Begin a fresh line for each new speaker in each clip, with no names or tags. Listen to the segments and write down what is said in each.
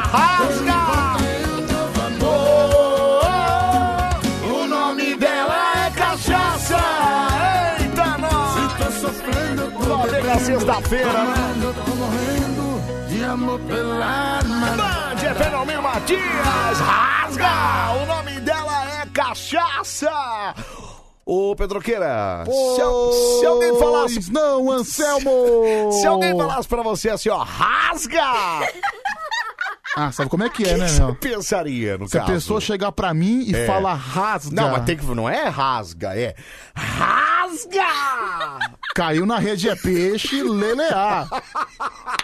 rasga. Oh, oh, oh. O nome dela é cachaça. Eita, nós.
Tô tá sofrendo, tô
Só vem na sexta-feira, né?
bebendo, tô morrendo de amor pela arma.
Band é Fenômeno Matias. Rasga. O nome dela é cachaça. Ô, Pedroqueira, se, al- se alguém falasse
Não, Anselmo!
Se alguém falasse pra você assim, ó, rasga!
Ah, sabe como é que é, né,
Você
meu?
pensaria no
Se a
caso?
pessoa chegar pra mim e
É.
fala rasga,
Não, mas tem que. Não é rasga, é. Rasga!
caiu na rede é peixe, lelear.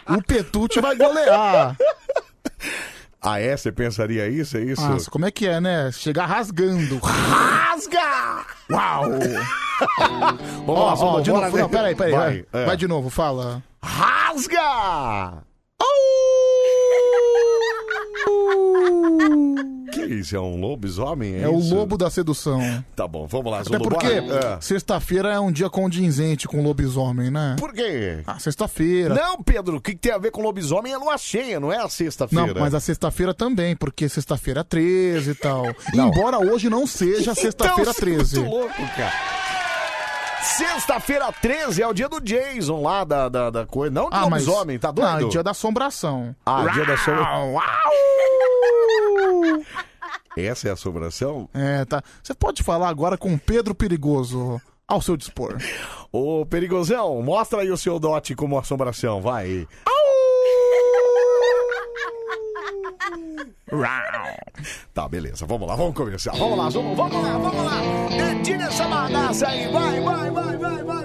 O Petute vai golear.
Ah, é? Você pensaria isso? É isso?
Nossa, como é que é, né? Chegar rasgando.
Rasga!
Uau!
Vamos
Ó,
lá,
ó,
vamos
de
embora,
novo.
né?
Não, peraí, peraí. Vai,
Vai, é.
vai de novo, fala.
Rasga! Que isso? É um lobisomem? É,
É o
isso?
lobo da sedução.
Tá bom, vamos lá,
Até
Zulo,
porque
bora? Ah,
sexta-feira é um dia condizente com lobisomem, né?
Por quê?
Ah, sexta-feira.
Não, Pedro, o que que tem a ver com lobisomem é lua cheia, não é a
Não,
sexta-feira.
mas a sexta-feira também, porque sexta-feira é 13 e tal. Embora hoje não seja sexta-feira
então, você é
13.
Muito louco, cara. Sexta-feira 13 é o dia do Jason lá da, da, da coisa. Não de lobisomem, tá doido?
Ah, é dia da assombração.
Ah, dia da sobra...
Uau,
Essa é a sobração?
É, tá. Você pode falar agora com o Pedro Perigoso ao seu dispor.
Ô, Perigosão, mostra aí o seu dote como assombração, vai. Tá, beleza, vamos lá, vamos começar. Vamos lá, Zumo, vamos lá, vamos lá. Dedinha essa bagaça aí, vai, vai, vai, vai, vai.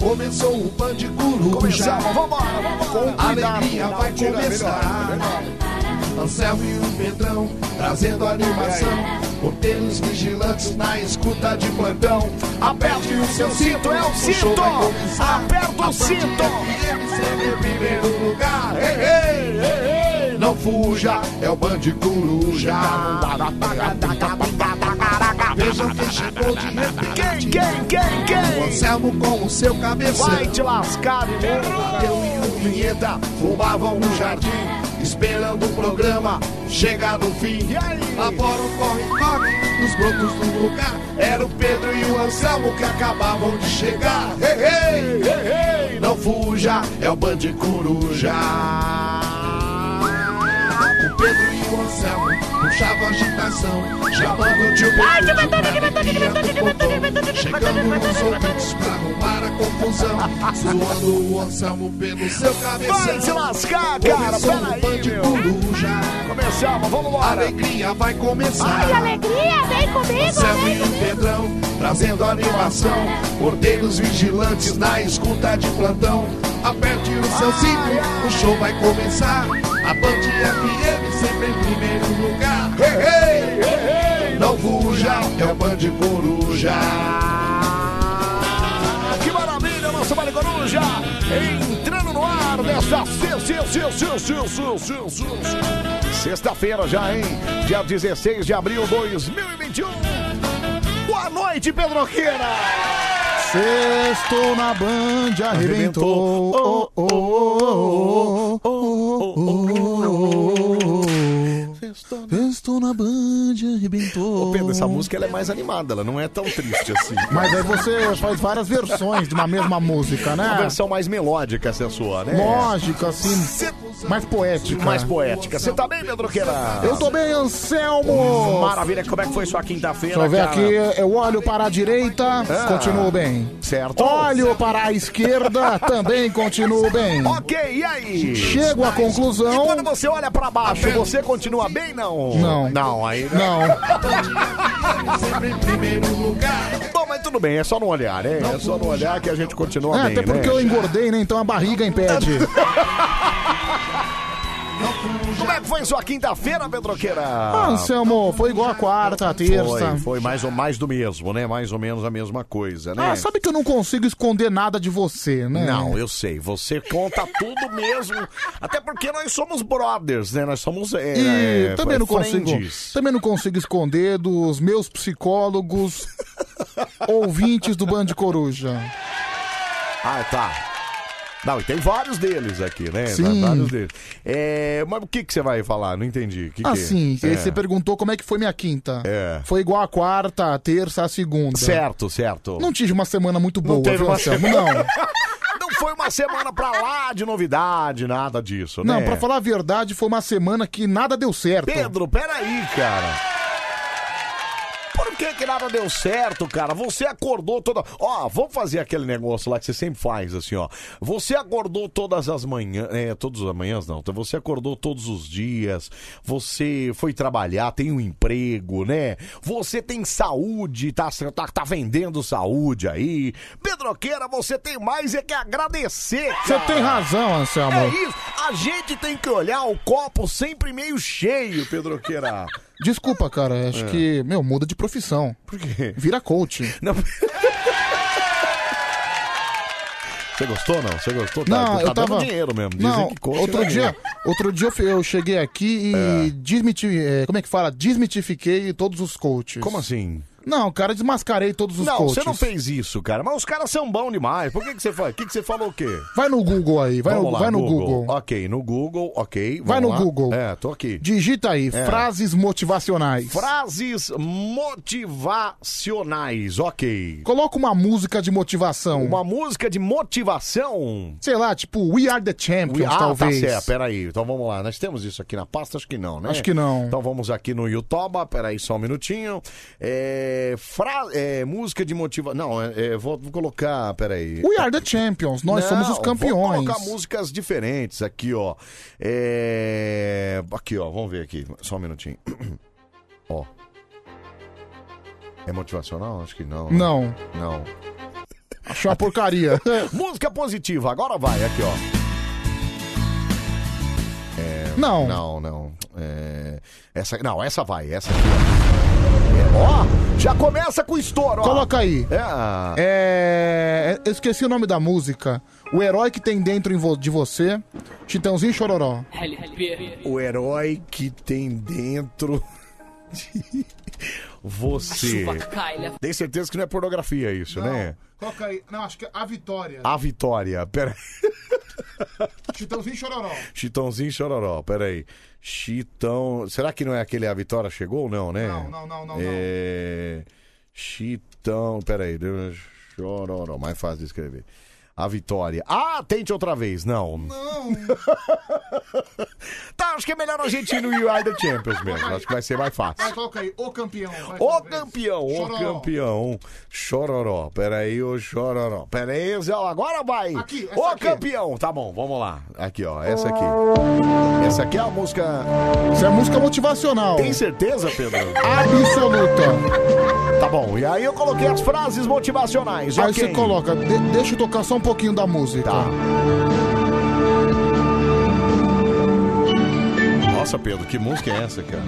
Começou o pan de coruja,
Começar, vambora, vambora.
a alegria vai começar. Anselmo e o Pedrão trazendo animação. Porteiros vigilantes na escuta de plantão.
Aperte o seu cinto, é o cinto. Aperta o cinto.
Sempre em primeiro lugar.
Ei, ei, ei, ei.
Não fuja, é o pan de coruja. Veja quem chegou de
Quem,
repente.
quem, quem,
O
quem?
Anselmo com o seu cabeção.
Vai te lascar, menino.
Eu e o um Vinheta fumavam no jardim, esperando o programa chegar no fim.
E aí?
Agora o corre-corre nos brotos do lugar. Era o Pedro e o Anselmo que acabavam de chegar. Ei, ei, ei, ei, não fuja, é o Band Coruja. O Pedro e o Anselmo puxavam agitação, chamando o tio Ai, que batuque, que batuque, que batuque, que batuque, Chegando nos ouvintes pra arrumar a confusão, zoando o Anselmo pelo seu
Vai se
cabeção.
lascar, cara.
Começou o
Peraí,
Band
meu.
Coruja.
Começamos, vamos
A
embora.
alegria vai começar.
Que alegria, vem comigo,
Anselmo
vem
e o
comigo.
Pedrão trazendo animação. Ordeiros vigilantes na escuta Tá de plantão. Aperte o seu cinto, o show vai começar. A Band FM sempre em primeiro lugar. Ei, ei, ei, não fuja, é o Band Coruja.
Que maravilha, nosso Vale Coruja. Entrando no ar nesta sexta- sexta- sexta- sexta- sexta- sexta- sexta-feira já, hein? Dia 16 de abril de 2021. Boa noite, Pedroqueira.
Sextou na band, arrebentou. Oh, oh, oh, oh, oh, oh, oh. Sextou na band, arrebentou.
Pedro, essa música ela é mais animada, ela não é tão triste assim.
Mas aí você faz várias versões de uma mesma música,
Uma
né?
versão mais melódica essa sua, né?
Lógica, assim, mais poética.
Mais poética. Você tá bem, Pedroqueira?
Eu tô bem, Anselmo!
Maravilha, como é que foi sua quinta-feira,
Deixa eu ver
cara?
aqui, eu olho para a direita,
Ah.
continuo bem.
Certo.
Olho para a esquerda, também continuo bem.
Ok, e aí?
Chego à
E
conclusão.
quando você olha pra baixo, você continua bem, não?
Não.
Não, aí...
Não,
Sempre em primeiro lugar.
Bom, mas tudo bem, é só no olhar, é? É só no olhar que a gente continua
é,
bem,
até porque
né?
eu engordei, né? Então a barriga impede.
Como é que foi sua quinta-feira, Pedroqueira?
Ah, Anselmo, foi igual a quarta, a terça.
foi, foi mais ou mais do mesmo, né? Mais ou menos a mesma coisa, né?
Ah, sabe que eu não consigo esconder nada de você, né?
Não, eu sei, você conta tudo mesmo. Até porque nós somos brothers, né? Nós somos. É,
E
é,
também não consigo,
friends.
também não consigo esconder dos meus psicólogos ouvintes do Band Coruja.
Ah, tá. Não, e tem vários deles aqui, né?
Sim.
Vários deles. É, mas o que, que você vai falar? Não entendi. O Que que é?
Assim,
é.
você perguntou como é que foi minha quinta.
É.
Foi igual a quarta, a terça, a segunda.
Certo, certo.
Não tive uma semana muito boa,
teve
viu,
uma
Anselmo?
semana.
Não.
Não foi uma semana pra lá de novidade, nada disso, né?
Não, pra falar a verdade, foi uma semana que nada deu certo.
Pedro, peraí, cara. Por que que nada deu certo, cara? Você acordou toda... Ó, vamos fazer aquele negócio lá que você sempre faz, assim, ó. Você acordou todas as manhãs... É, todas as manhãs não. Então, Você acordou todos os dias. Você foi trabalhar, tem um emprego, né? Você tem saúde, tá, tá, tá vendendo saúde aí. Pedroqueira, você tem mais é que agradecer,
Você
cara.
tem razão, Anselmo.
É isso. A gente tem que olhar o copo sempre meio cheio, Pedroqueira.
Desculpa, cara. Acho
É.
que, meu, muda de profissão.
Por quê?
Vira coach.
Não. Você gostou, não? Você gostou? Tá-
Não,
tá
eu
dando
tava.
dinheiro mesmo. Dizem
não,
que coach
outro
dá
dia,
dinheiro.
outro dia eu fe- eu cheguei aqui e
É.
desmiti, é, como é que fala? Desmitifiquei todos os coaches.
Como assim?
Não, cara, desmascarei todos os
não,
coaches.
você não fez isso, cara. Mas os caras são bons demais. Por que, que você faz? O que, que você falou o quê?
Vai no Google aí, vai
Vamos
no,
lá,
vai no Google.
Ok, no Google, ok.
Vai
vamos lá.
no Google.
É, tô aqui.
Digita aí,
É.
frases motivacionais.
Frases motivacionais, ok.
Coloca uma música de motivação.
Uma música de motivação.
Sei lá, tipo We Are the Champions,
ah,
talvez.
tá certo, peraí. Então vamos lá. Nós temos isso aqui na pasta? Acho que não, né?
Acho que não.
Então vamos aqui no Yotoba, peraí só um minutinho. É, fra... é, música de motivação. Não, é, é, vou, vou colocar, peraí.
We Are the Champions, nós
Não,
somos os
Vou
campeões.
colocar músicas diferentes aqui, ó. É, Aqui, ó, vamos ver aqui. Só um minutinho. ó. É motivacional? Acho que não. né?
Não.
Não.
Achei uma porcaria.
Música positiva, agora vai, aqui, ó. É,
Não.
Não, não. É, essa, não, essa vai, essa aqui, ó. É, ó, já começa com o estouro, ó.
Coloca aí.
É,
É. Eu esqueci o nome da música. O herói que tem dentro em vo- de você. Chitãozinho e Chororó.
o herói que tem dentro de você. Tem certeza que não é pornografia isso, né?
Coloca aí. Não, acho que é a vitória.
A vitória, pera
Chitãozinho e Chororó.
Chitãozinho e Chororó, peraí. Chitão. Será que não é aquele A Vitória Chegou, não, né?
Não, não, não, não,
É. Chitão. Peraí, deu- Chororó, mais fácil de escrever. A Vitória. Ah, tente outra vez. Não.
Não.
Tá, acho que é melhor a gente ir no UI da Champions mesmo. Acho que vai ser mais fácil.
coloca aí. O campeão.
Ô campeão, ô campeão. Chororó. Peraí, ô chororó. Peraí, Zé, agora vai.
Aqui, essa
ô
aqui.
campeão. Tá bom, vamos lá. Aqui, ó, essa aqui. Essa aqui é a música.
Isso é música motivacional.
Tem certeza, Pedro?
Absoluta.
Tá bom, e aí eu coloquei as frases motivacionais.
Aí
ok.
você coloca. de- deixa eu tocar só um pouquinho da música.
Tá. Nossa, Pedro, que música é essa, cara?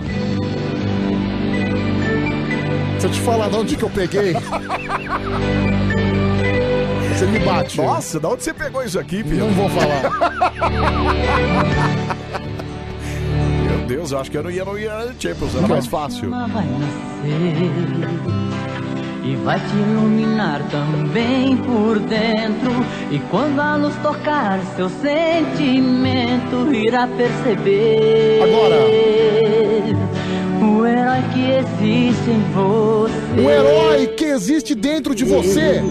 Deixa eu te falar de onde que eu peguei. Você me bate.
Nossa, da onde você pegou isso aqui, Pedro?
Não vou falar.
Meu Deus, eu acho que eu não ia no ia Champions, era mais fácil.
Uma vai nascer e vai te iluminar também por dentro. E quando a luz tocar seu sentimento, irá perceber.
Agora.
O herói que existe em você.
O herói que existe dentro de você.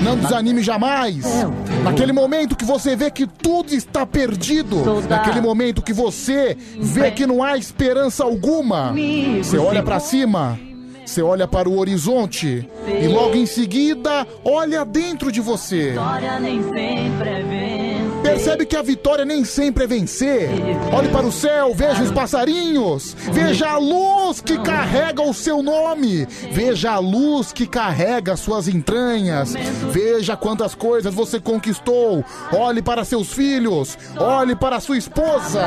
Não desanime jamais.
É
Naquele momento que você vê que tudo está perdido. Naquele momento que você vê que não há esperança alguma. Você olha pra cima. Você olha para o horizonte e logo em seguida olha dentro de você.
História nem sempre é vencer.
Percebe que a vitória nem sempre é vencer. Olhe para o céu, veja os passarinhos, veja a luz que carrega o seu nome, veja a luz que carrega as suas entranhas, veja quantas coisas você conquistou. Olhe para seus filhos, olhe para sua esposa,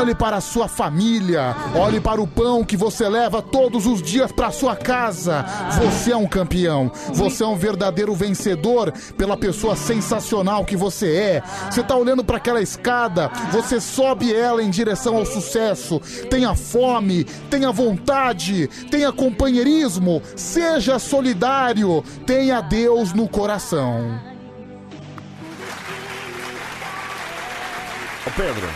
olhe para sua família, olhe para o pão que você leva todos os dias para sua casa. Você é um campeão, você é um verdadeiro vencedor pela pessoa sensacional que você é. Você tá olhando para aquela escada, você sobe ela em direção ao sucesso. Tenha fome, tenha vontade, tenha companheirismo, seja solidário, tenha Deus no coração.
Pedro?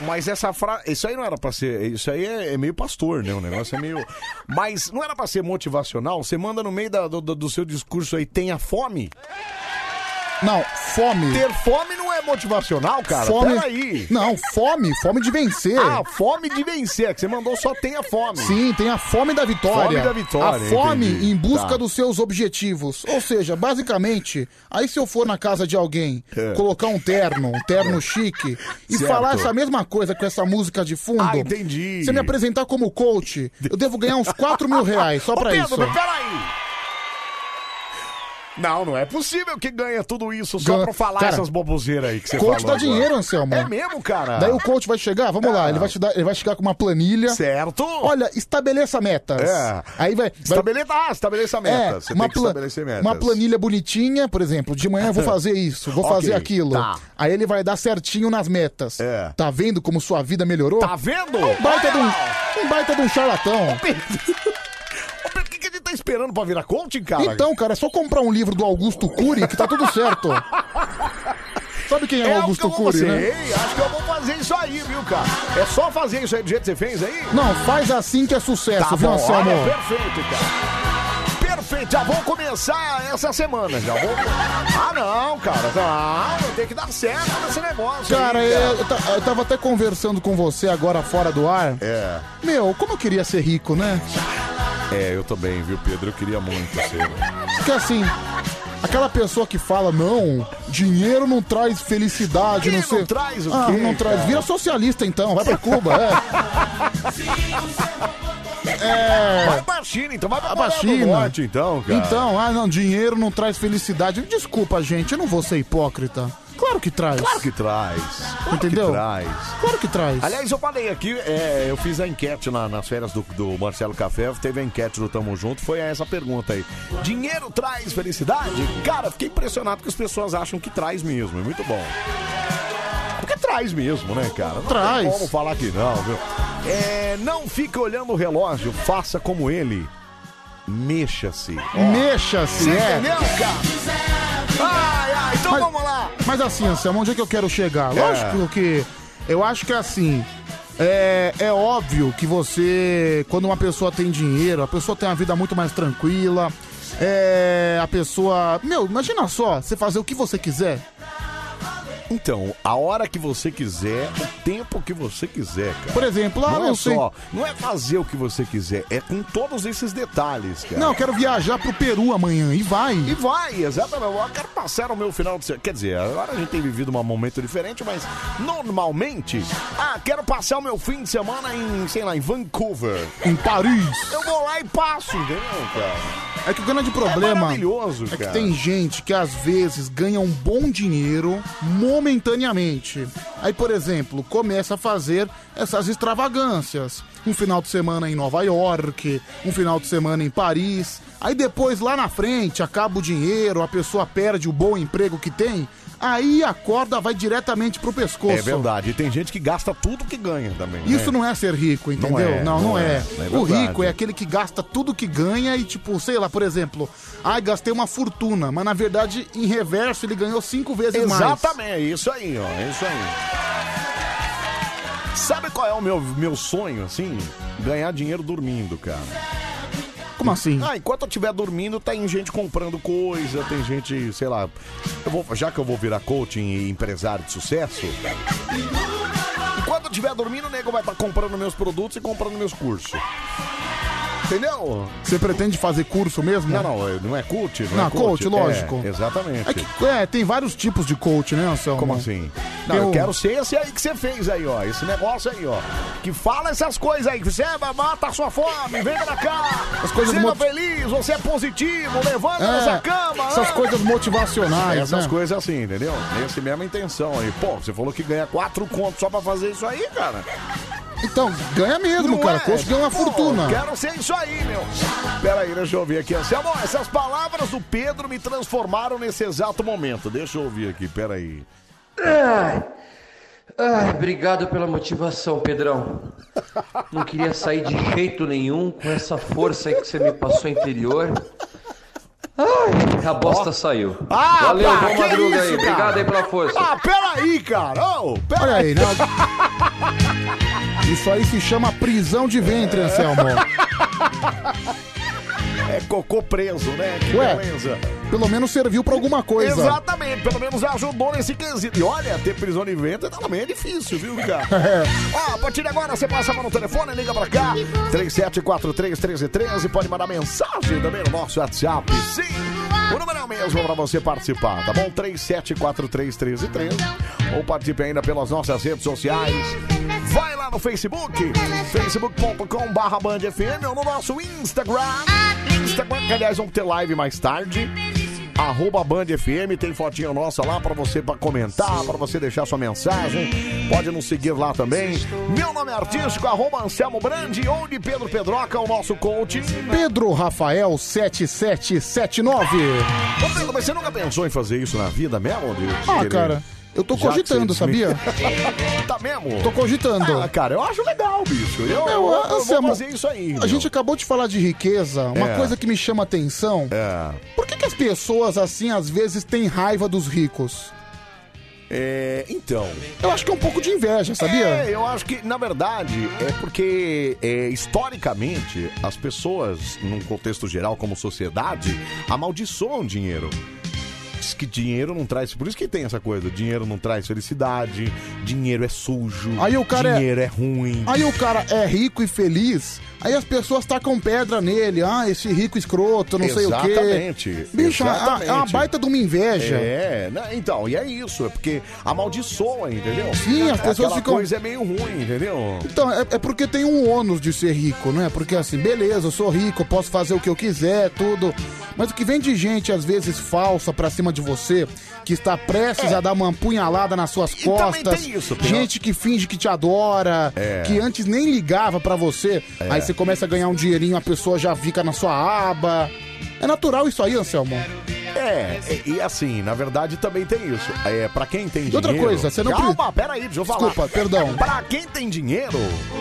Mas essa frase. Isso aí não era pra ser. Isso aí é, é meio pastor, né? O negócio é meio. Mas não era pra ser motivacional? Você manda no meio da- do, do- do seu discurso aí, tenha fome?
Não, fome.
Ter fome não é motivacional, cara.
Fome-
Peraí.
Não, fome, fome de vencer.
Ah, fome de vencer, é que você mandou só tenha fome.
Sim, tem a fome da vitória.
Fome da vitória,
A fome
entendi.
em busca
Tá.
dos seus objetivos. Ou seja, basicamente, aí se eu for na casa de alguém, colocar um terno, um terno chique, e
É. Certo.
falar essa mesma coisa com essa música de fundo.
Ah, entendi.
Se eu me apresentar como coach, eu devo ganhar uns 4 mil reais só
Ô,
pra
Pedro,
isso.
mas peraí. Não, não é possível que ganha tudo isso só
Ganha-
pra falar
Cara,
essas baboseiras aí que você falou
coach dá
agora.
dinheiro, Anselmo.
É mesmo, cara?
Daí o coach vai chegar, vamos lá, ele vai, te dar, ele vai chegar com uma planilha.
Ah. Certo.
Olha, estabeleça metas.
É.
Aí vai. vai...
Estabeleça, ah, estabeleça
É,
metas. você
uma,
tem que
pla-
estabelecer metas.
uma planilha bonitinha, por exemplo, de manhã eu vou fazer isso, vou fazer
Ok,
aquilo.
tá. É.
Aí ele vai dar certinho nas metas. Tá vendo como sua vida melhorou?
Tá vendo?
Um baita, de um, um baita de um charlatão.
O que, que a gente tá esperando pra virar coaching, cara?
Então, cara, é só comprar um livro do Augusto Cury que tá tudo certo. Sabe quem é,
o que
o
eu
Augusto
vou
Cury,
fazer.
né?
Ei, Acho que eu vou fazer isso aí, viu, cara? É só fazer isso aí do jeito que você fez aí?
Não, faz assim que é sucesso,
Tá
viu,
bom,
Anselmo?
olha, perfeito, cara. Perfeito, já vou começar essa semana, já vou... Ah, não, cara, não, tem que dar certo nesse negócio
Cara, é,
aí,
eu, eu ta- eu tava até conversando com você agora fora do ar.
É.
Meu, como eu queria ser rico, né?
É, eu também, viu, Pedro? Eu queria muito ser. né?
Porque assim, aquela pessoa que fala, não, dinheiro não traz felicidade,
Que
não sei.
não traz o
ah,
quê,
não traz.
cara?
Vira socialista então, vai pra Cuba, é. É.
Vai pra China, então, vai pra,
Vai pra
Coreia do
China.
Norte, então, cara.
Então, ah, não, dinheiro não traz felicidade. Desculpa, gente, eu não vou ser hipócrita. Claro que traz.
Claro que traz. Claro
Entendeu?
Que traz.
Claro que traz.
Aliás, eu falei aqui, é, eu fiz a enquete na- nas férias do, do Marcelo Café, teve a enquete do Tamo Junto, foi essa pergunta aí. Dinheiro traz felicidade? Cara, fiquei impressionado que as pessoas acham que traz mesmo, é muito bom. Porque traz mesmo, né, cara? Não
Traz.
Tem como falar que não, viu? É, não fique olhando o relógio, faça como ele. Mexa-se.
Mexa-se,
Você
é.
entendeu, cara? Ai, ai, então
Mas-
vamos lá.
Mas assim, Anselmo, onde é que eu quero chegar? Lógico que eu acho que assim. É, é óbvio que você, quando uma pessoa tem dinheiro, a pessoa tem uma vida muito mais tranquila. É, a pessoa. Meu, imagina só, você fazer o que você quiser.
Então, a hora que você quiser, o tempo que você quiser, cara.
Por exemplo, ah,
não é
não sei.
só, não é fazer o que você quiser, é com todos esses detalhes, cara.
Não, eu quero viajar pro Peru amanhã e vai.
E vai, exatamente. Eu quero passar o meu final de semana. Quer dizer, agora a gente tem vivido um momento diferente, mas normalmente, ah, quero passar o meu fim de semana em, sei lá, em Vancouver.
Em Paris.
Eu vou lá e passo, entendeu, cara?
É que o grande problema
maravilhoso,
é que
cara.
tem gente que às vezes ganha um bom dinheiro momentaneamente. Aí, por exemplo, começa a fazer essas extravagâncias. Um final de semana em Nova York, um final de semana em Paris. Aí depois, lá na frente, acaba o dinheiro, a pessoa perde o bom emprego que tem. Aí a corda vai diretamente pro pescoço.
É verdade. E tem gente que gasta tudo que ganha também.
Isso
né?
não é ser rico, entendeu? Não,
é,
não,
não é.
é.
É
o
verdade.
rico é aquele que gasta tudo que ganha e, tipo, sei lá, por exemplo, ai, gastei uma fortuna, mas na verdade, em reverso, ele ganhou cinco vezes mais.
Exatamente, é isso aí, ó. É isso aí. Sabe qual é o meu, meu sonho, assim? Ganhar dinheiro dormindo, cara.
Como assim?
Ah, enquanto eu estiver dormindo, tem gente comprando coisa, tem gente, sei lá. Eu vou, já que eu vou virar coaching e empresário de sucesso. Enquanto eu estiver dormindo, o nego vai estar comprando meus produtos e comprando meus cursos. Entendeu?
Você pretende fazer curso mesmo?
Não, não, não é coach? Não, é
Não, coach, lógico.
É, exatamente.
É, que, é, tem vários tipos de coach, né, Anselmo?
Como assim? Não,
um-
eu... quero ser esse aí que você fez aí, ó. Esse negócio aí, ó. Que fala essas coisas aí. Que você vai matar sua fome, vem pra cá.
As coisas
Seja
moti-
feliz, você é positivo, levanta
É,
dessa cama.
essas
ah.
coisas motivacionais,
Essas
né?
coisas assim, entendeu? Nesse mesma intenção aí. Pô, você falou que ganha quatro contos só pra fazer isso aí, cara.
Então, ganha mesmo,
Não
cara.
é?
Coach ganha uma
Pô,
fortuna.
Quero ser isso aí, meu. Pera aí, deixa eu ouvir aqui. Anselmo, essas palavras do Pedro me transformaram nesse exato momento. Deixa eu ouvir aqui, pera aí.
Ai, ai, obrigado pela motivação, Pedrão. Não queria sair de jeito nenhum com essa força aí que você me passou interior. Ai, a bosta saiu.
Ah,
Valeu,
tá,
boa
que
madruga
isso,
aí.
cara.
Obrigado aí pela força.
Ah, peraí, cara. Ô, pera-
Olha aí, né? Isso aí se chama prisão de ventre, Anselmo.
É cocô preso, né? Que
Ué,
beleza.
pelo menos serviu pra alguma coisa.
Exatamente, pelo menos é ajudou nesse quesito. E olha, ter prisão de ventre também é difícil, viu, cara? Ó, a partir de agora você passa a mão no telefone, liga pra cá. 37431313, pode mandar mensagem também no nosso WhatsApp. Sim, o número é o mesmo pra você participar, tá bom? 37431313. Ou participe ainda pelas nossas redes sociais. Vai lá no Facebook, facebook.com barra bandfm ou no nosso Instagram. Instagram, que aliás vamos ter live mais tarde arroba Band FM, tem fotinha nossa lá pra você pra comentar, pra você deixar sua mensagem. Pode nos seguir lá também. Meu nome é artístico, arroba Anselmo Brandi, ou de Pedro Pedroca, é o nosso coach.
Pedro Rafael 7779.
Ô Pedro, mas você nunca pensou em fazer isso na vida mesmo? de- de
Ah,
querer-
cara, eu tô
Já que
cogitando,
você desmi-
sabia?
tá mesmo?
Tô cogitando.
Ah, cara, eu acho legal, bicho. Eu, eu,
Meu,
eu vou
Anselmo,
fazer isso aí.
A
meu.
gente acabou de falar de riqueza, uma
É.
coisa que me chama atenção.
É.
Por que, que as pessoas, assim, às vezes têm raiva dos ricos?
É, então.
Eu acho que é um pouco de inveja, sabia?
É, eu acho que, na verdade, é porque é, historicamente as pessoas, num contexto geral como sociedade, amaldiçoam dinheiro. Diz que dinheiro não traz. Por isso que tem essa coisa: dinheiro não traz felicidade, dinheiro é sujo,
Aí o cara é-
dinheiro é, ruim.
Aí o cara é rico e feliz, aí as pessoas tacam pedra nele. Ah, esse rico escroto, não sei o quê.
Exatamente,
Bicho, a- a- é uma
exatamente.
baita de uma inveja.
É, né? então, e é isso, é porque amaldiçoa, entendeu?
Sim, as pessoas
Aquela
ficam-
coisa é meio ruim, entendeu?
Então, é, é porque tem um ônus de ser rico, né? Porque assim, beleza, eu sou rico, eu posso fazer o que eu quiser, tudo. Mas o que vem de gente, às vezes, falsa pra cima de você, que está prestes a dar uma apunhalada nas suas
É. também
costas.
tem isso, Pinho.
gente que finge que te adora,
É.
que antes nem ligava pra você. Aí você começa a ganhar um dinheirinho, a pessoa já fica na sua aba. É natural isso aí, Anselmo.
É, e, e assim, na verdade também tem isso. É, pra quem tem
E outra
dinheiro.
coisa, você não
Calma,
pre-
peraí, deixa eu falar.
Desculpa, perdão.
Pra quem tem dinheiro,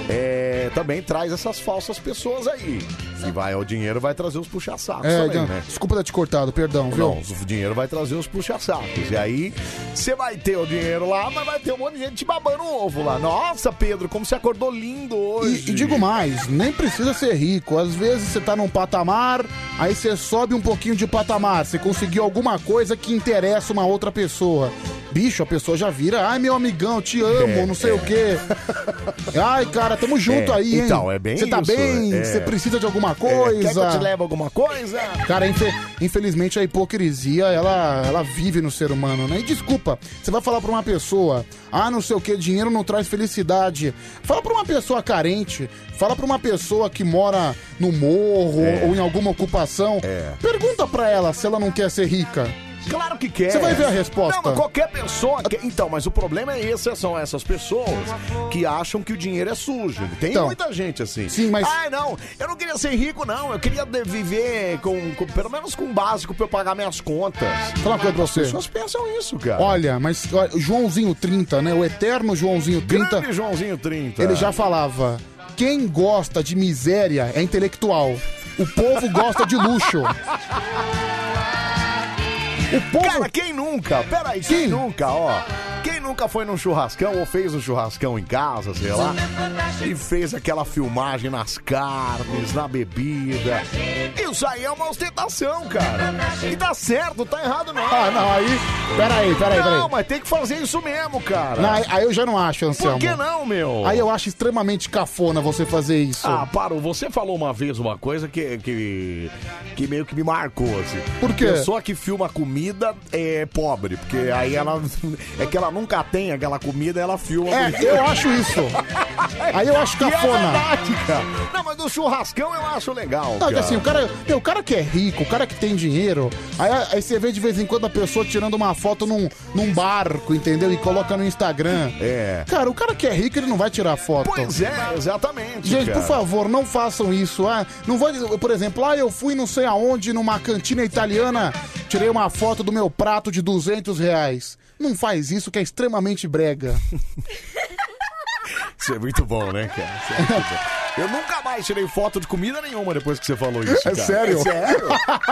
é, também traz essas falsas pessoas aí. E vai, o dinheiro vai trazer os puxa-sacos
É,
também,
não,
né?
Desculpa ter te cortado, perdão, viu?
Não, o dinheiro vai trazer os puxa-sacos. E aí, você vai ter o dinheiro lá, mas vai ter um monte de gente te babando o ovo lá. Nossa, Pedro, como você acordou lindo hoje.
E, e digo mais, nem precisa ser rico. Às vezes você tá num patamar, aí você sobe um pouquinho de patamar, você conseguiu alguma coisa que interessa uma outra pessoa. Bicho, a pessoa já vira, ai meu amigão, te amo,
É,
não sei o quê. Ai, cara, tamo junto
É,
aí, hein?
então, é bem
Você tá
isso,
bem?
é.
Você precisa de alguma
É,
coisa?
quer que eu te leve alguma coisa?
Cara, infe- infelizmente a hipocrisia, ela, ela vive no ser humano, né? E desculpa, você vai falar pra uma pessoa, ah, não sei o que, dinheiro não traz felicidade. Fala pra uma pessoa carente, fala pra uma pessoa que mora no morro ou em alguma ocupação.
É.
Pergunta pra ela se ela não quer ser rica.
Claro que quer.
Você vai ver a resposta.
Não, mas qualquer pessoa quer. Então, mas o problema é esse, são essas pessoas que acham que o dinheiro é sujo. Tem
Então.
muita gente assim.
Sim, mas-
Ai, não, eu não queria ser rico, não. Eu queria de- viver com, com- pelo menos com o básico pra eu pagar minhas contas.
Fala uma coisa pra
As
você.
pessoas pensam isso, cara.
Olha, mas ó, Joãozinho 30, né? O eterno Joãozinho 30,
Grande Joãozinho 30.
ele já falava, quem gosta de miséria é intelectual. O povo gosta de luxo. O povo...
Cara, quem nunca? Peraí,
Sim.
quem nunca, ó? Quem nunca foi num churrascão ou fez um churrascão em casa, sei lá, e fez aquela filmagem nas carnes, na bebida? Isso aí é uma ostentação, cara. E tá certo, tá errado não.
Ah, não, aí. Peraí, peraí, peraí.
Não, mas tem que fazer isso mesmo, cara.
Não, aí- aí eu já não acho, Anselmo.
Por que não, meu?
Aí eu acho extremamente cafona você fazer isso.
Ah, Paro, você falou uma vez uma coisa que, que, que meio que me marcou, assim.
Por quê?
Pessoa que filma comida é pobre, porque aí ela... É que ela nunca tem aquela comida, ela filma...
é, eu acho isso. Aí eu acho
E é
cafona.
verdade, cara. Não, mas do churrascão eu acho legal,
Não, que
cara.
assim, o cara, meu, o cara que é rico, o cara que tem dinheiro, aí, aí você vê de vez em quando a pessoa tirando uma foto num, num barco, entendeu? E coloca no Instagram.
É.
Cara, o cara que é rico, ele não vai tirar foto.
Pois é, exatamente,
Gente,
cara.
por favor, não façam isso. Ah, não vou, dizer- por exemplo, ah, eu fui não sei aonde numa cantina italiana, tirei uma foto do meu prato de 200 reais. Não faz isso que é extremamente brega.
Isso é muito bom, né, cara? Isso é muito bom. Eu nunca mais tirei foto de comida nenhuma depois que você falou isso,
É
cara.
sério?
Sério?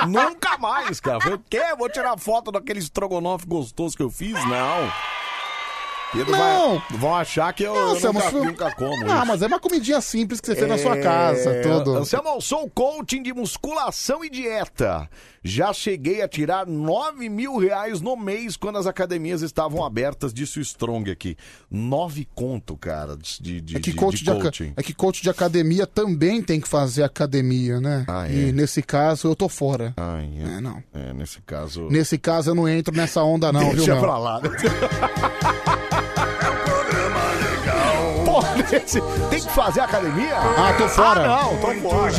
nunca mais, cara. Falei, o quê? Vou tirar foto daquele estrogonofe gostoso que eu fiz? Não. Pedro
Não.
Vai, vão achar que eu, eu
Não,
nunca,
Anselmo, isso-
nunca como isso.
Ah, mas é uma comidinha simples que você fez na sua
É,
casa, tudo.
Anselmo, eu sou coaching de musculação e dieta. Já cheguei a tirar 9 mil reais no mês quando as academias estavam abertas, disse o Strong aqui. 9 conto, cara, de, de,
É que,
de-
coach
de
de aca-
coaching.
é que coach de academia também tem que fazer academia, né?
Ah, é.
E nesse caso eu tô fora.
Ai, é.
não.
É, nesse caso...
Nesse caso eu não entro nessa onda, não,
Deixa
viu? meu?
pra lá. É um Pô, nesse- tem que fazer academia?
Ah, tô fora.
Ah, não, tô fora.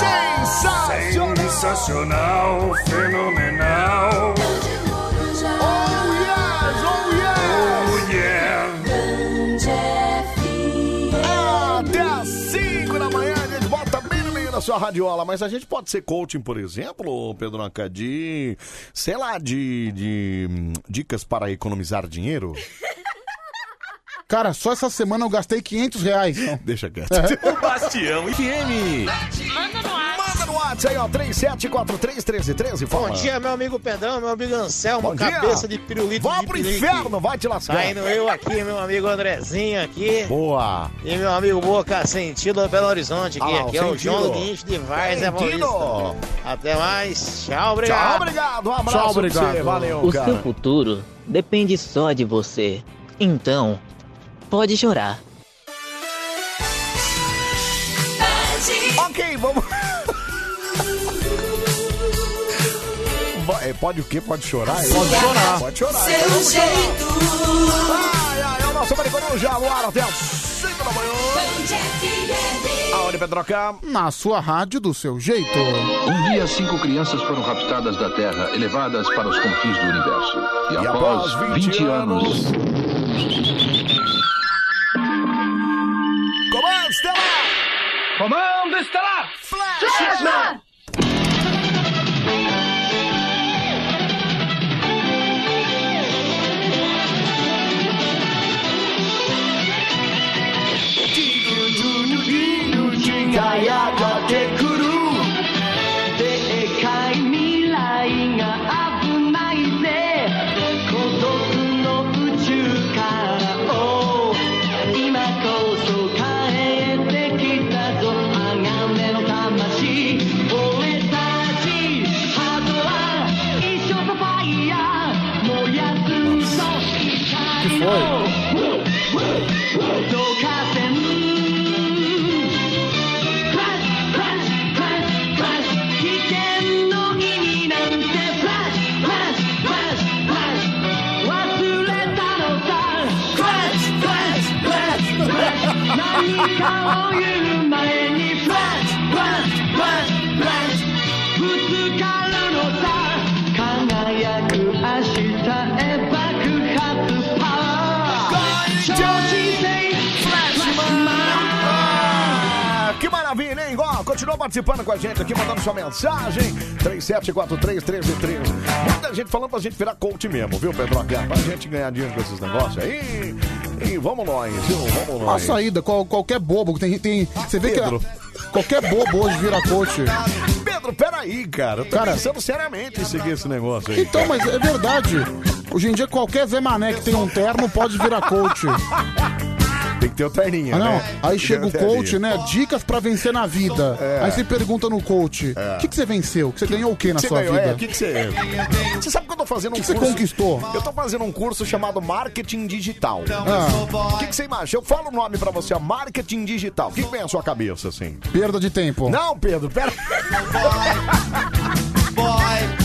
Sensacional. Sensacional, fenomenal.
Oh yes, oh yes.
Oh
yeah. Até às 5 da manhã a gente bota bem no meio da sua radiola. Mas a gente pode ser coaching, por exemplo, Pedro Anca, de, sei lá, de, de hum, dicas para economizar dinheiro?
Cara, só essa semana eu gastei 500 reais. então. É.
Deixa quieto.
Bastião FM.
Manda no WhatsApp. Manda no WhatsApp aí, ó, 37431313. Fala.
Bom dia, meu amigo Pedrão, meu amigo Anselmo,
Bom dia.
cabeça de pirulito
Vá
de
pro
pirulito.
inferno, vai te lascar.
Tá indo eu aqui, meu amigo Andrezinho aqui.
Boa.
E meu amigo Boca Sentido Belo Horizonte aqui.
Ah, lá, o
aqui é o
Sentido.
João Guincho de Várzea
Sentido.
Paulista. Até mais. Tchau, obrigado.
Tchau, obrigado. Um abraço pra você. Valeu,
o
cara.
seu futuro depende só de você. Então, pode chorar.
Ok, vamos. Va- é, Pode o quê? Pode chorar? Pode chorar. Pode chorar.
Seu jeito.
Ai, ai, é o nosso Maricorão já no ar até as 5 da manhã. Aonde, Pedroca?
Na sua rádio do seu jeito.
Um dia, cinco crianças foram raptadas da Terra, elevadas para os confins do universo. E, após 20 anos.
Comando Estelar!
Comando Estelar.
Flash!
um
Que e
Ah, Que maravilha, hein? Ó, continua participando com a gente aqui, mandando sua mensagem. 37431313. Muita gente falando pra gente virar coach mesmo, viu, Pedro? Pra gente ganhar dinheiro com esses negócios aí. E vamos nós, viu? Vamos
A
nós.
saída, qual- qualquer bobo. Tem, tem, você vê
Pedro.
que. a- qualquer bobo hoje vira coach.
Pedro, peraí, cara. Eu tô
Cara-
pensando seriamente em seguir esse negócio aí.
Então, mas é verdade. Hoje em dia, qualquer Zé Mané que tem um terno pode virar coach.
Tem que ter o terninho,
Ah, não.
né?
Aí
Tem que
chega o
ter terninho.
coach, né? Dicas pra vencer na vida.
É.
Aí você pergunta no coach: o
É.
que, que você venceu? O que você ganhou o que na
Você
sua
ganhou,
vida?
é, o que que você... Você sabe que eu tô fazendo um
que você
curso...
conquistou?
Eu tô fazendo um curso chamado Marketing Digital.
Ah.
O que, que você imagina? Eu falo o nome pra você, ó, Marketing Digital. O que, que vem na sua cabeça, assim?
Perda de tempo.
Não, Pedro, pera...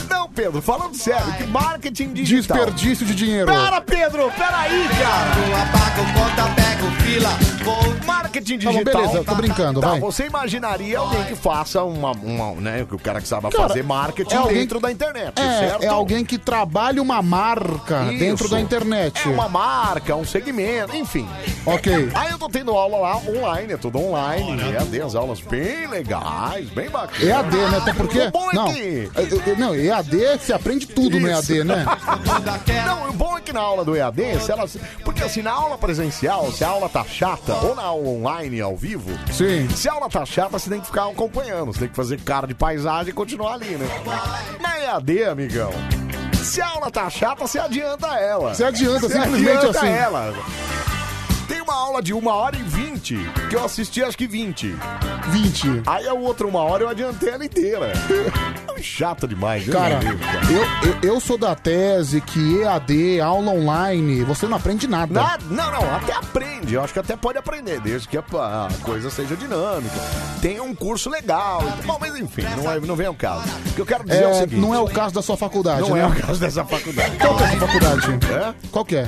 Não, Pedro, falando sério, que marketing digital...
Desperdício de dinheiro.
Para, Pedro, peraí, cara. Marketing
Tá bom,
digital.
beleza, tô brincando,
Tá,
vai.
Você imaginaria alguém que faça uma, uma, né, o cara que sabe
Cara,
fazer marketing
é alguém-
dentro da internet, certo?
É, é alguém que trabalha uma marca
Isso.
dentro da internet.
É uma marca, um segmento, enfim.
Ok.
Aí eu tô tendo aula lá online, é tudo online, EAD, as aulas bem legais, bem bacanas.
EAD, né? Até porque.
O bom é
não,
que...
eu- eu- não, EAD, você aprende tudo no
Isso.
EAD, né?
Não, o bom é que na aula do EAD, se ela, porque se na aula presencial, se a aula tá chata, ou na aula online, ao vivo,
Sim.
se a aula tá chata, você tem que ficar acompanhando, você tem que fazer cara de paisagem e continuar ali, né? Na EAD, amigão, se a aula tá chata, você adianta ela.
Você adianta, simplesmente
adianta
assim.
ela. Tem uma aula de uma hora e vinte, que eu assisti acho que 20.
20.
Aí a outra uma hora eu adiantei ela inteira. É um Chato demais, viu,
Cara,
meu Deus, cara.
eu, eu, eu sou da tese que EAD, aula online, você não aprende nada.
Nada, não, não, até aprende. Eu acho que até pode aprender, desde que a, a coisa seja dinâmica. Tenha um curso legal. Bom, mas enfim, não, é, não vem ao caso. O que eu quero dizer é,
É,
o seguinte.
não é o caso da sua faculdade,
Não
né?
é o caso dessa faculdade.
Qual que é a sua faculdade?
É?
Qual que é?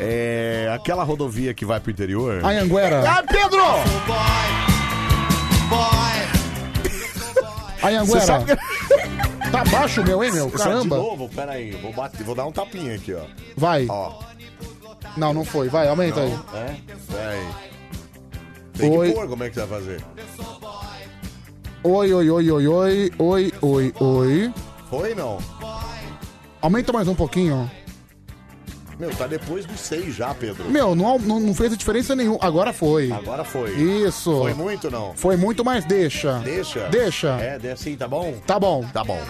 É aquela rodovia que vai pro interior.
Anhanguera.
Ah, Pedro!
Anhanguera.
Você sabe é
Tá baixo o meu, hein, meu?
Você sabe é De
Caramba.
novo, peraí, vou, bater, vou dar um tapinha aqui, ó.
Vai.
Ó.
Não, não foi. Vai, aumenta aí.
Não, É? Peraí. Tem
Oi.
que pôr como é que você vai fazer.
Oi, oi, oi, oi, oi, oi, oi, oi.
Foi não?
Aumenta mais um pouquinho.
Meu, tá depois do 6 já, Pedro.
Meu, não, não, não fez diferença nenhuma. Agora foi.
Agora foi.
Isso.
Foi muito não?
Foi muito, mas deixa.
Deixa.
Deixa.
É, de- assim, tá bom?
Tá bom.
Tá bom.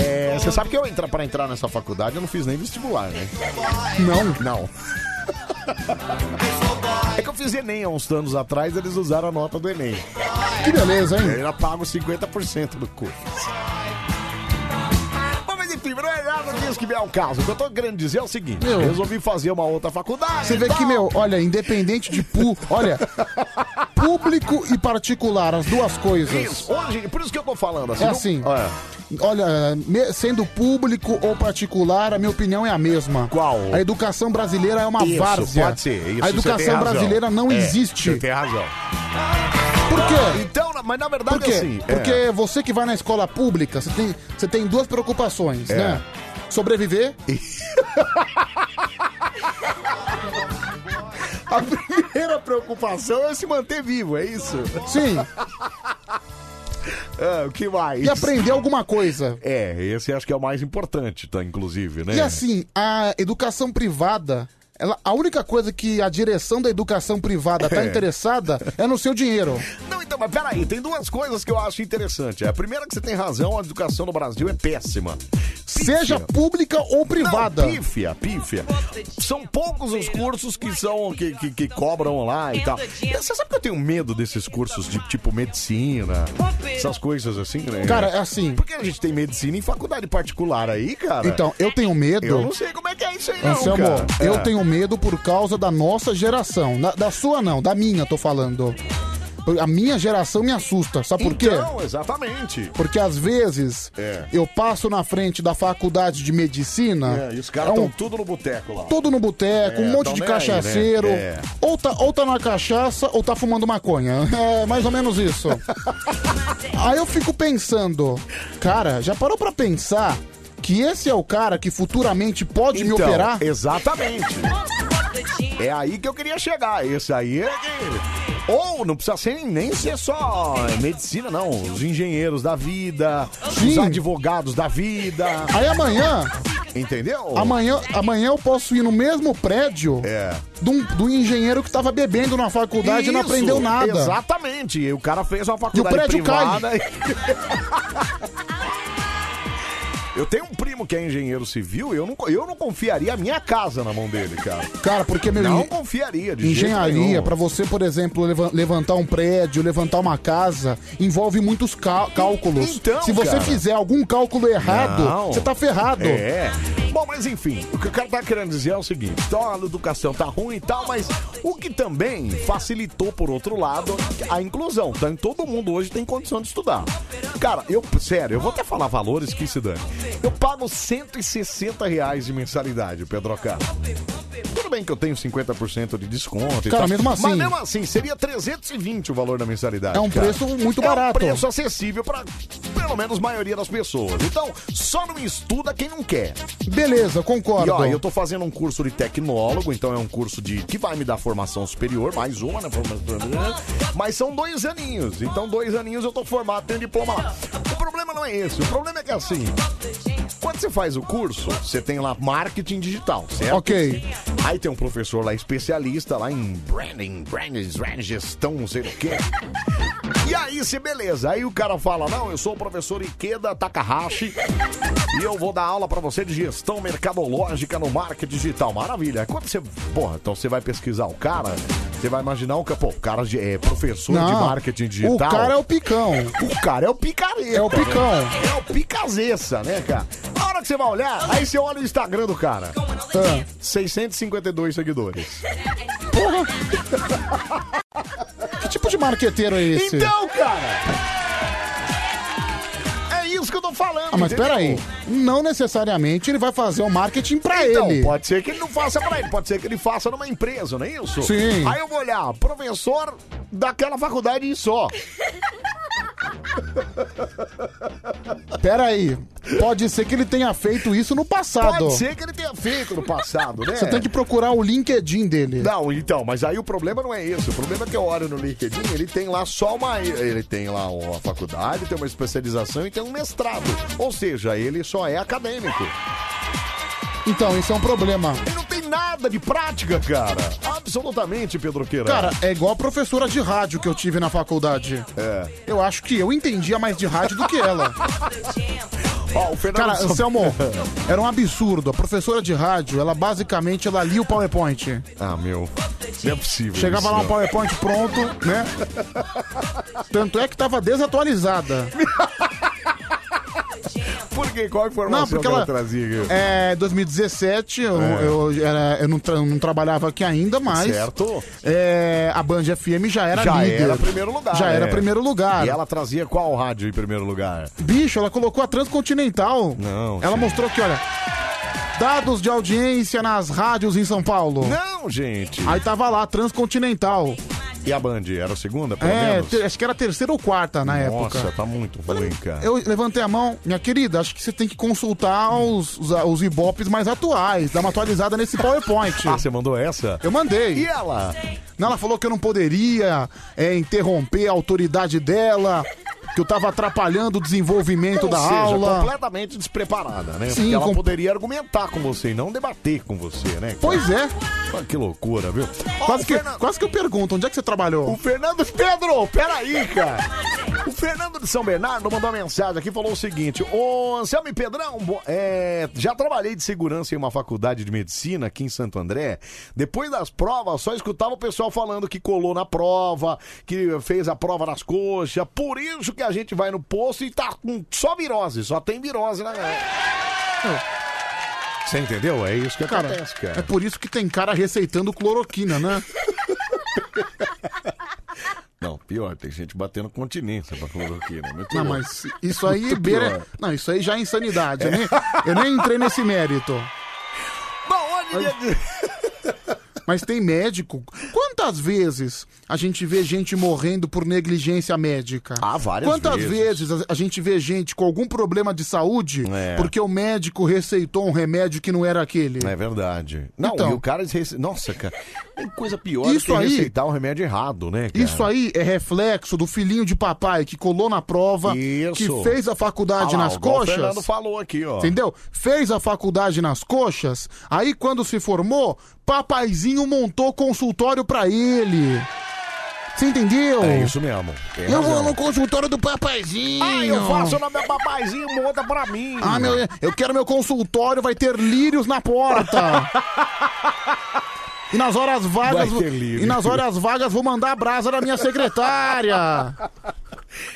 É, você sabe que eu entrar para entrar nessa faculdade eu não fiz nem vestibular, né?
Não.
Não. É que eu fiz Enem há uns anos atrás, eles usaram a nota do Enem.
Que beleza, hein?
Eu era pago 50% do curso. Bom, Mas enfim, não é nada disso que vem ao caso. O que eu tô querendo dizer é o seguinte:
Meu.
resolvi fazer uma outra faculdade.
Você
e
vê
tal.
que, meu, olha, independente de pu... Olha, público e particular, as duas coisas.
Isso, hoje, por isso que eu tô falando assim.
É
não-
assim.
Olha,
Olha, me- sendo público ou particular, a minha opinião é a mesma.
Qual?
A educação brasileira é uma
isso,
várzea.
pode ser. Isso, você tem
a educação
razão.
brasileira não
É,
existe.
Você tem razão.
Por quê?
Então, na- mas na verdade
Por quê?
assim. é.
Porque você que vai na escola pública, você tem, você tem duas preocupações,
É.
né? Sobreviver.
A primeira preocupação é se manter vivo, é isso?
Sim.
Ah, o que mais?
E aprender alguma coisa.
É, esse acho que é o mais importante, tá? Inclusive, né?
E assim, a educação privada, ela, a única coisa que a direção da educação privada tá
É.
interessada é no seu dinheiro.
Não, então, mas peraí, tem duas coisas que eu acho interessante. A primeira é que você tem razão, a educação no Brasil é péssima.
Seja pública ou privada.
Não, pífia, pífia. São poucos os cursos que são que, que, que cobram lá e tal. Você sabe que eu tenho medo desses cursos de tipo medicina, essas coisas assim, né?
Cara, é assim.
Por que a gente tem medicina em faculdade particular aí, cara?
Então, eu tenho medo.
eu não sei como é que é isso aí, não,
Anselmo,
cara.
eu
É.
tenho medo por causa da nossa geração. Na- da sua não, da minha, tô falando. A minha geração me assusta. Sabe por quê?
Então, exatamente.
Porque às vezes
É.
eu passo na frente da faculdade de medicina.
É, e os caras
é
estão
um-
tudo no boteco lá.
todo no boteco,
É,
um monte
tão
de
nem aí,
cachaceiro.
né? É.
Ou, tá, ou tá na cachaça ou tá fumando maconha. É mais ou menos isso. Aí eu fico pensando, cara, já parou pra pensar que esse é o cara que futuramente pode me
Então,
operar?
Exatamente. É aí que eu queria chegar. Esse aí é que... Ou não precisa ser, nem ser só medicina, não. Os engenheiros da vida, os
Sim.
advogados da vida.
Aí amanhã,
Entendeu?
amanhã, amanhã eu posso ir no mesmo prédio
É.
do, do um engenheiro que tava bebendo na faculdade e não
Isso,
aprendeu nada.
Exatamente. E o cara fez uma faculdade
prédio
privada. Eu tenho um primo que é engenheiro civil e eu não, eu não confiaria a minha casa na mão dele, cara.
Cara, porque meu
Não
en-
confiaria de jeito
Engenharia,
nenhum.
pra você, por exemplo, leva- levantar um prédio, levantar uma casa, envolve muitos cá- cálculos.
Então,
Se você
cara.
fizer algum cálculo é errado,
Não.
você tá ferrado.
É. Bom, mas enfim, o que o cara tá querendo dizer é o seguinte: então a educação tá ruim e tal, mas o que também facilitou, por outro lado, a inclusão. Então todo mundo hoje tem condição de estudar. Cara, eu, sério, eu vou até falar valores que se dane. Eu pago 160 reais de mensalidade, Pedro Cara. Tudo bem que eu tenho 50% de desconto. e
Cara,
tal,
mesmo assim-
Mas mesmo assim, seria 320 o valor da mensalidade.
É um
cara.
preço muito
É um
barato.
preço acessível para pelo menos maioria das pessoas. Então, só não estuda quem não quer.
Beleza,
E
concordo.
ó, eu tô fazendo um curso de tecnólogo, então é um curso de que vai me dar formação superior, mais uma, né? formação- Mas são dois aninhos. Então, dois aninhos eu tô formado, tenho diploma lá. O problema não é esse, o problema é que é assim. Quando você faz o curso, você tem lá marketing digital, certo?
Ok.
Aí tem um professor lá especialista lá em branding, branding, branding gestão, não sei o quê. E aí, se beleza. Aí o cara fala: Não, eu sou o professor Ikeda Takahashi e eu vou dar aula pra você de gestão mercadológica no marketing digital. Maravilha. Quando você. Porra, então você vai pesquisar o cara, você vai imaginar o que. Pô, o cara de- é professor de marketing digital.
O cara é o picão.
O cara é o picareta.
É o picão.
né? É o picazeça, né, cara? A hora que você vai olhar, aí você olha o Instagram do cara.
Ah.
652 seguidores.
Que tipo de marqueteiro é esse?
Então, cara! É isso que eu tô falando.
Ah, mas
entendeu?
peraí. Não necessariamente ele vai fazer o marketing pra
Então,
ele.
pode ser que ele não faça pra ele, pode ser que ele faça numa empresa, não é isso?
Sim.
Aí eu vou olhar, professor daquela faculdade só.
Peraí. Pode ser que ele tenha feito isso no passado.
Pode ser que ele tenha feito no passado, né?
Você tem que procurar o LinkedIn dele.
Não, então, mas aí o problema não é isso. O problema é que eu olho no LinkedIn, ele tem lá só uma. Ele tem lá uma faculdade, tem uma especialização e tem um mestrado. Ou seja, ele só é acadêmico.
Então, isso é um problema.
Ele não tem nada de prática, cara. Absolutamente, Pedro Queira.
Cara, é igual a professora de rádio que eu tive na faculdade.
É.
Eu acho que eu entendia mais de rádio do que ela.
Ó, o Fernando
Cara,
Sob-
Anselmo, era um absurdo. A professora de rádio, ela basicamente, ela lia o PowerPoint.
Ah, meu. Não é possível.
Chegava
isso,
lá um
não.
PowerPoint pronto, né? Tanto é que tava desatualizada.
Por quê? Qual a informação
Não, porque
que ela,
ela-
trazia aqui?
É, 2017, eu,
É.
eu, era- eu não, tra- não trabalhava aqui ainda, mas...
Certo.
é, a Band FM já era
Já
líder.
era primeiro lugar.
Já era
é.
primeiro lugar.
E ela trazia qual rádio em primeiro lugar?
Bicho, ela colocou a Transcontinental.
Não,
Ela
gente.
mostrou que, olha, dados de audiência nas rádios em São Paulo.
Não, gente.
Aí tava lá, Transcontinental.
E a Band? Era a segunda, pelo
É,
menos?
te- acho que era a terceira ou quarta na
Tá Nossa,
época.
tá muito ruim, cara.
Eu levantei a mão, minha querida, acho que você tem que consultar os, os, os ibopes mais atuais, dar uma atualizada nesse PowerPoint.
Ah, você mandou essa?
Eu mandei.
E ela?
Não, Ela falou que eu não poderia é, interromper a autoridade dela, que eu tava atrapalhando o desenvolvimento
Então, Ou
da
seja,
aula.
completamente despreparada, né?
Sim,
Porque ela
com-
poderia argumentar com você e não debater com você, né? cara?
Pois é.
Ah, Que loucura, viu? Ó,
Quase
o
que,
Fernan-
quase que eu pergunto, onde é que você trabalhou?
O Fernando Pedro, peraí, cara. O Fernando de São Bernardo mandou uma mensagem aqui e falou o seguinte: Ô Anselmo e Pedrão, bo- é, já trabalhei de segurança em uma faculdade de medicina aqui em Santo André. Depois das provas, só escutava o pessoal falando que colou na prova, que fez a prova nas coxas. Por isso que a gente vai no posto e tá com só virose, só tem virose na. Você entendeu? É isso que
Cara,
acontece,
é
cara.
por isso que tem cara receitando cloroquina, né?
Não, pior, tem gente batendo continência pra cloroquina. Muito
Não,
louco.
mas isso aí
Muito
beira...
pior.
Não, isso aí já é insanidade. Eu nem, eu nem entrei nesse mérito.
Bom, onde... é?
Mas tem médico. Quantas vezes a gente vê gente morrendo por negligência médica?
Ah, várias
Quantas
vezes.
vezes, a gente vê gente com algum problema de saúde
É.
porque o médico receitou um remédio que não era aquele?
É verdade. Não,
Então.
e o cara. rece- Nossa, cara. Tem coisa pior
Isso
do que
aí-
receitar um remédio errado, né, cara?
Isso aí é reflexo do filhinho de papai que colou na prova,
Isso.
que fez a
Ah
faculdade
lá,
nas
igual O
coxas.
Fernando falou aqui, ó.
Entendeu? Fez a faculdade nas coxas, aí quando se formou, papaizinho montou consultório pra ele. Você entendeu?
É isso mesmo. Tem
Eu vou
razão.
no consultório do papaizinho.
Ah, eu faço na minha papaizinho, monta pra mim.
Ah, meu, eu quero meu consultório, vai ter lírios na porta. E nas horas
Vai
vagas,
ter lírio.
e nas horas vagas vou mandar a brasa da minha secretária.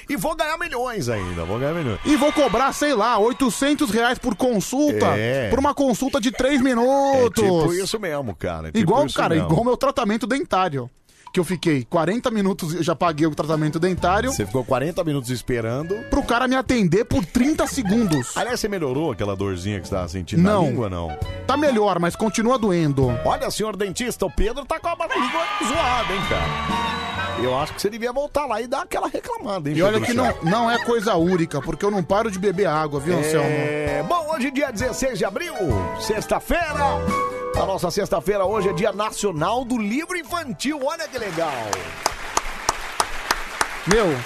E vou ganhar milhões ainda, vou ganhar milhões.
E vou cobrar, sei lá, 800 reais por consulta.
É.
Por uma consulta de 3
É
minutos.
tipo isso mesmo, cara. é tipo
igual,
isso
cara,
mesmo.
igual meu tratamento dentário. Que eu fiquei 40 minutos, eu já paguei o tratamento dentário.
Você ficou 40 minutos esperando.
Pro cara me atender por 30 segundos.
Aliás, você melhorou aquela dorzinha que você tava sentindo
Não.
na língua, não?
Tá melhor, mas continua doendo.
Olha, senhor dentista, o Pedro tá com a barriga zoada, hein, cara? Eu acho que você devia voltar lá e dar aquela reclamada, hein,
E olha
Pedro
que
Chá?
não, não é coisa única, porque eu não paro de beber água, viu, Anselmo?
É, bom, hoje dia 16 de abril, sexta-feira. A nossa sexta-feira hoje é dia nacional do livro infantil. Olha que legal.
Meu,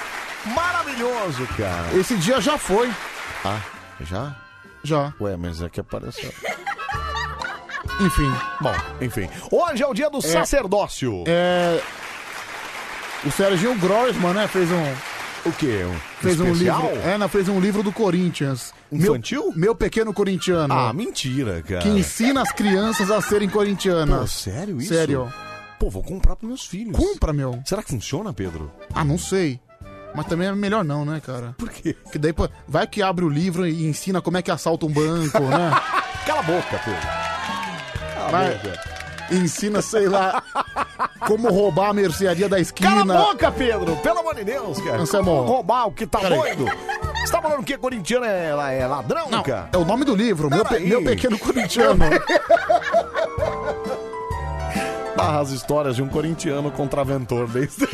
Maravilhoso, cara.
esse dia já foi.
Ah, já?
Já.
Ué, mas é que apareceu.
Enfim.
Bom, enfim. Hoje é o dia do
É.
sacerdócio.
É. O Serginho Grossman, né, fez um.
O quê?
fez um
especial?
livro. É, não, fez um livro do Corinthians.
Infantil?
Meu, meu pequeno corintiano.
Ah, mentira, cara.
que ensina as crianças a serem corintianas.
Pô, sério isso?
Sério.
Pô, vou comprar pros meus filhos.
Compra, meu.
Será que funciona, Pedro?
Ah, não sei. Mas também é melhor não, né, cara?
Por quê?
Que daí pô, vai que abre o livro e ensina como é que assalta um banco, né?
Cala a boca, Pedro. Cala
Vai-
a boca.
Ensina, sei lá, como roubar a mercearia da esquina.
Cala a boca, Pedro! Pelo amor de Deus, cara.
Anselmo.
Como Roubar o que tá
Peraí.
doido? Você tá falando que corintiano é, la- é ladrão,
Não,
cara?
é o nome do livro, meu, pe-
Peraí.
meu pequeno corintiano.
Narra as histórias de um corintiano contraventor desde...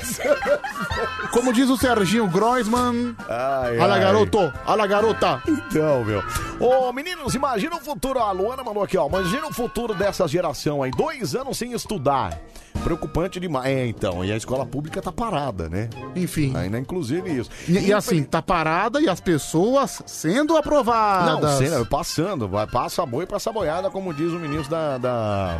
Como diz o Serginho Groisman.
Ai,
Olha,
ai.
garoto, olha, garota.
Então, meu. Ô, meninos, imagina o futuro. A Luana mandou aqui, ó. Imagina o futuro dessa geração aí. Dois anos sem estudar. Preocupante demais. É, então. E a escola pública tá parada, né?
Enfim.
Ainda inclusive isso.
E, e assim, tá parada e as pessoas sendo aprovadas.
Não, cena, passando, vai, passa boi, passa boiada, como diz o ministro da, da,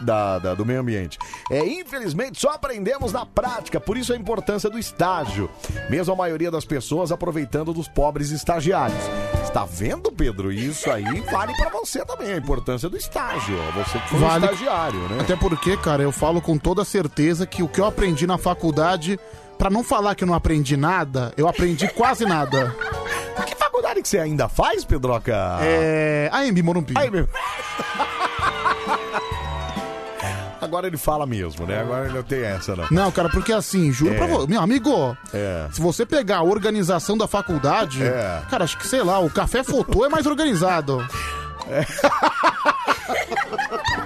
da- da- do meio ambiente. É, infelizmente, só aprendemos na prática, por isso a importância do estágio. Mesmo a maioria das pessoas aproveitando dos pobres estagiários. Está vendo, Pedro? Isso aí vale pra você também, a importância do estágio. ó. Você que foi um
Vale-
estagiário, né?
Até porque, cara, eu falo com toda certeza que o que eu aprendi na faculdade, pra não falar que eu não aprendi nada, eu aprendi quase nada.
Que faculdade que você ainda faz, Pedroca?
É. AMB Morumbi.
AMB. Agora ele fala mesmo, né? Agora ele não tem essa, não.
Não, cara, porque assim, juro
É.
pra você. Meu amigo,
É.
se você pegar a organização da faculdade,
É.
cara, acho que sei lá, o café fotô é mais organizado.
É.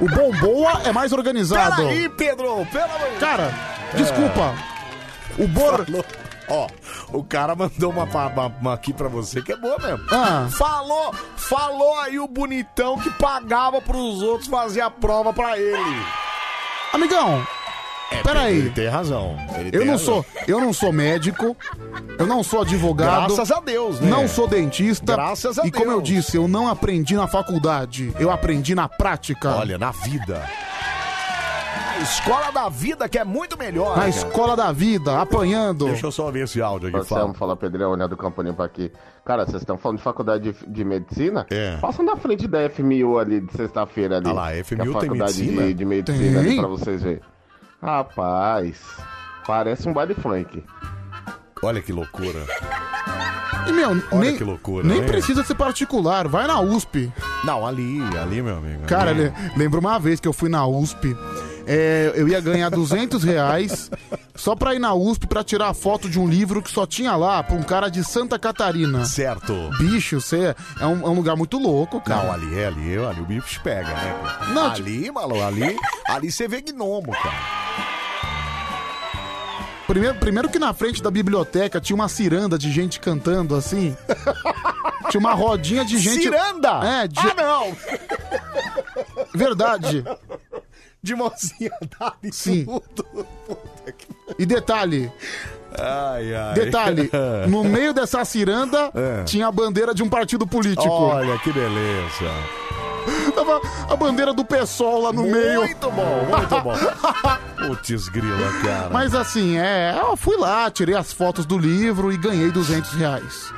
o bomboa é mais organizado.
Peraí, Pedro, pelo amor de
Cara, desculpa. O Bor.
Falou. Ó, o cara mandou uma, pa- uma- uma aqui pra você que é boa mesmo.
Ah.
Falou, falou aí o bonitão que pagava pros outros fazer a prova pra ele.
Amigão,
É,
Peraí.
Ele tem razão. Ele
eu
tem
não
razão.
sou, eu não sou médico, eu não sou advogado.
Graças a Deus, né?
Não sou dentista.
Graças a
E como eu
Deus.
disse, eu não aprendi na faculdade, eu aprendi na prática.
Olha, na vida. A escola da vida que é muito melhor.
Na
cara.
escola da vida, apanhando.
Deixa eu só ver esse áudio aqui.
Marcelo,
Fala.
fala Pedrão, né, do Campo Limpo aqui. Cara, vocês estão falando de faculdade de, de medicina?
É.
Passam na frente da FMU ali de sexta-feira ali.
Ah lá,
que é
FMU tem
a faculdade
medicina?
De, de medicina
Tem.
ali pra vocês verem. Rapaz, parece um baile funk.
Olha que loucura.
E, meu,
Olha
nem,
que loucura,
nem
né?
precisa ser particular, vai na USP.
Não, ali, ali, meu amigo.
Cara,
ali.
le- lembro uma vez que eu fui na USP, é, eu ia ganhar 200 reais só pra ir na USP pra tirar a foto de um livro que só tinha lá pra um cara de Santa Catarina.
Certo.
Bicho, você é, um, é um lugar muito louco,
Não,
cara.
ali, é, ali, ali o bicho pega, né? cara?
Não,
ali, maluco, ali, ali você vê gnomo, cara.
Primeiro, primeiro que na frente da biblioteca tinha uma ciranda de gente cantando assim. Tinha uma rodinha de gente.
Ciranda!
É, de...
Ah, não!
verdade.
De mocinha dá de
Sim.
tudo.
E detalhe,
Ai, ai.
Detalhe, no meio dessa ciranda
É.
tinha a bandeira de um partido político.
Olha que beleza.
Tava a bandeira do PSOL lá no meio.
Muito bom, muito bom. Putz, grila, cara.
Mas assim, é, eu fui lá, tirei as fotos do livro e ganhei 200 reais.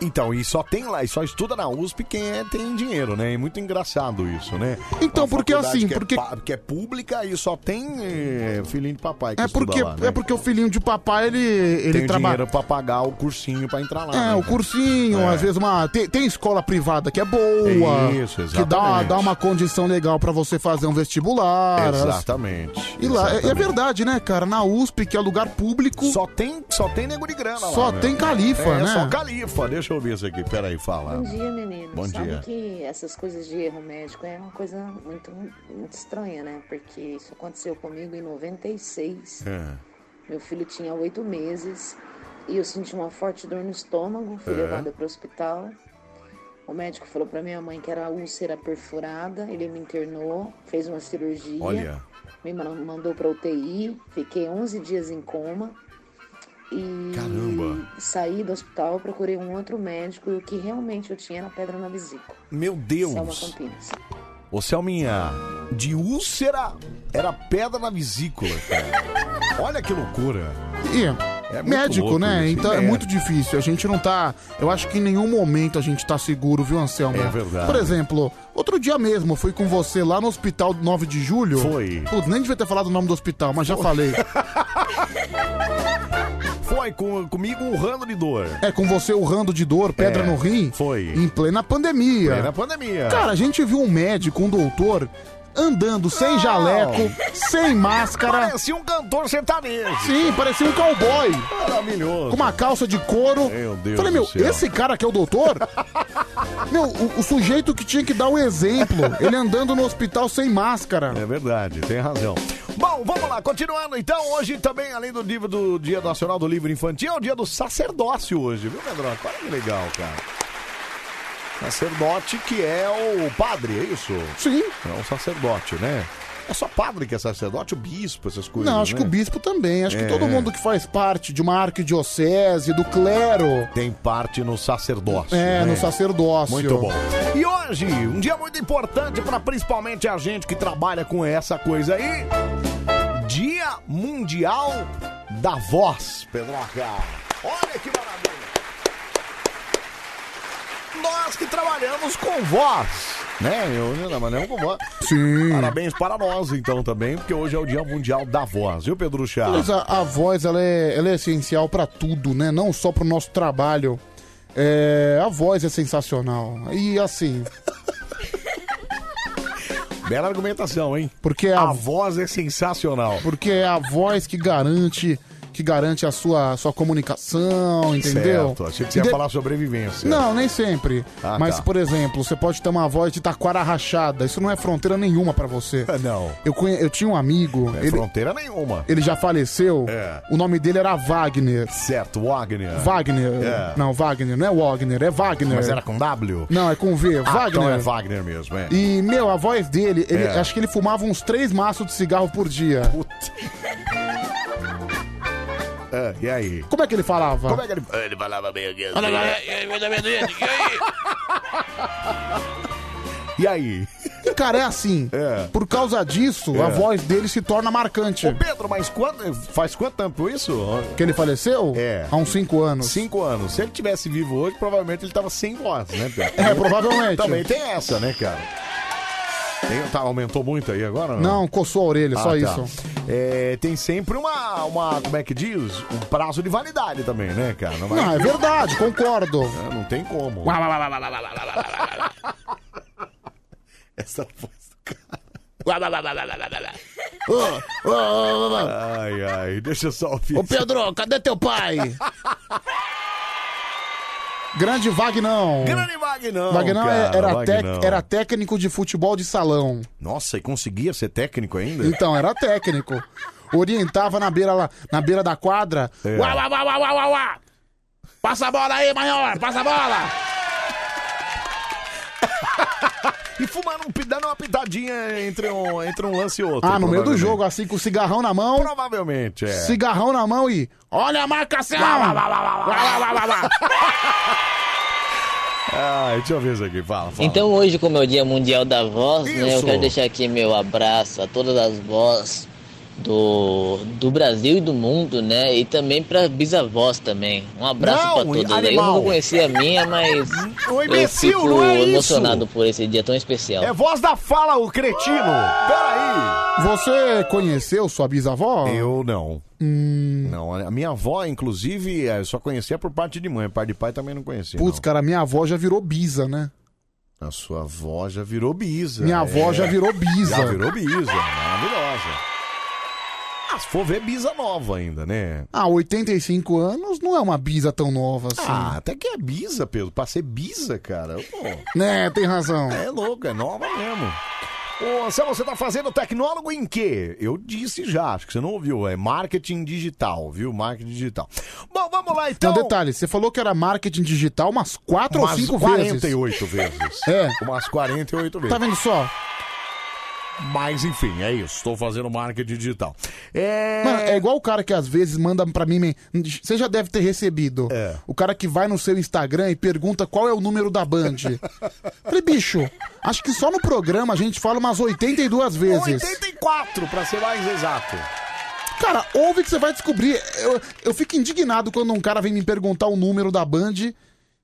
Então, e só tem lá, e só estuda na USP quem é, tem dinheiro, né? É muito engraçado isso, né?
Então,
Uma
porque
faculdade
assim,
que
porque-
É, pa- que é pública e só tem é, filhinho de papai que
É
estuda
porque,
lá, né?
é porque o filhinho de papai, ele, ele
tem
trabalha.
dinheiro pra pagar o cursinho pra entrar lá.
É,
né?
o cursinho,
É.
às vezes uma. Tem, tem escola privada que é boa.
Isso,
Que dá uma,
exatamente.
dá uma condição legal pra você fazer um vestibular.
Exatamente.
E lá, é, é
exatamente.
verdade, né, cara? Na USP, que é lugar público,
Só tem, só tem nego de grana lá,
só
né?
tem califa,
é,
né?
só califa. Deixa eu ouvir isso aqui. Peraí, fala.
Bom dia, menino.
Bom
Sabe
dia.
que essas coisas de erro médico é uma coisa muito, muito estranha, né? Porque isso aconteceu comigo em 96.
É.
Meu filho tinha oito meses e eu senti uma forte dor no estômago. Fui
É.
levada para o hospital. O médico falou para minha mãe que era úlcera perfurada. Ele me internou, fez uma cirurgia.
Olha.
Me ma- mandou para UTI. Fiquei 11 dias em coma. E
Caramba.
saí do hospital, procurei um outro médico e o que realmente eu tinha era pedra na vesícula.
Meu
Selma
Deus.
Campinas.
Ô, Selminha, de úlcera era pedra na vesícula, cara. Olha que loucura.
E é
É muito
médico,
louco
né?
isso.
Então é.
É.
muito difícil. A gente não tá. Eu acho que em nenhum momento a gente tá seguro, viu, Anselmo?
É verdade.
Por exemplo, outro dia mesmo, eu fui com você lá no hospital do 9 de julho. Foi. Putz, nem devia ter falado o nome do hospital, mas já falei.
Foi com, comigo um rano de dor.
É com você urrando de dor, pedra
É,
no rim.
Foi.
Em plena pandemia.
Plena pandemia.
Cara, a gente viu um médico, um doutor, andando sem jaleco, sem máscara.
Parecia um cantor sertanejo.
Sim, parecia um cowboy.
Maravilhoso.
Com uma calça de couro.
Meu Deus
Falei, meu,
do céu.
esse cara que é o doutor? meu, o, o sujeito que tinha que dar o exemplo. Ele andando no hospital sem máscara.
É verdade, tem razão.
é?
Bom, vamos lá, continuando então. Hoje também, além do livro do Dia Nacional do Livro Infantil, é o dia do sacerdócio hoje, viu, Pedroca? Olha que legal, cara. Sacerdote que é o padre, é isso?
Sim.
É um sacerdote, né? É só padre que é sacerdote, o bispo, essas coisas.
Não, acho
né?
que o bispo também. Acho
É.
que todo mundo que faz parte de uma arquidiocese, do clero.
Tem parte no sacerdócio.
É,
né?
no sacerdócio.
Muito bom. E hoje, um dia muito importante para principalmente a gente que trabalha com essa coisa aí. Dia Mundial da Voz, Pedroca. Olha que maravilha. Nós que trabalhamos com voz, né? Eu não trabalhamos com voz.
Sim.
Parabéns para nós, então, também, porque hoje é o Dia Mundial da Voz, viu, Pedro Chá?
Mas a, a voz, ela é, ela é essencial pra tudo, né? Não só pro nosso trabalho. É, a voz é sensacional. E assim,
Bela argumentação, hein?
Porque a,
voz é sensacional.
porque é a voz que garante que garante a sua, a sua comunicação, entendeu?
Certo, achei que você ia
E de-
falar sobrevivência.
Não, nem sempre.
Ah,
Mas,
tá.
por exemplo, você pode ter uma voz de taquara rachada. Isso não é fronteira nenhuma pra você.
Não.
Eu, conhe- eu tinha um amigo.
É
ele-
fronteira nenhuma.
Ele já faleceu.
É.
O nome dele era Wagner.
Certo, Wagner.
Wagner.
É.
Não, Wagner, não é Wagner, é Wagner.
Mas era com W?
Não, é com V.
Ah,
Wagner.
Então é Wagner mesmo, é.
E, meu, a voz dele, ele-
É.
acho que ele fumava uns três maços de cigarro por dia.
Ah, e aí?
Como é que ele falava?
Como é que ele... Ele falava meio que assim.
Olha lá,
E aí?
E, cara, é assim. Por causa disso, a
É.
voz dele se torna marcante.
Ô Pedro, mas quando, faz quanto tempo isso?
Que ele faleceu? É. Há uns cinco anos.
Cinco anos. Se ele tivesse vivo hoje, provavelmente ele tava sem voz, né, Pedro?
É, provavelmente.
Também tem essa, né, cara? Tem- tá, aumentou muito aí agora?
Não, coçou a orelha,
Ah,
só
tá.
isso.
É, tem sempre uma, uma, como é que diz? Um prazo de validade também, né, cara? vai-
Não, é verdade, concordo.
É, não tem como.
Uá, uá,
Essa voz do
cara.
Ô, ô, ô, ô.
Ai, ai, deixa eu só ouvir.
Ô, Pedro, cadê teu pai? Grande Vagnão.
Grande Vagnão,
Vagnão é-
cara,
era, tec-
Vagnão.
era técnico de futebol de salão.
Nossa, e conseguia ser técnico ainda?
Então, era técnico. Orientava na beira, lá, na beira da quadra.
É.
Uá, uá, uá, uá, uá, uá, uá. Passa a bola aí, maior! Passa a bola!
E fumando um, pi- dando uma pitadinha entre um, entre um lance e outro.
Ah, no meio do
provavelmente.
jogo, assim, com o cigarrão na mão.
Provavelmente, é.
Cigarrão na mão e. Olha a marcação!
Ai, Ah, deixa eu ver isso aqui, fala, fala.
Então hoje, como é o Dia Mundial da Voz, né, eu
Isso.
quero deixar aqui meu abraço a todas as vozes do, do Brasil e do mundo, né? E também para bisavós também. Um abraço
Não,
para todos. aí. Eu
animal.
não conheci a minha, mas
Ô,
eu
imbecil,
fico
não é isso.
emocionado por esse dia tão especial.
É voz da fala, o cretino. Peraí.
Você conheceu sua bisavó? Hum,
Eu não. Não, a minha avó, inclusive, é, eu só conhecia por parte de mãe. Parte de pai também não conhecia.
Putz, cara, minha avó já virou bisa, né?
A sua avó já virou bisa.
Minha avó já virou bisa.
Já virou bisa, maravilhosa. Ah, se for ver, bisa nova ainda, né?
Ah, 85 anos não é uma bisa tão nova assim.
Ah, até que é bisa, Pedro. Pra ser bisa, cara. Pô,
Né, tem razão.
é louco, é nova mesmo. Ô, Sam, você tá fazendo tecnólogo em quê? Eu disse já, acho que você não ouviu. É marketing digital, viu? Marketing digital. Bom, vamos lá então.
Então, detalhe, você falou que era marketing digital umas 4 ou
Umas
5 vezes.
48 vezes.
É.
Umas 48 vezes.
Tá vendo só?
Mas enfim, é isso. Estou fazendo marketing digital. É...
Mano, é igual o cara que às vezes manda pra mim. men- Você já deve ter recebido.
É.
O cara que vai no seu Instagram e pergunta qual é o número da Band. Falei, bicho, acho que só no programa a gente fala umas 82 vezes.
84, pra ser mais exato.
Cara, ouve que você vai descobrir. Eu, eu fico indignado quando um cara vem me perguntar o número da Band.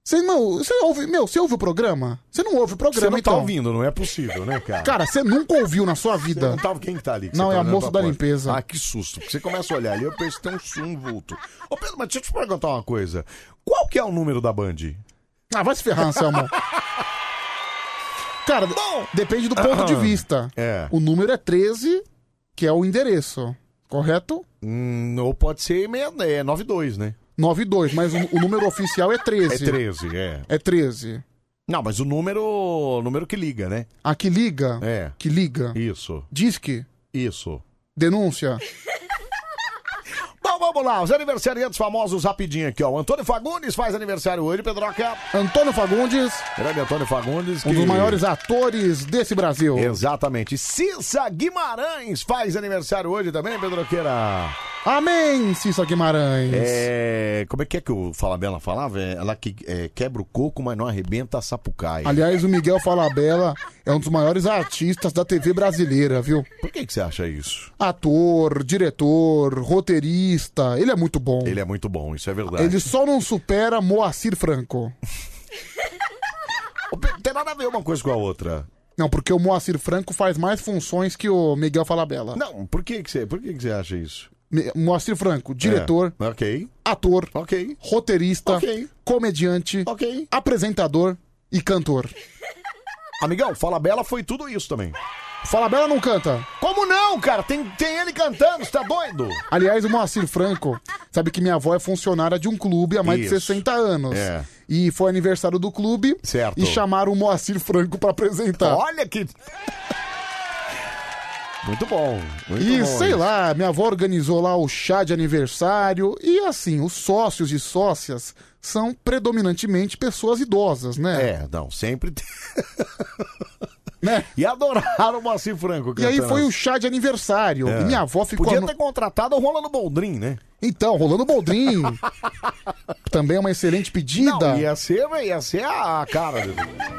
Você, meu, você ouve, meu, você ouve o programa? Você não ouve o programa,
Você não
então.
tá ouvindo, não é possível, né, cara?
Cara, você nunca ouviu na sua vida.
Você não tava- quem que tá ali? que
Não,
você
é
tá
a
olhando
moça
pra
da
porta?
limpeza.
Ah, que susto. Porque você começa a olhar ali, eu penso que tem um, um vulto. Ô, Pedro, mas deixa eu te perguntar uma coisa. Qual que é o número da Band?
Ah, vai se ferrar, Anselmo. Cara, depende do ponto de vista.
É.
O número é 13, que é o endereço, correto?
Hum, ou pode ser meia, é, 92, né?
92, mas o, o número oficial é 13.
É 13, é.
É 13.
Não, mas o número. O número que liga, né?
Ah, que liga?
É.
Que liga?
Isso.
Disque?
Isso.
Denúncia?
Bom, vamos lá, os aniversariantes famosos rapidinho aqui, ó. O Antônio Fagundes faz aniversário hoje, Pedroca.
Antônio Fagundes.
Grande Antônio Fagundes.
Um dos maiores atores desse Brasil.
Exatamente. Cissa Guimarães faz aniversário hoje também, Pedroqueira.
Amém, Cissa Guimarães.
É, como é que é que o Falabella falava? É, Ela que é, quebra o coco, mas não arrebenta a sapucaia.
Aliás, o Miguel Falabella é um dos maiores artistas da TV brasileira, viu?
Por que, que você acha isso?
Ator, diretor, roteirista, ele é muito bom.
Ele é muito bom, isso é verdade.
Ele só não supera Moacir Franco. é
Tem nada a ver uma coisa com a outra.
Não, porque o Moacir Franco faz mais funções que o Miguel Falabella.
Não, por que, que, você, por que, que você acha isso?
Me- Moacir Franco, diretor,
É, ok.
ator,
Ok.
roteirista,
Ok.
comediante,
Ok.
apresentador e cantor.
Amigão, Falabella foi tudo isso também.
Falabella não canta.
Como não, cara? Tem, tem ele cantando, você tá doido?
Aliás, o Moacir Franco, sabe que minha avó é funcionária de um clube há mais
Isso.
de 60 anos.
É.
E foi aniversário do clube
Certo.
e chamaram o Moacir Franco pra apresentar.
Olha que. Muito bom. Muito
e
bom
sei
isso.
lá, minha avó organizou lá o chá de aniversário. E assim, os sócios e sócias são predominantemente pessoas idosas, né?
É, não, sempre tem. E adoraram o Moacir Franco.
E aí
cantando.
foi o chá de aniversário.
É.
E minha avó ficou.
Podia
anu-
ter contratado o Rolando Boldrin, né?
Então, Rolando Boldrin. também é uma excelente pedida.
Não, ia ser, ia ser a cara dele.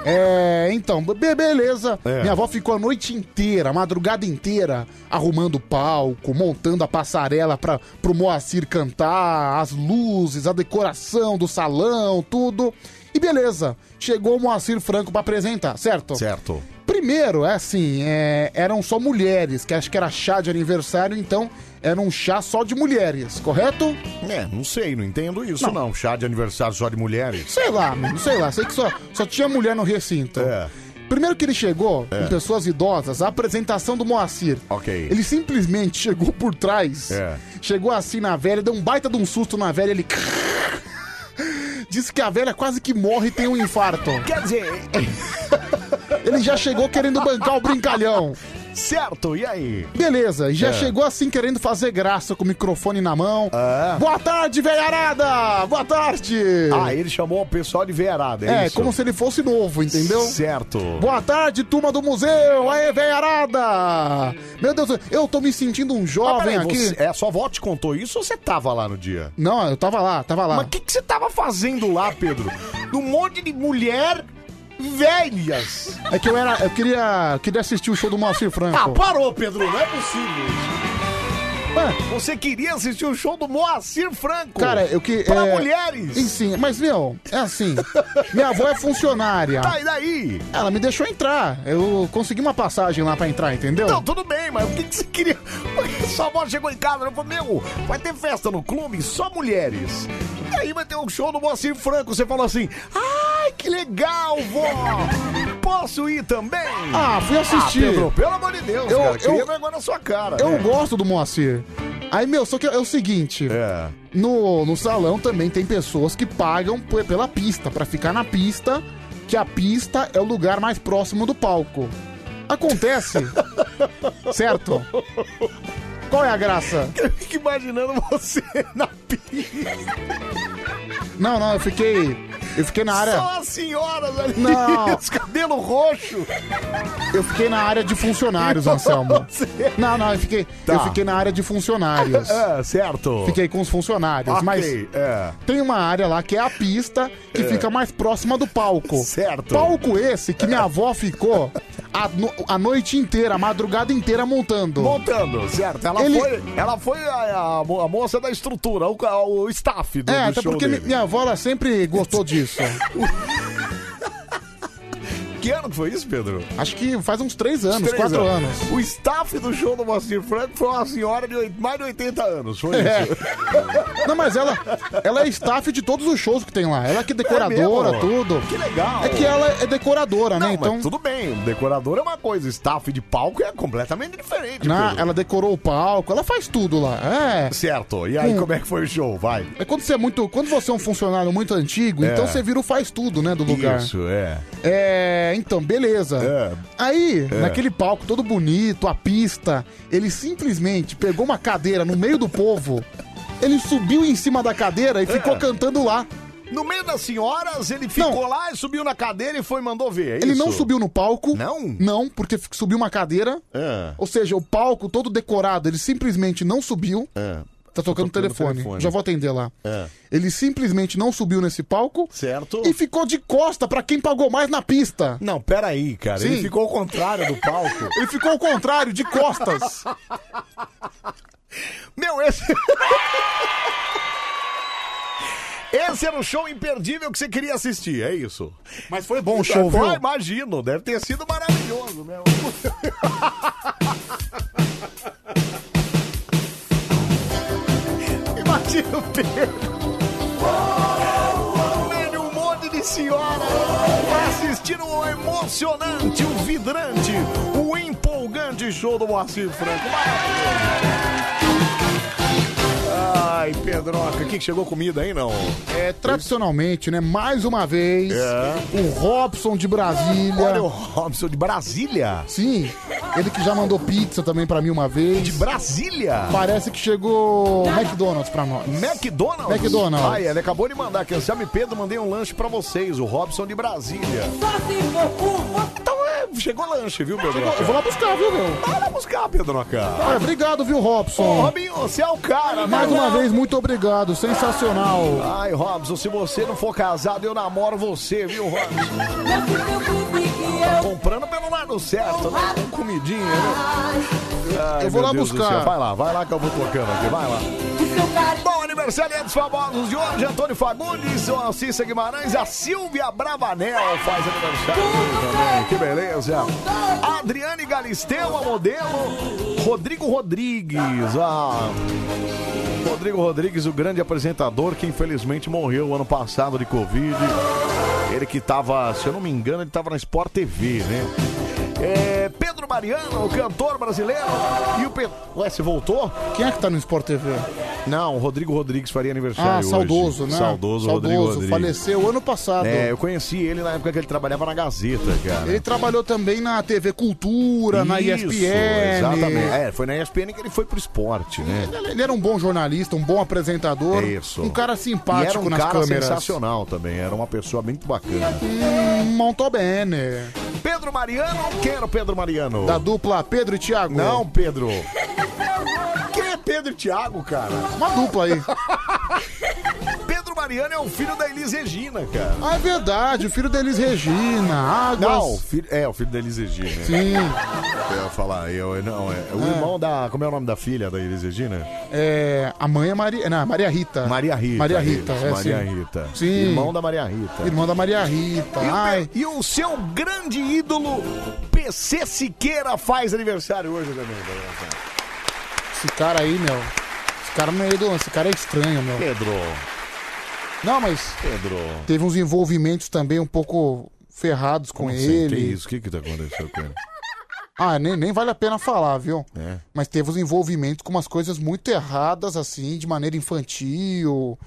É, então, be- beleza.
É.
Minha avó ficou a noite inteira, a madrugada inteira, arrumando o palco, montando a passarela pra, pro Moacir cantar, as luzes, a decoração do salão, tudo. E beleza, chegou o Moacir Franco pra apresentar, certo?
Certo.
Primeiro, é assim, é, eram só mulheres, que acho que era chá de aniversário, então era um chá só de mulheres, correto?
É, não sei, não entendo isso, não. Chá de aniversário só de mulheres.
Sei lá, mano, sei lá, sei que só, só tinha mulher no recinto.
É.
Primeiro que ele chegou, com pessoas idosas, a apresentação do Moacir.
Ok.
Ele simplesmente chegou por trás,
É.
chegou assim na velha, deu um baita de um susto na velha, ele... Disse que a velha quase que morre e tem um infarto.
Quer dizer,
Ele já chegou querendo bancar o brincalhão.
certo, e aí?
Beleza, já
É.
chegou assim querendo fazer graça com o microfone na mão.
É.
Boa tarde, velharada! Boa tarde!
Ah, ele chamou o pessoal de veiarada, é,
é,
isso?
como se ele fosse novo, entendeu?
Certo.
Boa tarde, turma do museu! Aê, velharada! Meu Deus, eu tô me sentindo um
Mas
jovem
Ah, peraí,
aqui.
você- é, sua avó te contou isso ou você tava lá no dia?
Não, eu tava lá, tava lá.
Mas o que, que você tava fazendo lá, Pedro? Num monte de mulher velhas.
É que eu era. Eu queria, queria assistir o show do Moacir
Ah,
Franco.
parou, Pedro, não é possível isso. Você queria assistir o show do Moacir Franco?
Ah. Cara, eu que.
Pra
é,
mulheres!
E sim, mas meu, é assim. minha avó é funcionária.
Tá, e daí?
Ela me deixou entrar. Eu consegui uma passagem lá pra entrar, entendeu?
Não, tudo bem, mas o que, que você queria? Porque sua avó chegou em casa e falou: Meu, vai ter festa no clube, só mulheres. E aí vai ter um show do Moacir Franco. Você falou assim: Ai, que legal, vó! Posso ir também?
Ah, fui assistir.
Ah, Pedro, pelo amor de Deus,
Eu-
cara. Queria
eu-
vergonha na sua cara.
Eu
né?
gosto do Moacir. Aí, meu, só que é o seguinte: no, no salão também tem pessoas que pagam p- pela pista, pra ficar na pista, que a pista é o lugar mais próximo do palco. Acontece, certo? Qual é a graça?
Eu fico imaginando você na pista.
Não, não, eu fiquei. Eu fiquei na área.
Só as senhoras ali.
Não.
cabelo roxo.
Eu fiquei na área de funcionários, Anselmo. Não, não, eu fiquei,
Então, Tá.
eu fiquei na área de funcionários.
É, certo.
Fiquei com os funcionários,
Ok,
mas
é.
tem uma área lá que é a pista que
É.
fica mais próxima do palco.
Certo.
Palco esse que minha avó ficou a, no- a noite inteira, a madrugada inteira montando.
Montando, certo. Ela
Ele-
foi, ela foi a, a mo- a moça da estrutura, o, ca- o staff do,
É,
do
até
show
porque mi-
dele.
minha avó ela sempre gostou disso.
Que ano que foi isso, Pedro?
Acho que faz uns três anos,
Três
quatro anos.
O staff do show do Moacir Franco foi uma senhora de oit- mais de 80 anos, foi
É.
isso?
Não, mas ela, ela é staff de todos os shows que tem lá. Ela que é decoradora,
mesmo?
tudo.
Que legal.
É que ela é decoradora,
Não,
né?
mas
Então,
tudo bem, decorador é uma coisa, staff de palco é completamente diferente.
na-
Pedro.
ela decorou o palco, ela faz tudo lá. É.
Certo, e aí
Hum.
como é que foi o show? Vai.
É quando você é muito. Quando você é um funcionário muito antigo,
É.
então você vira o faz tudo, né? Do lugar.
Isso, é.
É, então, beleza. Aí,
É.
naquele palco todo bonito, a pista, ele simplesmente pegou uma cadeira no meio do povo, ele subiu em cima da cadeira e ficou cantando lá.
É. No meio das senhoras, ele ficou lá e subiu na cadeira e foi mandou ver. é
Ele não
isso?
subiu no palco.
Não?
Não, porque f- subiu uma cadeira.
É.
Ou seja, o palco todo decorado, ele simplesmente não subiu.
É.
Tá tocando o
tocando
telefone.
telefone.
Já vou atender lá.
É.
Ele simplesmente não subiu nesse palco.
Certo.
E ficou de costa pra quem pagou mais na pista.
Não, peraí, cara. Ele ficou ao contrário do palco.
Ele ficou ao contrário, de costas.
Meu, esse. Esse era o show imperdível que você queria assistir, é isso.
Mas foi bom o show,
Foi,
viu?
imagino, deve ter sido maravilhoso mesmo. Imagina o Pedro. Velho, um monte de senhora assistindo o emocionante, o vidrante, o empolgante show do Moacir Franco. Maravilhoso. Ai, Pedroca, o que que chegou comida aí, não?
É, tradicionalmente, né? Mais uma vez, o Robson de Brasília. Olha o
É. Robson de Brasília?
Sim. Ele que já mandou pizza também pra mim uma vez. De
Brasília?
Parece que chegou McDonald's pra nós.
McDonald's?
McDonald's.
Ai, é. ele acabou de mandar aqui. Anselmo e Pedro, mandei um lanche pra vocês, o Robson de Brasília. Então é, chegou lanche, viu, Pedro?
Eu vou lá buscar, viu, meu?
Vai lá buscar, Pedroca.
Ah, obrigado, viu, Robson?
Ô, Robinho, você é o cara,
Mais
né?
uma vez, muito obrigado. Sensacional.
Ai, Robson, se você não for casado, eu namoro você, viu, Robson? Tá comprando pelo lado certo, né? Com comidinha, né? Ai,
Eu vou
meu
lá
Deus do
buscar.
céu. Vai lá, vai lá que eu vou tocando aqui, vai lá. Bom, aniversariantes famosos de hoje, Antônio Fagundes, o Alcissa Guimarães, a Silvia Bravanel faz aniversário hoje também, que beleza.
Ah.
Adriane Galisteu, a modelo, Rodrigo Rodrigues, a... Rodrigo Rodrigues, o grande apresentador que infelizmente morreu ano passado de Covid. Ele que tava, se eu não me engano, ele tava na Sport TV, né? É, Pedro Mariano, o cantor brasileiro, e o Pedro. Ué, você voltou?
Quem é que tá no Sport TV?
Não, o Rodrigo Rodrigues faria aniversário.
Ah,
hoje.
saudoso, né?
Saudoso, Rodrigo Rodrigues.
Faleceu ano passado.
É, eu conheci ele na época que ele trabalhava na Gazeta, cara.
Ele trabalhou também na TV Cultura, na
Isso,
ESPN.
Exatamente. É, foi na ESPN que ele foi pro esporte, né?
Ele era um bom jornalista, um bom apresentador.
É isso.
Um
e
cara
era
simpático
um
nas
cara
câmeras.
sensacional também, era uma pessoa muito bacana.
Hum, montou bem, né?
Pedro Mariano, quem era o Pedro Mariano?
Da dupla Pedro e Thiago.
Não, Pedro. Quem é Pedro e Thiago, cara?
Uma dupla aí.
Pedro Mariano é o filho da Elis Regina, cara.
Ah, é verdade, o filho deles Regina, Águas.
Não, o filho- é, o filho da Elis Regina.
Sim.
Eu ia falar, eu, eu- não, é, o
É.
irmão da. Como é o nome da filha da Elis Regina?
É, a mãe é Maria, não, Maria Rita.
Maria Rita.
Maria Rita,
isso,
é
Maria
sim.
Rita.
Sim.
Irmão da Maria Rita.
Irmã da Maria Rita. Ah,
E o,
Ai,
e o seu grande ídolo, PC Siqueira, faz aniversário hoje também. né, Pedro.
esse cara aí, meu. Esse cara não é ídolo, esse cara é estranho, meu.
Pedro.
Não, mas
Pedro.
teve uns envolvimentos também um pouco ferrados com
Como assim?
ele.
Que isso? O que que tá acontecendo com ele?
Ah, nem, nem vale a pena falar, viu?
É.
Mas teve os envolvimentos com umas coisas muito erradas, assim, de maneira infantil.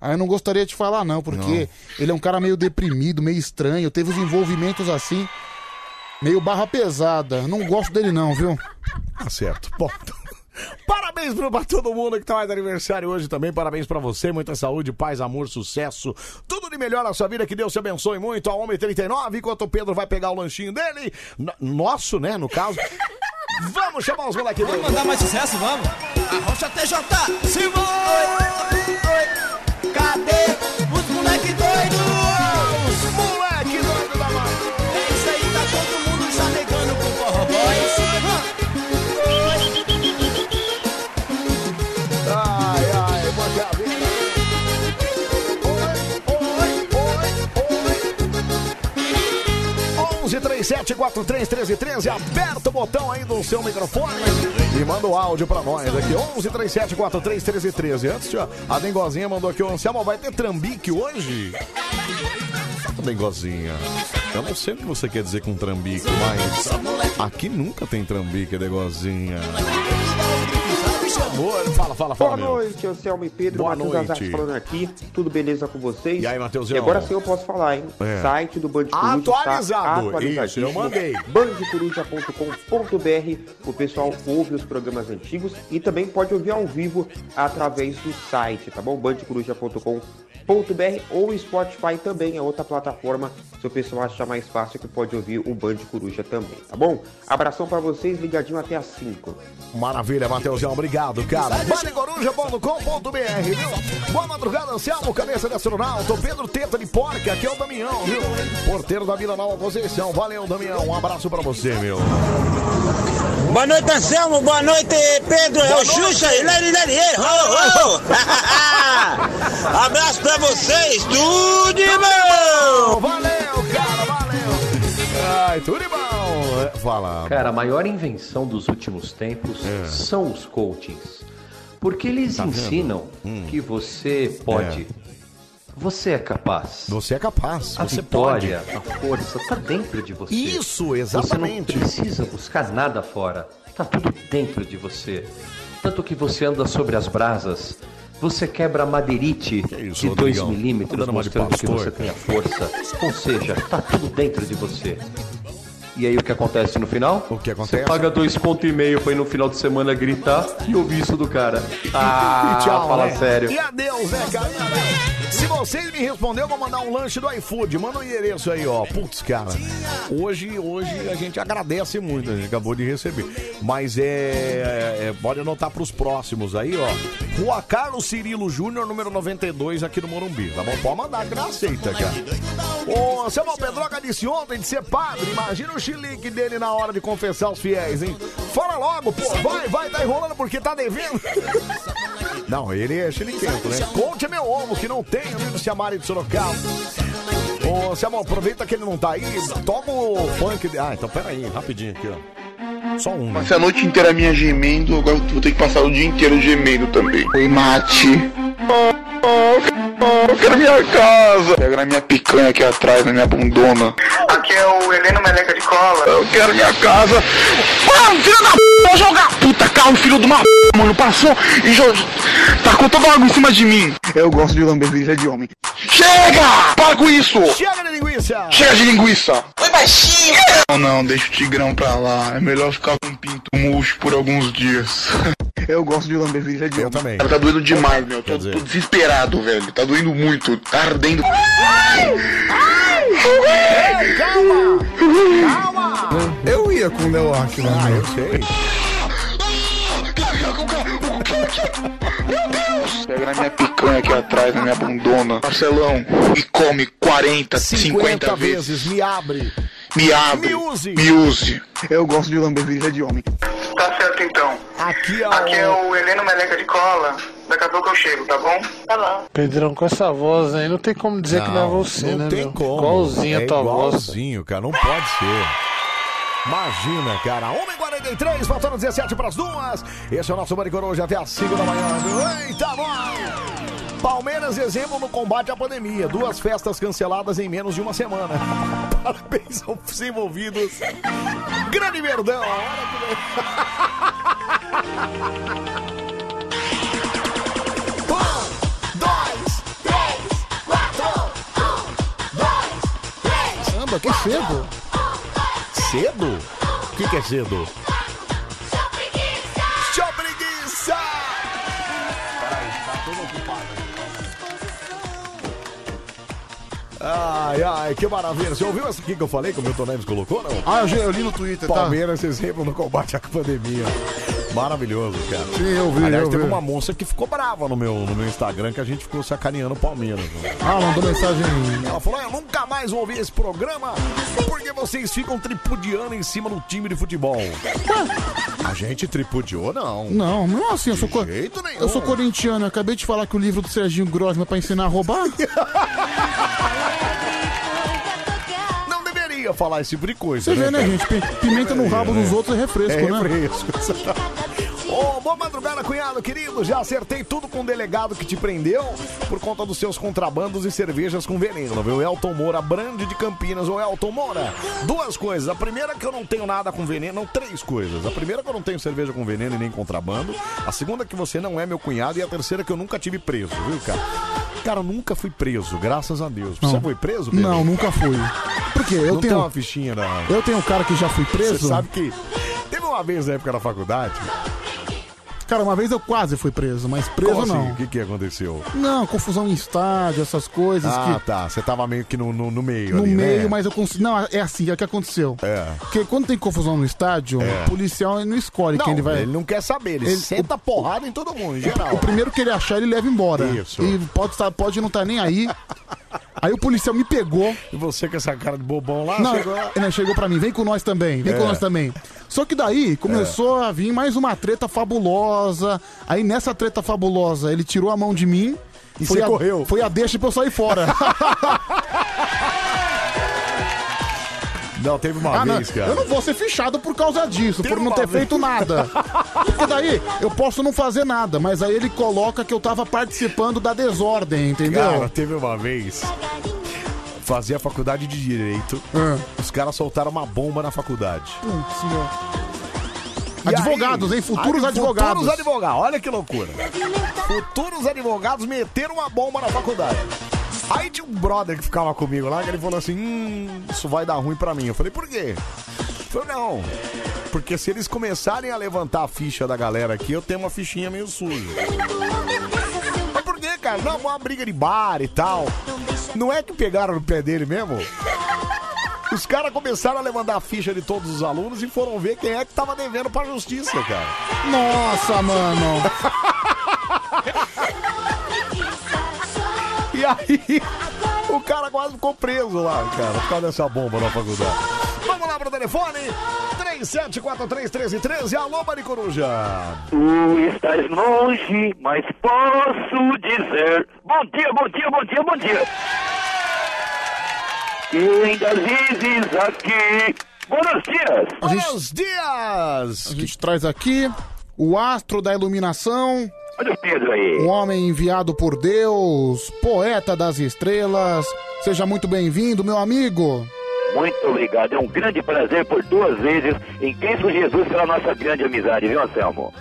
Ah, eu não gostaria de falar, não, porque ele é um cara meio deprimido, meio estranho. Teve os envolvimentos assim, meio barra pesada. Não gosto dele, não, viu?
Tá certo. Bom, Parabéns pro- pra todo mundo que tá mais de aniversário hoje também. Parabéns pra você. Muita saúde, paz, amor, sucesso. Tudo de melhor na sua vida. Que Deus te abençoe muito. A Homem 39, enquanto o Pedro vai pegar o lanchinho dele. no- Nosso, né, no caso. Vamos chamar os moleques dele.
Vamos mandar mais sucesso, vamos? Arrocha TJ, Silva! Oi, oi, cadê os moleque doido? Os moleque doido da mão! É isso aí, tá todo mundo já negando pro Forró Boys.
Ai, ai, manda a vida. Oi, oi, oi, oi, oi. 11 37 43 13 13, aperta o botão aí do seu microfone e manda o áudio pra nós aqui. 11 37 43 13 13. Antes, ó, a Dengozinha mandou aqui, o Anselmo, vai ter trambique hoje? Dengozinha, eu não sei o que você quer dizer com trambique, mas aqui nunca tem trambique, Dengozinha.
é
Amor, fala, fala, fala,
Boa
meu.
noite, Anselmo e Pedro,
Boa
Matheus
noite.
Azarte falando aqui. Tudo beleza com vocês? E aí,
Matheusão?
agora sim eu posso falar, hein?
É.
Site do Band Coruja
Atualizado.
Tá atualizadíssimo.
Isso, eu mandei.
bandcoruja.com.br. O pessoal ouve os programas antigos e também pode ouvir ao vivo através do site, tá bom? bandcoruja.com.br ou Spotify também, é outra plataforma, se o pessoal achar mais fácil que pode ouvir o Band Coruja também, tá bom? Abração pra vocês, ligadinho até às 5.
Maravilha, Matheusão, obrigado, cara. Balecoruja.com.br, viu? Boa madrugada, Anselmo, cabeça de astronauta, Pedro Teta de Porca, aqui é o Damião, viu? Porteiro da Vila Nova Conceição. Valeu, Damião, um abraço pra você, meu.
Boa noite, Anselmo. Boa noite, Pedro. É o Xuxa. Hilari, hilari, ei, ho, ho. Abraço pra vocês. Tudo de bom.
Ai, tudo de bom. É, Fala. É.
Cara, a maior invenção dos últimos tempos são os coachings. Porque eles
Tá vendo?
ensinam que você pode.
É.
Você é capaz.
Você é capaz.
A
você
vitória, a força tá dentro de você.
Isso,
Você
exatamente.
não precisa buscar nada fora. Tá tudo dentro de você. Tanto que você anda sobre as brasas. Você quebra a madeirite de 2
Rodrigão?
milímetros,
Andando mais de
mostrando que
pastor.
você tem a força. Ou seja, tá tudo dentro de você. E aí o que acontece no final? O que acontece? Você paga dois pontos e meio pra ir no final de semana gritar e ouvir isso do cara. Ah,
E tchau,
fala
né?
sério.
E adeus, né, cara? Se vocês me responderam, eu vou mandar um lanche do iFood. Manda o endereço aí, ó. Putz, cara. Hoje, hoje a gente agradece muito, a gente acabou de receber. Mas é. é, pode anotar pros próximos aí, ó. Rua Carlos Cirilo Júnior, número 92, aqui no Morumbi. Tá bom? Pode mandar, que não aceita, cara. Ô, Samuel Pedroca disse ontem de ser padre. Imagina o chilique dele na hora de confessar os fiéis, hein? Fala logo, pô. Vai, vai, tá enrolando porque tá devendo. Não, ele é chiliquento, né? Conte meu ovo, que não tem, amigo Ciamari de Sorocaba. Ô, Samuel, aproveita que ele não tá aí, toma o funk. de- Ah, então peraí, rapidinho aqui, ó. Só um.
Passei a noite inteira minha gemendo, agora eu vou ter que passar o dia inteiro gemendo também. Oi, mate. Oh, oh, oh, eu quero minha casa. Pega na minha picanha aqui atrás, na minha bundona.
Aqui é o Heleno Meleca de Cola.
Eu quero minha casa. Ah, filho da p, jogar puta, carro, filho de uma p, mano. Passou e jogou. Tacou toda água em cima de mim. Eu gosto de lamber de homem. Chega! Para com isso!
Chega de linguiça!
Chega de linguiça!
Foi baixinho.
Não, não, deixa o tigrão pra lá. É melhor ficar com um pinto murcho por alguns dias. Eu gosto de lamber virilha de Eu também. Cara, tá doendo demais, meu. Tô, tô desesperado, velho. Tá doendo muito. Tá ardendo.
Calma!
Calma!
Eu ia com o Del Rock, mano. Ah, eu sei.
Pega na minha picanha aqui atrás, na minha bundona. Marcelão, e come 40, 50, vezes.
me abre.
Me abre. Me use. Me use. Eu gosto de lamber virilha de homem.
Tá certo então.
Aqui é o,
Aqui é o Heleno Meleca de Cola. Daqui a pouco eu chego, tá bom? Tá bom.
Pedrão, com essa voz aí, não tem como dizer que não é você,
não
né?
tem
meu?
como.
Igualzinho
é
a tua voz.
igualzinho, cara. Não pode ser. Imagina, cara. 1h43, faltando 17 para as duas. Esse é o nosso Maricoruja até às 5 da manhã. Eita, nós! Palmeiras, exemplo no combate à pandemia. Duas festas canceladas em menos de uma semana. Parabéns aos envolvidos. Grande Verdão. a hora que- Um, dois, três, quatro.
Caramba, que cedo.
Cedo? O que, que é cedo? Tchau, preguiça! toda ocupada. Ai, ai, que maravilha. Você ouviu essa aqui que eu falei que o Milton Neves colocou, não?
Ah, eu já- eu li no Twitter, tá?
Palmeiras exemplo no combate à pandemia. Maravilhoso, cara.
Sim, eu vi,
Aliás,
eu
teve
vi.
uma moça que ficou brava no meu, no meu Instagram que a gente ficou sacaneando o Palmeiras. né?
Ah, mandou mensagem.
Ela falou: "Ah, eu nunca mais vou ouvir esse programa porque vocês ficam tripudiando em cima do time de futebol. A gente tripudiou, não.
Não, não assim, eu sou, co-
jeito nenhum.
eu sou corintiano. Eu acabei de falar que o livro do Serginho Grosma é pra ensinar a roubar.
Não deveria falar esse tipo de coisa.
Você vê, né, gente? Pi- Pimenta no rabo dos outros é refresco,
É
né?
refresco. Ô, boa madrugada, cunhado querido. Já acertei tudo com o delegado que te prendeu por conta dos seus contrabandos e cervejas com veneno, viu? Elton Moura, Brande de Campinas. Ô, Elton Moura, duas coisas. A primeira é que eu não tenho nada com veneno, não, três coisas. A primeira é que eu não tenho cerveja com veneno e nem contrabando. A segunda é que você não é meu cunhado. E a terceira é que eu nunca tive preso, viu, cara? Cara, eu nunca fui preso, graças a Deus. Você
Não.
foi preso, Pedro?
Não, nunca fui. Por quê? Eu
não
tenho.
tem uma fichinha na...
Eu tenho um cara que já fui preso.
Você sabe que teve uma vez na época da faculdade.
Cara, uma vez eu quase fui preso, mas preso
Como assim?
não.
O que, que aconteceu?
Não, confusão em estádio, essas coisas
Ah,
que.
tá. Você tava meio que no, no, no meio
No
ali, né?
meio, mas eu consigo. Não, é assim, é o que aconteceu.
É.
Porque quando tem confusão no estádio,
É.
o policial ele não escolhe
Não,
quem ele vai.
ele não quer saber. Ele, senta porrada em todo mundo, em geral.
O primeiro que ele achar, ele leva embora.
Isso.
E pode, estar- pode não estar nem aí. Aí o policial me pegou.
E você com essa cara de bobão lá?
Não,
chegou-
não, chegou pra mim, vem com nós também, vem
É.
com nós também. Só que daí começou a vir mais uma treta fabulosa. Aí nessa treta fabulosa, ele tirou a mão de mim.
E
foi
você
a,
correu.
Foi a deixa pra eu sair fora.
Não, teve uma
Ah, não,
vez, cara.
Eu não vou ser fichado por causa disso, por não
uma
ter
vez.
feito nada. Porque daí eu posso não fazer nada, mas aí ele coloca que eu tava participando da desordem, entendeu?
Cara, teve uma vez. Fazia faculdade de Direito.
Ah.
Os caras soltaram uma bomba na faculdade.
Putz, meu.
E
Advogados,
aí-
hein? Futuros
aí,
advogados.
Futuros advogados, olha que loucura. Futuros advogados meteram uma bomba na faculdade. Aí tinha um brother que ficava comigo lá, que ele falou assim: hum, isso vai dar ruim pra mim. Eu falei, por quê? Ele falou, não. Porque se eles começarem a levantar a ficha da galera aqui, eu tenho uma fichinha meio suja. Mas por quê, cara? Não, uma briga de bar e tal. Não é que pegaram no pé dele mesmo? Os caras começaram a levantar a ficha de todos os alunos e foram ver quem é que tava devendo pra justiça, cara.
Nossa, mano.
E aí, o cara quase ficou preso lá, cara, por causa dessa bomba na faculdade. Vamos lá pro telefone: 37431313. Alô, Maricoruja.
Tu estás longe, mas posso dizer. Bom dia, bom dia, bom dia, bom dia. Que ainda vives aqui. Buenos dias.
Buenos dias!
A gente traz aqui o astro da iluminação.
Olha o Pedro aí.
Um homem enviado por Deus, poeta das estrelas. Seja muito bem-vindo, meu amigo.
Muito obrigado. É um grande prazer por duas vezes em Cristo Jesus pela nossa grande amizade, viu, Anselmo?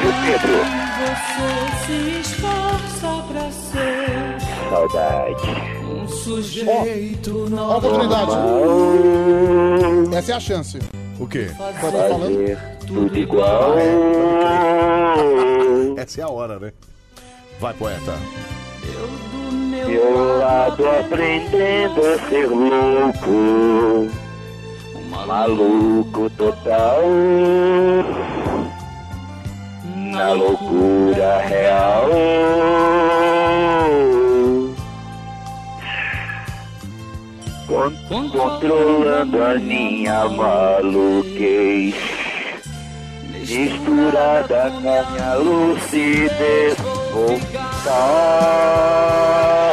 Viu, Pedro?
Você se esforça pra ser
Saudade.
um sujeito
Ó a oportunidade. Essa é a chance.
O quê?
Quando eu tô falando.
Tudo igual.
Essa é a hora, né? Vai, poeta.
Meu lado aprendendo a ser louco. Maluco total. Na loucura real. Con- Controlando a minha maluquez. Misturada com a minha lucidez. Voltar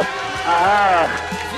a ah,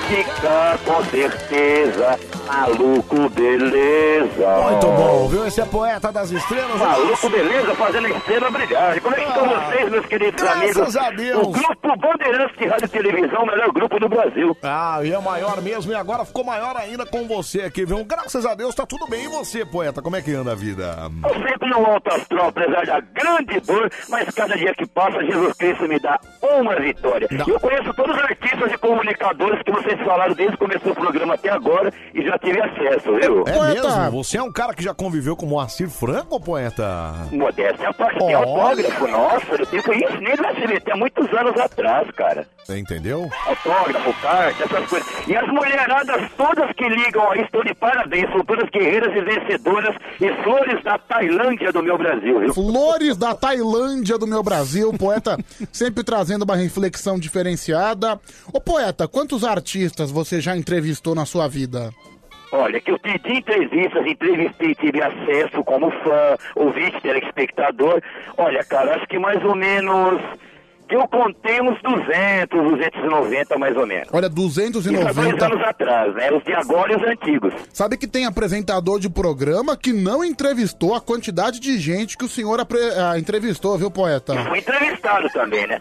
ficar com certeza. Maluco, beleza.
Muito bom, viu? Esse é poeta das estrelas. Ah.
Maluco, beleza, fazendo a estrela brilhar. E Como é que estão vocês, meus queridos amigos?
a Deus.
O Grupo Bandeirantes de Rádio e Televisão, o melhor grupo do Brasil.
Ah, e é maior mesmo, e agora ficou maior ainda com você aqui, viu? Graças a Deus tá tudo bem. E você, poeta, como é que anda a vida?
Eu sempre no alto astral, apesar é da grande dor, mas cada dia que passa, Jesus Cristo me dá uma vitória. Eu conheço todos os artistas e comunicadores que vocês falaram desde o começo do programa até agora e já tive acesso. conheço, viu?
É mesmo? Você é um cara que já conviveu com o Moacir Franco, poeta?
Modéstia à parte, tem
Olha.
autógrafo, nossa, eu tenho isso nem no SBT há muitos anos atrás, cara.
Você entendeu?
Autógrafo, carta, essas coisas. E as mulheradas todas que ligam aí estão de parabéns, são todas guerreiras e vencedoras e flores da Tailândia do meu Brasil, viu?
Flores da Tailândia do meu Brasil, poeta sempre trazendo uma reflexão diferenciada. Ô poeta, quantos artistas você já entrevistou na sua vida?
Olha, que eu pedi entrevistas, entrevistei, tive acesso como fã, ouvinte, telespectador. Olha, cara, acho que mais ou menos. Que eu contei uns 200, 290 mais ou menos.
Olha,
Isso há dois
290.
anos atrás, né? Os de agora e os antigos.
Sabe que tem apresentador de programa que não entrevistou a quantidade de gente que o senhor apre- ah, entrevistou, viu, poeta?
Fui entrevistado também, né?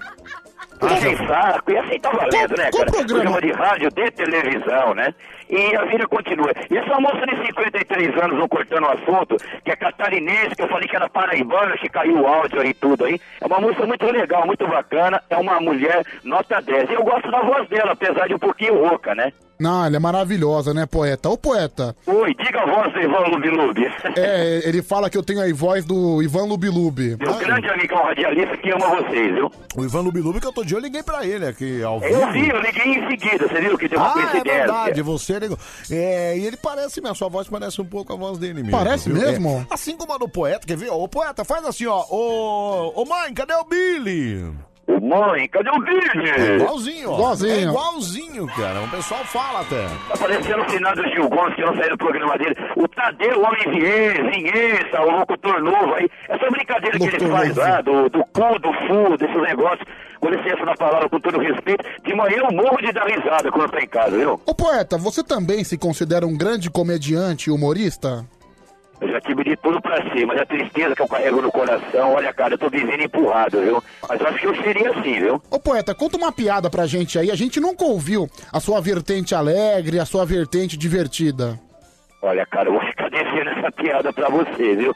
Tá
Ah, sem saco, e assim tá valendo, né, cara? Programa de rádio, de televisão, né? E a vida continua. E essa moça de 53 anos, não cortando o assunto, que é catarinense, que eu falei que era paraibana, que caiu o áudio aí e tudo aí. É uma moça muito legal, muito bacana. É uma mulher nota 10. E eu gosto da voz dela, apesar de um pouquinho rouca, né?
Não, ela é maravilhosa, né, poeta? Ô, poeta,
Oi, diga a voz do Ivan Lubilubi.
é, ele fala que eu tenho a voz do Ivan Lubilubi.
Meu Um grande amigão radialista que ama vocês, viu?
O Ivan Lubilubi, que outro dia eu liguei pra ele aqui ao vivo.
Eu vi, eu liguei em seguida, você viu que deu uma
Ah, é
coincidência.
verdade, você ligou. É, e ele parece mesmo, sua voz parece um pouco a voz dele mesmo.
Parece
viu?
mesmo?
É. Assim como a do poeta, quer ver? Ô poeta, faz assim, ó. Ô, ô mãe, cadê o Billy?
Ô mãe, cadê o Billy?
É igualzinho, ó.
Igualzinho.
É igualzinho, cara. O pessoal fala até.
Tá parecendo o final do Gil Gomes, que não saiu do programa dele. O Tadeu, o homem Vinheza, Vinheza, o locutor novo aí. Essa brincadeira que ele faz lá, do, do cu, do fu, desses negócios. Com licença na palavra, com todo respeito. De manhã eu morro de dar risada quando eu tô em casa, viu?
Ô, poeta, você também se considera um grande comediante e humorista?
Eu já tive de tudo pra cima, mas a tristeza que eu carrego no coração, olha, cara, eu tô vivendo empurrado, viu? Mas eu acho que eu seria assim, viu?
Ô poeta, conta uma piada pra gente aí. A gente nunca ouviu a sua vertente alegre, a sua vertente divertida.
Olha, cara, eu vou ficar devendo essa piada pra você, viu?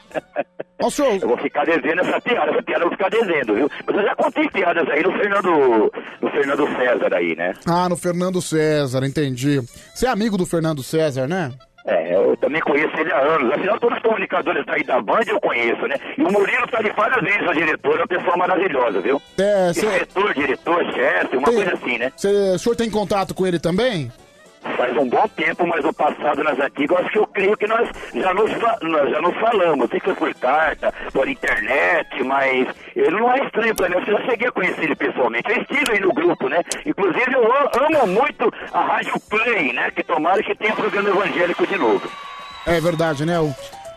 Eu vou ficar devendo essa piada, essa piada eu vou ficar devendo, viu? Mas eu já contei piadas aí no Fernando, no Fernando César aí, né?
Ah, no Fernando César, entendi. Você é amigo do Fernando César, né?
É, eu também conheço ele há anos. Afinal, todos os comunicadores daí da Band eu conheço, né? E o Murilo tá de parabéns, o diretor, é uma pessoa maravilhosa, viu?
É, cê-
Diretor, diretor, chefe, uma coisa assim, né?
Cê- o senhor tem contato com ele também?
Faz um bom tempo, mas o passado nas antigas, eu acho que eu creio que nós já nos, fa- nós já nos falamos. Sei que foi por carta, por internet, mas ele não é estranho pra mim. Eu já cheguei a conhecer ele pessoalmente. Eu estive aí no grupo, né? Inclusive, eu a- amo muito a Rádio Play, né? Que tomara que tenha programa evangélico de novo.
É verdade, né? O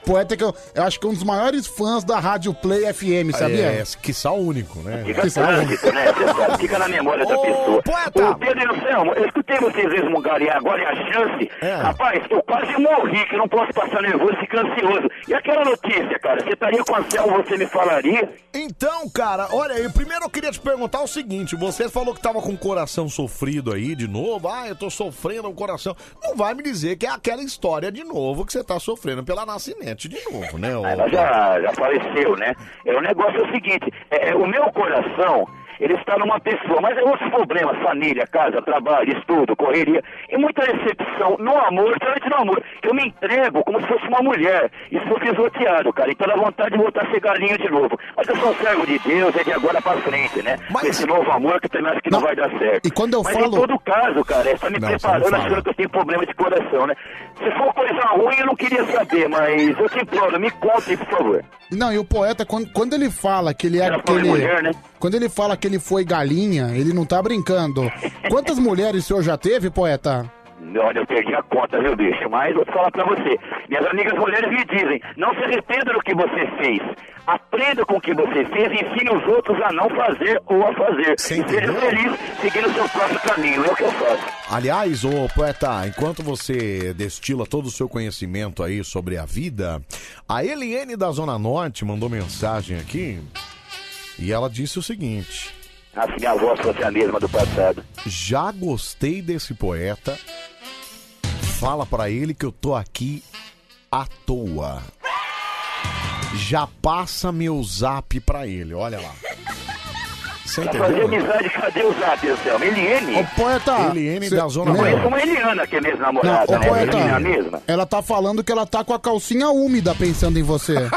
poeta é que eu, eu acho que é um dos maiores fãs da Rádio Play FM, sabia?
É, que sal único, né?
Fica trânsito, né? Você sabe, fica na memória da pessoa. Ô, Pedro Anselmo, eu escutei vocês resmungarem agora é a chance. Rapaz, eu quase morri, que eu não posso passar nervoso, fica ansioso. E aquela notícia, cara, você estaria com o Anselmo, você me falaria?
Então, cara, olha aí, primeiro eu queria te perguntar o seguinte: você falou que tava com o coração sofrido aí de novo. Ah, eu tô sofrendo o coração. Não vai me dizer que é aquela história de novo que você tá sofrendo pela nascimento de novo, né? ô-
Ela já, já faleceu, né? É, o negócio é o seguinte, é, é, o meu coração, ele está numa pessoa, mas é outros problemas, família, casa, trabalho, estudo, correria, e muita decepção no amor, principalmente no amor, que eu me entrego como se fosse uma mulher, e sou pisoteado, cara, então dá vontade de voltar a ser galinho de novo. Mas eu sou um servo de Deus, é de agora pra frente, né? Com Esse novo amor que eu também acho que não, vai dar certo.
E quando eu
mas
falo-
em todo caso, cara, está me
Não, você não
preparando,
fala.
achando que eu tenho problema de coração, né? Se for coisa ruim, eu não queria saber, mas eu te imploro, me conte, por favor.
Não, e o poeta, quando, quando ele fala que ele é
Ela foi
aquele.
mulher, né?
Quando ele fala que ele foi galinha, ele não tá brincando. Quantas mulheres o senhor já teve, poeta?
Olha, eu perdi a conta, viu, bicho? Mas vou falar pra você. Minhas amigas mulheres me dizem, não se arrependa do que você fez. Aprenda com o que você fez e ensine os outros a não fazer ou a fazer. E seja feliz seguindo o seu próprio caminho. É o que eu faço.
Aliás, ô poeta, enquanto você destila todo o seu conhecimento aí sobre a vida, a Eliene da Zona Norte mandou mensagem aqui e ela disse o seguinte:
Ah, se minha voz fosse a mesma do passado.
Já gostei desse poeta, fala pra ele que eu tô aqui à toa. Já passa meu zap pra ele, olha lá. Você
Pra
entendeu?
fazer Tá amizade, cadê o zap, Anselmo? Eliane?
Ô, poeta.
Eliane
cê-
da Zona
Eu
né?
conheço uma Eliana, que é minha namorada,
Não, ô,
né?
poeta,
Eliana mesma.
ela tá falando que ela tá com a calcinha úmida pensando em você.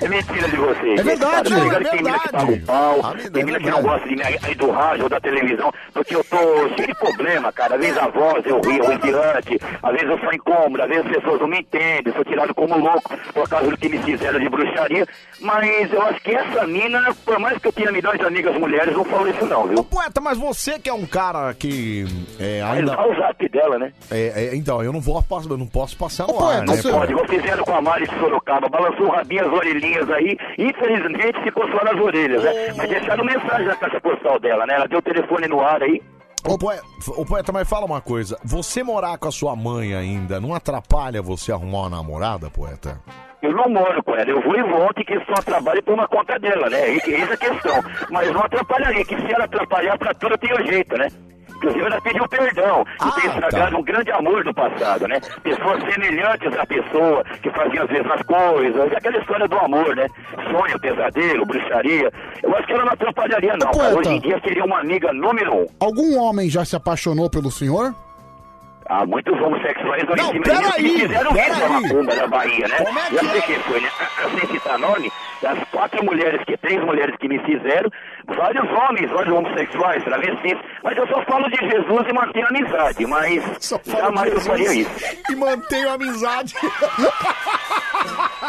É mentira de você.
É verdade. Ah,
Tá ligado
É
que tem mina que paga o pau, tem mina que não gosta de mim aí do rádio ou da televisão, porque eu tô cheio de problema, cara. Às vezes a voz eu rio, eu diante, às vezes eu sou incômodo, às vezes as pessoas não me entendem, sou tirado como louco por causa do que me fizeram de bruxaria. Mas eu acho que essa mina, por mais que eu tenha milhões de amigas mulheres, não falo isso não, viu?
Poeta, mas você que é um cara que é,
Mas
ainda...
dá o zap dela, né?
É, é, então, eu não, vou, pass- eu não posso passar no ar,
Não
né?
pode, igual fizeram com a Mari de Sorocaba, balançou o rabinho as orelhinhas aí, infelizmente ficou só nas orelhas, né? Mas deixaram mensagem na caixa postal dela, né? Ela deu o telefone no ar aí.
Ô, poeta, ô, poeta, mas fala uma coisa. Você morar com a sua mãe ainda não atrapalha você arrumar uma namorada, poeta?
Eu não moro com ela, eu vou e volto e que só trabalho por uma conta dela, né? E que- Essa é a questão. Mas não atrapalharia, que se ela atrapalhar pra tudo tem um jeito, né? Inclusive ela pediu perdão e tem estragado um grande amor do passado, né? Pessoas semelhantes à pessoa, que faziam as mesmas coisas, É aquela história do amor, né? Sonho, pesadelo, bruxaria. Eu acho que ela não atrapalharia, não. cara.
poeta.
Hoje em dia seria uma amiga número um.
Algum homem já se apaixonou pelo senhor?
Há muitos homossexuais ali
Não,
em cima
peraí,
que fizeram isso na
peraí.
macumba da Bahia, né?
Como é
Já sei quem foi, né? Sem citar nome, das quatro mulheres, que três mulheres que me fizeram, vários homens, vários homossexuais, travestis. Mas eu só falo de Jesus e mantenho a amizade, mas jamais eu faria isso.
E mantenho a amizade.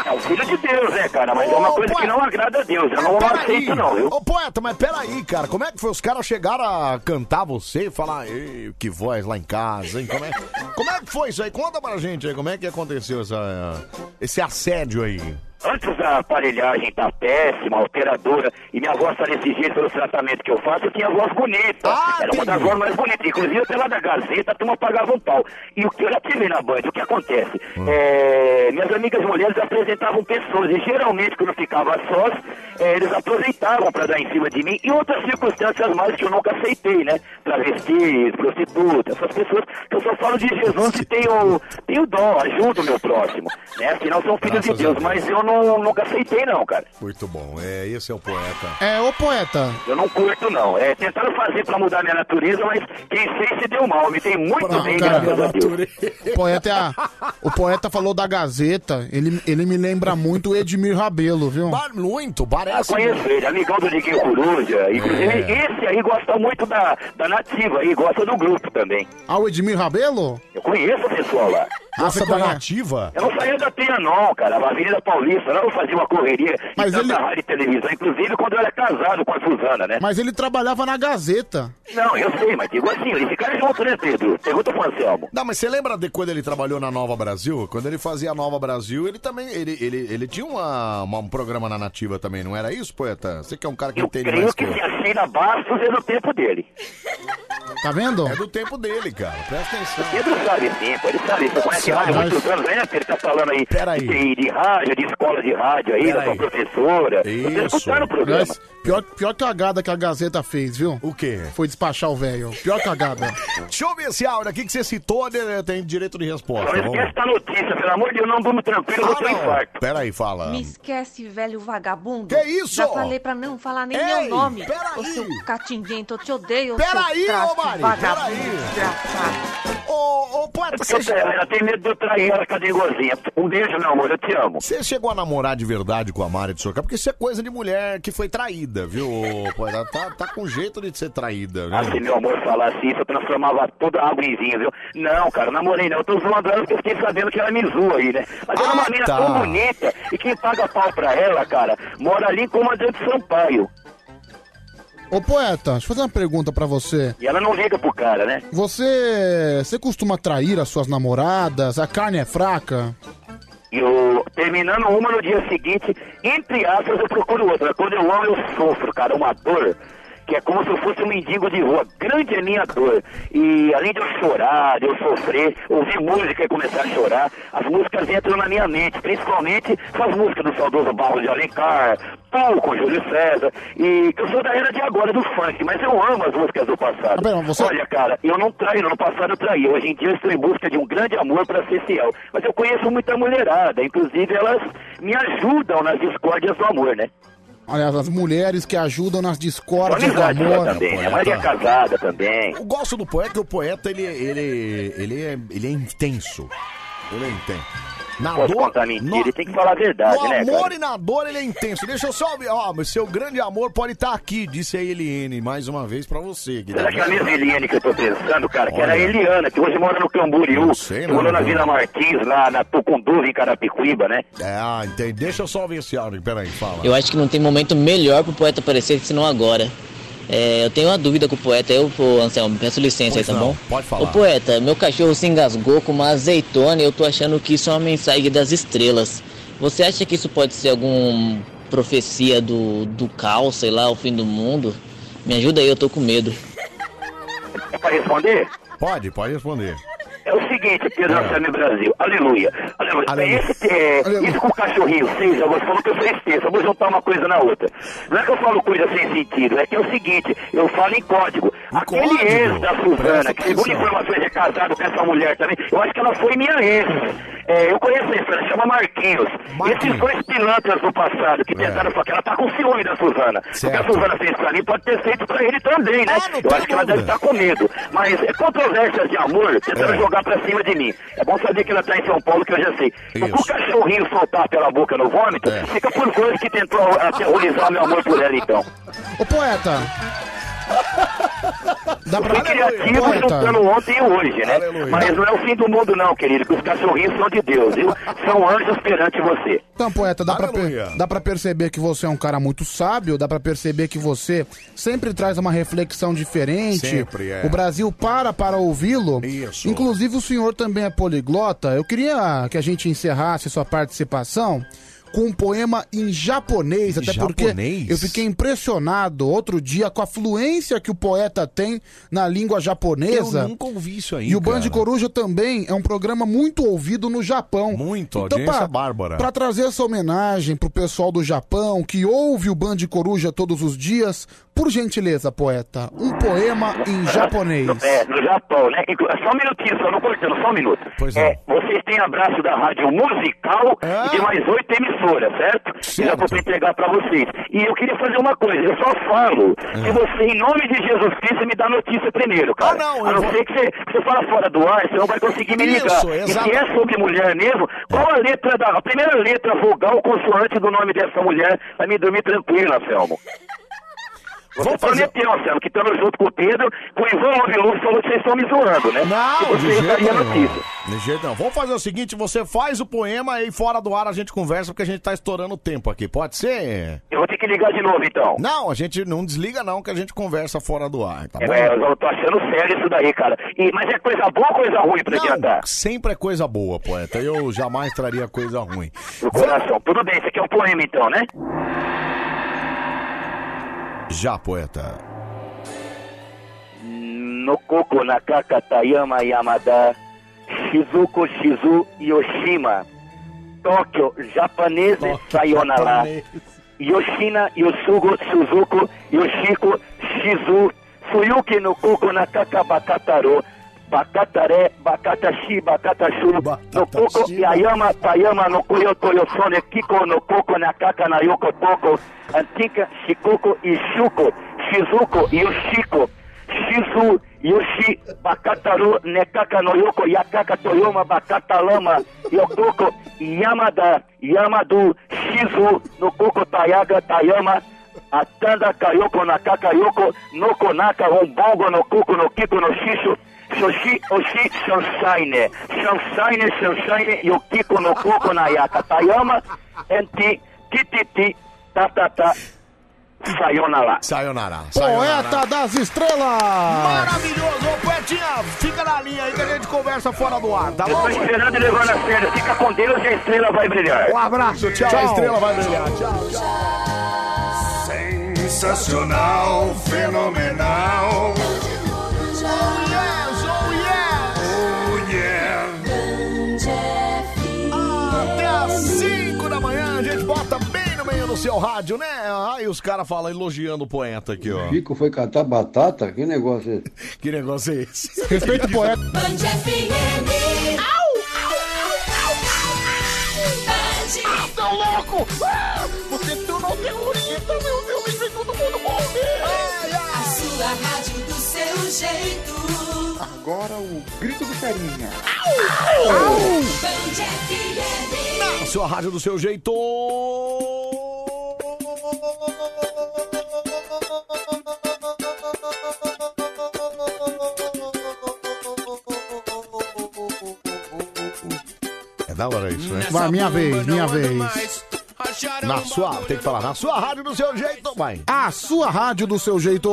É o filho de Deus, né, cara? Mas é uma
Ô,
coisa que
poeta.
não agrada a Deus. Eu não
Peraí.
aceito, não, viu?
Ô, poeta, mas peraí, cara. Como é que foi? Os caras chegaram a cantar você e falar, ei, que voz lá em casa, hein? Como é, como é que foi isso aí? Conta pra gente aí, como é que aconteceu essa- esse assédio aí?
Antes da aparelhagem tá péssima, alteradora, e minha voz tá desse jeito pelo tratamento que eu faço, eu tinha voz bonita. Era uma das vozes mais bonitas. Inclusive, pela da Gazeta, a turma pagava um pau. E o que eu já tive na Band, o que acontece? É, minhas amigas mulheres apresentavam pessoas, e geralmente, quando eu ficava sós, é, eles aproveitavam pra dar em cima de mim, e outras circunstâncias mais que eu nunca aceitei, né? Travestis, prostitutas, essas pessoas que eu só falo de Jesus que tenho, tenho dó, ajudo o meu próximo, né? Afinal, são filhos de
Graças a
Deus,
Deus.
mas eu não, nunca aceitei, não, cara.
Muito bom, é, esse é o poeta.
É, ô poeta.
Eu não curto, não. É, tentaram fazer pra mudar minha natureza, mas quem fez se deu mal. Me tem muito bem,
cara.
graças a Deus.
O poeta, é a- o poeta falou da Gazeta, ele, ele me lembra muito o Edmir Rabelo, viu?
Muito,
Ah, conheço ele, amigão do Diguinho Coruja. Inclusive,
É.
esse aí gosta muito da, da nativa e gosta do grupo também.
Ah, o Edmir Rabelo?
Eu conheço o pessoal lá.
Nossa, da
nativa?
Eu não saía da Penha, não, cara. A Avenida Paulista, lá eu fazia uma correria
Mas
em tanta
ele-
rádio e televisão. Inclusive, quando eu era casado com a Suzana, né?
Mas ele trabalhava na Gazeta.
Não, eu sei, mas digo assim, eles ficaram juntos, né, Pedro? Pergunta pro Anselmo.
Não, mas você lembra de quando ele trabalhou na Nova Brasil? Quando ele fazia a Nova Brasil, ele também. Ele, ele, ele tinha uma, uma- um programa na nativa também, não era isso, poeta? Você que é um cara que entende
Creio
mais
que
que eu.
se assina Bastos é no tempo dele.
Tá vendo?
É do tempo dele, cara. Presta atenção.
Pedro sabe sim, pô, ele sabe. Você conhece rádio há muitos anos, né? Ele tá falando aí de, TI de rádio, de escola de rádio aí, da sua professora. Vocês escutaram o programa. É
Aliás, pior, pior cagada que a Gazeta fez, viu?
O quê?
Foi despachar o velho. Pior cagada.
Deixa eu ver esse áudio aqui que você citou, né, tem direito de resposta.
Não esquece da notícia, pelo amor de Deus, não vamos tranquilo, eu vou ter um infarto.
Pera aí, fala.
Me esquece, é velho vagabundo.
Que isso?
Já falei pra não falar nem
Ei,
meu nome.
peraí.
Ô, seu catinguento, eu te odeio, seu
Peraí,
traste,
ô Mari,
vagabundo.
Ô, ô,
É
poeta,
porque eu,
você já-
ela tem medo de eu trair ela com a dengozinha. Um beijo, meu amor, eu te amo.
Você chegou a namorar de verdade com a Mari de Sorocaba? Porque isso é coisa de mulher que foi traída, viu? ô, Poeta, tá, tá com jeito de ser traída, né?
Ah, se meu amor falasse isso, eu transformava toda água em vinho, viu? Não, cara, eu namorei não. Eu tô zoando ela porque eu fiquei sabendo que ela me zoa aí, né? Mas ela é uma menina
tá.
tão bonita e quem paga pau pra ela, cara, mora ali em Comandante Sampaio.
Ô poeta, deixa eu fazer uma pergunta pra você.
E ela não liga pro cara, né?
Você. Você costuma trair as suas namoradas? A carne é fraca?
E eu, terminando uma no dia seguinte, entre aspas, eu procuro outra. Quando eu amo, eu sofro, cara, uma dor que é como se eu fosse um mendigo de rua. Grande é minha dor. E além de eu chorar, de eu sofrer, ouvir música e começar a chorar, as músicas entram na minha mente, principalmente as músicas do saudoso Barro de Alencar, Palco, Júlio César, e que eu sou da era de agora, do funk, mas eu amo as músicas do passado. Olha, cara, eu não traio, no passado eu traí, hoje em dia eu estou em busca de um grande amor para ser fiel, mas eu conheço muita mulherada, inclusive elas me ajudam nas discórdias do amor, né?
Aliás, as mulheres que ajudam nas discórdias do
Vanessa
amor.
também, né? Maria é casada também.
Eu gosto do poeta, que o poeta ele, ele, ele, é, ele é intenso. Ele é intenso. Na
Posso
dor,
contar mentira? Ele tem que falar a verdade,
no
né,
amor
cara?
e na dor ele é intenso. Deixa eu só ouvir. Ó, mas seu grande amor pode estar aqui, disse a Eliene mais uma vez pra você.
Será que é a mesma Eliane que eu tô pensando, cara? Que era a
Olha.
Eliana, que hoje mora no Camboriú.
Não sei, não,
Morou na
não.
Vila Martins, lá na Tucunduva, em Carapicuíba, né?
É, ah, entendi. Deixa eu só ouvir esse áudio. Peraí, fala.
Eu acho que não tem momento melhor pro poeta aparecer senão agora. É, eu tenho uma dúvida com o poeta, eu, pô, Anselmo, peço licença
Pois
aí, tá
não,
bom?
pode falar.
Ô poeta, meu cachorro se engasgou com uma azeitona e eu tô achando que isso é uma mensagem das estrelas. Você acha que isso pode ser alguma profecia do, do caos, sei lá, o fim do mundo? Me ajuda aí, eu tô com medo.
É pra responder?
Pode, pode responder.
É o seguinte, Pedro Anselmo e Brasil. Aleluia. Aleluia. Esse, é, Isso com o cachorrinho cinza, você falou que eu sou extenso. Eu vou juntar uma coisa na outra. Não é que eu falo coisa sem sentido, é que é o seguinte, eu falo em código. Aquele
código?
ex da
Presta
Suzana, que segundo
atenção.
informações é casado com essa mulher também, eu acho que ela foi minha ex. É, eu conheço essa, ela chama Marquinhos. Esses dois pilantras do passado que tentaram só que ela tá com ciúme da Suzana. O que a Suzana fez pra mim pode ter feito pra ele também, né? eu acho que ela deve estar com medo. Mas é controvérsias de amor tentando jogar pra cima de mim. É bom saber que ela tá em São Paulo, que eu já sei. Se o cachorrinho soltar pela boca no vômito, fica por coisa que tentou aterrorizar meu amor por ela, então.
Ô poeta,
Dá pra... criativo juntando ontem e hoje, né? Mas não é o fim do mundo, não, querido, que os cachorrinhos são de Deus, viu? São anjos perante você.
então poeta, dá pra, per- dá pra perceber que você é um cara muito sábio, dá pra perceber que você sempre traz uma reflexão diferente.
Sempre, é.
O Brasil para para ouvi-lo.
Isso.
Inclusive o senhor também é poliglota. Eu queria que a gente encerrasse sua participação com um poema em japonês, até
Japonês?
porque eu fiquei impressionado outro dia com a fluência que o poeta tem na língua japonesa.
Eu nunca ouvi isso aí,
E o Band
cara.
Coruja também é um programa muito ouvido no Japão. Então,
Muito, audiência bárbara.
Pra trazer essa homenagem pro pessoal do Japão que ouve o Band Coruja todos os dias, por gentileza, poeta, um poema em japonês.
É, no Japão, né? Inclu- Só um minutinho, só não cortando, só um minuto. É, vocês têm abraço da rádio musical e de mais oito emissoras, certo? Já vou entregar pra vocês. E eu queria fazer uma coisa, eu só falo que você, em nome de Jesus Cristo, me dá notícia primeiro, cara. a não ser que você, que você fala fora do ar, você não vai conseguir me
Isso,
ligar. E
exato.
se é sobre mulher mesmo, qual a letra da. A primeira letra vogal consoante do nome dessa mulher pra me dormir tranquilo, Anselmo. Você prometeu, Anselmo, que estamos junto com o Pedro, com o Ivan Loveluz, falou que então vocês estão me zoando, né?
Não,
que
de
você
jeito
daria
nenhum.
notícia.
De jeito nenhum. Vamos fazer o seguinte, você faz o poema aí fora do ar a gente conversa porque a gente tá estourando o tempo aqui. Pode ser?
Eu vou ter que ligar de novo, então.
Não, a gente não desliga não que a gente conversa fora do ar, tá bom?
É, eu tô achando sério isso daí, cara. E- mas é coisa boa ou coisa ruim pra adiantar?
Sempre é coisa boa, poeta. Eu jamais traria coisa ruim.
No coração. Tudo bem, isso aqui é um poema, então, né?
Já, poeta.
no Koko Nakaka Tayama Yamada, Shizuko Shizu Yoshima, Tóquio, Japanese Sayonara, Yoshina Yoshugo Suzuko Yoshiko Shizu, Suyuki no Koko Nakaka Bakataro, Bakatare, Bakatashi, Bakatashu, no Koko Yayama Tayama no Koyoto Yosone, Kiko no Koko Nakaka na Yoko Toko, Antika Shikoko Ishuko, Shizuko Yoshiko, Shizu, Yoshi, Bakataru, Nekaka no Yoko, Yakaka Toyoma, Bakatalama, Yokoko, Yamada, Yamadu, Shizu, no Koko Tayaga, Tayama, Atanda Kayoko, Nakaka Yoko, Noko Naka, Umbongo, no Kuko, no Kiko, no Shishu, Shoshi, Oshi, Shonsaine, Shonsaine, Shonsaine, Yokiko, no Koko, Nayaka, Tayama, Enti, Tititi, Tatata, Sayonara.
Sayonara.
Poeta das estrelas!
Maravilhoso, ô poetinha, fica na linha aí que a gente conversa fora do ar, tá
Eu
bom?
tô esperando e levando a sério. Fica com Deus e a estrela vai brilhar.
Um abraço, tchau.
Tchau.
A estrela vai brilhar.
Tchau, tchau. Sensacional, fenomenal. Oh yes, oh yes. Oh
Até às 5 da manhã, a gente bota bem no meio do seu rádio, né? Aí os caras falam elogiando o poeta aqui, ó.
Fico foi catar batata? Que negócio é esse?
Que negócio é esse?
Respeita o poeta.
Band FM. Au, au, au, au, au. Band. Ah, tão Tá louco. Ah! Porque tu não tem urita, meu Deus, vem todo mundo morrer. A sua rádio do seu jeito.
Agora o grito do carinha.
Não.
A sua rádio do seu jeito. É da hora isso, né?
Vai, minha vez, minha vez.
Na sua, tem que falar, na sua rádio do seu jeito, Então vai.
A sua rádio do seu jeito.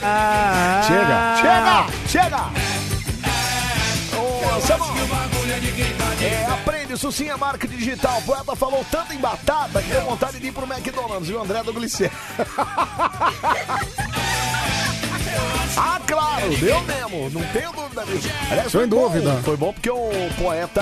Chega, chega, chega! Ô, Samuel, É, aprende, Sucinha, marca digital. O poeta falou tanto em batata que deu vontade de ir pro McDonald's, viu, André do Glicério? ah, claro, deu mesmo, não tenho dúvida disso. Aliás,
Sem
foi bom,
dúvida.
Foi bom porque o poeta,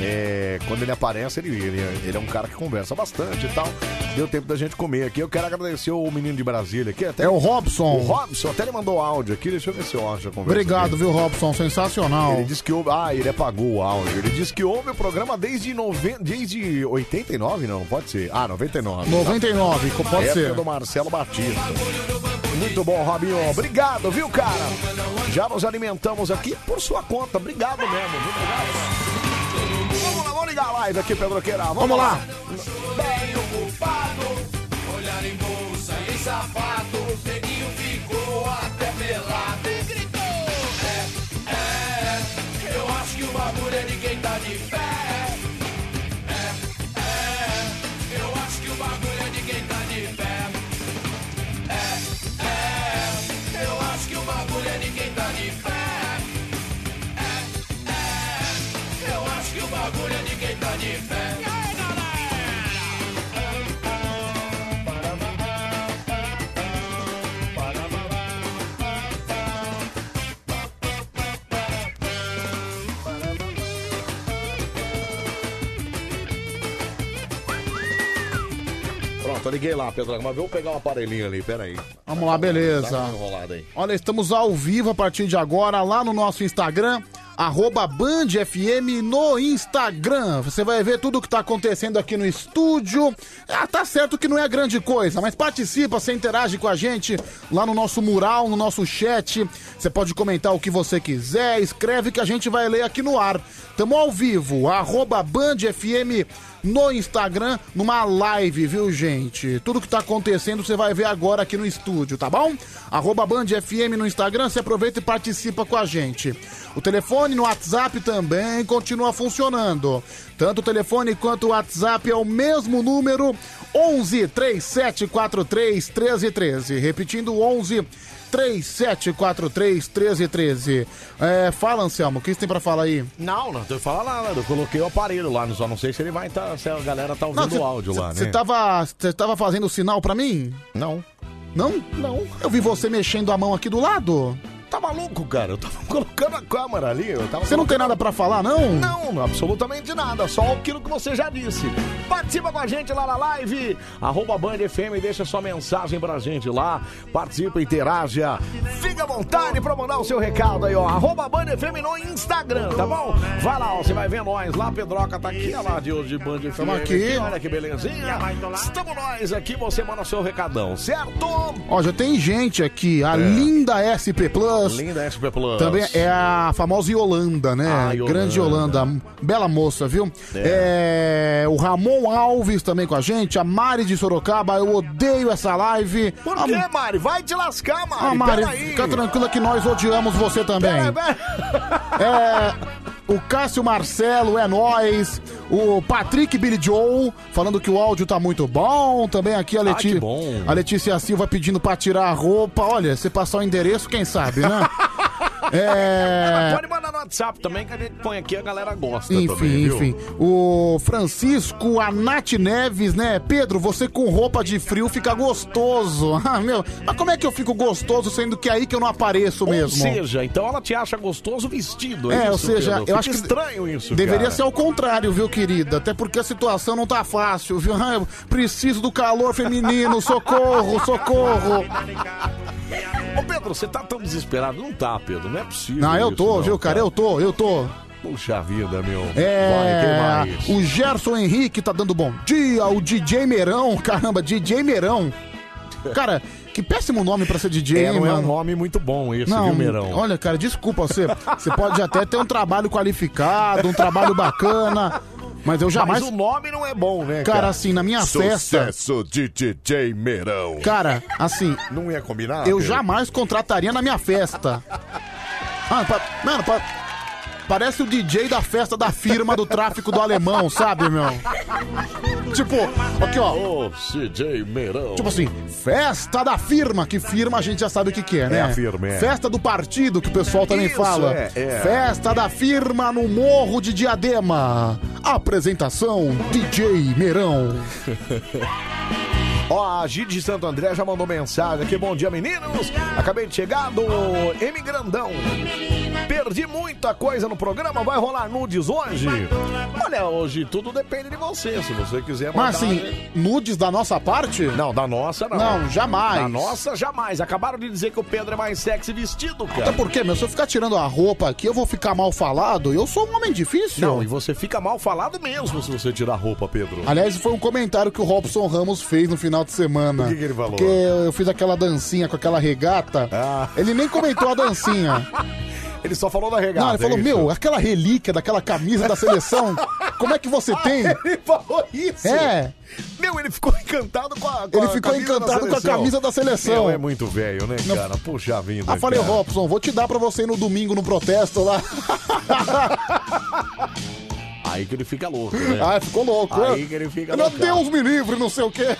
é, quando ele aparece, ele, ele, ele é um cara que conversa bastante e tal. Deu tempo da gente comer aqui. Eu quero agradecer o menino de Brasília aqui. Até
É o Robson.
O Robson, até ele mandou áudio aqui. Deixa eu ver se eu acho a conversa.
Obrigado,
dele.
viu, Robson? Sensacional.
Ele disse que ouve. Ah, ele apagou o áudio. Ele disse que ouve o programa desde, noven... desde 89, não? Pode ser. Ah, 99.
99,
tá?
co- pode
Época
ser.
do Marcelo Batista. Muito bom, Robinho. Obrigado, viu, cara? Já nos alimentamos aqui por sua conta. Obrigado mesmo. Muito obrigado. Vamos lá, vamos ligar a live aqui, Pedro Queira. Vamos,
Vamos lá.
Bem ocupado, olhar em bolsa e em sapato, o neguinho ficou até pelado e gritou. É, é, eu acho que o bagulho é de quem tá de pé. É, é, eu acho que o bagulho é de quem tá de pé. É, é, eu acho que o bagulho é de quem tá de pé. É, é, eu acho que o bagulho é de quem tá de pé.
Pronto, eu liguei lá, Pedro. Mas vou pegar um aparelhinho ali, peraí.
Vamos lá, beleza.
Tá enrolado aí.
Olha, estamos ao vivo a partir de agora lá no nosso Instagram, arroba Band FM no Instagram. Você vai ver tudo o que tá acontecendo aqui no estúdio. Ah, tá certo que não é grande coisa, mas participa, você interage com a gente lá no nosso mural, no nosso chat. Você pode comentar o que você quiser, escreve que a gente vai ler aqui no ar. Tamo ao vivo, arroba Band FM no Instagram, numa live, viu, gente? Tudo que tá acontecendo você vai ver agora aqui no estúdio, tá bom? Arroba Band FM no Instagram, você aproveita e participa com a gente. O telefone no WhatsApp também continua funcionando. Tanto o telefone quanto o WhatsApp é o mesmo número, 11 3743 1313. Repetindo, 11 3743 1313. É, fala, Anselmo, o que você tem pra falar aí?
Não, não tô falando nada. Eu coloquei o aparelho lá, só não sei se ele vai tá, se a galera tá ouvindo
cê- tá
o áudio lá,
Você
né?
tava, você tava fazendo sinal pra mim?
Não.
Não? Não. Eu vi você mexendo a mão aqui do lado.
Tá maluco, cara? Eu tava colocando a câmera ali, eu tava
Você não tem nada pra falar, não?
Não, absolutamente nada, só aquilo que você já disse. Participa com a gente lá na live, arroba Band FM, deixa sua mensagem pra gente lá, participa, interaja, fica à vontade pra mandar o seu recado aí, ó, arroba Band FM no Instagram, tá bom? Vai lá, ó, você vai ver nós lá, Pedroca tá aqui, ó lá, de hoje de Band FM.
Tamo aqui.
Olha que belezinha. Estamos nós aqui, você manda seu recadão, certo?
Ó, já tem gente aqui, a linda SP
É.
Plus.
Linda SP Plus.
Também é a famosa Yolanda, né?
Ah, Yolanda.
Grande Yolanda. Bela moça, viu? É, O Ramon Alves também com a gente. A Mari de Sorocaba. Eu odeio essa live.
Por
a...
quê, Mari? Vai te lascar, Mari.
Ah, Mari,
peraí.
fica tranquila que nós odiamos você também. É, o Cássio Marcelo é nós. O Patrick Billy Joe falando que o áudio tá muito bom. Também aqui a Letícia,
que bom.
a Letícia Silva pedindo pra tirar a roupa. Olha, se passar o endereço, quem sabe, né? É,
Pode mandar no
WhatsApp também que a gente põe aqui, a galera gosta
Enfim,
também, viu?
enfim. O Francisco Anati Neves, né? Pedro, você com roupa de frio fica gostoso. Ah, meu, mas como é que eu fico gostoso sendo que é aí que eu não apareço
Ou
mesmo?
seja, então ela te acha gostoso vestido.
É,
É,
ou
isso,
seja,
Pedro?
eu
Fica
acho que
estranho isso.
Deveria
cara.
ser ao contrário, viu, querida? Até porque a situação não tá fácil, viu? Ah, eu preciso do calor feminino, socorro, socorro.
Ô, Pedro, você tá tão desesperado? Não tá, Pedro, não é possível.
um- Não, eu
isso,
tô,
não, tá.
viu, cara? Eu tô, eu tô.
Puxa vida, meu.
É,
Vai, quem mais?
o Gerson Henrique tá dando bom dia, o DJ Meirão, caramba, DJ Meirão. Cara, que péssimo nome pra ser DJ,
É,
hein,
não é
mano.
um nome muito bom esse, viu, Meirão?
Olha, cara, desculpa você. Você pode até ter um trabalho qualificado, um trabalho bacana, mas eu jamais.
Mas o nome não é bom, né,
Cara,
cara?
assim, na minha festa-
Sucesso de DJ Meirão.
Cara, assim.
Não ia
Ah,
combinar?
eu
Pedro?
jamais contrataria na minha festa. Ah, pa- mano, pa- parece o DJ da festa da firma do tráfico do alemão, sabe, meu? Tipo, aqui ó.
Ô, CJ Meirão.
Tipo assim, festa da firma, que firma a gente já sabe o que, que é, né?
É a firma, é.
Festa do partido, que o pessoal também
Isso,
fala.
é, é.
Festa da firma no Morro de Diadema. Apresentação, DJ Meirão.
Ó, a Gide de Santo André já mandou mensagem aqui. Bom dia, meninos. Acabei de chegar do M Grandão. Perdi muita coisa no programa. Vai rolar nudes hoje? Olha, hoje tudo depende de você. Se você quiser mandar...
Mas assim, nudes da nossa parte?
Não, da nossa não.
Não, jamais.
Da nossa, jamais. Acabaram de dizer que o Pedro é mais sexy vestido, cara.
Até porque, meu, se eu ficar tirando a roupa aqui, eu vou ficar mal falado. Eu sou um homem difícil.
Não, e você fica mal falado mesmo se você tirar a roupa, Pedro.
Aliás, foi um comentário que o Robson Ramos fez no final de semana.
O que que ele falou?
Porque eu fiz aquela dancinha com aquela regata.
Ah.
Ele nem comentou a dancinha.
Ele só falou da regata.
Não, ele falou,
é isso?
meu, aquela relíquia daquela camisa da seleção, como é que você tem?
Ele falou isso.
É.
Meu, ele ficou encantado com a. com
Ele
a
ficou
camisa da
encantado com a
seleção.
camisa da seleção.
Meu, é muito velho, né,
Não.
cara? Puxa vida.
Ah, falei,
cara.
Robson, vou te dar pra você ir no domingo no protesto lá.
Aí que ele fica louco, né?
Ah, ficou louco.
Aí
né?
que ele fica
Meu
louco.
Deus me livre, não sei o quê.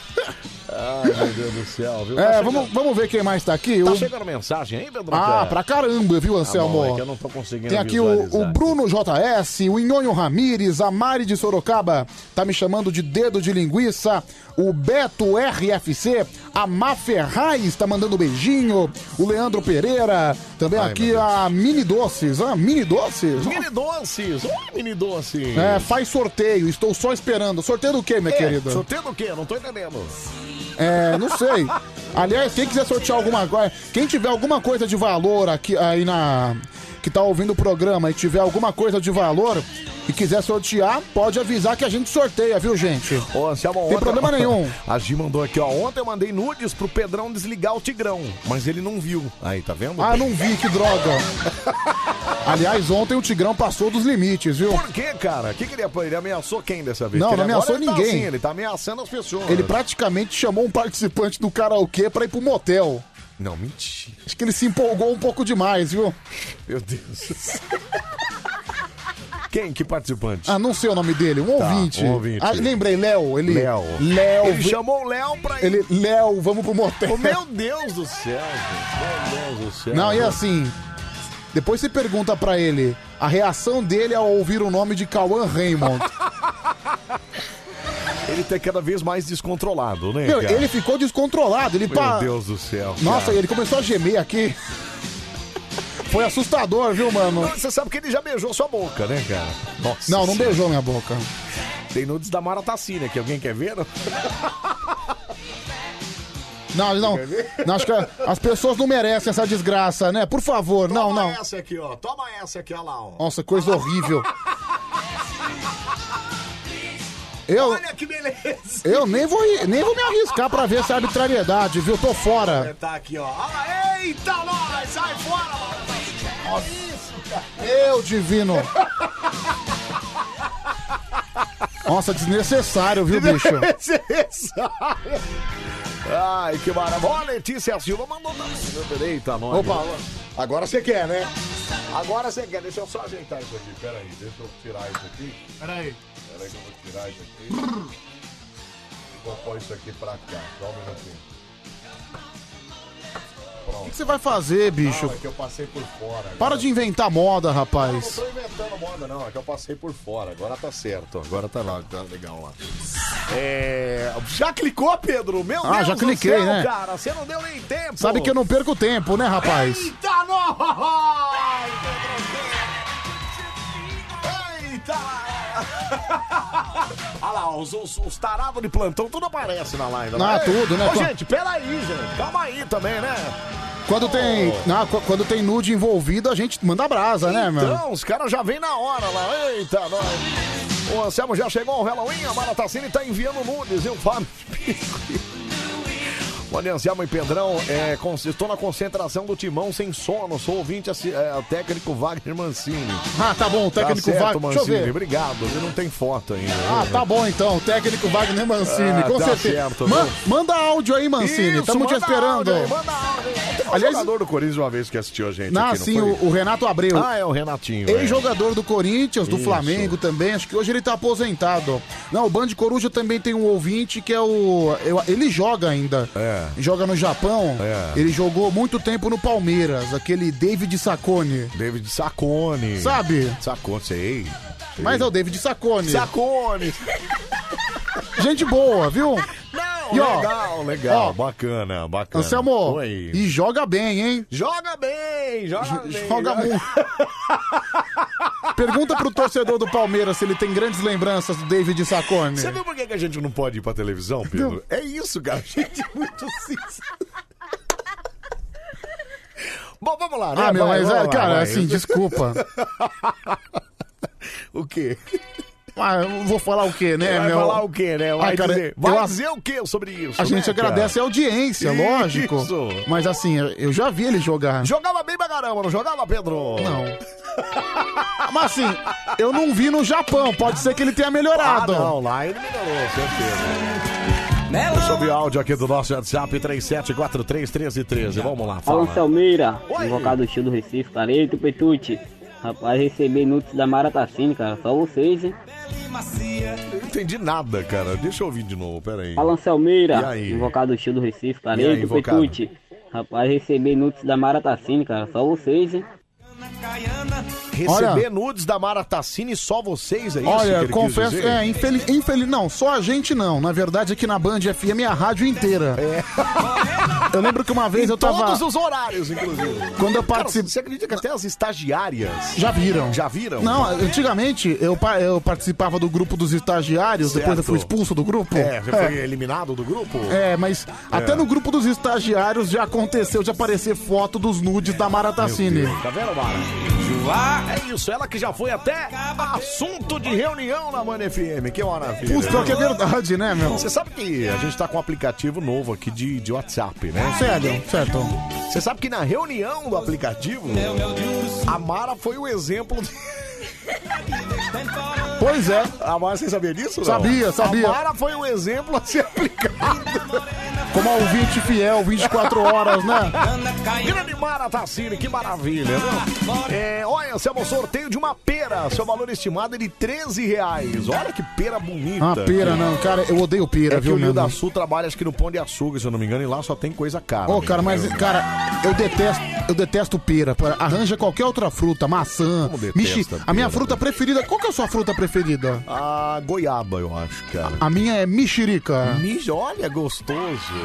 Ai, meu Deus do céu, viu?
É,
Tá
vamos, vamos ver quem mais tá aqui.
Tá
O-
chegando mensagem aí, Pedro?
Ah, pra caramba,
Tá
viu, Anselmo?
é que eu não tô conseguindo
Tem aqui o, o
visualizar.
Bruno JS, o Inhonho Ramires, a Mari de Sorocaba, tá me chamando de dedo de linguiça, o Beto RFC, a Má Ferraz tá mandando beijinho, o Leandro Pereira, também aqui a Mini Doces, ah, Mini Doces?
Mini doces,
um
oi, mini doce.
É, né, faz sorteio, estou só esperando. Sorteio do quê, minha
É,
querida?
Sorteio o quê? Não tô entendendo.
É, não sei. Aliás, quem quiser sortear alguma coisa, quem tiver alguma coisa de valor aqui aí na que tá ouvindo o programa e tiver alguma coisa de valor e quiser sortear, pode avisar que a gente sorteia, viu, gente?
Ô, Anselmo,
Tem
ontem-
problema nenhum.
A Gi mandou aqui, ó. Ontem eu mandei nudes pro Pedrão desligar o Tigrão, mas ele não viu. Aí, tá vendo?
Ah, não vi, que droga. Aliás, ontem o Tigrão passou dos limites, viu?
Por que, É, cara? O que, que ele apoiou? Ele ameaçou quem dessa vez?
Não,
Porque
não
ele agora
ameaçou
ele tá
ninguém.
assim, ele tá ameaçando as pessoas.
Ele praticamente chamou um participante do karaokê pra ir pro motel.
Não, mentira.
Acho que ele se empolgou um pouco demais, viu?
Meu Deus. do céu. quem? Que participante?
Ah, não sei o nome dele, um
Tá,
ouvinte.
um ouvinte.
Ah, lembrei, Léo. Ele...
Léo.
Léo.
Ele chamou o Léo pra
Ele, Léo, vamos pro motel.
Ô, meu Deus do céu, gente. Meu Deus do céu.
Não, e assim, depois você pergunta pra ele a reação dele ao ouvir o nome de Cauã Raymond.
Ele tá cada vez mais descontrolado, né,
Meu,
cara?
ele ficou descontrolado, ele
Meu
pá.
Deus do céu.
Nossa,
cara.
ele começou a gemer aqui. Foi assustador, viu, mano?
Você sabe que ele já beijou sua boca, né, cara? Nossa.
Não, não
senhora.
beijou minha boca.
Tem nudes da Mara Tacina, que alguém quer ver?
Não, não.
Quer ver?
não, acho que as pessoas não merecem essa desgraça, né? Por favor, não,
Toma
não.
essa aqui, ó. Toma essa aqui, ó lá, ó.
Nossa, coisa horrível. Eu,
Olha que beleza.
eu nem vou, ir- nem vou me arriscar pra ver essa arbitrariedade, viu? Tô fora.
Tá aqui, ó. Ah, eita, nós! Sai fora, mano! Nossa. Isso, cara.
Meu divino. Nossa, desnecessário, viu, bicho?
Desnecessário. é Ai, que maravilha. Ó, Letícia Silva mandou também. Eita, nós. né?
Opa,
agora você quer, né? Agora você quer. Deixa eu só ajeitar isso aqui. Pera aí, deixa eu tirar isso aqui. Pera aí. Pera aí que eu vou tirar isso aqui. E vou pôr isso aqui pra cá. Só um minutinho. Pronto.
que você vai fazer, bicho?
Não, é que eu passei por fora. né? agora.
Para de inventar moda,
Não, não
rapaz.
tô inventando moda, não. É que eu passei por fora. Agora tá certo. Agora tá lá, tá legal lá. É, Já clicou, Pedro? Meu
Ah,
Deus
já
do
cliquei,
céu,
né?
cara. Você não deu nem tempo.
Sabe que eu não perco tempo, né, rapaz?
Eita, nós! Eita! Olha lá, os, os, os tarados de plantão tudo aparece na live.
Ah,
Ei,
tudo, né?
Ô, gente, peraí, gente. Calma aí também, né?
Quando tem, não, qu- quando tem nude envolvido, a gente manda brasa, né, mano?
Então, os caras já vêm na hora lá. Eita, nós. O Anselmo já chegou ao Halloween, a Maratacine tá enviando nudes, e o Fábio Olha, Anselmo e Pedrão, é, con- estou na concentração do Timão sem sono, sou ouvinte assi- é, técnico Wagner Mancini.
Ah, tá bom, o técnico
certo,
Wagner- deixa eu
Mancini,
ver.
Obrigado, ele não tem foto ainda.
Ah, tá bom então, técnico Wagner Mancini,
Ah,
com
tá
certeza.
certo,
Ma-
viu?
manda áudio aí, Mancini,
Isso,
estamos te
manda
esperando.
áudio aí, manda áudio aí. Tem um
Aliás-
jogador do Corinthians uma vez que assistiu a gente
Não,
aqui,
Ah, sim,
foi?
o, o Renato Abreu.
Ah, é o Renatinho. é.
Ex-jogador do Corinthians, do
Isso.
Flamengo também, acho que hoje ele tá aposentado. Não, o Band Coruja também tem um ouvinte que é o. eu- Ele joga ainda. Joga no Japão. Ele jogou muito tempo no Palmeiras, aquele David Sacone.
David Sacone.
Sabe?
Sacone, sei.
Mas é o David Sacone.
Sacone!
Gente boa, viu?
Não,
E, ó,
legal, legal,
ó,
bacana, bacana.
Anselmo,
Oi.
e né? joga bem, hein?
Joga bem, joga bem.
Joga muito. Pergunta pro torcedor do Palmeiras se ele tem grandes lembranças do David Sacone.
Você viu por que que a gente não pode ir pra televisão, Pedro? É isso, cara. Gente, é muito sincero. Bom, vamos lá, né?
Ah, meu,
Vai,
mas,
vamos
é,
lá,
cara,
vai.
assim, desculpa.
o quê?
Ah, eu vou falar o quê, né,
vai
meu?
falar o quê, né? Vai,
Ah, cara,
dizer,
eu
vai
a-
dizer o quê sobre isso?
A gente
né, cara?
agradece a audiência,
Isso.
lógico. Mas assim, eu já vi ele jogar.
Jogava bem pra caramba, não jogava, Pedro? Não.
Mas assim, eu não vi no Japão, pode ser que ele tenha melhorado.
Ah, não, lá ele melhorou, certeza. Deixa eu ver o áudio aqui do nosso WhatsApp 37431313. Vamos lá,
Fala,
fala.
Selmeira, advogado tio do Recife, cara. Ei, Tupetute, rapaz, recebi nudes da Maratacine, cara. Só vocês, hein?
Eu não entendi nada, cara. Deixa eu ouvir de novo, peraí.
Fala,
E
Selmeira,
aí?
advogado tio do Recife, cara.
E aí,
Ei,
invocado?
Tupetute, rapaz, recebi nudes da Maratacine, cara. Só vocês, hein?
Receber nudes da Maratacine só vocês, é isso que
Olha,
ele quis
confesso,
dizer?
é, infeliz, infeliz, não, só a gente não. Na verdade, aqui na Band FM é a rádio inteira. Eu lembro que uma vez eu tava.
Todos os horários, inclusive.
Quando eu
Cara,
participo-
você acredita que até as estagiárias...
Já viram.
Já viram?
Não, antigamente eu, pa- eu participava do grupo dos estagiários, depois eu
Certo.
fui expulso do grupo.
É, você foi eliminado do grupo?
É, mas até no grupo dos estagiários já aconteceu de aparecer foto dos nudes da Maratacine.
Meu Deus, Tá vendo, Mara? Joá, é isso, ela que já foi até assunto de reunião na Mano FM. Que maravilha.
Putz, pior que é verdade, né, meu?
Você sabe que a gente tá com um aplicativo novo aqui de, de WhatsApp, né?
Sério, certo.
Você sabe que na reunião do aplicativo, a Mara foi o exemplo. De...
Pois é.
A Mara, você sabia disso? não?
Sabia, sabia.
A Mara foi um exemplo a ser aplicado.
Como a ouvinte fiel, 24 horas, né?
Grande Mara Tassini, que maravilha, né? viu? É, olha, Anselmo, sorteio de uma pera. Seu valor estimado é de 13 reais. Olha que pera bonita.
Ah, pera, não, cara, eu odeio
É
pera,
que
viu,
o Rio
meu?
da Sul trabalha acho que no Pão de Açúcar, se eu não me engano, e lá só tem coisa cara. né?
Ô,
amigo.
cara, mas, cara, eu detesto, eu detesto pera. pera. Arranja qualquer outra fruta, maçã, mexi.
detesta né?
A minha
pera,
fruta preferida, qual que é a sua fruta preferida?
A goiaba, eu acho, cara.
A minha é mexerica.
Mijo, olha, gostoso.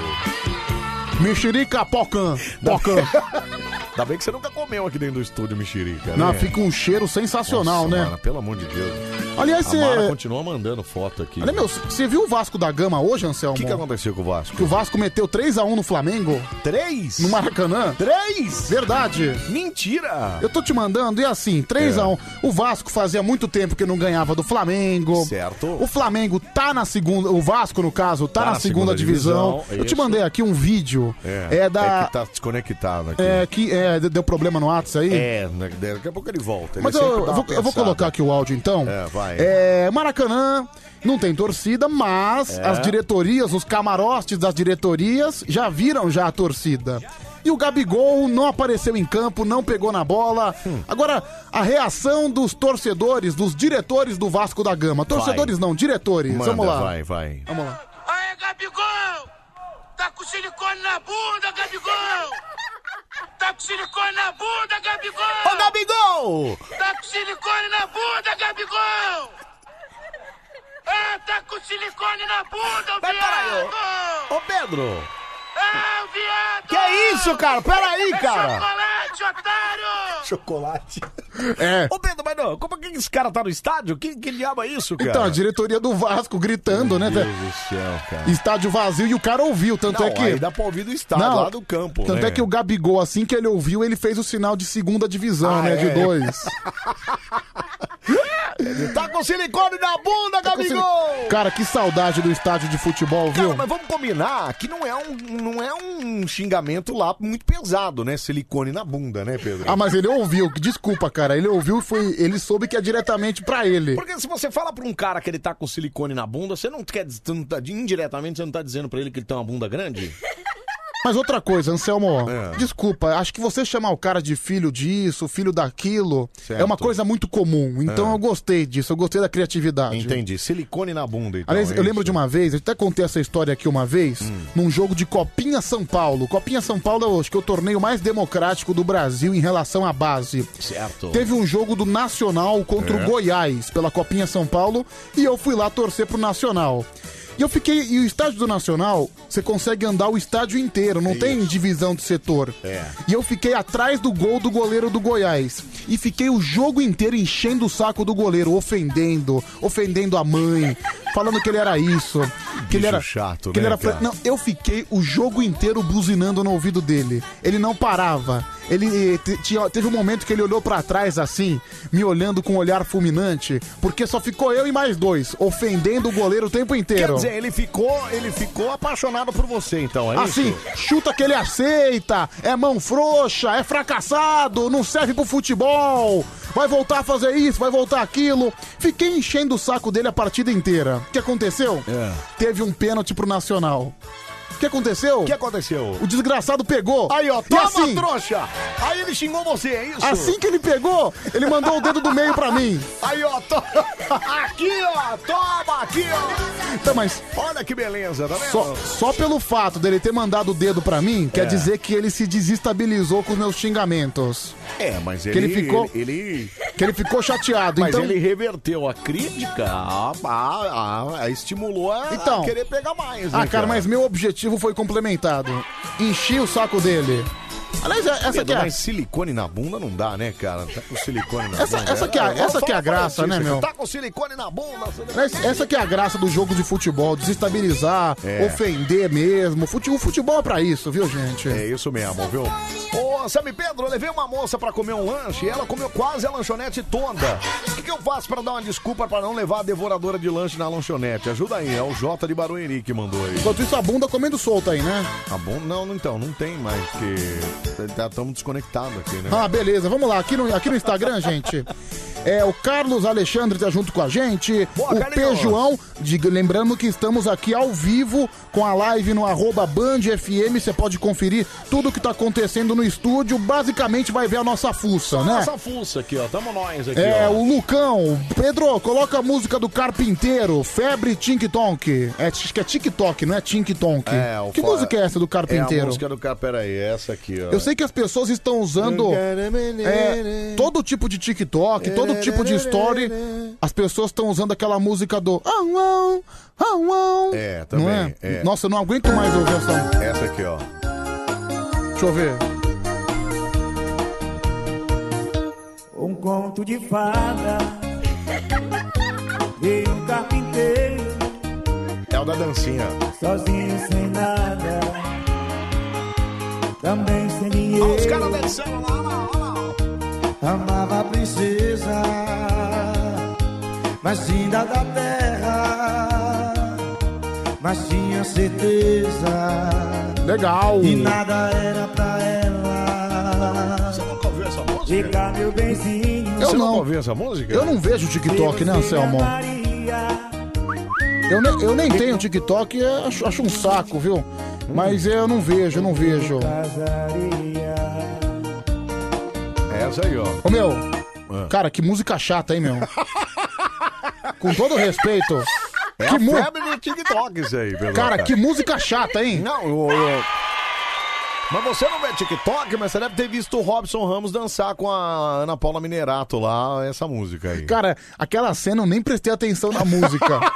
Mexerica pocan. Pocan.
Ainda bem que você nunca comeu aqui dentro do estúdio mexerica,
Não,
né?
fica um cheiro sensacional,
Nossa,
né?
Mara, pelo amor de Deus.
Aliás,
a
você-
Mara continua mandando foto aqui.
Olha, meu, você viu o Vasco da Gama hoje, Anselmo?
O que, que aconteceu com o Vasco?
Que o Vasco meteu 3x1 no Flamengo?
3?
No Maracanã?
3?
Verdade.
Mentira!
Eu tô te mandando, e assim,
É.
3x1. O Vasco fazia muito tempo que não ganhava do Flamengo.
Certo.
O Flamengo tá na segunda. O Vasco, no caso, tá,
Tá
na,
na
segunda,
segunda
divisão.
divisão,
Eu te
isso.
mandei aqui um vídeo. É,
É
da.
que tá desconectado aqui.
É, que é, deu problema no Whats aí?
É, né, daqui a pouco ele volta. Ele
Mas eu,
sempre dá
eu
uma
vou, eu vou
pensada.
colocar aqui o áudio então.
É, vai.
É, Maracanã não tem torcida, mas
É.
as diretorias, os camarotes das diretorias já viram já a torcida. E o Gabigol não apareceu em campo, não pegou na bola.
Hum.
Agora, a reação dos torcedores, dos diretores do Vasco da Gama. Torcedores não, diretores.
Manda,
Vamos lá.
Vai, vai.
Vamos lá.
Aê, Gabigol! Tá com silicone na bunda, Gabigol! com silicone na bunda, Gabigol!
Ô, Gabigol!
Tá com silicone na bunda, Gabigol! Ah, tá com silicone na bunda, ô viado!
Ô, Pedro!
Ah, o viado!
Que é isso, cara? Peraí,
É
cara!
chocolate, otário!
Chocolate. É. Ô, Pedro, mas não, como é que esse cara tá no estádio? Que, que diabo é isso, cara?
Então, a diretoria do Vasco gritando, né, velho?
Meu Deus do céu, cara.
Estádio vazio e o cara ouviu, tanto
Não,
é que.
aí dá pra ouvir do estádio, lá do campo,
Tanto
né?
é que o Gabigol, assim que ele ouviu, ele fez o sinal de segunda divisão,
Ah,
né? De
é.
dois.
Tá com silicone na bunda,
Tá
Gabigol!
Cara, que saudade do estádio de futebol, viu?
Cara, mas vamos combinar que não é, um, não é um xingamento lá muito pesado, né? Silicone na bunda, né, Pedro?
Ah, mas ele ouviu, desculpa, cara. Ele ouviu e foi. Ele soube que é diretamente pra ele.
Porque se você fala pra um cara que ele tá com silicone na bunda, você não quer. dizer- não tá- indiretamente, você não tá dizendo pra ele que ele tem uma bunda grande?
Mas outra coisa, Anselmo,
É.
desculpa, acho que você chamar o cara de filho disso, filho daquilo, é uma coisa muito comum. Então
É.
eu gostei disso, eu gostei da criatividade.
Entendi. Silicone na bunda, então.
Aliás,
é
eu lembro de uma vez, eu até contei essa história aqui uma vez, num jogo de Copinha São Paulo. Copinha São Paulo eu acho que é o torneio mais democrático do Brasil em relação à base.
Certo.
Teve um jogo do Nacional contra
É.
o Goiás pela Copinha São Paulo e eu fui lá torcer pro Nacional. E eu fiquei. E o estádio do Nacional, você consegue andar o estádio inteiro, não tem divisão de setor. E eu fiquei atrás do gol do goleiro do Goiás. E fiquei o jogo inteiro enchendo o saco do goleiro, ofendendo, ofendendo a mãe, falando que ele era isso. Que ele
Bicho
era
chato,
que ele
né,
era fra-
cara?
Não, eu fiquei o jogo inteiro buzinando no ouvido dele. Ele não parava. Ele eh, te- tinha, teve um momento que ele olhou pra trás assim, me olhando com um olhar fulminante, porque só ficou eu e mais dois, ofendendo o goleiro o tempo
Quer
inteiro.
dizer, ele ficou, ele ficou apaixonado por você, então, é
assim,
isso?
chuta que ele aceita, é mão frouxa, é fracassado, não serve pro futebol, vai voltar a fazer isso, vai voltar aquilo. Fiquei enchendo o saco dele a partida inteira. O que aconteceu? Teve um pênalti pro Nacional. O que aconteceu? O que
aconteceu?
O desgraçado pegou.
Aí, ó,
e
toma,
assim,
trouxa! Aí ele xingou você, é isso?
assim que ele pegou, ele mandou o dedo do meio pra mim.
Aí, ó, to... aqui, ó, toma, aqui, ó.
Então, mas
Olha que beleza, tá vendo?
Só, só pelo fato dele ter mandado o dedo pra mim, quer
É.
dizer que ele se desestabilizou com os meus xingamentos.
É, mas
Que
ele.
ele ficou-
Ele, ele-
Que ele ficou chateado.
Mas
então,
ele reverteu a crítica, a, a- a- a- estimulou a, a
Então.
querer pegar mais. né,
Ah, cara, mas meu objetivo foi complementado. Enchi o saco dele. Aliás, é- essa
Pedro,
aqui é.
mas silicone na bunda não dá, né, cara? Tá com silicone na
Essa-
bunda.
essa que é a-
Agora
essa que é
fala pra
a graça,
notícia,
né, meu?
Tá com silicone na bunda.
Aliás, Essa que é a graça do jogo de futebol, desestabilizar,
É.
ofender mesmo. Fute- O futebol é pra isso, viu, gente?
É isso mesmo, viu? Ô, Sammy Pedro, eu levei uma moça pra comer um lanche e ela comeu quase a lanchonete toda. O que, que eu faço pra dar uma desculpa pra não levar a devoradora de lanche na lanchonete? Ajuda aí, é o Jota de Barueri que mandou aí.
Enquanto isso, a bunda comendo solta aí, né?
Tá bom? Não, não, então, não tem mais, porque
tá,
estamos desconectados aqui, né?
Ah, beleza. Vamos lá. Aqui no, aqui no Instagram, gente. É, o Carlos Alexandre tá junto com a gente. o P. João. diga- lembrando que estamos aqui ao vivo com a live no arroba Band FM. Você pode conferir tudo o que tá acontecendo no estúdio. Basicamente vai ver a nossa fuça, né?
Essa fuça aqui, ó. Tamo nós aqui,
É,
ó.
o Lucão. Pedro, coloca a música do Carpinteiro. Febre Tink Tonk. É, acho que é TikTok, não é Tink Tonk.
É, o
que
fa-
música é essa do
É a
Carpinteiro?
música do cara, peraí, é essa aqui, ó.
Eu sei que as pessoas estão usando é, todo tipo de TikTok, todo tipo de story. As pessoas estão usando aquela música do. "Ah, ah, ah, ah".
É, também.
Não é?
é.
Nossa, eu não aguento mais ouvir essa.
Essa aqui, ó.
Deixa eu ver.
Um conto de fada e um carpinteiro
É o da dancinha.
sozinho sem nada, também sem dinheiro.
Olha os caras dançando lá, lá,
lá. Amava a princesa, mas ainda da terra, mas tinha certeza.
Legal.
E nada era pra ela. Você
nunca ouviu essa música?
Fica meu benzinho.
Eu não.
ouviu essa música?
Eu não vejo TikTok, né, Anselmo? Eu, ne- eu nem tenho TikTok, é- acho, acho um saco, viu? Mas eu não vejo, eu não vejo.
É essa aí, ó.
Ô meu,
Ah.
cara, que música chata, hein, meu? Com todo respeito.
É
que
a
mu-
febre do TikTok isso aí, Pedro.
Cara, que música chata, hein?
Não, eu... eu-
Mas você não vê TikTok, mas você deve ter visto o Robson Ramos dançar com a Ana Paula Minerato lá, essa música aí.
Cara, aquela cena eu nem prestei atenção na música.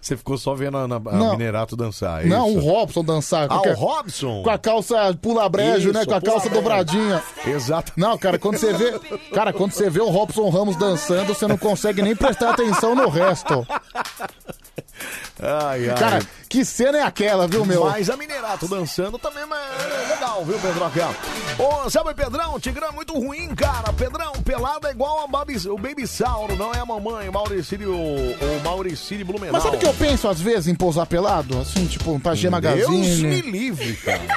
Você ficou só vendo a, Ana, a
Não.
Minerato dançar. é
Não,
isso?
o Robson dançar.
Ah,
Qualquer-
o Robson?
Com a calça pula-brejo,
Isso,
né? Com a calça
pula-brejo.
dobradinha.
Exato.
Não, cara, quando você vê. Cara, quando você vê o Robson Ramos dançando, você não consegue nem prestar atenção no resto.
Ai, ai.
Cara, que cena é aquela, viu, meu?
Mas a Minerato dançando também é legal, viu, Pedroca? Ô, sabe, Pedrão, Tigrão é muito ruim, cara. Pedrão, pelada é igual a Babi, o Baby Sauro, não é a mamãe, Mauricírio, o Mauricírio Blumenau.
Mas sabe o que eu penso às vezes em pousar pelado? Assim, tipo, pra G
Deus me
Magazine.
livre, cara.
né?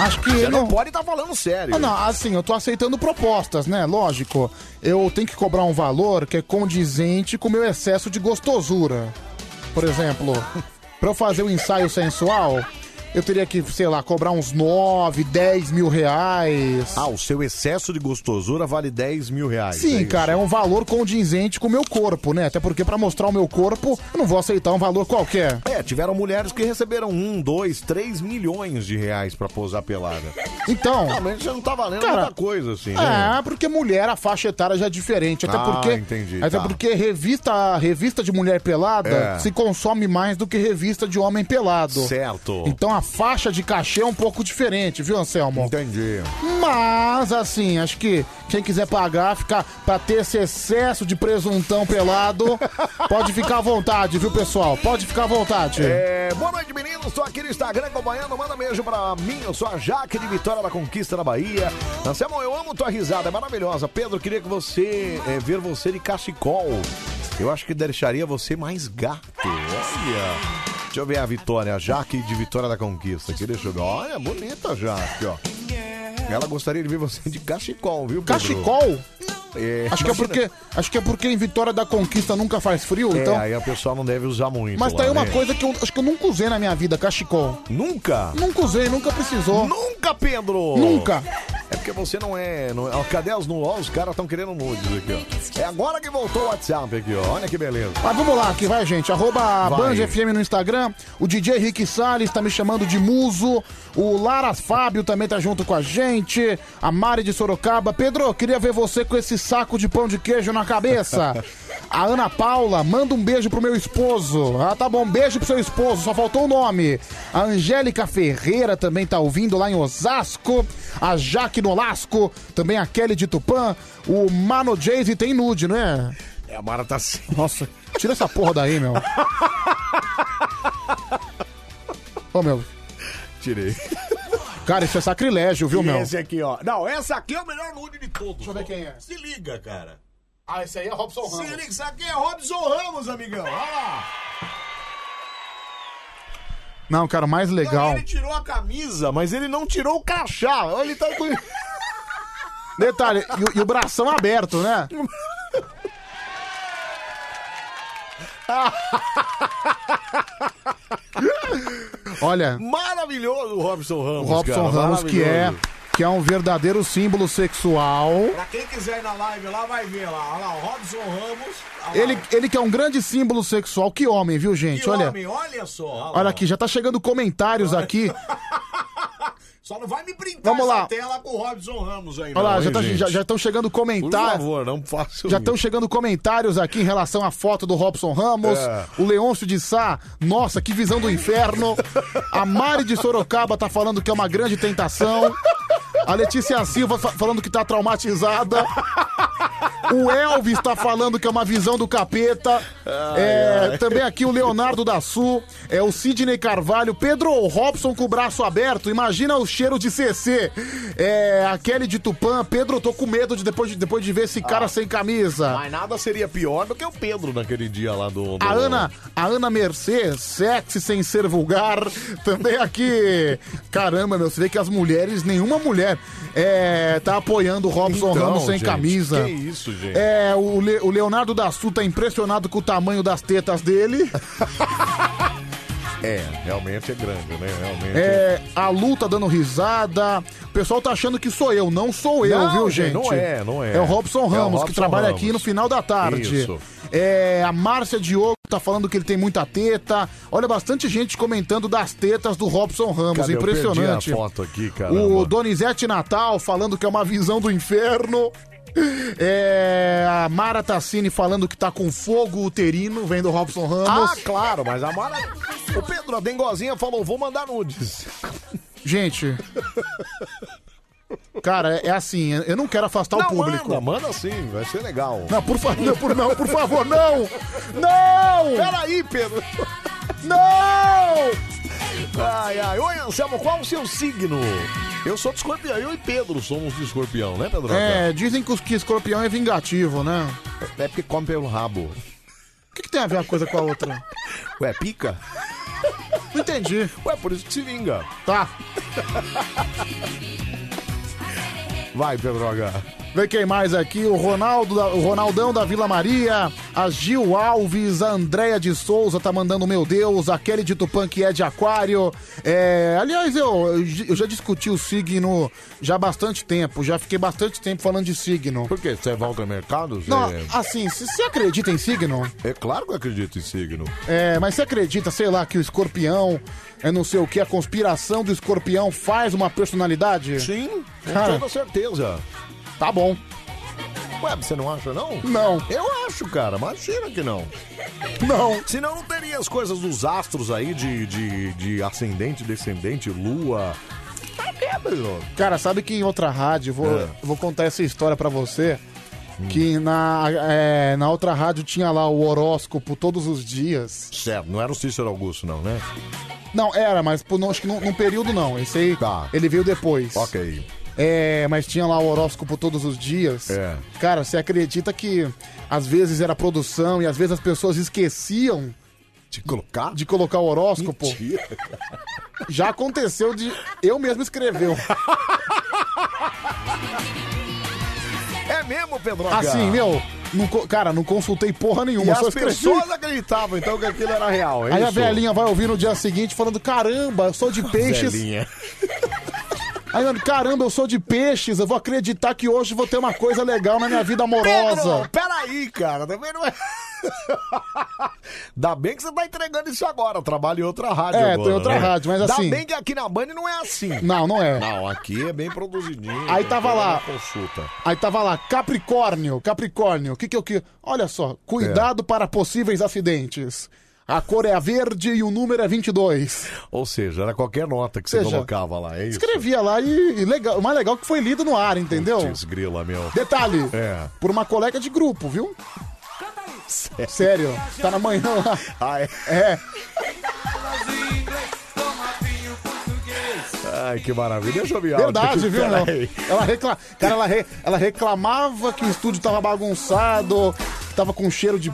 Acho que. é
Você não,
não-
pode estar falando sério.
Ah, não, assim, eu tô aceitando propostas, né? Lógico. Eu tenho que cobrar um valor que é condizente com o meu excesso de gostosura. Por exemplo, pra eu fazer um ensaio sensual, eu teria que, sei lá, cobrar uns 9, 10 mil reais.
Ah, o seu excesso de gostosura vale 10 mil reais.
Sim,
é isso?
cara, é um valor condizente com o meu corpo, né? Até porque pra mostrar o meu corpo, eu não vou aceitar um valor qualquer.
É, tiveram mulheres que receberam um, dois, três milhões de reais pra posar pelada.
Então.
Realmente já não tá valendo
Cara,
muita coisa, assim, né?
É, porque mulher, a faixa etária já é diferente. Até
Ah,
porque.
entendi,
até
tá.
porque revista, revista de mulher pelada
É.
se consome mais do que revista de homem pelado.
Certo.
Então a faixa de cachê é um pouco diferente, viu, Anselmo?
Entendi.
Mas, assim, acho que quem quiser pagar, ficar pra ter esse excesso de presuntão pelado, pode ficar à vontade, viu, pessoal? Pode ficar à vontade.
É, boa noite, meninos. Estou aqui no Instagram acompanhando. Manda beijo pra mim. Eu sou a Jaque de Vitória da Conquista na Bahia. Anselmo, eu amo tua risada, é maravilhosa. Pedro, queria que você é, ver você de cachecol. Eu acho que deixaria você mais gato. Olha. Deixa eu ver a Vitória, a Jaque de Vitória da Conquista aqui. Deixa eu ver. Olha, bonita a Jaque, ó. Ela gostaria de ver você de cachecol, viu, Pedro?
Cachecol?
É,
Acho que,
imagina.
é porque, acho que é porque em Vitória da Conquista nunca faz frio,
É,
então.
aí a pessoa não deve usar muito.
Mas tá aí
lá,
uma
né?
coisa que eu acho que eu nunca usei na minha vida, cachecol.
Nunca?
Nunca usei, nunca precisou.
Nunca, Pedro!
Nunca.
É porque você não é. Não é ó, cadê as nu- ó, Os caras estão querendo nudes aqui, ó. É agora que voltou o WhatsApp aqui, ó. Olha que beleza.
Mas vamos lá aqui, vai, gente. Arroba
Vai.
Band FM no Instagram. O DJ Rick Salles tá me chamando de muso. O Lara Fábio também tá junto com a gente. A Mari de Sorocaba. Pedro, queria ver você com esse saco de pão de queijo na cabeça. A Ana Paula, manda um beijo pro meu esposo. Ah, tá bom, beijo pro seu esposo, só faltou o nome. A Angélica Ferreira também tá ouvindo lá em Osasco. A Jaque Nolasco, também a Kelly de Tupã. O Mano Jayce tem nude, né?
É, a Mara tá assim.
Nossa, tira essa porra daí, meu. Ô, meu.
Tirei.
Cara, isso é sacrilégio, viu,
E
meu?
Esse é- aqui, ó. Não, essa aqui é o melhor nude de todos. Deixa eu
ver quem é.
Se liga, cara.
Ah, esse aí é Robson
Se liga, isso aqui é Robson Ramos, amigão. Olha lá.
Não, cara, o mais legal.
Ele tirou a camisa, mas ele não tirou o crachá. Olha, Ele tá com.
Detalhe, e, o- e o bração aberto, né? Olha,
Maravilhoso o Robson
o
Ramos. cara,
Robson Ramos, que é,
maravilhoso.
que é um verdadeiro símbolo sexual.
Pra quem quiser ir na live lá, vai ver lá. Olha lá, o Robson Ramos. Olha lá.
Ele, ele que é um grande símbolo sexual. Que homem, viu, gente?
Que
olha,
homem, olha só. Olha, lá.
olha aqui, já tá chegando comentários aqui.
Só não vai me brincar
Vamos
essa
lá.
tela com o Robson Ramos aí,
Olha lá,
não,
já
hein,
tá-
gente?
já já estão chegando
Por
comentários.
favor, não faça
Já
isso.
estão chegando comentários aqui em relação à foto do Robson Ramos,
É.
o Leôncio de Sá, nossa, que visão do inferno. A Mari de Sorocaba tá falando que é uma grande tentação. A Letícia Silva fa- falando que tá traumatizada. O Elvis tá falando que é uma visão do capeta. É,
ai.
Também aqui o Leonardo da Sul, é o Sidney Carvalho, Pedro Robson com o braço aberto, imagina o cheiro de CC. É, a Kelly de Tupã, Pedro, tô com medo de depois de, depois de ver esse cara
Ah.
sem camisa.
Mas nada seria pior do que o Pedro naquele dia lá do. do-
A Ana, a Ana Mercê, sexy sem ser vulgar, também aqui. Caramba, meu, você vê que as mulheres, nenhuma mulher é, tá apoiando o Robson
Então,
Ramos sem
gente,
camisa.
Que isso, gente.
É, o, Le- o Leonardo da Sul tá impressionado com o tamanho das tetas dele.
É, realmente é grande, né? Realmente.
É, a Lu tá dando risada. O pessoal tá achando que sou eu. Não sou eu,
Não,
viu,
gente,
gente?
não é, não é.
É o Robson
É o
Ramos,
Robson
que trabalha
Ramos.
aqui no final da tarde.
Isso.
É, a Márcia Diogo tá falando que ele tem muita teta. Olha, bastante gente comentando das tetas do Robson Ramos.
Cara, eu perdi
Impressionante.
a foto aqui, caramba.
o Donizete Natal falando que é uma visão do inferno. É, a Mara Tassini falando que tá com fogo uterino, vem do Robson Ramos.
Ah, claro, mas a Mara. O Pedro, a Dengozinha falou: vou mandar nudes.
Gente. Cara, é, é assim, eu não quero afastar o
Não,
público.
manda, manda sim, vai ser legal.
Não, por favor, não, por, não, por favor, não! Não!
Peraí, Pedro!
Não!
Ai, ai. Oi, Anselmo, qual o seu signo? Eu sou de escorpião. Eu e Pedro somos de escorpião, né, Pedro?
É, dizem que, os- que escorpião é vingativo, né?
É porque come pelo rabo.
O que, que tem a ver uma coisa com a outra?
Ué, pica?
Não entendi.
Ué, por isso que se vinga.
Tá.
Vai, Pedroga.
Vê quem mais aqui, o Ronaldo, da- o Ronaldão da Vila Maria, a Gil Alves, a Andréia de Souza tá mandando meu Deus, a Kelly de Tupã que é de aquário. É, aliás, eu, eu já discuti o signo já há bastante tempo, já fiquei bastante tempo falando de signo.
Por quê? Você volta ao mercado? Você...
Não, assim, se você acredita em signo,
É claro que eu acredito em signo.
é, mas você acredita, sei lá, que o escorpião é não sei o que, a conspiração do escorpião faz uma personalidade?
Sim, com
Cara,
toda certeza.
tá bom.
Ué, você não acha, não?
Não.
Eu acho, cara. Imagina que não.
Não.
Senão não teria as coisas dos astros aí de, de, de ascendente, descendente, lua. Tá bêbado.
Cara, sabe que em outra rádio, vou,
É. Hum.
vou contar essa história pra você, que na, é, na outra rádio tinha lá o horóscopo todos os dias.
Certo, não era o Cícero Augusto, não, né?
Não, era, mas por, não, acho que num, num período não, esse aí, ele veio depois.
Tá. Ok.
É, mas tinha lá o horóscopo todos os dias.
É.
Cara, você acredita que às vezes era produção e às vezes as pessoas esqueciam...
De colocar?
De colocar o horóscopo. Já aconteceu de... Eu mesmo escrever. um.
É mesmo, Pedro?
Assim, meu, não co- cara, não consultei porra
E
nenhuma, só
as
escrevi.
pessoas acreditavam, então, que aquilo era real, é
Aí a
isso?
velhinha vai ouvir no dia seguinte falando: caramba, eu sou de peixes.
Velhinha.
Aí, mano, caramba, eu sou de peixes, eu vou acreditar que hoje vou ter uma coisa legal na minha vida amorosa.
Pedro, peraí, cara, também não é... Ainda bem que você tá entregando isso agora, trabalha em outra rádio
É,
agora,
tem outra
né?
rádio, mas assim-
Ainda bem que aqui na Band não é assim.
Não, não é.
Não, aqui é bem produzidinho.
Aí tava
tem
lá.
uma Consulta.
Aí tava lá, Capricórnio, Capricórnio, o que que eu que. Olha só,
É.
cuidado para possíveis acidentes. A cor é a verde e o número é 22.
Ou seja, era qualquer nota que você
Seja,
colocava lá, é isso?
Escrevia lá e, e legal, o mais legal é que foi lido no ar, entendeu?
Putz, grila, meu.
Detalhe,
É.
por uma colega de grupo, viu? Sério? Tá na manhã lá.
Ah, é?
É.
Ai, que maravilha. Deixa eu ver a
Verdade,
áudio.
viu, meu?
Peraí.
Ela, recla... Cara, ela, re- ela reclamava que o estúdio tava bagunçado, que tava com cheiro de,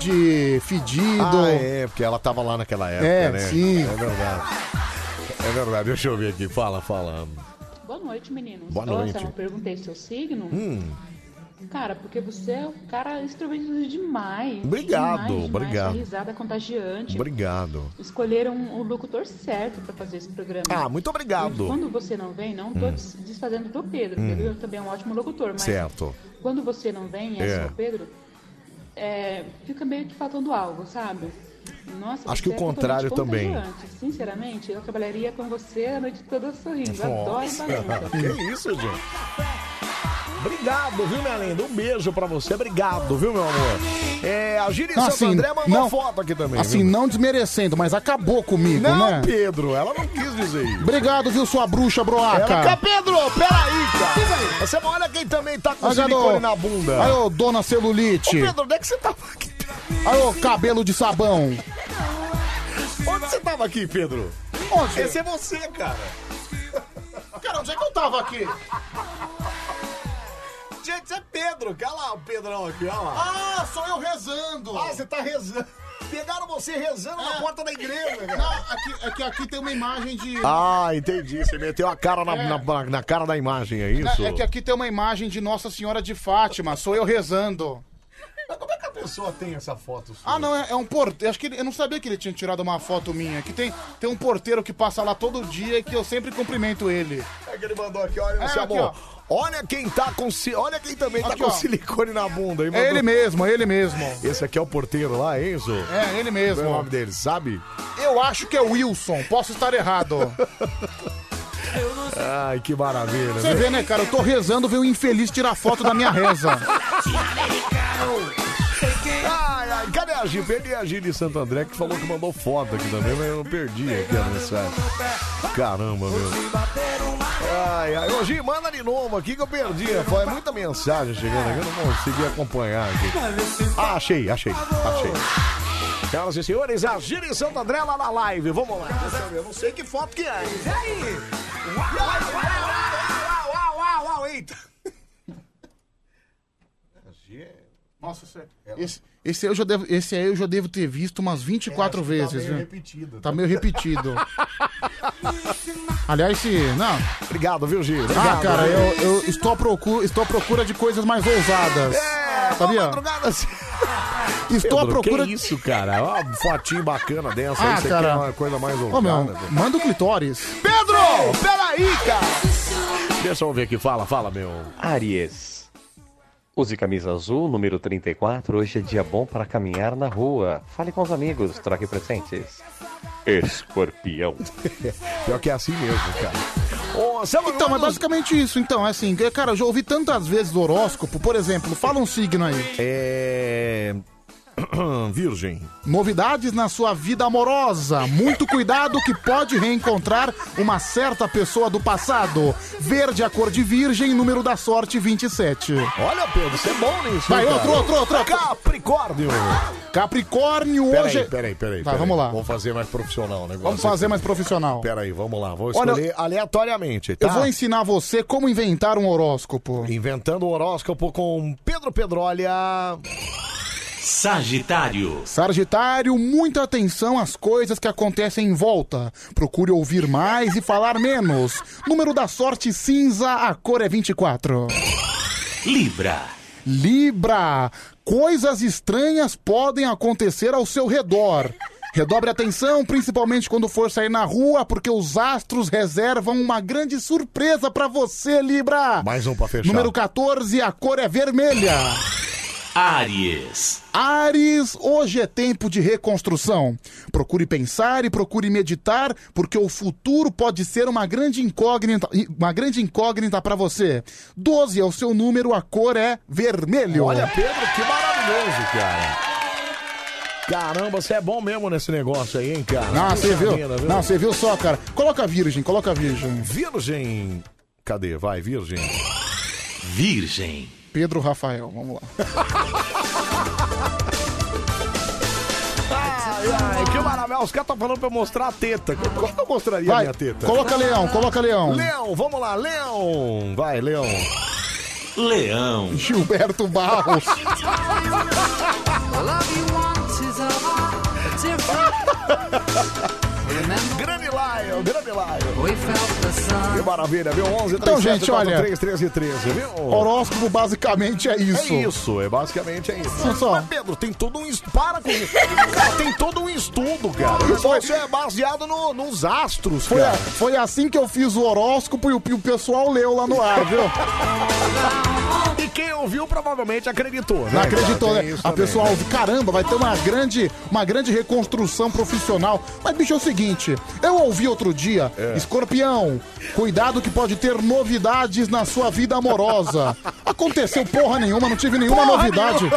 de fedido.
Ah, é, porque ela tava lá naquela época,
É,
né?
sim.
É verdade. É verdade, deixa eu ver aqui. Fala, fala.
Boa noite, meninos.
Boa
Nossa,
noite.
eu não perguntei seu signo.
Hum,
Cara, porque você é um cara extrovertido demais.
Obrigado,
demais, demais.
obrigado.
Sua risada é contagiante.
obrigado.
Escolheram o locutor certo pra fazer esse programa.
Ah, muito obrigado.
E quando você não vem, não tô
Hum.
des- desfazendo do Pedro.
Hum.
porque Pedro também é um ótimo locutor, mas
Certo.
quando você não vem, é,
É.
só o Pedro, é, fica meio que faltando algo, sabe? Nossa,
Acho que
você é
o contrário
totalmente
também.
contagiante. Sinceramente, eu trabalharia com você a noite toda sorrindo. Adoro
Nossa,
bagunça.
que isso, gente. Obrigado, viu, minha linda? Um beijo pra você. Obrigado, viu, meu amor? É, a Giri
Não,
Santo
assim,
André mandou
não.
foto aqui também.
Assim,
viu?
não desmerecendo, mas acabou comigo,
Não,
né?
Pedro, ela não quis dizer isso.
Obrigado, viu, sua bruxa broaca.
Ela, Pedro, peraí, cara. Você olha quem também tá com
Aí,
silicone
Gadô.
na bunda.
Aí, ô, dona celulite.
Ô, Pedro, onde é que você tava aqui?
Aí, ô, cabelo de sabão.
Onde você tava aqui, Pedro?
Onde?
Esse é você, cara.
Cara, onde é que eu tava aqui?
Gente, isso é Pedro. Olha lá o Pedrão aqui, olha Tá lá.
Ah, sou eu rezando. É.
Ah, você tá rezando. Pegaram você rezando na porta da igreja, cara.
Não, aqui, aqui, aqui tem uma imagem de...
Ah, entendi. Você meteu a cara na,
É.
na- na- na cara da imagem, é isso?
É, é que aqui tem uma imagem de Nossa Senhora de Fátima, sou eu rezando.
Como é que a pessoa tem essa foto
Ah, não, é, é um porteiro. Acho que ele- eu não sabia que ele tinha tirado uma foto minha. Que tem, tem um porteiro que passa lá todo dia e que eu sempre cumprimento ele.
É que ele mandou aqui, olha,
É,
esse
aqui,
amor. Olha quem tá com. si- Olha quem também tá
Aqui,
com
ó.
silicone na bunda.
É ele mesmo,
ele mesmo. Esse aqui é o porteiro lá, Enzo?
É, ele mesmo.
Qual é o nome dele, sabe?
Eu acho que é o Wilson, posso estar errado.
Ai, que maravilha.
Você vê, né, cara? Eu tô rezando, veio um infeliz tirar foto da minha reza.
Ai, ai, cadê a Gi? Perdi a Gi de Santo André que falou que mandou foto aqui também, mas eu não perdi aqui a mensagem. Caramba, meu. Ai, ai, ô Gi, manda de novo aqui que eu perdi. Pô, é muita mensagem chegando aqui, eu não consegui acompanhar aqui. Ah, achei, achei, achei. Senhoras e senhores, a Gi de Santo André lá na live, vamos lá. Deixa eu ver, eu não sei que foto que é. E aí? Uau, uau, uau, eita. é-
Nossa, você... Esse, esse, eu já devo, esse aí eu já devo ter visto umas 24
acho que tá
vezes,
meio
viu?
repetido.
Tá meio repetido. Aliás, se. Não.
Obrigado, viu, Gil?
Ah,
Obrigado.
cara, eu, eu estou, à procura, estou à procura de coisas mais ousadas. É, Sabia? Estou à
Pedro,
procura.
Que isso, cara? Ó, Uma fotinho bacana dessa.
Ah,
isso
cara.
aqui é uma coisa mais
Ô, meu,
ousada. né? velho.
manda o clitóris.
Pedro! Peraí, cara! Deixa eu ver aqui. Fala, fala, meu.
Aries. Use camisa azul, número 34. Hoje é dia bom para caminhar na rua. Fale com os amigos, troque presentes. Escorpião.
Pior que é assim mesmo, cara.
então, é basicamente isso. Então, é assim, que, cara, eu já ouvi tantas vezes do horóscopo. Por exemplo, fala um signo aí.
É. Virgem.
Novidades na sua vida amorosa. Muito cuidado que pode reencontrar uma certa pessoa do passado. Verde é a cor de virgem, número da sorte 27.
Olha, Pedro, você é bom nisso.
Vai,
hein,
outro,
cara?
outro, outro, outro.
Capricórnio.
Capricórnio
Peraí,
hoje.
peraí, peraí, peraí.
Tá, vamos lá.
Vamos fazer mais profissional o negócio.
Vamos fazer mais profissional.
Peraí, vamos lá. Vou
Olha,
escolher aleatoriamente, tá?
Eu vou ensinar você como inventar um horóscopo.
Inventando o horóscopo com Pedro Pedrolha.
Sagitário.
Sagitário, muita atenção às coisas que acontecem em volta. Procure ouvir mais e falar menos. Número da sorte cinza, a cor é 24.
Libra.
Libra, coisas estranhas podem acontecer ao seu redor. Redobre atenção, principalmente quando for sair na rua, porque os astros reservam uma grande surpresa pra você, Libra.
Mais um pra fechar.
Número 14, a cor é vermelha.
Aries.
Ares, hoje é tempo de reconstrução. Procure pensar e procure meditar, porque o futuro pode ser uma grande incógnita, uma grande incógnita para você. 12 é o seu número, a cor é vermelho.
Olha, Pedro, que maravilhoso, cara. Caramba, você é bom mesmo nesse negócio aí, hein, cara?
não, você
Puxa
viu?
vida,
Não, você viu só, cara. Coloca a virgem, coloca a virgem.
Virgem. Cadê? Vai, virgem.
Virgem.
Pedro Rafael, vamos lá.
Ai, que maravilha. Os caras estão falando pra eu mostrar a teta. Como é eu mostraria a
Vai,
minha teta?
coloca leão, coloca leão.
Leão, vamos lá, leão. Vai, leão.
Leão.
Gilberto Barros.
Grande Lion, grande Lion. Que maravilha, viu? 11,
Então,
37,
gente, olha.
43, 13, 13, viu?
Horóscopo basicamente é isso.
É isso, é basicamente é isso.
Olha só.
Mas, Pedro, tem todo um estudo. Para com isso. Cara, tem todo um estudo, cara. O negócio é baseado no- nos astros,
Foi, a-
cara.
foi assim que eu fiz o horóscopo e o, e o pessoal leu lá no ar, viu?
E quem ouviu provavelmente acreditou, né?
Não acreditou,
cara? Tem
né?
isso
A
também.
pessoa ouve, caramba, vai ter uma grande, uma grande reconstrução profissional. Mas, bicho, é o seguinte, eu ouvi outro dia,
É.
escorpião, cuidado que pode ter novidades na sua vida amorosa. Aconteceu porra nenhuma, não tive nenhuma
Porra
novidade.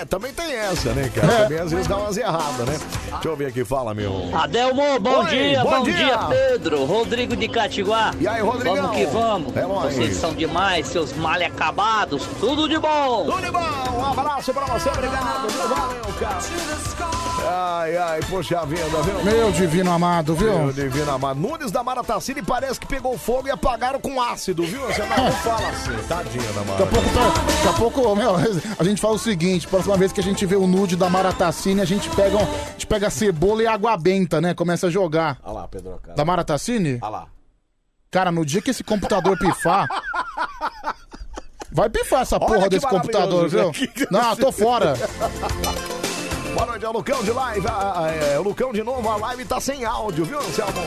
É, também tem essa, né, cara?
É.
Também às vezes dá umas erradas, né? Deixa eu ver aqui, fala, meu.
Adelmo, bom
Oi,
dia,
bom
bom,
dia.
dia. Pedro. Rodrigo de Catiguá.
E aí, Rodrigão?
Vamos que vamos.
É nóis.
Vocês são demais, seus male acabados. Tudo de bom.
Tudo de bom. Um abraço pra você, obrigado. viu? Valeu, cara. Ai, ai, poxa vida, viu?
Meu divino amado, viu?
Meu divino amado. Nunes da Maratacine parece que pegou fogo e apagaram com ácido, viu? Você não fala assim, tadinha da
É. Daqui a pouco,
Mara.
tá- daqui a pouco, meu, a gente fala o seguinte, próxima vez que a gente vê o nude da Maratacine, a gente pega, um- a gente pega cebola e água benta, né? Começa a jogar.
Olha lá, Pedro, cara.
Da Maratacine?
Olha lá.
Cara, no dia que esse computador pifar. Vai pifar essa
Olha
porra
que
desse computador, viu?
maravilhoso, né?
Não, tô fora.
é, Boa noite, é o Lucão de live. Ah, ah, é, o Lucão de novo, a live tá sem áudio, viu, Anselmo?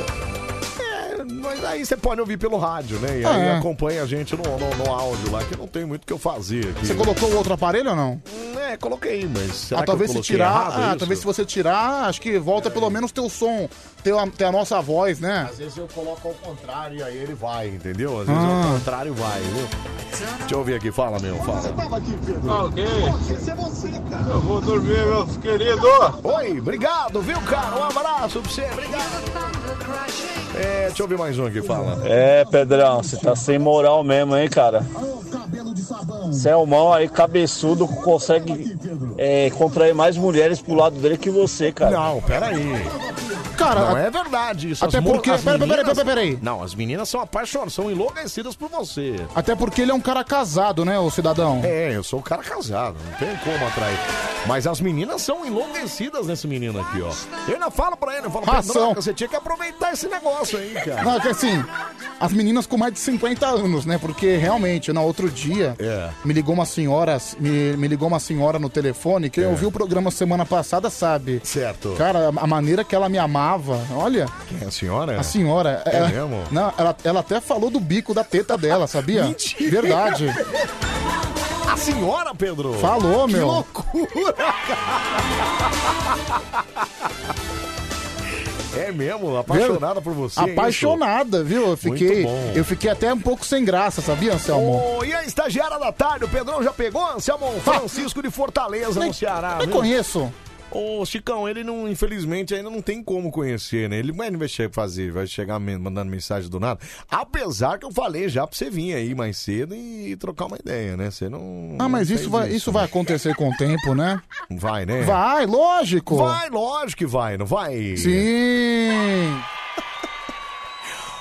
Mas aí você pode ouvir pelo rádio, né? E aí
Ah, é.
acompanha a gente no, no, no áudio lá, que não tem muito o que eu fazer aqui.
Você colocou o outro aparelho ou não?
É, coloquei, mas será
Ah,
que
talvez
eu
se
coloquei
tirar,
errado
ah,
isso?
talvez se você tirar, acho que volta pelo menos teu som, teu, a- ter a nossa voz, né?
Às vezes eu coloco ao contrário e aí ele vai, entendeu? Às vezes
Ah.
ao contrário vai, viu? Deixa eu ouvir aqui, fala, meu, fala.
tava aqui, Pedro.
Tá Ok.
Esse é você, cara.
Eu vou dormir, meus queridos. Oi, obrigado, viu, cara? Um abraço pra você, obrigado. É, deixa eu ouvir mais um aqui, fala.
É, Pedrão, você tá sem moral mesmo, hein, cara? Selmão aí, cabeçudo, consegue é, contrair mais mulheres pro lado dele que você, cara.
Não, peraí.
Cara,
não
a-
é verdade isso.
até
As mo-
porque-
as
pera- pera- pera-
meninas-
pera- pera aí.
Não, as meninas são apaixonadas, são enlouquecidas por você.
Até porque ele é um cara casado, né, o cidadão?
É, eu sou um cara casado, não tem como atrair. Mas as meninas são enlouquecidas nesse menino aqui, ó. Eu ainda falo pra ele, eu falo,
Ração.
Pedroca, você tinha que aproveitar esse negócio aí, cara.
Não, é que assim, as meninas com mais de 50 anos, né? Porque realmente, no outro dia,
É.
me ligou uma senhora, me, me ligou uma senhora no telefone, quem ouviu o programa semana passada sabe.
É. Certo.
Cara, a a maneira que ela me amava, olha.
Quem é a senhora?
A senhora.
É
ela-
mesmo?
Não, ela, ela até falou do bico da teta dela, sabia?
Mentira.
Verdade.
A senhora, Pedro?
Falou, meu.
Que loucura, cara. É mesmo? Apaixonada por você. é isso?
Apaixonada, viu? Eu fiquei,
Muito bom.
eu fiquei até um pouco sem graça, sabia, Anselmo?
Ô, e a estagiária da tarde, o Pedrão já pegou? Anselmo Francisco de Fortaleza,
Nem-
no Ceará.
nem
Tá, viu?
conheço.
Ô, Chicão, ele não, infelizmente, ainda não tem como conhecer, né? Ele mas ele vai che- fazer, vai chegar me- mandando mensagem do nada. Apesar que eu falei já pra você vir aí mais cedo e trocar uma ideia, né? Você não.
Ah, mas
não
isso
fez
vai, isso vai acontecer com o tempo, né?
Vai, né?
Vai, lógico.
Vai, lógico que vai, não vai?
Sim.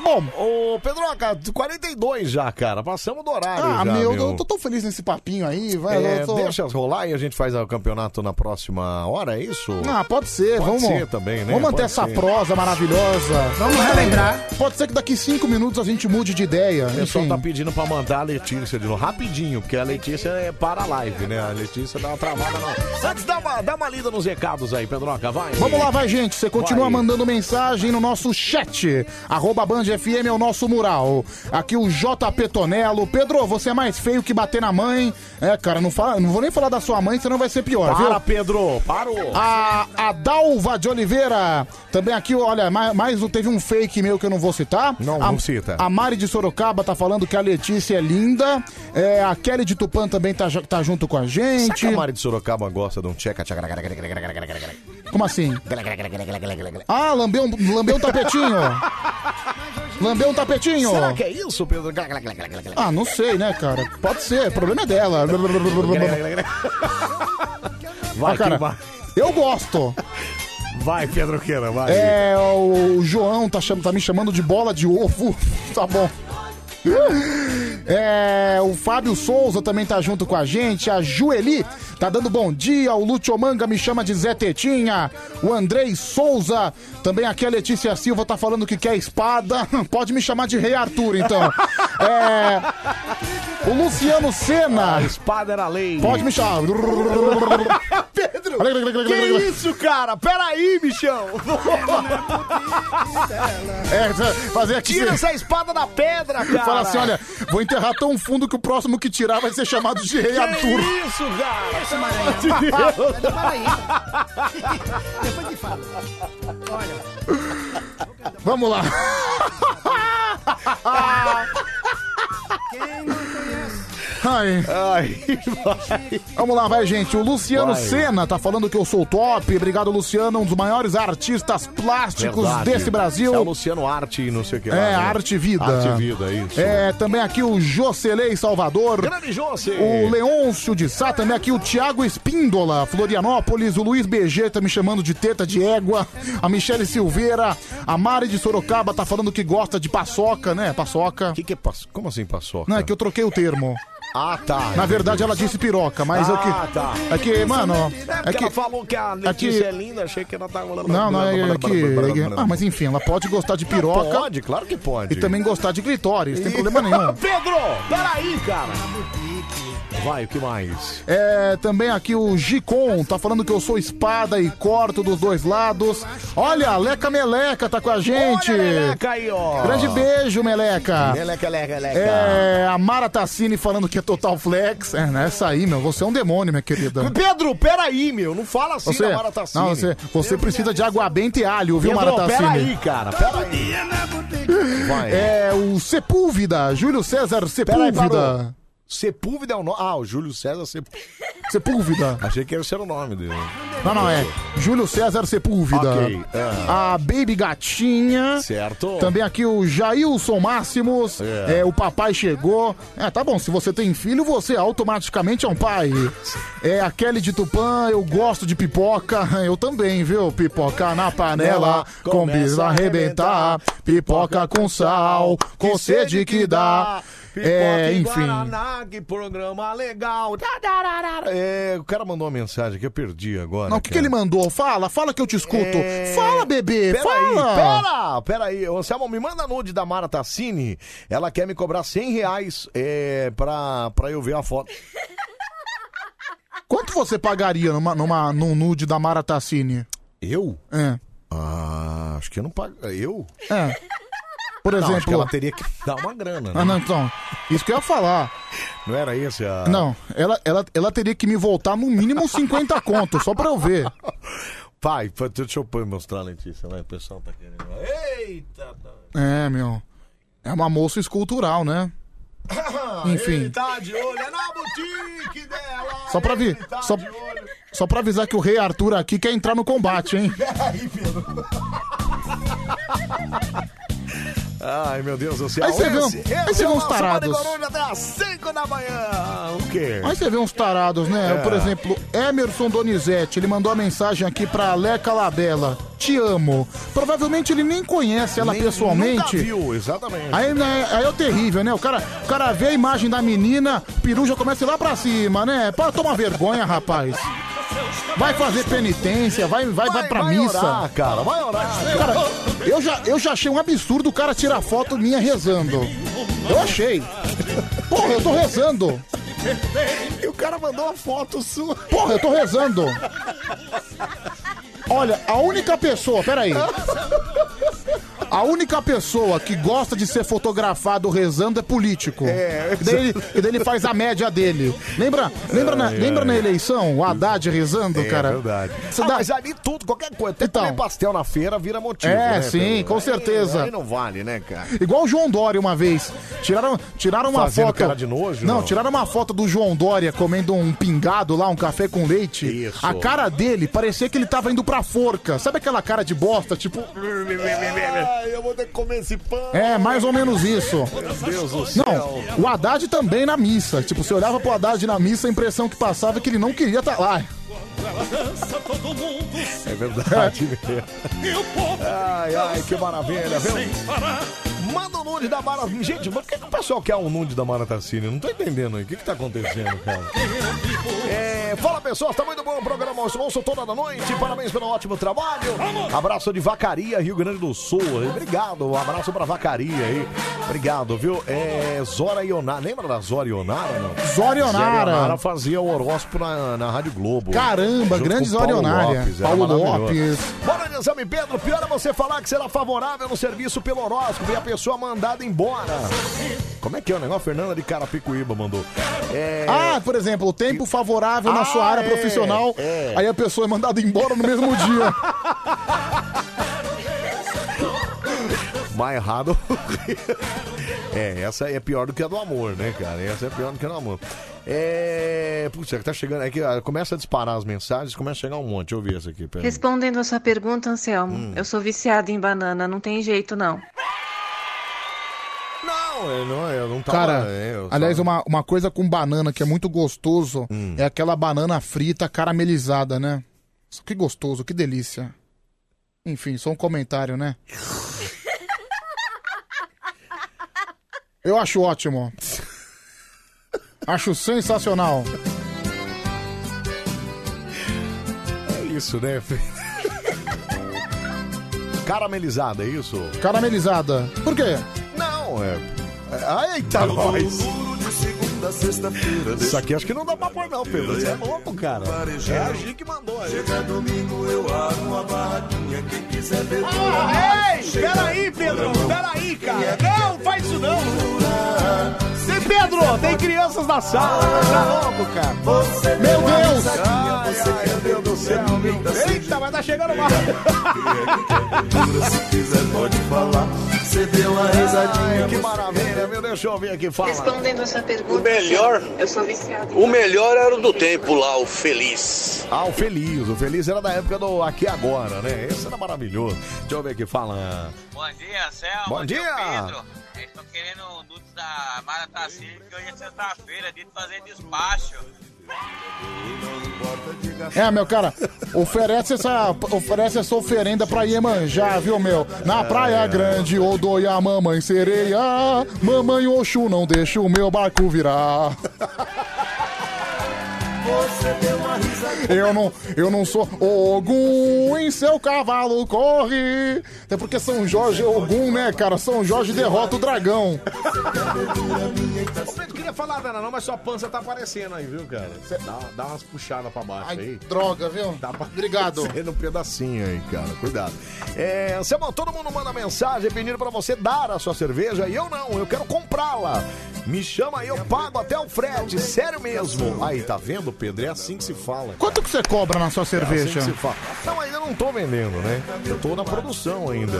Bom.
Ô, Pedroca, 42 já, cara. Passamos do horário
Ah,
já,
meu,
meu.
eu tô tão feliz nesse papinho aí, vai.
É,
eu tô-
Deixa rolar e a gente faz o campeonato na próxima hora, é isso?
Ah, pode ser,
Pode
vamos.
ser também, né?
Vamos manter
Pode
essa
ser.
prosa maravilhosa.
Vamos relembrar.
Pode ser que daqui cinco minutos a gente mude de ideia.
O pessoal
Enfim.
tá pedindo pra mandar a Letícia de novo, rapidinho, porque a Letícia é para a live, né? A Letícia dá uma travada na... Antes, dá uma, dá uma lida nos recados aí, Pedroca, vai.
Vamos lá, vai, gente. Você continua mandando mensagem no nosso chat. Arroba Band FM é o nosso mural. Aqui o JP Tonelo. Pedro, você é mais feio que bater na mãe. É, cara, não, fala, não vou nem falar da sua mãe, senão vai ser pior,
Para,
viu?
Pedro, parou.
A Adalva de Oliveira. Também aqui, olha, mais, mais um- teve um fake meu que eu não vou citar. Não, a,
não cita.
A Mari de Sorocaba tá falando que a Letícia é linda. É, a Kelly de Tupã também tá, tá junto com a
Será que
gente.
a Mari de Sorocaba gosta de um tcheca tcheca
Como assim? Ah, lambeu um, lambeu um tapetinho. lambeu um tapetinho.
Será que é isso, Pedro?
Ah, não sei, né, cara? Pode ser, o problema é dela.
Vai,
Ah, cara,
que vai.
eu gosto.
Vai, Pedro Queira, vai.
É, o João tá, cham- tá me chamando de bola de ovo. Tá bom. É, o Fábio Souza também tá junto com a gente. A Jueli tá dando bom dia. O Lúcio Manga me chama de Zé Tetinha. O Andrei Souza. Também aqui a Letícia Silva tá falando que quer espada. Pode me chamar de Rei Arthur, então. É, o Luciano Senna.
espada era lei.
Pode me chamar.
Pedro!
Que
isso, cara? Peraí, bichão!
É, fazer aqui.
Tira essa espada da pedra, cara!
Fala assim, olha, vou enterrar tão fundo que o próximo que tirar vai ser chamado de Rei
Que
Arthur.
isso, cara? Tá Isso,
Maranhão.
Depois me fala. Olha.
Vamos lá.
Quem não conhece.
Ai. Vamos lá, vai, gente. O Luciano
Vai.
Senna tá falando que eu sou top. Obrigado, Luciano, um dos maiores artistas plásticos
Verdade.
desse Brasil.
É o Luciano Arte e não sei o que lá.
É,
né?
Arte e Vida.
Arte e Vida, isso.
É, também aqui o Jocelei Salvador.
Grande José.
O Leôncio de Sá, também aqui o Thiago Espíndola, Florianópolis, o Luiz BG tá me chamando de teta de égua, a Michele Silveira, a Mari de Sorocaba tá falando que gosta de paçoca, né? Paçoca.
Que que é paçoca? Como assim paçoca?
Não, é que eu troquei o termo.
Ah, tá.
Na verdade, ela disse piroca, mas eu que.
Ah, tá.
É que, mano.
É
É
porque
que.
ela falou que a Letícia é linda, achei que ela tava...
Não, não, é, é que. é que- Ah, mas enfim, ela pode gostar de piroca.
Pode, claro que pode.
E também gostar de clitóris, tem problema nenhum.
Pedro, peraí, cara. Vai, o que mais?
É, também aqui o Gicon tá falando que eu sou espada e corto dos dois lados. Olha, a Leca Meleca tá com a gente.
Meleca aí, ó.
Grande beijo, Meleca.
Meleca, leca, leca.
É, a Mara Tassini falando que é total flex. É, né? Essa aí, meu, você é um demônio, minha querida.
Pedro, peraí, meu. Não fala assim
Você,
da Mara Tassini.
não, você, você precisa de água benta e alho, viu, Mara
Pedro,
Tassini?
peraí, cara. Peraí. Vai.
É o Sepúlvida, Júlio César
Peraí,
Sepúlvida.
parou. Sepúlveda é o nome. Ah, o Júlio César Sepúlveda.
Sepúlveda.
Achei que era o seu nome dele.
Não, não, é. Júlio César Sepúlveda.
Ok, ah.
É. A Baby Gatinha.
Certo.
Também aqui o Jailson Máximos.
É.
É, o papai chegou. É, tá bom, se você tem filho, você automaticamente é um pai. É a Kelly de Tupã, eu gosto de pipoca. Eu também, viu? Pipoca na panela, com
Começa
bis
a
arrebentar. Pipoca com sal, com sede que dá. É, enfim.
Guaraná, que programa legal. Tadararara. É, o cara mandou uma mensagem que eu perdi agora.
Não, o que, que ele mandou? Fala, fala que eu te escuto. Fala, bebê, fala.
É. Pera, pera aí. Ô, Anselmo, me manda nude da Mara Tassini. Ela quer me cobrar 100 reais é, pra, pra eu ver a foto.
Quanto você pagaria numa, numa, num nude da Mara Tassini?
Eu?
É.
Ah, acho que eu não pago. Eu?
É. Por
Não, acho
exemplo.
que ela teria que dar uma grana, né?
Ah, não, então. Isso que eu ia falar.
Não era esse a...
Não, ela, ela, ela teria que me voltar no mínimo uns 50 conto, só pra eu ver.
Pai, fa- deixa eu pôr- mostrar a Letícia, vai, o pessoal tá querendo. Eita!
É, meu. É uma moça escultural, né? Enfim.
Ele tá de olho, é na boutique dela!
Só pra, vi,
ele tá
só,
de olho.
só pra avisar que o rei Arthur aqui quer entrar no combate, hein?
Peraí, Pedro. Ai, meu Deus do céu.
Aí você vê um-
Esse- esse
aí você
é
vê
o
uns
nosso
tarados.
Bande Coruja até às 5 da manhã. O quê?
Aí você vê uns tarados, né?
É.
Por exemplo, Emerson Donizete, ele mandou uma mensagem aqui pra Aleca Labella. Te amo. Provavelmente ele nem conhece ela
Nem- Nunca
pessoalmente.
viu, exatamente.
Aí, né, aí é o terrível, né? O cara, o cara vê a imagem da menina, o peru já começa a ir lá pra cima, né? Para tomar vergonha, rapaz. Vai fazer penitência, vai, vai, vai pra
vai
missa.
orar, cara, vai orar.
Cara, eu já, eu já achei um absurdo o cara tirar foto minha rezando. Eu achei. Porra, eu tô rezando.
E o cara mandou uma foto sua.
Porra, eu tô rezando. Olha, a única pessoa, peraí. A única pessoa que gosta de ser fotografado rezando é político.
É,
e, daí ele, e daí ele faz a média dele. Lembra, lembra, na,
Ai,
lembra
ai.
na eleição o Haddad rezando,
É,
cara?
verdade.
Você
Ah,
dá- Então.
Mas ali tudo, qualquer coisa. Até comer pastel na feira vira motivo.
É,
né,
sim,
Pedro?
com
Aí-
certeza.
Aí, não vale, né, cara?
Igual o João Dória uma vez. Tiraram, tiraram uma
Fazendo
foto.
cara de nojo,
não,
não?
tiraram uma foto do João Dória comendo um pingado lá, um café com leite.
Isso.
A cara dele parecia que ele tava indo pra forca. Sabe aquela cara de bosta, tipo.
Ai, eu vou ter que comer esse pão.
É, mais ou menos isso.
Meu Deus do céu.
Não, o Haddad também na missa. Tipo, você olhava pro Haddad na missa, a impressão que passava é que ele não queria estar lá.
É verdade mesmo. Ai, ai, que maravilha, viu? Manda o nude da Mara. Gente, mas por que, que o pessoal quer um nude da Mara Tassini? Eu Não tô entendendo aí. O que que tá acontecendo, cara? É, fala pessoal, tá muito bom o programa. Ouço, ouço toda da noite. Parabéns pelo ótimo trabalho. Abraço de Vacaria, Rio Grande do Sul. Obrigado, um abraço pra Vacaria aí. Obrigado, viu? É, Zora Ionara. Lembra da Zora Ionara? Não?
Zora Ionara.
fazia o horóscopo na, na Rádio Globo.
Caramba,
Junto
grande
com o Paulo
Zora Ionária.
Lopes, era
Paulo
maravilhoso.
Lopes.
Bora de exame, Pedro. Pior é você falar que será favorável no serviço pelo horóscopo e a pessoa mandada embora. Como é que é o negócio? Fernanda de Carapicuíba mandou. É...
Ah, por exemplo, o tempo favorável na sua
Ah,
área
é,
profissional,
é.
aí a pessoa é mandada embora no mesmo dia.
Mais errado. é, essa é pior do que a do amor, né, cara? Essa é pior do que a do amor. É. Puxa, que tá chegando. É que ah, começa a disparar as mensagens, começa a chegar um monte. Deixa eu ver essa aqui, peraí.
Respondendo a sua pergunta, Anselmo,
Hum.
eu sou viciada em banana, não tem jeito não.
Não, eu não, eu não tava.
Cara,
é, eu
aliás,
tava-
uma, uma coisa com banana que é muito gostoso
Hum.
é aquela banana frita caramelizada, né? Nossa, Que gostoso, que delícia. Enfim, só um comentário, né? Eu acho ótimo. Acho sensacional.
É isso, né? Fê? Caramelizada, é isso?
Caramelizada. Por quê? Tá
Não, é. é- Eita, nós! Isso aqui acho que não dá pra pôr, não, Pedro. Você é louco, cara. É a Gi que mandou aí.
Chega domingo, eu abro a barraquinha. Quem quiser ver
é?
Ah, ei, peraí, Pedro, peraí, cara. Não, faz isso não. Tem Pedro, tem crianças na sala. Tá louco, cara.
Meu Deus!
Ai, ai, meu Deus do céu. Eita, mas tá chegando mais.
Se quiser, pode falar. Você deu a risadinha.
Que maravilha, meu. Deixa eu ver aqui, fala.
Respondendo essa pergunta.
O melhor-
Eu sou viciada.
O melhor era o do tempo lá, o feliz.
Ah, o Feliz. O Feliz era da época do Aqui Agora, né? Esse era maravilhoso. Deixa eu ver aqui, fala.
Bom dia, Selma.
Bom
Aqui é o
dia.
Pedro. Eles estão querendo o Nudes da Mara Tassini, porque hoje é sexta-feira, dia de fazer despacho.
É, meu cara, oferece essa, oferece essa oferenda pra Iemanjá, viu, meu? Na Praia Grande, odoia a mamãe sereia. Mamãe Oxu, não deixa o meu barco virar.
Você deu uma risadinha.
Eu não, eu não sou Ogum em seu cavalo corre. Até porque São Jorge é Ogum, né, cara? São Jorge derrota o dragão.
Ô, Pedro, queria falar nada não, mas sua pança tá aparecendo aí, viu, cara? Você dá, dá umas puxadas pra baixo aí.
Droga, viu?
Tá
Obrigado.
aparecendo um pedacinho aí, cara. Cuidado. É, Anselmo, todo mundo manda mensagem pedindo pra você dar a sua cerveja e eu não, eu quero comprá-la. Me chama aí, eu pago até o frete, sério mesmo. Aí, tá vendo, Pedro? É assim que se fala.
Quanto que você cobra na sua
É
cerveja?
assim que se fala. Não, ainda não tô vendendo, né? Eu tô na produção ainda.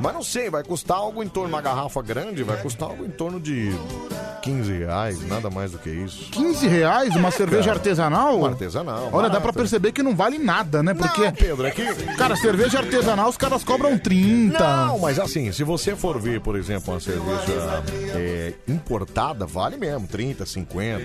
Mas não sei, vai custar algo em torno, uma garrafa grande, vai custar algo em torno de 15 reais, nada mais do que isso.
15 reais uma cerveja
Cara,
artesanal?
uma artesanal,
Olha, dá
barata.
pra perceber que não vale nada, né? Porque.
Pedro, é que-
Cara, cerveja artesanal tá. os caras cobram 30.
Não, mas assim, se você for ver, por exemplo, uma cerveja é, importada, vale mesmo, 30, 50.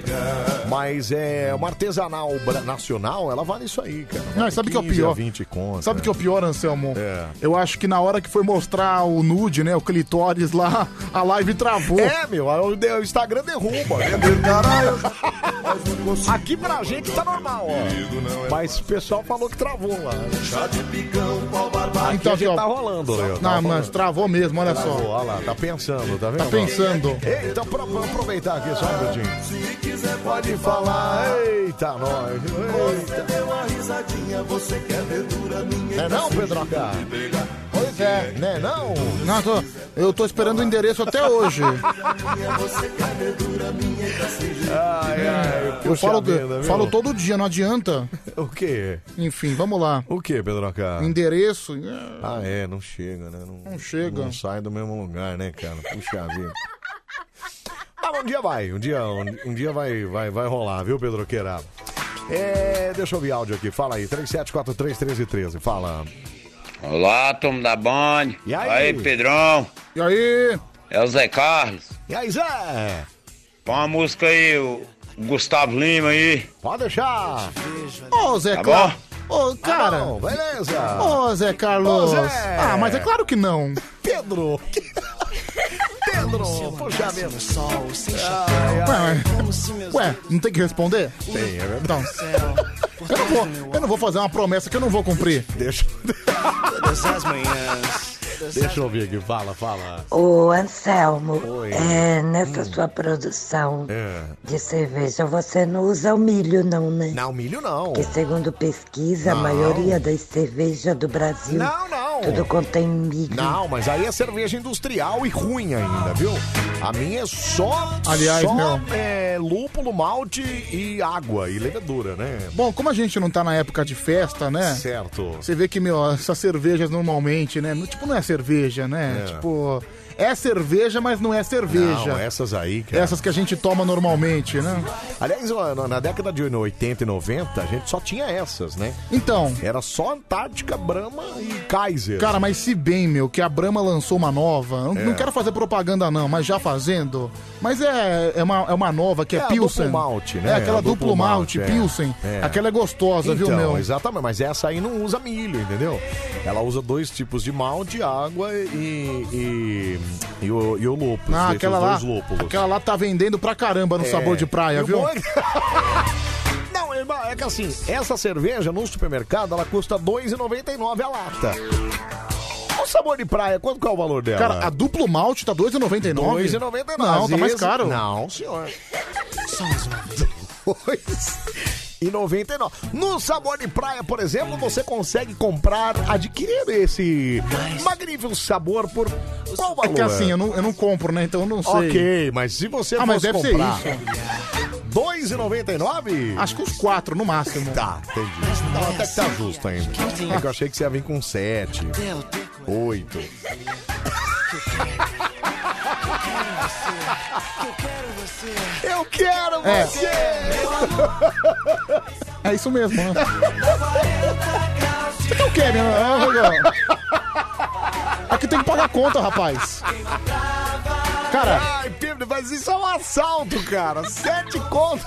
Mas é uma artesanal bra- nacional, ela vale isso aí, cara.
Não,
Vale
e sabe o que é o
15 a É.
pior?
20 conto,
Sabe o
né?
que é o pior, Anselmo? Eu acho que na hora que foi mostrar o nude, né? O clitóris lá, a live travou.
É, meu, o o Instagram derruba, né? Caralho. Aqui pra gente tá normal, ó. Mas o pessoal falou que travou lá.
Chá de picão, pau barbado.
Aqui
Então,
a gente
aqui, ó.
tá rolando, Léo.
Não, Ah, mas travou mesmo, olha só.
Olha lá, tá pensando, tá vendo?
Tá pensando.
Eita, pro- vamos aproveitar aqui só um minutinho. Se quiser pode falar. Eita, nós. Você
deu uma risadinha. Você quer verdura minha.
Não é não, Pedroca?
Pois é.
Né, não?
Não, tô- eu tô esperando o endereço até hoje.
Você quer verdura minha. Tá sem jeito.
Ai, ai,
Eu
puxa
falo,
vida, viu?
falo todo dia, não adianta.
O quê?
Enfim, vamos lá.
O quê, Pedroca?
Endereço.
Ah, é, não chega, né? Não,
Não chega.
Não sai do mesmo lugar, né, cara? Puxa vida. Ah, mas um dia vai, um dia, um, um dia vai, vai, vai rolar, viu, Pedro Queira? É, deixa eu ouvir áudio aqui, fala aí, 37431313, fala.
Olá, turma da Band. E
aí?
Pedrão?
E aí?
É o Zé Carlos.
E aí, Zé?
Põe uma música aí, o Gustavo Lima aí.
Pode deixar.
Ô, Zé
Tá
Carlos. Ô, cara.
bom,
Ah, beleza.
Ô, Zé Carlos.
Ô, Zé.
Ah, mas é claro que não.
Pedro. Pedro, puxa vida.
Ué, ué, ué, não tem que responder?
Tem, tá é verdade.
Então. Eu não, vou, eu não vou fazer uma promessa que eu não vou cumprir.
Deixa. Deixa eu ouvir aqui, fala, fala.
Ô Anselmo,
Oi.
é, nessa sua produção
É.
de cerveja, você não usa o milho, não, né?
Não, milho não.
Porque segundo pesquisa,
Não.
a maioria das cervejas do Brasil
Não, não.
tudo contém milho.
Não, mas aí é cerveja industrial e ruim ainda, viu? A minha é só,
Aliás,
só
meu.
é, lúpulo, malte e água e levedura, né?
Bom, como a gente não tá na época de festa, né?
Certo.
Você vê que, meu, essas cervejas normalmente, né? não- Tipo, não é cerveja, né?
É.
Tipo, é cerveja, mas não é cerveja.
Não, essas aí, cara.
Essas que a gente toma normalmente, né?
Aliás, ó, na na década de 80 e 90, a gente só tinha essas, né?
Então.
Era só Antártica, Brahma e Kaiser.
Cara, mas se bem, meu, que a Brahma lançou uma nova, eu não-
É.
não quero fazer propaganda não, mas já fazendo, mas é, é, uma, é uma nova que é,
É a
Pilsen.
duplo malte, né?
É aquela
A duplo
duplo malte,
malte, é.
Pilsen.
É.
Aquela é gostosa, viu,
Então,
meu?
Exatamente, mas essa aí não usa milho, entendeu? Ela usa dois tipos de malte, água e, e, e o, e o lúpulo.
Ah,
deixa
aquela
os
lá,
dois lúpulos.
aquela lá tá vendendo pra caramba no
É.
sabor de praia,
E o
viu?
bom é que- Não, irmão, é que assim, essa cerveja no supermercado, ela custa R$ 2,99 a lata. O sabor de praia, quanto que é o valor dela?
Cara, a duplo malte tá 2,99.
2,99.
Não,
Às
tá mais
vezes-
caro.
Não, senhor. Só mais uma vez. E 99. No sabor de praia, por exemplo, você consegue comprar, adquirir esse magnífico sabor por qual valor?
É que assim, eu não, eu não compro, né? Então eu não sei.
Ok, mas se você
Ah, mas
fosse
deve ser
comprar
isso.
2,99?
Acho que uns 4 no máximo.
Tá, entendi. Então, até que tá justo ainda. É que eu achei que você ia vir com 7, 8. Eu quero
É.
você!
É isso mesmo, né? Você quer o quê, meu? Ah, Rogão? Aqui tem que pagar a conta, rapaz. Cara.
Ai, Pedro, mas isso é Assim, um assalto, cara. Sete contas.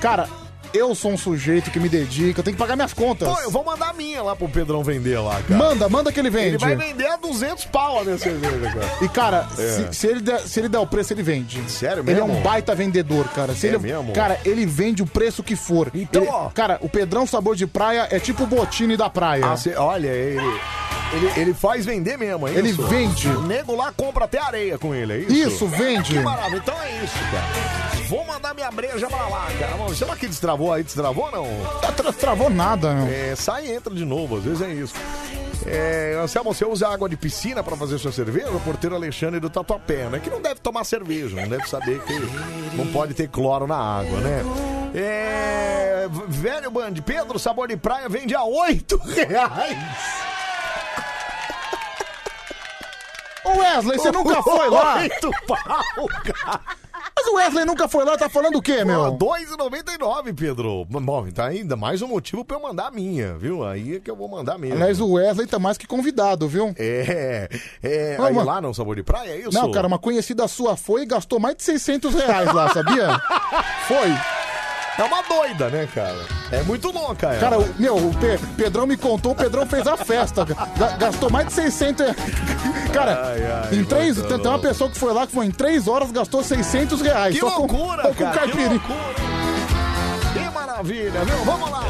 Cara, eu sou um sujeito que me dedica, eu tenho que pagar minhas contas.
Pô, eu vou mandar a minha lá pro Pedrão vender lá, cara.
Manda, manda que ele vende.
Ele vai vender a 200 pau a minha cerveja, cara.
E, cara,
É.
se, se ele der, se ele der o preço, ele vende.
Sério
Ele é
mesmo?
um baita vendedor, cara. Se
É
ele,
mesmo?
Cara, ele vende o preço que for. Então,
ó.
Cara, o Pedrão Sabor de Praia é tipo o Botini da praia.
Ah, cê- olha, ele, ele, ele faz vender mesmo, é
Ele
isso?
vende.
O nego lá compra até areia com ele, é isso?
Isso, vende.
Que maravilha, então é isso, cara. Vou mandar minha breja pra lá, cara. Mano, será Tá que destravou aí? Destravou ou não?
Tra- Tá Travou nada, meu.
É, sai e entra de novo, às vezes é isso. É, Anselmo, você usa água de piscina pra fazer sua cerveja? O porteiro Alexandre do Tatuapé, né? Que não deve tomar cerveja, não deve saber que não pode ter cloro na água, né? É, v- velho Band, Pedro, sabor de praia vende a 8 reais.
Ô Wesley, você nunca foi lá?
Oito pau, cara.
Mas o Wesley nunca foi lá, tá falando o quê, meu?
2,99, Pedro. Bom, tá ainda mais um motivo pra eu mandar a minha, viu? Aí é que eu vou mandar mesmo.
Aliás, o Wesley tá mais que convidado, viu?
É, é.
Não,
aí
mano.
lá não, sabor de praia, é isso?
Não, cara, uma conhecida sua foi e gastou mais de 600 reais lá, sabia? foi.
É uma doida, né, cara? É muito louca ela.
Cara, o- meu, o Pe- Pedrão me contou, o Pedrão fez a festa. Ga- gastou mais de 600 reais. Cara,
Ai, ai,
em três.
muito
Tem, tem uma
louco.
pessoa que foi lá que foi em três horas, gastou 600 reais.
Que
só com-
loucura,
só com,
cara, que
caipirinha.
Que maravilha, viu? Vamos lá.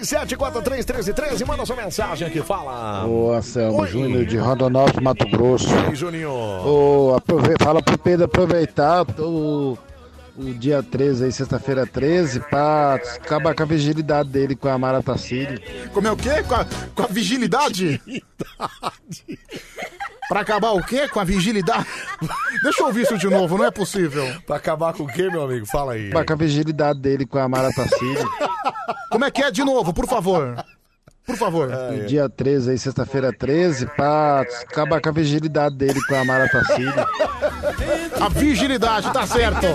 37431313, manda sua mensagem aqui, fala.
Ô, Anselmo Júnior de Rondonópolis, Mato Grosso.
Ei, Juninho.
Ô, aprove- fala pro Pedro aproveitar o, o dia 13 aí, sexta-feira 13, pra acabar com a vigilidade dele com a Mara Tassini.
Como é o quê? Com a, com a vigilidade? pra acabar o quê? Com a vigilidade? Deixa eu ouvir isso de novo, não é possível.
Pra acabar com o quê, meu amigo? Fala aí.
Acabar com a vigilidade dele com a Mara Tassini.
Como é que é de novo, por favor? Por favor.
O dia 13 aí, sexta-feira 13, pra acabar com a vigilidade dele com a Mara Tassini.
A vigilidade, tá certo.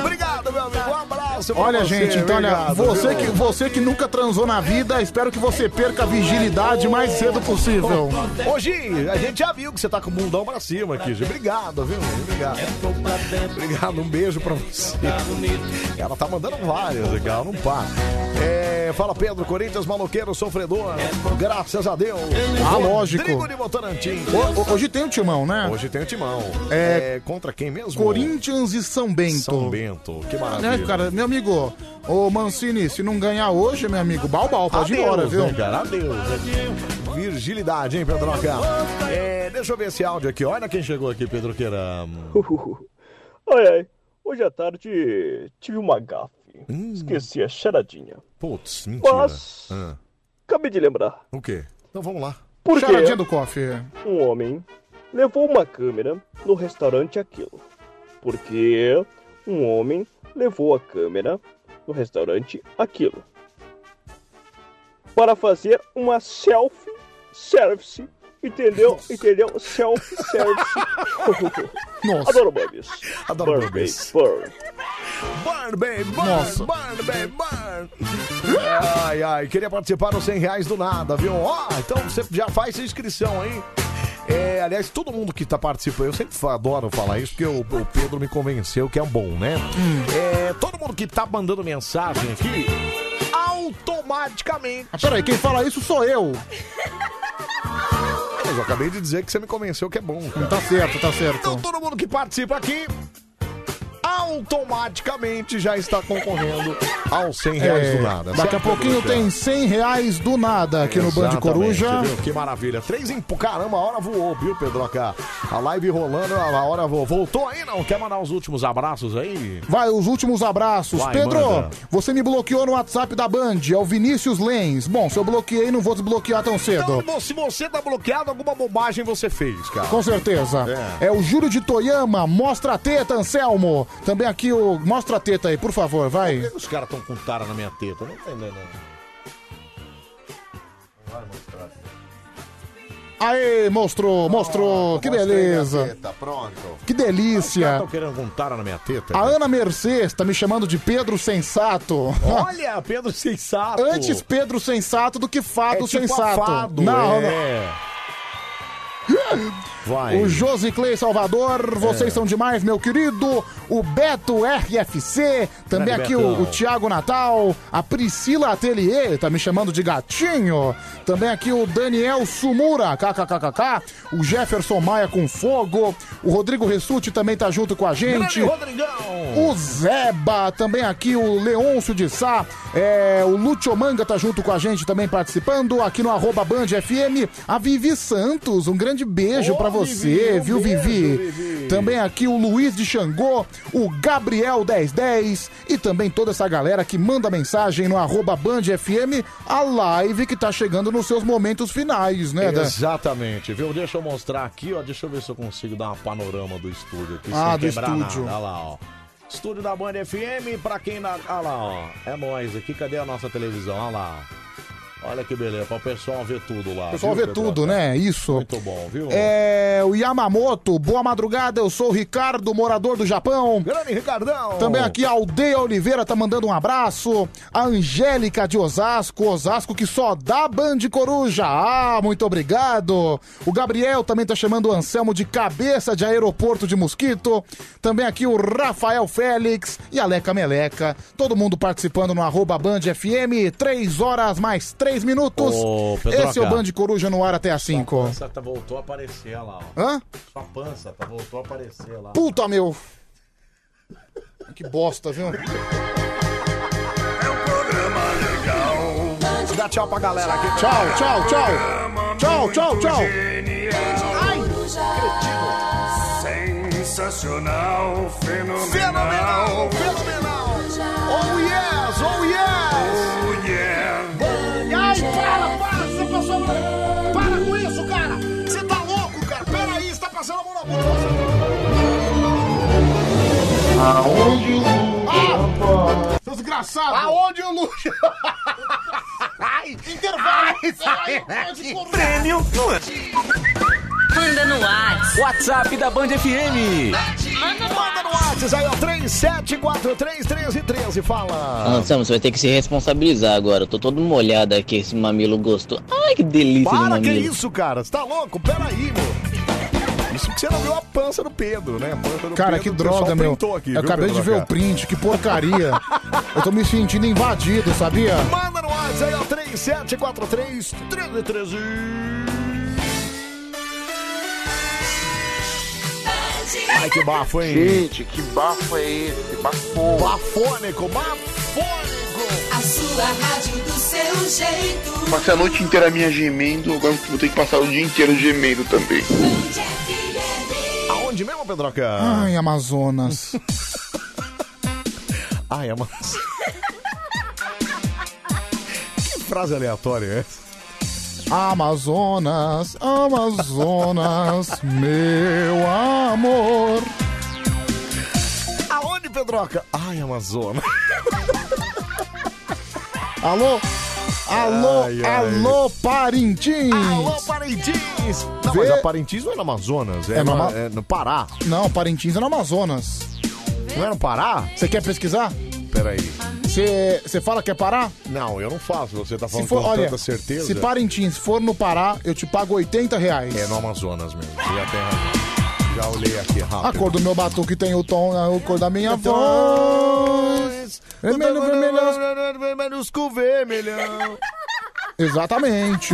Obrigado, meu amigo. Um abraço. pra
Olha,
você, é
gente, então, olha,
obrigado,
você
viu?
que, você que nunca transou na vida, espero que você perca a vigilidade o mais cedo possível.
Hoje, a gente já viu que você tá com o mundão pra cima aqui, Gi. Obrigado, viu? Obrigado. Obrigado, um beijo pra você. Ela tá mandando várias, legal, não para. É, fala Pedro, Corinthians maloqueiro, sofredor. Graças a Deus.
Ah, lógico.
Rodrigo de Votorantim.
Ho- ho- Hoje tem o timão, né?
Hoje tem o timão.
É-
É, contra quem mesmo?
Corinthians e São Bento.
São Bento. Que maravilha.
Né, cara, meu amigo, ô Mancini, se não ganhar hoje, meu amigo, balbal, pode ir
Adeus,
embora, viu?
Né, cara? Adeus. Virgilidade, hein, Pedroca? É, deixa eu ver esse áudio aqui. Olha quem chegou aqui, Pedroqueira.
Ai, ai. Hoje à tarde tive uma gafe. Esqueci a charadinha.
Putz, mentira.
Mas-
Ah,
Acabei de lembrar.
o quê? Então vamos lá.
Por quê?
Charadinha do Coffee.
Um homem levou uma câmera no restaurante Aquilo. Porque um homem levou a câmera no restaurante Aquilo. Para fazer uma selfie service. Entendeu? Entendeu? Selfie service.
Nossa.
Adoro Bubbies.
Adoro
Burn,
Bubbies.
Burn.
Burn, baby, burn, burn, baby, burn. Ai, ai, queria participar nos 100 reais do nada, viu? Ó, então você já faz sua inscrição, hein? É, aliás, todo mundo que tá participando, eu sempre fa- adoro falar isso, porque o, o Pedro me convenceu que é bom, né? É, todo mundo que tá mandando mensagem aqui, automaticamente.
Ah, peraí, quem fala isso sou eu.
Mas eu acabei de dizer que você me convenceu que é bom. cara.
Tá certo, tá certo.
Então todo mundo que participa aqui automaticamente já está concorrendo aos 100 reais
É,
do nada.
Daqui a
certo,
pouquinho
Coruja?
tem 100 reais do nada aqui no Band
Exatamente,
Coruja.
viu? Que maravilha. Três em... Pô, Caramba, a hora voou, viu, Pedroca? A live rolando, a hora voou. Voltou aí, não? Quer mandar os últimos abraços aí?
Vai, os últimos abraços.
Vai,
Pedro,
manda.
você me bloqueou no WhatsApp da Band, é o Vinícius Lenz. Bom, se eu bloqueei, não vou desbloquear tão cedo.
Bom, se você tá bloqueado, alguma bobagem você fez, cara.
Com certeza. É. o Júlio de Toyama, mostra a teta, Anselmo. Também aqui o. Mostra a teta aí, por favor,
Por
vai.
que os caras estão com tara na minha teta? Não né, tô entendendo. Não Vai mostrar.
Aê, mostrou, mostrou. que
Ah, Mostrei
beleza.
minha teta, pronto.
Que delícia.
Estão querendo com tara na minha teta?
A Ana Mercedes tá me chamando de Pedro Sensato.
Olha, Pedro Sensato.
Antes Pedro Sensato do que
É
Fado
tipo
Sensato.
afado,
não,
é. Vai.
O Josi Clay Salvador, vocês
É.
são demais, meu querido. O Beto RFC, também
Grande
aqui o,
Betão.
o Thiago Natal, a Priscila Atelier, tá me chamando de gatinho. Também aqui o Daniel Sumura, kkkk, o Jefferson Maia com fogo, o Rodrigo Ressuti também tá junto com a gente.
Grande Rodrigão.
O Zeba, também aqui o Leôncio de Sá, é, o Lúcio Manga tá junto com a gente também participando, aqui no arroba Band FM, a Vivi Santos, um grande beijo pra você, viu Vivi? Também aqui o Luiz de Xangô, o Gabriel 1010 e também toda essa galera que manda mensagem no arroba Band FM, a live que tá chegando nos seus momentos finais, né? Dan?
Exatamente, viu? Deixa eu mostrar aqui, ó. Deixa eu ver se eu consigo dar uma panorama do estúdio aqui.
Ah,
sem
do
quebrar
estúdio.
Nada. Olha lá, ó. Estúdio da Band FM, pra quem na. Olha lá, ó. É nós aqui. Cadê a nossa televisão? Olha lá. ó. Olha que beleza, pra o pessoal ver tudo lá.
O pessoal
viu,
vê
Pedroca?
tudo, né? Isso.
Muito bom, viu?
É, o Yamamoto, boa madrugada, eu sou o Ricardo, morador do Japão.
Grande Ricardão!
Também aqui a Aldeia Oliveira tá mandando um abraço. A Angélica de Osasco, Osasco que só dá Band Coruja. Ah, muito obrigado. O Gabriel também tá chamando o Anselmo de cabeça de aeroporto de mosquito. Também aqui o Rafael Félix e a Leca Meleca. Todo mundo participando no arroba Band FM. Três horas mais três minutos.
Ô, Pedroca.
Esse é o Band Coruja no ar até às
Sua
cinco.
pança tá, voltou a aparecer, olha lá, ó.
Hã?
Sua pança tá, voltou a aparecer lá.
Puta, meu! Que bosta, viu?
Dá tchau pra galera aqui.
Tchau, tchau, tchau! Tchau, tchau, tchau!
Sensacional, fenomenal.
Fenomenal, fenomenal. Oh yes, oh yes.
Oh yeah.
Ai, para, para, você passou a mão. Para com isso, cara. Você tá louco, cara. Peraí, você tá passando a mão na
Aonde o
Ah! boca. Seu desgraçado. Aonde o luxo? Ai, intervalo.
prêmio
Manda no WhatsApp.
WhatsApp da Band FM.
Manda no
Manda no WhatsApp aí, ó, 37431313,
Ah,
fala.
Anselmo, você vai ter que se responsabilizar agora. Eu tô todo molhado aqui, esse mamilo gostoso. Ai, que delícia de
Para, que
mamilo.
isso, cara? Você tá louco? Peraí, meu. Isso que você não viu a pança do Pedro, né? A pança do
Cara,
Pedro,
que
o pessoal
droga, meu.
printou aqui,
eu
viu,
acabei de
Pedroca?
ver o print, que porcaria. eu tô me sentindo invadido, sabia?
Manda no WhatsApp aí, ó, 37431313. Ai, que bafo, hein?
Gente, que bafo é esse? Bafo.
Bafônico, bafônico.
A sua rádio do seu jeito.
Passei a noite inteira minha gemendo, agora vou ter que passar o dia inteiro gemendo também.
Aonde mesmo, Pedroca?
Ai, Amazonas.
Ai, é uma... que frase aleatória é essa?
Amazonas, Amazonas, meu amor.
Aonde, Pedroca? Ai, Amazonas.
Alô? Alô,
Ai, ai.
alô, Parintins!
Alô, Parintins! Não,
Vê-
mas a Parintins não é no Amazonas, é,
É no
no,
Ama-
é no Pará.
Não, Parintins é no Amazonas.
Não é no Pará?
Você quer pesquisar?
Peraí.
Você você fala que é Pará?
Não, eu não faço. Você tá
Se
falando
for,
com
olha,
tanta certeza.
se Parintins for no Pará, eu te pago 80 reais.
É no Amazonas mesmo. Já tem razão. Já olhei aqui rápido.
A cor do meu batuque tem o tom, a cor da minha voz. Vermelho, vermelho.
Vermelhusco vermelhão.
Exatamente.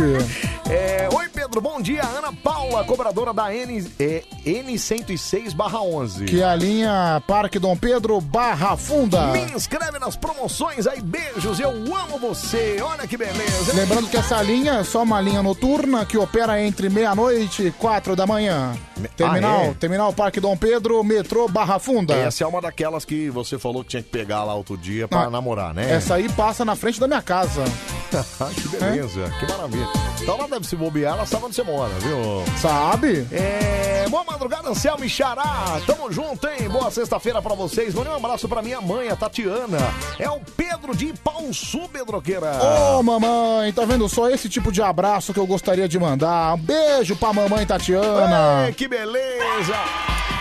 É, Oi, Pedro. Bom dia. Ana Paula, cobradora da N, é, N106-11.
Que é a linha Parque Dom Pedro Barra Funda.
Me inscreve nas promoções aí. Beijos. Eu amo você. Olha que beleza.
Lembrando que essa linha é só uma linha noturna que opera entre meia-noite e quatro da manhã. Terminal,
Ah, é?
Terminal Parque Dom Pedro, metrô Barra Funda.
Essa é uma daquelas que você falou que tinha que pegar lá outro dia pra
Ah,
namorar, né?
Essa aí passa na frente da minha casa.
que beleza, que maravilha. Então ela deve se bobear, ela sabe onde você mora, viu?
Sabe?
É, boa madrugada, Anselmo e Xará. Tamo junto, hein? Boa sexta-feira pra vocês. Mande um abraço pra minha mãe, a Tatiana. É o Pedro de Pauçu, Pedroqueira.
Ô, mamãe, tá vendo só esse tipo de abraço que eu gostaria de mandar? Um beijo pra mamãe Tatiana.
Ei, É, que beleza!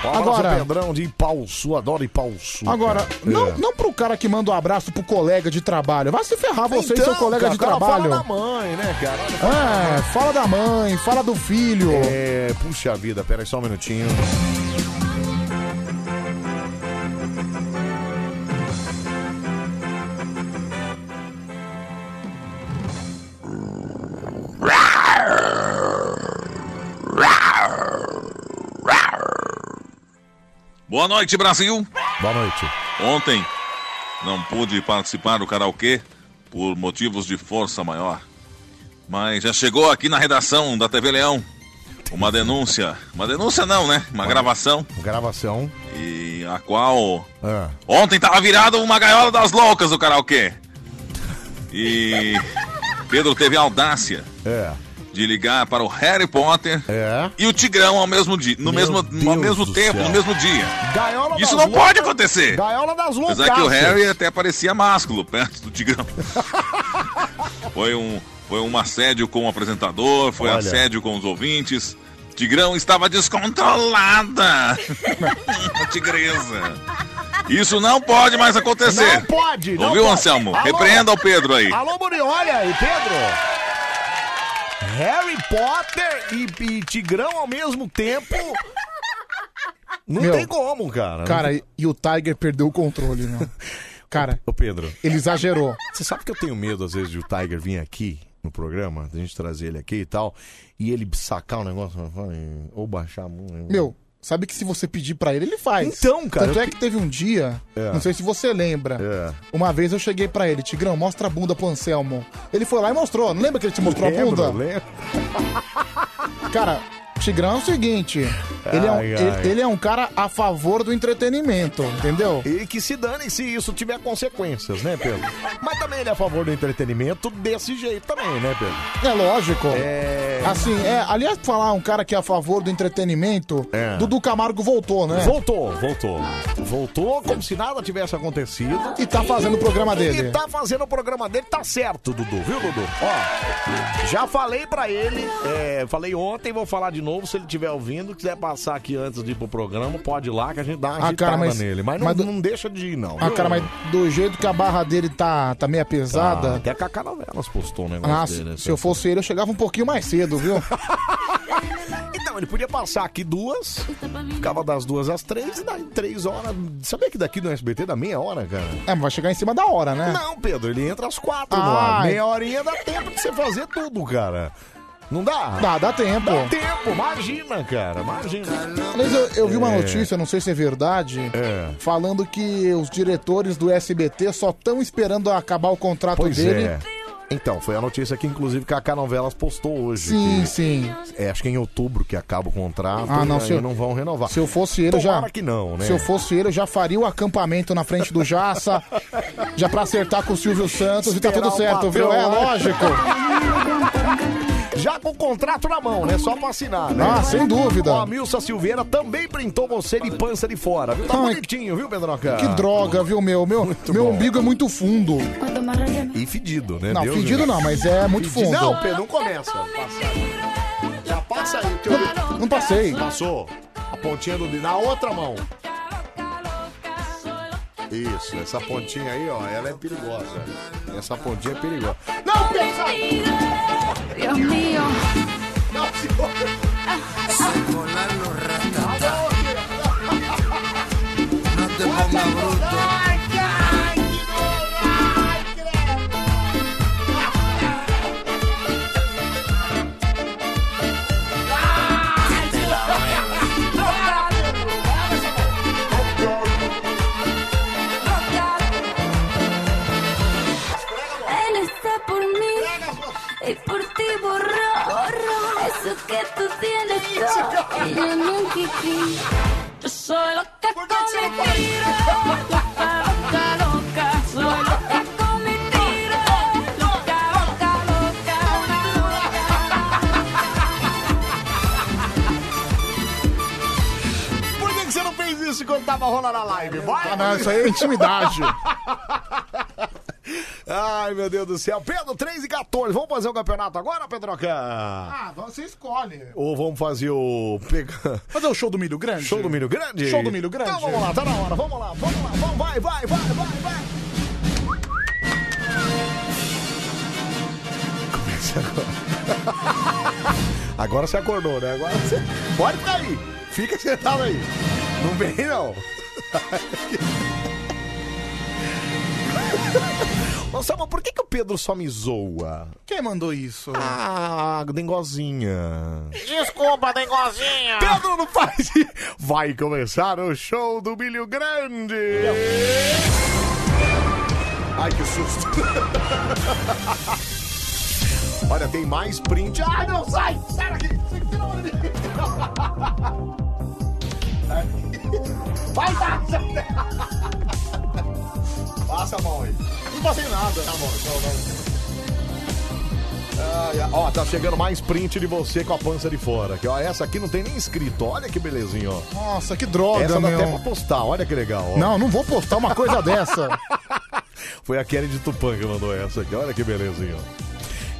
Um abraço,
Agora-
Pedrão de Pauçu, adoro Pauçu.
Agora,
É.
não, não pro cara que manda um abraço pro colega de trabalho. Vai se ferrar tá você
Então,
e seu colega de trabalho.
Fala da mãe, né, cara?
É, fala da mãe, fala do filho.
É, puxa vida, pera aí só um minutinho.
Boa noite, Brasil.
Boa noite.
Ontem não pude participar do karaokê por motivos de força maior. Mas já chegou aqui na redação da TV Leão uma denúncia. Uma denúncia não, né? Uma gravação.
Gravação.
E a qual
Ah.
Ontem tava virado uma gaiola das loucas do karaokê. E Pedro teve a audácia
É.
de ligar para o Harry Potter e o Tigrão ao mesmo dia, no mesmo, ao mesmo tempo, no mesmo dia.
Gaiola
Isso
das
não pode
loucas-
acontecer.
Gaiola das loucas.
Apesar que o Harry é- até parecia másculo perto do Tigrão. foi um foi um assédio com o apresentador, foi
Olha.
assédio com os ouvintes. Tigrão estava descontrolada. A tigresa. Isso não pode mais acontecer.
Não pode, não
Ouviu,
pode.
Anselmo?
Alô?
Repreenda o Pedro aí.
Alô, Muri, olha aí, Pedro. Harry Potter e, e Tigrão ao mesmo tempo. Não
Meu.
tem como, cara.
Cara,
Não
e, e o Tiger perdeu o controle, meu. Cara,
Ô, Pedro.
ele exagerou.
Você sabe que eu tenho medo, às vezes, de o Tiger vir aqui no programa, da gente trazer ele aqui e tal, e ele sacar um negócio ou baixar a mão.
Meu, sabe que se você pedir pra ele, ele faz.
Então, cara,
Tanto
eu
é que teve um dia,
É.
não sei se você lembra. Uma vez eu cheguei pra ele, Tigrão, mostra a bunda pro Anselmo. Ele foi lá e mostrou. Não lembra que ele te mostrou a
Lembro,
bunda?
lembro.
Cara, Tigrão é o seguinte, ele, é um,
Ai,
ele-
ai.
ele é um cara a favor do entretenimento, entendeu?
E que se dane se isso tiver consequências, né, Pedro? Mas também ele é a favor do entretenimento desse jeito também, né, Pedro?
É lógico. Assim, é, aliás, pra falar um cara que é a favor do entretenimento,
É.
Dudu Camargo voltou, né?
Voltou, voltou. Voltou como se nada tivesse acontecido.
E tá fazendo o programa dele.
E tá fazendo o programa dele, tá certo, Dudu, viu, Dudu? Ó, já falei pra ele, é, falei ontem, vou falar de novo. Se ele estiver ouvindo, quiser passar aqui antes de ir pro programa, pode ir lá que a gente dá uma
Ah, cara,
agitada
mas-
nele. Mas, não,
mas do-
não deixa de ir, não.
Ah,
viu?
cara, mas do jeito que a barra dele tá, tá meio
Ah,
pesada.
até a Cacá Novelas postou um negócio
Ah,
dele.
se,
assim.
se eu fosse ele, eu chegava um pouquinho mais cedo, viu?
Então, ele podia passar aqui duas, ficava das duas às três, e daí três horas. Sabia que daqui no SBT dá meia hora, cara?
É, mas vai chegar em cima da hora, né?
Não, Pedro, ele entra às quatro no
Ah,
ar.
é.
Meia horinha dá tempo de você fazer tudo, cara. Não dá?
Dá, dá tempo.
Dá tempo, imagina, cara, imagina.
Aliás, eu, eu vi uma
É.
notícia, não sei se é verdade, falando que os diretores do SBT só estão esperando acabar o contrato
Pois
dele.
é. Então, foi a notícia que, inclusive, Cacá Novelas postou hoje.
Sim,
que-
sim.
É, acho que em outubro que acaba o contrato.
Ah, não,
e
se
aí
eu-
não vão renovar.
Se eu fosse ele, eu já.
Tomara que não, né?
Se eu fosse ele, eu já faria o acampamento na frente do Jaça, já pra acertar com o Silvio Santos e tá
Esperar
tudo
o
certo,
patrão né?
viu? É
lá.
lógico.
Já com o contrato na mão, né? Só pra assinar, né?
Ah, sem dúvida.
Ó, a Milsa Silveira também printou você de pança de fora, viu? Tá
Ai,
bonitinho, viu, Pedroca?
é Que droga, viu, meu? Meu, meu umbigo é muito fundo.
E fedido, né?
Não, fedido não, mas é muito
Fedido-
fundo.
Não, Pedro, não começa. Passa. Já passa aí. Que eu...
Não passei.
Passou. A pontinha do... dedo Na outra mão. Isso, essa pontinha aí, ó, ela é perigosa. Essa pontinha é perigosa.
Não pensa! Dios mío. No,
Él está por mí y por ti borró eso que tú tienes yo y yo nunca quise. Yo soy lo que tú me tiras, loca, loca, loca, soy lo que tú me tiras, loca, loca, loca,
Por que, que você não fez isso quando tava rolando a live? Vai!
Ah, não, isso aí é intimidade.
Ai, meu Deus do céu. Pedro, 3 e 14. Vamos fazer o campeonato agora, Pedroca?
Ah, você escolhe.
Ou vamos fazer o. pega-
Fazer o show do milho grande?
Show do milho grande?
Show do milho grande.
Então vamos lá, tá na hora. Vamos lá, vamos lá, vamos, vai, vai, vai, vai, vai. Começa agora. Agora você acordou, né? Agora você. Pode ficar aí. Fica sentado aí. Não vem, não. Ô, Salma, por que, que o Pedro só me zoa?
Quem mandou isso?
Ah, dengozinha.
Desculpa, negozinho.
Pedro não faz. isso. Vai começar o show do Milho Grande. Ai, que susto. Olha, tem mais print. Ai, não, sai! Sai daqui! Sai daqui, não,
não. Vai dar!
Passa a mão aí.
Não passei nada.
Tá bom, então vamos. Ai, ai, ó, tá chegando mais print de você com a pança de fora. Que, ó, essa aqui não tem nem escrito. Olha que belezinha, ó.
Nossa, que droga,
Essa dá
meu.
até pra postar, olha que legal. ó.
Não, não vou postar uma coisa dessa.
Foi a Kelly de Tupã que mandou essa aqui, olha que belezinha. ó.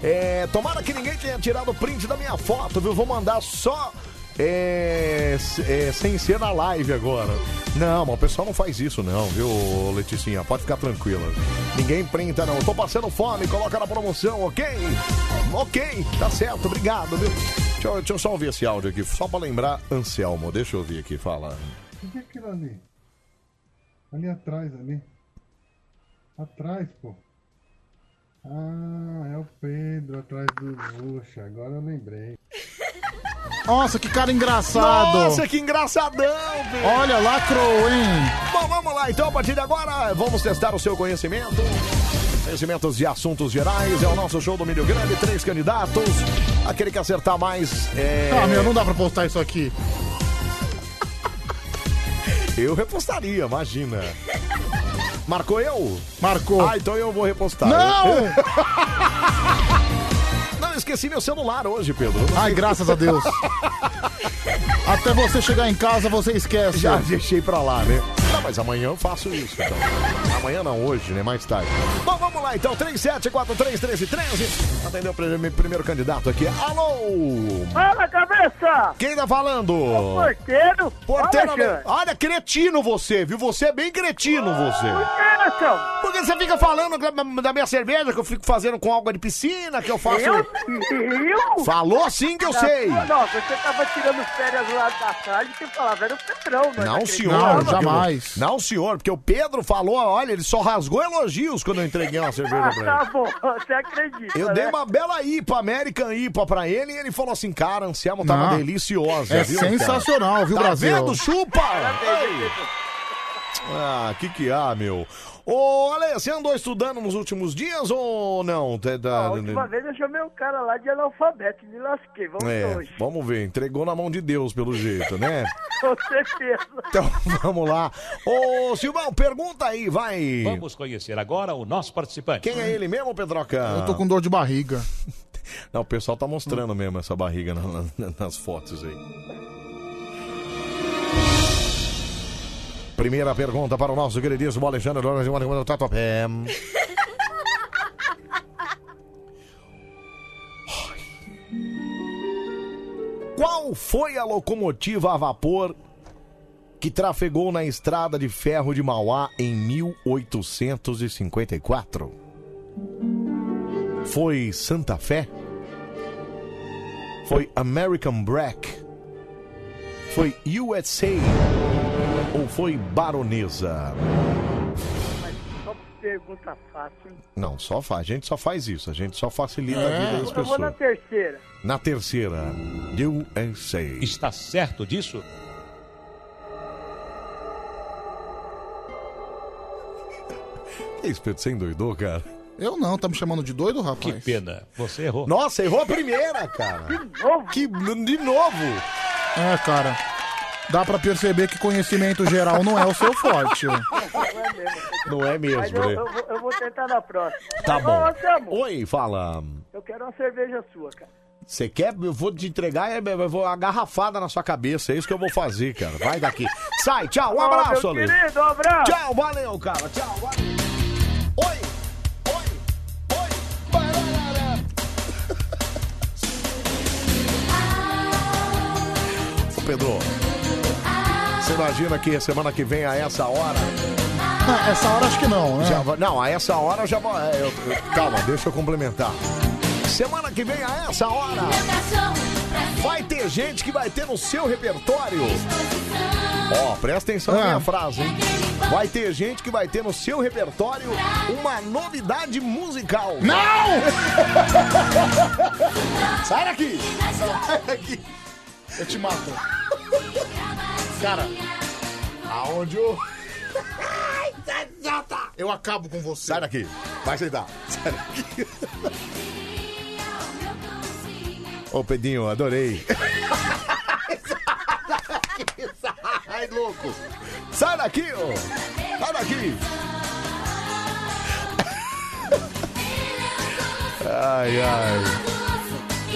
É, tomara que ninguém tenha tirado print da minha foto, viu? Vou mandar só é, s- é, sem ser na live agora. Não, mas o pessoal não faz isso não, viu, Leticinha? Pode ficar tranquila. Ninguém printa não. Tô passando fome, coloca na promoção, ok? Ok, tá certo, obrigado, viu? Deixa eu, deixa eu só ouvir esse áudio aqui, só pra lembrar, Anselmo. Deixa eu ouvir aqui, fala.
O que é aquilo ali? Ali atrás, ali. Atrás, pô. Ah, é o Pedro atrás do Buxa. Agora eu lembrei.
Nossa, que cara engraçado.
Nossa, que engraçadão, velho.
Olha, lacrou, hein?
Bom, vamos lá então, a partir de agora, vamos testar o seu conhecimento. Conhecimentos de assuntos gerais, é o nosso show do Milho Grande, três candidatos. Aquele que acertar mais é.
Ah, meu, não dá pra postar isso aqui.
Eu repostaria, imagina. Marcou eu?
Marcou.
Ah, então eu vou repostar.
Não!
Não, eu esqueci meu celular hoje, Pedro.
Ai, graças a Deus. Até você chegar em casa, você esquece.
Já deixei pra lá, né? Não, mas amanhã eu faço isso, então. Amanhã não, hoje, né? Mais tarde. Bom, vamos lá então, 37431313. Atendeu o prime- primeiro candidato aqui. Alô!
Fala, cabeça!
Quem tá falando?
Porteiro?
Porteiro,
Olha,
olha, cretino você, viu? Você é bem cretino, você.
É, então.
Por que é você fica falando da- da minha cerveja que eu fico fazendo com água de piscina, que eu faço...
Eu?
Falou sim que eu
Não,
sei.
Não, você tava tirando férias lá da tarde e falava, era o Pedrão, né?
Não,
Naquele
senhor.
programa.
porque- Não, senhor, porque o Pedro falou, olha, ele só rasgou elogios quando eu entreguei uma cerveja
Ah,
pra ele.
tá bom, você acredita.
Eu
né?
dei uma bela IPA, American IPA pra ele e ele falou assim: cara, Anselmo tava
Não.
deliciosa.
É
viu, cara?
sensacional, viu,
tá
Brasil?
Vendo? Chupa! Ah, que que há, meu? Ô, Ale, você andou estudando nos últimos dias ou não? Tá- tá-
A última vez eu chamei um cara lá de analfabeto, me lasquei, vamos ver
É,
hoje.
vamos ver, entregou na mão de Deus, pelo jeito, né?
Com certeza.
Então, vamos lá. Ô, Silvão, pergunta aí, vai.
Vamos conhecer agora o nosso participante.
Quem é ele mesmo, Pedroca?
Eu tô com dor de barriga.
Não, o pessoal tá mostrando mesmo essa barriga na- na- nas fotos aí. Primeira pergunta para o nosso queridíssimo Alexandre Lona de Mano Tatuapé. Qual foi a locomotiva a vapor que trafegou na estrada de ferro de Mauá em 1854? Foi Santa Fé? Foi American Black? Foi USA? Ou foi Baronesa?
Só pergunta fácil.
Não, só faz. A gente só faz isso. A gente só facilita a vida
Eu,
das
É? eu vou na
pessoas.
terceira.
Na terceira, é, USA. Está certo disso? Que isso, Pedro? Você endoidou, cara?
Eu não, tá me chamando de doido, rapaz?
Que
pena,
você errou. Nossa, errou a primeira, cara.
De novo?
Que, de novo?
É, cara. Dá pra perceber que conhecimento geral não é o seu forte. ó.
Não é mesmo,
Mas eu,
né?
eu vou- eu vou tentar na próxima.
Tá
Mas,
bom.
ô, Anselmo,
Oi, fala.
Eu quero uma cerveja sua, cara.
Você quer? Eu vou te entregar, é, eu vou uma garrafada na sua cabeça. É isso que eu vou fazer, cara. Vai daqui. Sai, tchau. Um
Ó, meu
abraço, Ale.
querido, um abraço.
Tchau, valeu, cara. Tchau. Ô, Pedro, você imagina que semana que vem a essa hora.
essa hora acho que não, né?
Já, va- não, a essa hora já. va- é, eu- eu- calma, deixa eu complementar. Semana que vem a essa hora. Vai ter gente que vai ter no seu repertório. Ó, presta atenção na
Ah.
minha frase, hein? Vai ter gente que vai ter no seu repertório uma novidade musical.
Não!
Sai daqui!
Sai daqui! Eu te mato. Cara,
aonde tá eu.
Eu acabo com você.
Sai daqui. Vai sentar. Sai daqui. Ô, Pedinho, adorei. Ai, louco. Sai daqui, ô. Sai daqui. Ai, ai.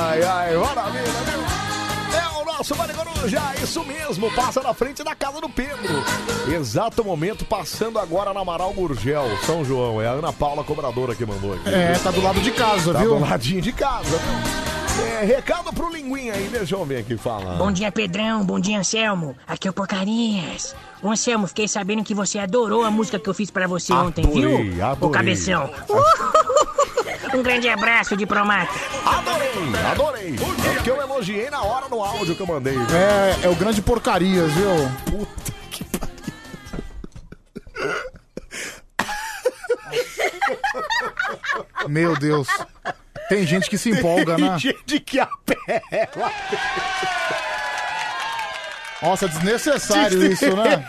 Ai, ai, maravilha, viu? É o nosso Vale Coruja, isso mesmo, passa na frente da casa do Pedro. Exato momento, passando agora na Amaral Gurgel, São João. É a Ana Paula Cobradora que mandou aqui.
É, tá do lado de casa,
Tá
viu?
do ladinho de casa, viu? É, recado pro Linguinha aí, deixa eu ver aqui falar.
Bom dia, Pedrão. Bom dia, Anselmo. Aqui é o Porcarias. Ô, Anselmo, fiquei sabendo que você adorou a música que eu fiz pra você ontem,
Adorei,
viu? Ô,
adorei.
cabeção. um grande abraço de promata.
Adorei, adorei. É porque eu elogiei na hora no áudio que eu mandei.
É, é o grande porcarias, viu?
Puta que
pariu. Meu Deus. Tem gente que se empolga, né?
gente que apela.
Nossa, É desnecessário isso, né?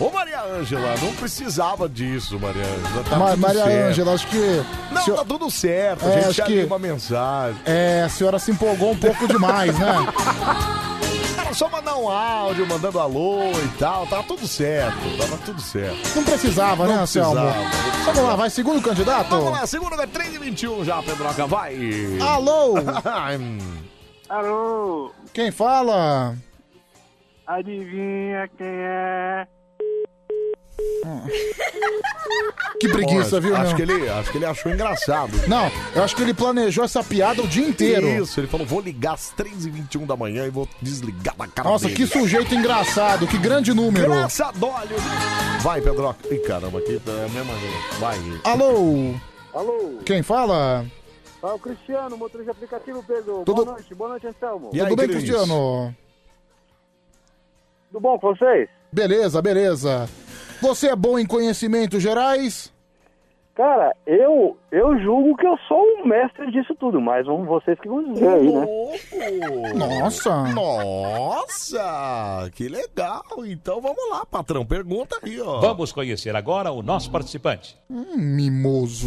Ô, Maria Ângela, não precisava disso, Maria Ângela. Tá
Ma-
tudo
Maria
certo.
Ângela, acho que.
Não, tá tudo certo. A
É,
gente
acho
já
que-
que... uma mensagem.
É, a senhora se empolgou um pouco demais, né?
Era só mandar um áudio, mandando alô e tal. Tava tudo certo. Tava tudo certo.
Não precisava, né,
Não
Anselmo?
precisava, não
Vamos lá, vai, segundo candidato?
Vamos lá, segunda vai 3 e 21 já, Pedroca. Vai.
Alô?
hum.
Alô,
Quem fala?
adivinha quem é?
Que preguiça,
Ó,
viu,
acho
meu?
que ele Acho que ele achou engraçado.
Não, eu acho que ele planejou essa piada o dia inteiro.
Isso, ele falou, vou ligar às 3h21 da manhã e vou desligar na cara
Nossa,
dele.
que sujeito engraçado, que grande número.
Engraçadolho. Vai, Pedroca. Ih, caramba, aqui tá a mesma linha. Vai.
Alô?
Alô,
Quem fala?
fala o Cristiano, motorista de aplicativo Pedro.
Tudo-
Boa noite, boa noite, Anselmo.
Tudo bem, Cristiano?
Tudo bom com vocês?
Beleza, beleza. Você é bom em conhecimentos gerais?
Cara, eu, eu julgo que eu sou um mestre disso tudo, mas vão vocês que vão dizer aí, né?
Nossa.
Nossa, Ah, que legal. Então vamos lá, patrão. Pergunta aí, ó.
Vamos conhecer agora o nosso participante.
Hum, mimoso.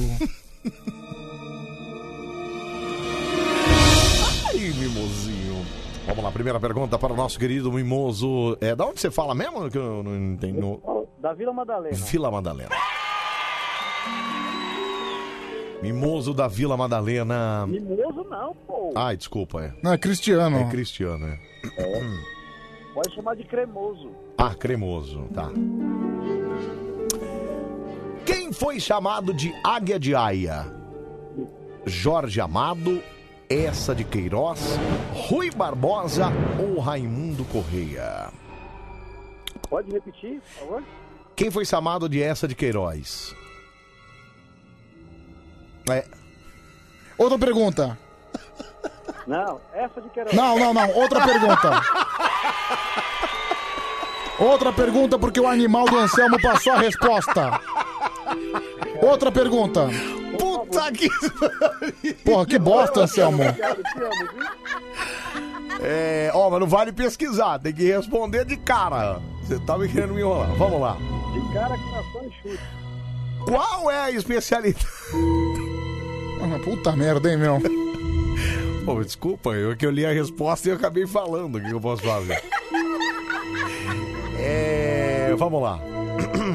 Ai, mimosinho. Vamos lá, primeira pergunta para o nosso querido mimoso. É, da onde você fala mesmo? Que eu não entendo.
Da Vila Madalena.
Vila Madalena. Mimoso da Vila Madalena.
Mimoso não, pô.
Ai, desculpa, é.
Não, é Cristiano.
É Cristiano, é.
Pode chamar de cremoso.
Ah, cremoso, tá. Quem foi chamado de Águia de Aia? Jorge Amado, Essa de Queiroz, Rui Barbosa ou Raimundo Correia?
Pode repetir, por favor?
Quem foi chamado de Essa de Queiroz? É.
Outra pergunta.
Não, é essa de Queiroz.
Não, não, não. Outra pergunta. Outra pergunta, porque o animal do Anselmo passou a resposta. Outra pergunta.
Puta que.
Porra, que bosta, Anselmo.
É, ó, mas não vale pesquisar, tem que responder de cara. Você tá me querendo me enrolar. Vamos lá.
De cara que passou em chute.
Qual é a especialidade?
Ah, Puta merda, hein, meu?
Pô, desculpa, eu que eu li a resposta e eu acabei falando o que eu posso fazer. É, vamos lá.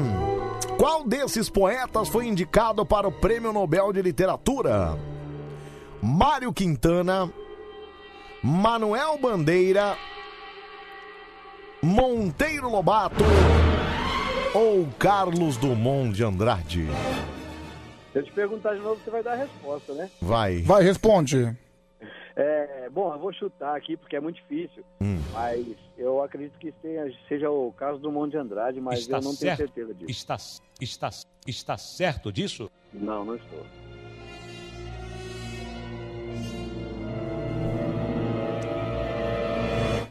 Qual desses poetas foi indicado para o Prêmio Nobel de Literatura? Mário Quintana, Manuel Bandeira, Monteiro Lobato ou Carlos Dumont de Andrade?
Se eu te perguntar de novo, você vai dar a resposta, né?
Vai.
Vai, responde.
É, bom, eu vou chutar aqui porque é muito difícil.
Hum.
Mas eu acredito que seja, seja o caso do Monte Andrade, mas
Está
eu não tenho
certo.
certeza disso.
Está, está, está certo disso?
Não, não estou.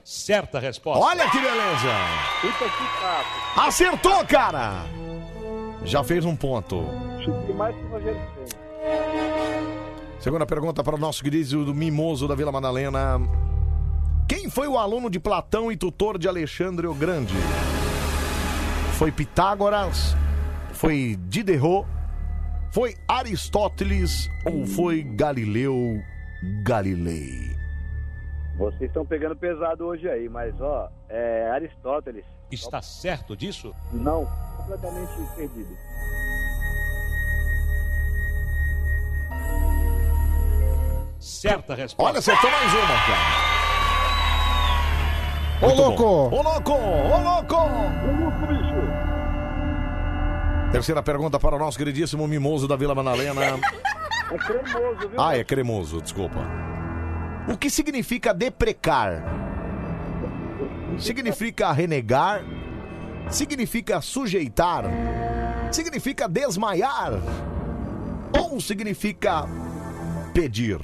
Certa resposta.
Olha que beleza!
Puta que papo.
Acertou, cara! Já fez um ponto.
Chutei mais que o Rogério Senna.
Segunda pergunta para o nosso querido mimoso da Vila Madalena. Quem foi o aluno de Platão e tutor de Alexandre o Grande? Foi Pitágoras? Foi Diderot? Foi Aristóteles ou foi Galileu Galilei?
Vocês estão pegando pesado hoje aí, mas ó, é Aristóteles.
Está certo disso?
Não, completamente perdido.
Certa resposta.
Olha, acertou mais uma, cara.
Ô,
Muito
louco!
bom. Ô louco! Ô louco! Terceira pergunta para o nosso queridíssimo mimoso da Vila Madalena.
É cremoso, viu?
Ah, é cremoso, desculpa. O que significa deprecar? Significa renegar? Significa sujeitar? Significa desmaiar? Ou significa pedir?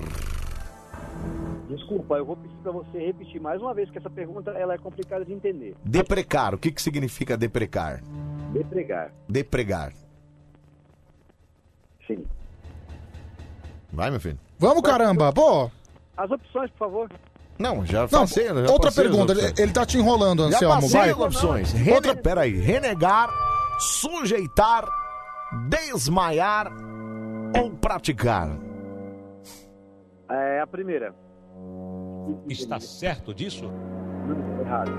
Desculpa, eu vou pedir pra você repetir mais uma vez, que essa pergunta ela é complicada de entender.
Deprecar, o que, que significa deprecar?
Depregar.
Depregar.
Sim.
Vai, meu filho.
Vamos, caramba, pô.
As opções, por favor.
Não, já
Não,
passei. já
outra
passei as
pergunta,
opções.
ele, ele tá te enrolando,
Já
Anselmo,
passei
vai.
as opções. Rene...
Outra...
Peraí. Renegar, sujeitar, desmaiar ou praticar.
É a primeira.
Está certo disso?
tá Errado.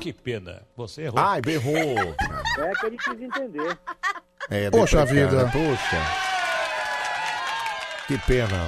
Que pena. Você errou.
Ai, berrou.
É que ele quis entender.
É,
Poxa
deprecar,
vida.
né? Poxa. Que pena.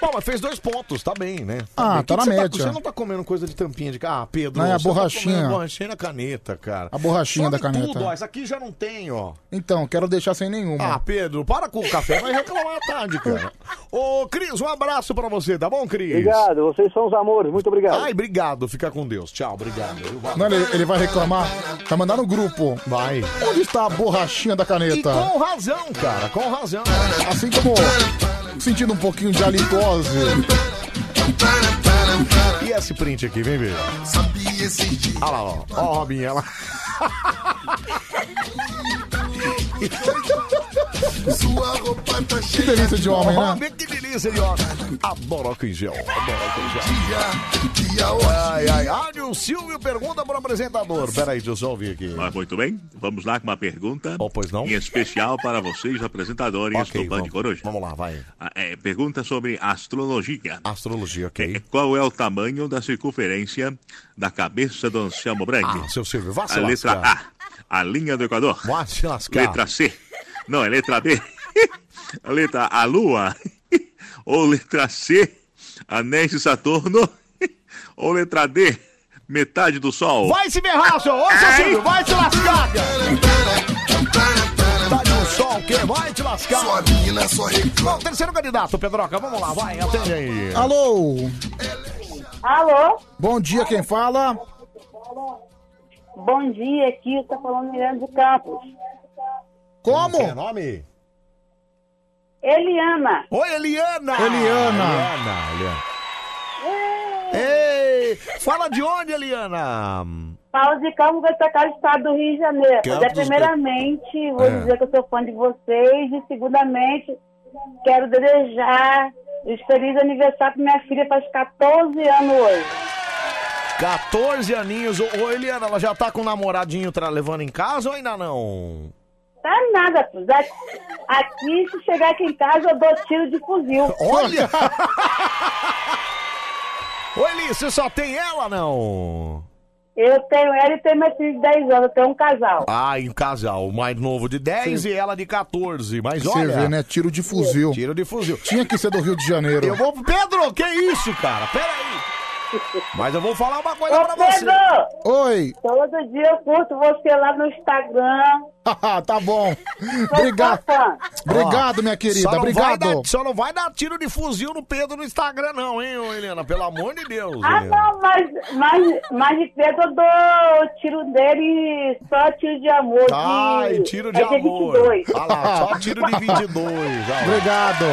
Bom, mas fez dois pontos, tá bem, né?
Ah,
bem.
tá
que que
na
você
média.
Você não tá comendo coisa de tampinha de cara. Ah, Pedro,
Não, é a
você tá
borrachinha.
comendo borrachinha na caneta, cara.
A borrachinha
Some
da caneta.
tudo, ó. Essa aqui já não tem, ó.
Então, quero deixar sem nenhuma.
É.
Ah, Pedro, para com o café, vai reclamar à tarde, cara. Ô, Cris, um abraço pra você, tá bom, Cris?
Obrigado, vocês são os amores, muito obrigado.
Ai, obrigado, fica com Deus. Tchau, obrigado. viu? Valeu.
Não, ele, ele vai reclamar, vai mandar no grupo.
Vai.
Onde está a borrachinha da caneta?
E com razão, cara, com razão.
Assim como sentindo um pouquinho de halitose.
E esse print aqui, vem ver. Olha lá, ó. Ó, o Robinho, ela.
Sua roupa tá
Que delícia de homem, né?
Robinho, que delícia de homem. Adoro álcool em gel. Adoro álcool em
cheia
gel.
de
Ai, ai, Ádio Silvio pergunta pro apresentador. Peraí, deixa eu só ouvir aqui.
Mas muito bem, vamos lá com uma pergunta
Oh, pois não?
em especial para vocês, apresentadores
Ok,
do Band
vamos-
Coruja.
Vamos lá, vai.
Ah, é, pergunta sobre astrologia.
Astrologia,
É,
ok.
qual é o tamanho da circunferência da cabeça do Anselmo Branco?
Ah, seu Silvio, vá se
a letra
lascar.
A, a linha do Equador.
Vá se lascar.
Letra C. Não, é letra B. A letra A, Lua. Ou letra C, Anéis de Saturno. Ou letra D, metade do Sol.
Vai se berrar, seu. Ô, seu Silvio, vai se lascar, cara. tá de um sol que vai te lascar. Sua menina só reclama. Bom, terceiro candidato, Pedroca, Tá. Então, vamos lá, vai, atende aí.
Alô? Alô? Bom dia, quem fala?
Bom dia, aqui tá falando Miranda de Campos.
Como? Seu é nome?
Eliana.
Oi, Eliana!
Eliana.
Eliana, Eliana. Ei, fala de onde, Eliana?
Paulo de Campos vai tocar o estado do Rio de Janeiro.
Campos
Mas é, primeiramente, vou
É.
dizer que eu sou fã de vocês. E segundamente, quero desejar os felizes aniversário pra minha filha, faz 14 anos hoje.
14 aninhos. Ô, ô, Eliana, ela já tá com o namoradinho tra- levando em casa ou ainda não?
Tá nada, pô. Já- Aqui, se chegar aqui em casa, eu dou tiro de fuzil.
Olha! Ô, Eli, você só tem ela, não?
Eu tenho ela e tenho minha filha de 10 anos, eu tenho um casal.
Ah, em casal. O mais novo de 10 e ela de 14. Mas
Você
olha...
vê, né? Tiro de fuzil.
Tiro de fuzil.
Tinha que ser do Rio de Janeiro.
Eu vou... Pedro, que isso, cara? Pera aí. Mas eu vou falar uma coisa
Ô,
pra você.
Pedro!
Oi!
Todo dia eu curto você lá no Instagram.
tá bom. Obrigado. Obrigado, minha querida.
Só não vai
Obrigado.
dar- só não vai dar tiro de fuzil no Pedro no Instagram, não, hein, ô, Helena? Pelo amor de Deus.
Ah,
Helena.
não, mas, mas, mas de Pedro eu dou o tiro dele só tiro de amor. de-
Ai, tiro de
é dia
amor.
22.
Olha lá, só tiro de 22. olha lá.
Obrigado.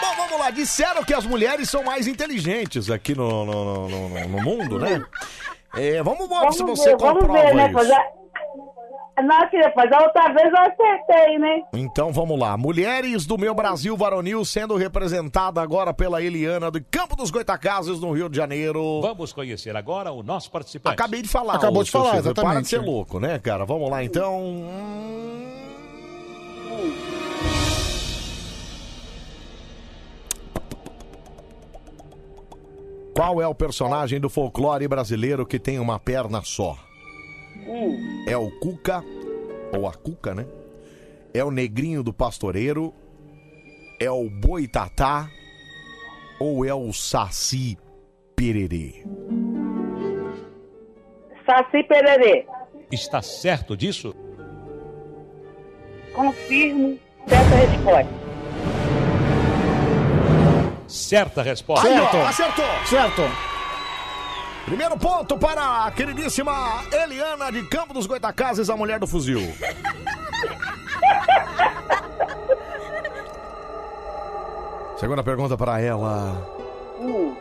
Bom, vamos lá. Disseram que as mulheres são mais inteligentes aqui no, no, no, no- no- no mundo, né? É, vamos né, ver se você comprova isso.
pois é. Não, filha, pois a outra vez eu acertei, né?
Então vamos lá. Mulheres do meu Brasil varonil sendo representada agora pela Eliana do Campo dos Goitacazes, no Rio de Janeiro.
Vamos conhecer agora o nosso participante.
Acabei de falar. ô, seu Silvio. Para de ser louco, né, cara? Vamos lá, então. Qual é o personagem do folclore brasileiro que tem uma perna só?
Hum.
É o Cuca, ou a Cuca, né? É o Negrinho do Pastoreiro? É o Boitatá? Ou é o Saci Pererê?
Saci Pererê.
Está certo disso?
Confirmo certa resposta.
Certa resposta.
Aí, ó, acertou!
Certo.
Primeiro ponto para a queridíssima Eliana de Campo dos Goitacazes, a mulher do fuzil. Segunda pergunta para ela.
Hum.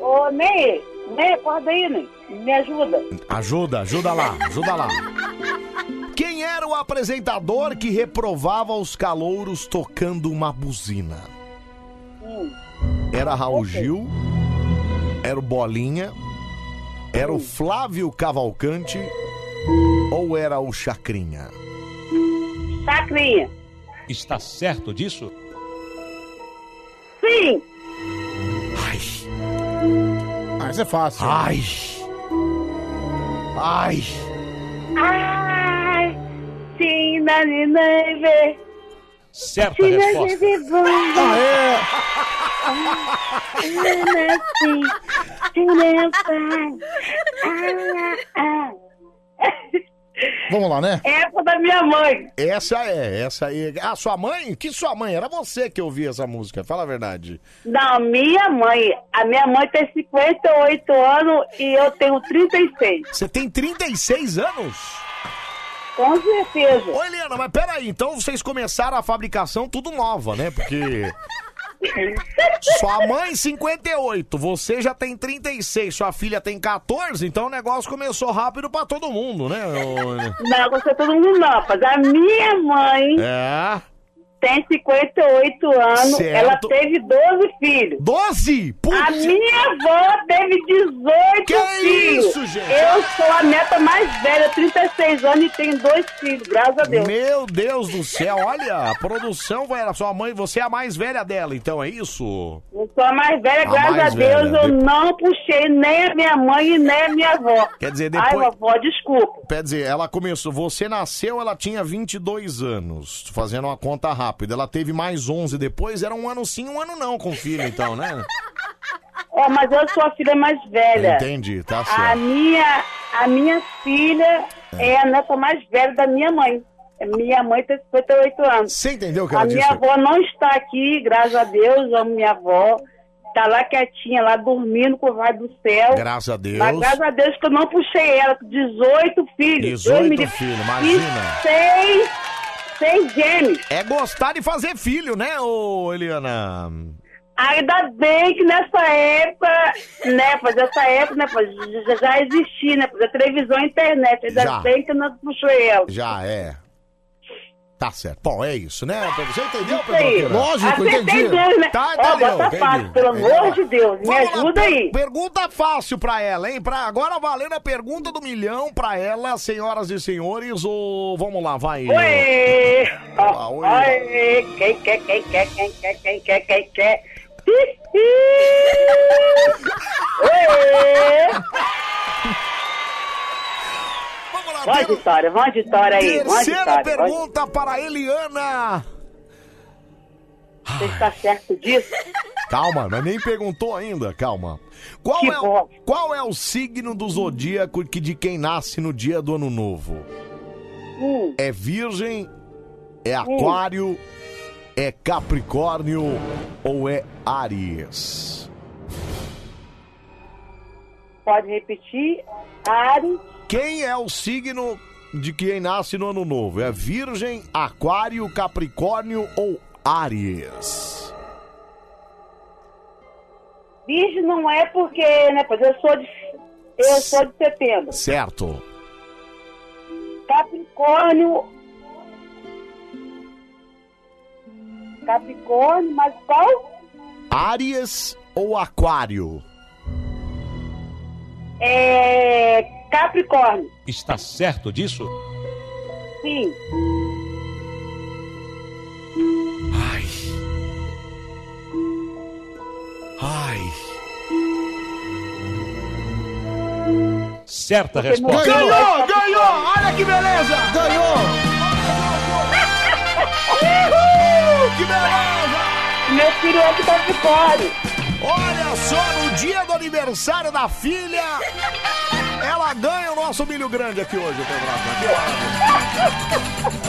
Ô, Ney, Ney, acorda aí, Ney. Me ajuda.
Ajuda, ajuda lá, Tá, ajuda lá. Quem era o apresentador que reprovava os calouros tocando uma buzina?
Hum.
Era Raul Gil? Era o Bolinha? Era o Flávio Cavalcante? Ou era o Chacrinha?
Chacrinha.
Está certo disso?
Sim.
Ah, isso é fácil.
Ai. Ai.
Ai, sim, nani, nani, vê.
Certa
Sim, nani,
resposta.
vê, vamos.
Aê.
Nana, sim, sim, né, pai. Ah, ah.
Vamos lá, né?
Essa da é minha mãe.
Essa é, essa aí. Ah, sua mãe? Que sua mãe? Era você que ouvia essa música, fala a verdade.
Não, minha mãe. A minha mãe tem 58 anos e eu tenho 36.
Você tem 36 anos?
Com certeza.
Ô, Helena, mas peraí, então vocês começaram a fabricação tudo nova, né? Porque. Sua mãe, 58, você já tem 36, sua filha tem 14, então o negócio começou rápido pra todo mundo, né? ô, Helena?
Não, você todo mundo não, mas a minha mãe
É.
tem 58 anos,
Certo.
ela teve 12 filhos.
12?
A minha avó teve 18
Que é
filhos.
isso, gente?
Eu sou a neta mais velha, 36 anos e tenho dois filhos, graças a Deus.
Meu Deus do céu, olha, a produção vai. Sua mãe, você é a mais velha dela, então é isso?
Eu sou a mais velha,
A
graças
mais
a Deus,
velha.
eu não puxei nem a minha mãe e nem a minha avó.
Quer dizer,
Ai,
depois.
vovó, desculpa.
Quer dizer, ela começou. Você nasceu, ela tinha 22 anos. Fazendo uma conta rápida. Ela teve mais 11 depois. Era um ano sim, um ano não com o filho, então, né?
É, mas eu sou a filha mais velha.
Entendi, tá
A
certo.
é minha, a minha filha é. a neta mais velha da minha mãe. Minha mãe tem 58 anos.
Você entendeu o que
A
ela
minha
disse?
avó não está aqui, graças a Deus, amo minha avó. Está lá quietinha, lá dormindo com o raio do céu.
Graças a Deus.
Mas graças a Deus que eu não puxei ela, com 18 filhos.
18
Deus me livre.
filhos, imagina.
E seis, seis gêmeos.
É gostar de fazer filho, né, ô Eliana?
Ainda bem que nessa época, né, pois essa época, né, pois já, já existia, né, pois a televisão e a internet, ainda
Já.
bem que eu não puxei ela.
Já é. Tá certo. Bom, é isso, né? Pedro? Você entendeu,
Isso
Pedro?
aí.
Alqueira?
Lógico, Acertei entendi. dois, né?
Tá,
Ó,
entendeu?
bota
entendi.
fácil, pelo amor de Deus, me
Vamos lá,
ajuda
per-
aí.
Pergunta fácil pra ela, hein? Pra agora valendo a pergunta do milhão pra ela, senhoras e senhores, ou vamos lá, vai.
Oi!
Ah, oi.
Oi! Quem quer, quem quer, quem quer, quem quer, quem quer? Ih, ih. Oi! Vamos de vitória, vamos de vitória aí. Vamos de
Terceira
vitória.
pergunta para Eliana.
Você está certo disso?
Calma, mas nem perguntou ainda, calma. Qual,
Que
é o, qual é o signo do zodíaco que de quem nasce no dia do ano novo?
Hum.
É virgem? É aquário? É capricórnio? Ou é Aries?
Pode repetir? Ares.
Quem é o signo de quem nasce no ano novo? É virgem, aquário, capricórnio ou Aries?
Virgem não é porque, né? Pois eu sou de. Eu sou de setembro.
Certo.
Capricórnio. Capricórnio, mas qual?
Áries ou Aquário?
É. Capricórnio,
Está certo disso?
sim.
Ai.
Certa
Porque não-
resposta. é
Ganhou,
ganhou! Olha que beleza! Ganhou! que beleza!
Meu filho é Capricórnio.
Olha só, no dia do aniversário da filha, ela ganha o nosso milho grande aqui hoje, Pedro.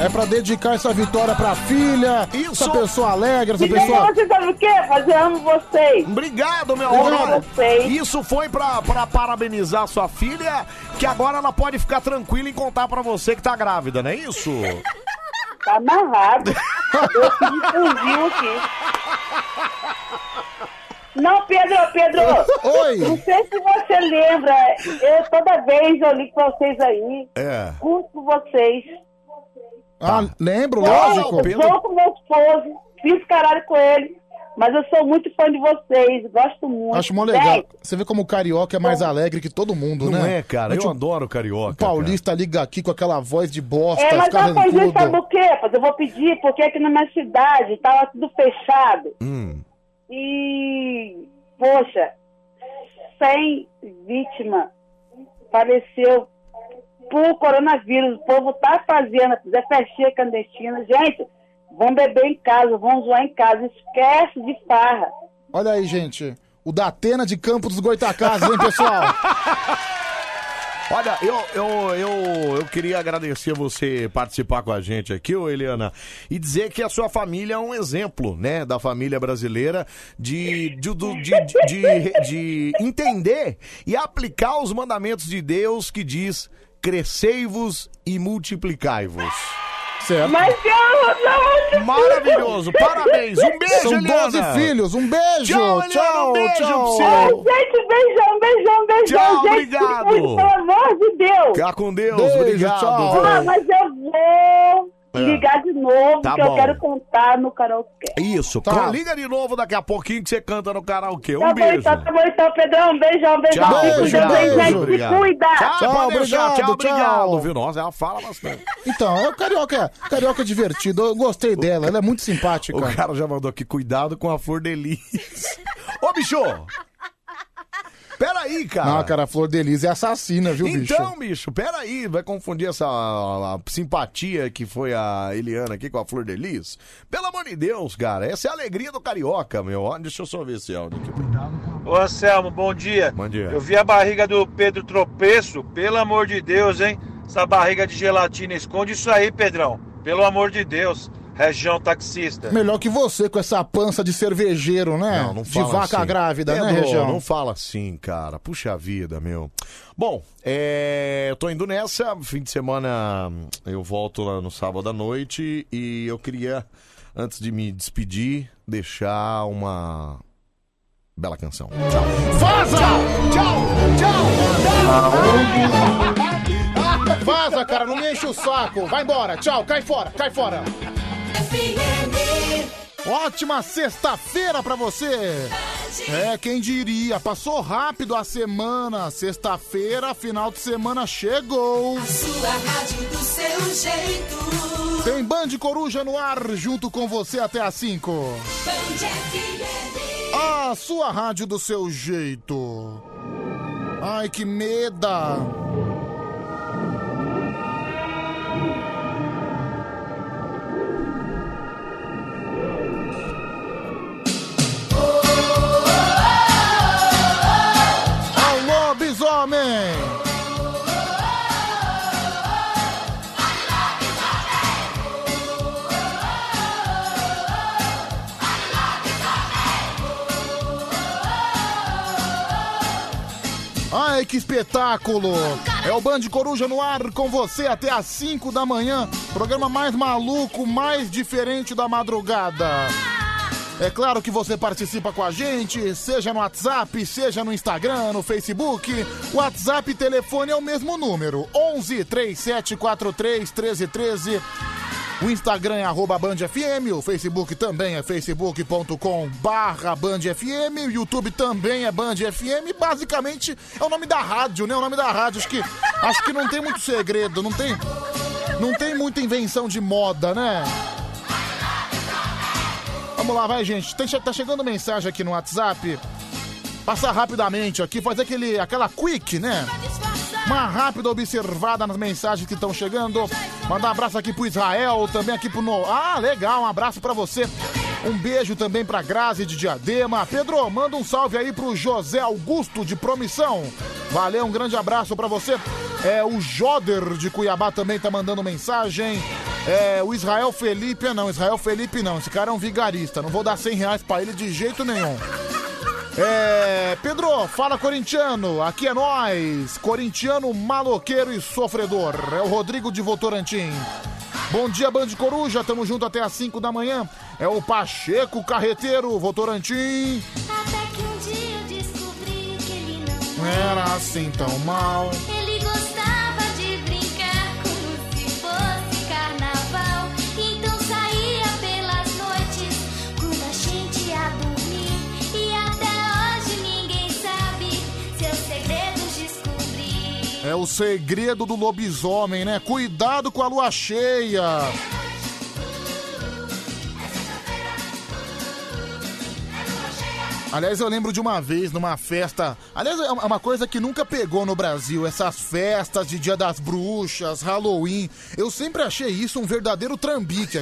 É pra dedicar essa vitória pra filha, essa pessoa alegre, essa
E
pessoa.
você sabe o quê? Fazer amo vocês.
Obrigado, meu
Eu
amor.
amo vocês.
Isso foi pra, pra parabenizar sua filha, que agora ela pode ficar tranquila e contar pra você que tá grávida, não é isso?
Tá amarrado. Eu fiz um vinho aqui. Não, Pedro, Pedro.
Oi.
Não sei se você lembra. Eu toda vez eu ligo pra vocês aí.
É. Tá.
Curto com vocês.
Ah, lembro,
eu
lógico.
sou com meu esposo. Fiz caralho com ele. Mas eu sou muito fã de vocês. Gosto muito.
Acho mó legal.
Bem,
Você vê como o carioca é mais alegre que todo mundo,
Não
né?
é, cara? Eu adoro o carioca.
O paulista liga aqui com aquela voz de bosta,
É, mas
fica
eu fazer
rancudo.
sabe o quê? Mas Eu vou pedir, porque aqui na minha cidade tava tudo fechado. E, poxa, 100 vítimas faleceu por coronavírus. O povo tá fazendo, fizer festinha clandestina. Gente, vão beber em casa, vão zoar em casa. Esquece de farra.
Olha aí, gente. O da Atena de Campo dos Goitacazes, hein, pessoal?
Olha, eu, eu, eu, eu queria agradecer você participar com a gente aqui, ô Eliana, e dizer que a sua família é um exemplo, né, da família brasileira de, de, do- de, de, de- de entender e aplicar os mandamentos de Deus que diz crescei-vos e multiplicai-vos.
Certo.
Mas eu
Maravilhoso, parabéns, um beijo,
São
Eliana.
12 filhos, um beijo!
Tchau, Eliana,
tchau,
um beijo pra
tchau.
você.
Gente, beijão, beijão, beijão.
Tchau,
gente,
obrigado.
Pelo amor de Deus.
Fica com Deus,
Beijo,
obrigado.
tchau.
viu?
Ah, mas eu vou
É.
ligar de novo,
Tá
que
bom.
eu quero contar no karaokê.
Isso,
Tá.
co- liga de novo daqui a pouquinho que você canta no karaokê. Um
tá bom,
beijo.
então, tá bom, então, Pedrão. Beijão, beijão.
Tchau,
Se cuida,
obrigado,
bem, gente,
beijo,
se
obrigado.
cuida.
Tchau,
Tchau,
pode deixar,
obrigado,
tchau, obrigado,
tchau.
viu? Nossa, ela fala bastante.
Então, é o carioca, é- carioca é divertido, eu gostei dela, ela é muito simpática.
O cara já mandou aqui, cuidado com a flor de lis. Ô, bicho! Peraí, cara.
Não, cara, a Flor Delise é assassina, viu, bicho?
Então, bicho, peraí, vai confundir essa a- a simpatia que foi a Eliana aqui com a Flor de Lis? Pelo amor de Deus, cara, essa é a alegria do carioca, meu. Ó, Deixa eu só ver esse áudio aqui.
Ô Anselmo, bom dia.
Bom dia.
Eu vi a barriga do Pedro Tropeço, pelo amor de Deus, hein? Essa barriga de gelatina esconde isso aí, Pedrão.
Pelo amor de Deus, região taxista.
Melhor que você com essa pança de cervejeiro, né?
Não, não
de
fala
vaca
assim.
grávida, né,
Pedro,
Região?
Não fala assim, cara. Puxa vida, meu. Bom, é, eu tô indo nessa. Fim de semana hum, eu volto lá no sábado à noite e eu queria, antes de me despedir, deixar uma bela canção.
Vaza! Tchau, tchau, tchau! Vaza, cara, não me enche o saco. Vai embora, tchau, cai fora, cai fora. Ótima sexta-feira pra você! É, quem diria, passou rápido a semana. Sexta-feira, final de semana chegou.
Sua rádio do seu jeito.
Tem Band Coruja no ar, junto com você até às 5.
Band FM.
A sua rádio do seu jeito. Ai, que meda! Alô, bisomem! Ai, que espetáculo! É o Band Coruja no ar com você até às 5 da manhã. Programa mais maluco, mais diferente da madrugada. É claro que você participa com a gente, seja no WhatsApp, seja no Instagram, no Facebook. O WhatsApp e telefone é o mesmo número: 11 3743 1313. O Instagram é arroba Band FM, o Facebook também é facebook.com barra Band FM, o YouTube também é Band FM, basicamente é o nome da rádio, né? O nome da rádio, acho que, acho que não tem muito segredo, não tem, não tem muita invenção de moda, né? Vamos lá, vai gente, Tem che- tá chegando mensagem aqui no WhatsApp, passar rapidamente aqui, fazer aquele, aquela quick, né? Uma rápida observada nas mensagens que estão chegando. Mandar um abraço aqui pro Israel, também aqui pro No. Ah, legal, um abraço pra você. Um beijo também pra Grazi de Diadema. Pedro, manda um salve aí pro José Augusto de Promissão. Valeu, um grande abraço pra você. É, o Joder de Cuiabá também tá mandando mensagem. É, o Israel Felipe, não, Israel Felipe não. Esse cara é um vigarista. Não vou dar 100 reais pra ele de jeito nenhum. É, Pedro, fala corintiano, aqui é nós, corintiano maloqueiro e sofredor, é o Rodrigo de Votorantim. Bom dia, Band Coruja, tamo junto até às 5 da manhã, é o Pacheco Carreteiro, Votorantim.
Até que um dia eu descobri que ele
Não era assim tão mal.
não. Ele gostava de brincar como se fosse carnaval. Então saía pelas noites quando a gente ia dormir. E até hoje ninguém sabe seus segredos descobrir.
É o segredo do lobisomem, né? Cuidado com a lua cheia. Aliás, eu lembro de uma vez numa festa. Aliás, é uma coisa que nunca pegou no Brasil, essas festas de Dia das Bruxas, Halloween. Eu sempre achei isso um verdadeiro trambique.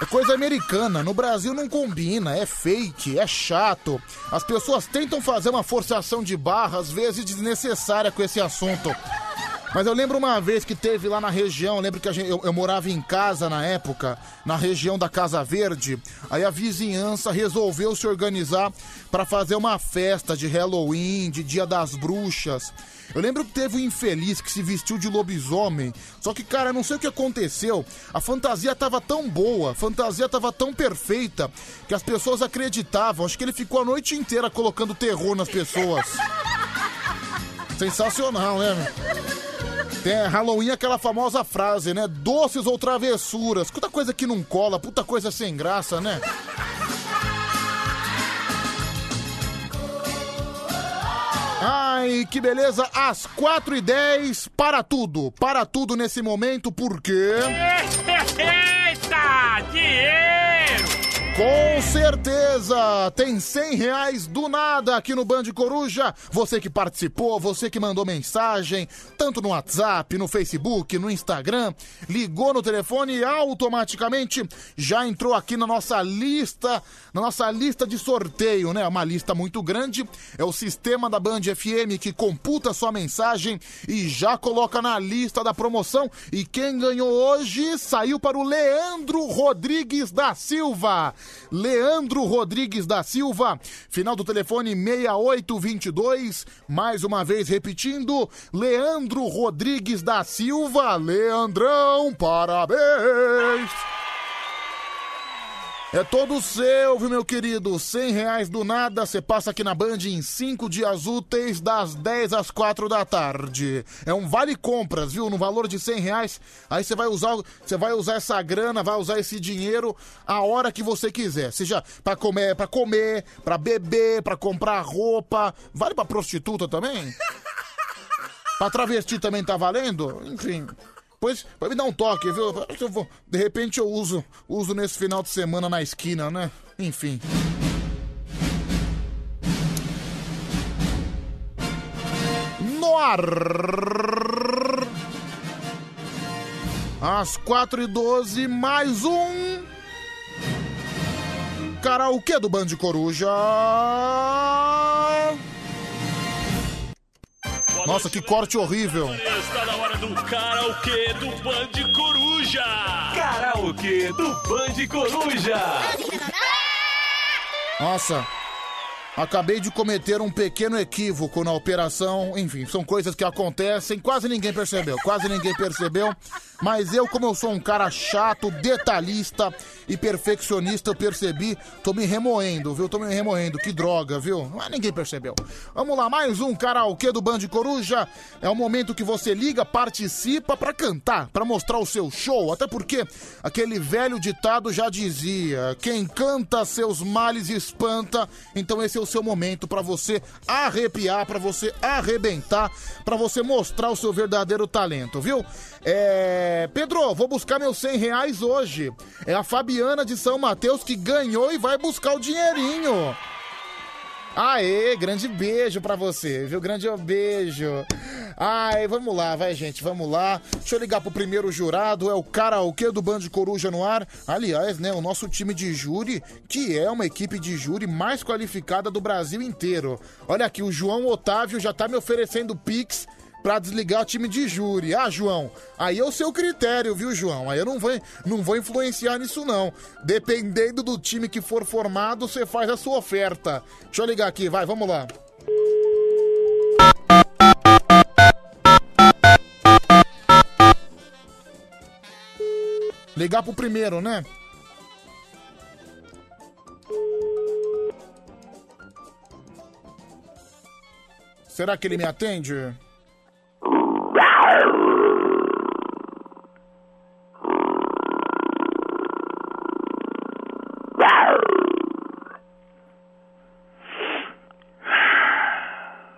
É coisa americana, no Brasil não combina, é fake, é chato. As pessoas tentam fazer uma forçação de barra, às vezes desnecessária com esse assunto. Mas eu lembro uma vez que teve lá na região, eu lembro que a gente- eu, eu morava em casa na época, na região da Casa Verde. Aí a vizinhança resolveu se organizar pra fazer uma festa de Halloween, de Dia das Bruxas. Eu lembro que teve um infeliz que se vestiu de lobisomem. Só que, cara, eu não sei o que aconteceu. A fantasia tava tão boa, a fantasia tava tão perfeita, que as pessoas acreditavam. Acho que ele ficou a noite inteira colocando terror nas pessoas. Sensacional, né? meu? Tem Halloween aquela famosa frase, né? Doces ou travessuras. Puta coisa que não cola, puta coisa sem graça, né? Ai, que beleza! Às 4h10, para tudo! Para tudo nesse momento, porque.
Eita, dinheiro!
Com certeza! Tem 100 reais do nada aqui no Band Coruja. Você que participou, você que mandou mensagem, tanto no WhatsApp, no Facebook, no Instagram, ligou no telefone e automaticamente já entrou aqui na nossa lista, na nossa lista de sorteio, né? Uma lista muito grande. É o sistema da Band FM que computa sua mensagem e já coloca na lista da promoção. E quem ganhou hoje saiu para o Leandro Rodrigues da Silva. Leandro Rodrigues da Silva, final do telefone 6822. Mais uma vez repetindo, Leandro Rodrigues da Silva. Leandrão, parabéns! É todo seu, viu, meu querido? 100 reais do nada, você passa aqui na Band em 5 dias úteis, das 10 às 4 da tarde. É um vale compras, viu? No valor de 100 reais, aí você vai usar, você vai usar essa grana, vai usar esse dinheiro a hora que você quiser. Seja pra comer, pra comer, pra beber, pra comprar roupa. Vale pra prostituta também? Pra travesti também tá valendo? Enfim. Pois, vai me dar um toque, viu? Eu vou- de repente eu uso, uso nesse final de semana na esquina, né? Enfim. No ar. Às 4 e 12 mais um. Karaokê do Band Coruja. Nossa, que corte horrível.
Está na hora do karaokê do Band Coruja.
Karaokê do Band Coruja. Nossa, acabei de cometer um pequeno equívoco na operação. Enfim, são coisas que acontecem. Quase ninguém percebeu, quase ninguém percebeu. Mas eu, como eu sou um cara chato, detalhista e perfeccionista, eu percebi. Tô me remoendo, viu? Tô me remoendo. Que droga, viu? Mas ninguém percebeu. Vamos lá, mais um karaokê do Band Coruja. É o momento que você liga, participa pra cantar, pra mostrar o seu show. Até porque aquele velho ditado já dizia: quem canta seus males espanta. Então esse é o seu momento pra você arrepiar, pra você arrebentar, pra você mostrar o seu verdadeiro talento, viu? É... Pedro, vou buscar meus 100 reais hoje. É a Fabiana de São Mateus que ganhou e vai buscar o dinheirinho. Aê, grande beijo pra você, viu? Grande beijo. Ai, vamos lá, vai, gente, vamos lá. Deixa eu ligar pro primeiro jurado, é o karaokê do Band Coruja no ar. Aliás, né, o nosso time de júri, que é uma equipe de júri mais qualificada do Brasil inteiro. Olha aqui, o João Otávio já tá me oferecendo pix pra desligar o time de júri. Ah, João, aí é o seu critério, viu, João? Aí eu não vou, não vou influenciar nisso, não. Dependendo do time que for formado, você faz a sua oferta. Deixa eu ligar aqui, vai, vamos lá. Ligar pro primeiro, né? Será que ele me atende?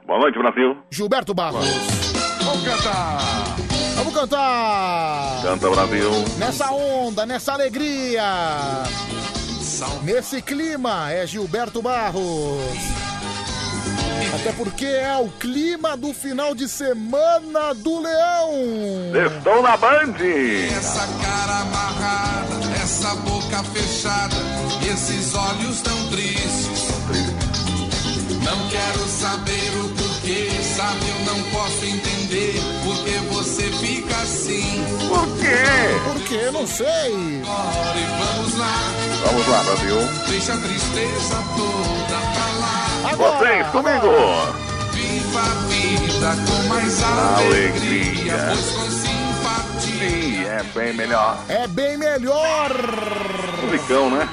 Boa noite, Brasil.
Gilberto Barros. Vamos cantar! Vamos cantar!
Canta, Brasil.
Nessa onda, nessa alegria! Nesse clima é Gilberto Barros. Até porque é o clima do final de semana do Leão.
Estou na Band.
Essa cara amarrada, essa boca fechada, e esses olhos tão tristes. Não quero saber o porquê, sabe? Eu não posso entender porque você fica assim. Por
Por quê? Não sei.
Ora, e vamos lá,
Vamos lá, Brasil.
deixa a tristeza toda pra lá.
Vocês comigo.
Viva a vida com mais alegria,
Alegria.
pois com simpatia.
Sim, é bem melhor.
É bem melhor.
Musicão, né?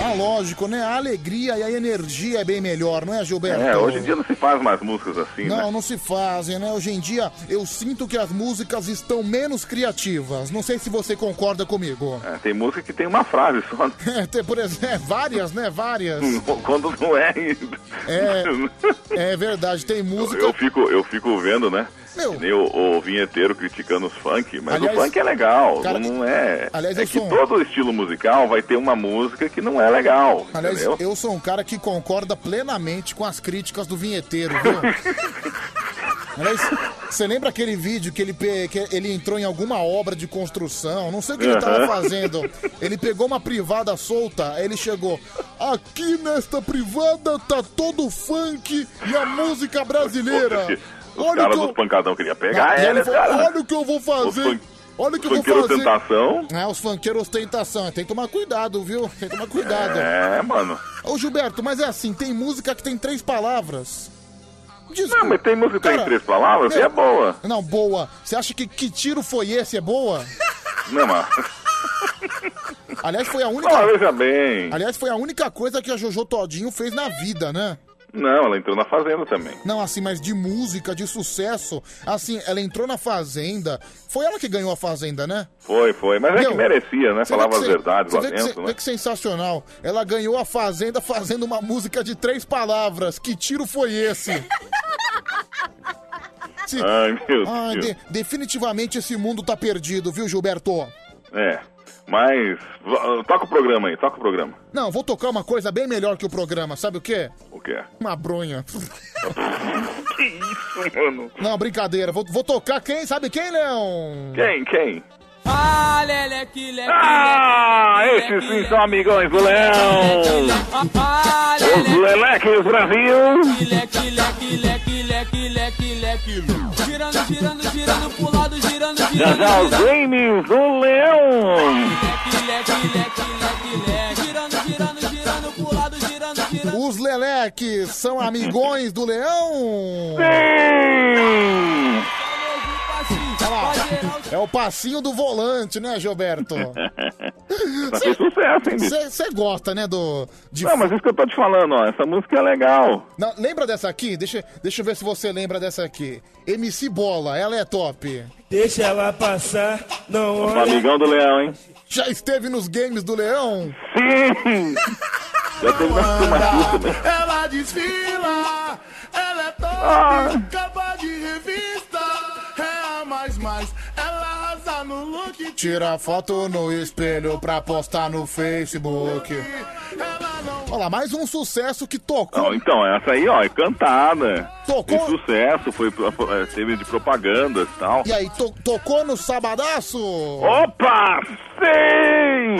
Ah, lógico, né? A alegria e a energia é bem melhor, não é, Gilberto?
É, hoje em dia não se faz mais músicas assim, né?
Não, não se fazem, né? Hoje em dia eu sinto que as músicas estão menos criativas. Não sei se você concorda comigo.
É, tem música que tem uma frase só.
É, tem, por exemplo, é, várias, né? Várias.
Quando não é.
É, é verdade, tem música.
Eu fico, eu fico vendo, né? Que Nem o, o vinheteiro criticando os funk, mas o funk é legal,
cara,
não é.
aliás,
é
eu
que
sou um-
todo estilo musical vai ter uma música que não é legal.
Aliás,
entendeu?
eu sou um cara que concorda plenamente com as críticas do vinheteiro, viu? Aliás, você lembra aquele vídeo que ele, pe- que ele entrou em alguma obra de construção? Não sei o que ele tava
Aham.
fazendo. Ele pegou uma privada solta, aí ele chegou. Aqui nesta privada tá todo funk e a música brasileira.
Os caras
que
dos
eu-
pancadão queriam pegar
e ele
ela,
falou,
cara.
Olha o que eu vou fazer.
fun-
Olha o que
os
eu vou
funkeiros
fazer.
ostentação.
É, os funkeiros tentação. Tem que tomar cuidado, viu? Tem que tomar cuidado.
É, mano.
Ô Gilberto, mas é assim, tem música que tem três palavras.
Não, mas tem música que tem
Cara,
três palavras e
meu,
é boa.
Não, boa. Você acha que que tiro foi esse é boa?
Não, mas.
Aliás, foi a
Ah,
única.
veja bem.
Aliás, foi a única coisa que a Jojo Todinho fez na vida, né?
Não, ela entrou na fazenda também.
Não, assim, mas de música, de sucesso. Assim, ela entrou na Fazenda. Foi ela que ganhou a Fazenda, né?
Foi, foi. Mas é
Meu,
que merecia, né?
você vê
Falava
que
as
sen-
verdades
você
lá
vê que sen-
dentro,
vê
né?
que sensacional. Ela ganhou a Fazenda fazendo uma música de três palavras. Que tiro foi esse? Se-
Ai, meu
Ai,
Deus.
de- definitivamente esse mundo tá perdido, viu, Gilberto?
É. Mas. v- Toca o programa aí, toca o programa.
Não, vou tocar uma coisa bem melhor que o programa, sabe o quê?
O que é?
Uma bronha.
Que isso, mano?
Não, brincadeira. Vou, vou tocar quem? Sabe quem, Leão?
Quem? Quem?
Ah, leleque, leque,
Ah, esses sim são amigões do Leão! Os Leleques Brasil!
leque, leque, leque, leque, leque, leque. Girando, girando, girando pro lado, girando,
Já
girando.
já os
girando.
games do Leão!
Leque, leque, leque, leque. Girando, girando, girando pro lado, girando, girando.
Os Leleques são amigões do Leão?
Sim!
Olha lá, é o passinho do volante, né, Gilberto?
Fez sucesso, hein, bicho?
Você gosta, né, do... de-
Não, mas isso que eu tô te falando, ó. Essa música é legal.
Não, lembra dessa aqui? Deixa, deixa eu ver se você lembra dessa aqui. MC Bola, ela é top. Deixa ela passar, não
O amigão do Leão, hein?
Já esteve nos games do Leão?
Sim! Já teve na Sumachu também.
Ela desfila, ela é top,
Ah.
capa de revista, é a mais mais. Ela arrasa no look,
Tira foto no espelho pra postar no Facebook. Olha lá, mais um sucesso que tocou.
Não, então, essa aí, ó, é cantada.
Tocou?
Fez sucesso, foi, pro- eh, teve de propagandas e tal.
E aí, to- tocou no sabadaço?
Opa! Sim!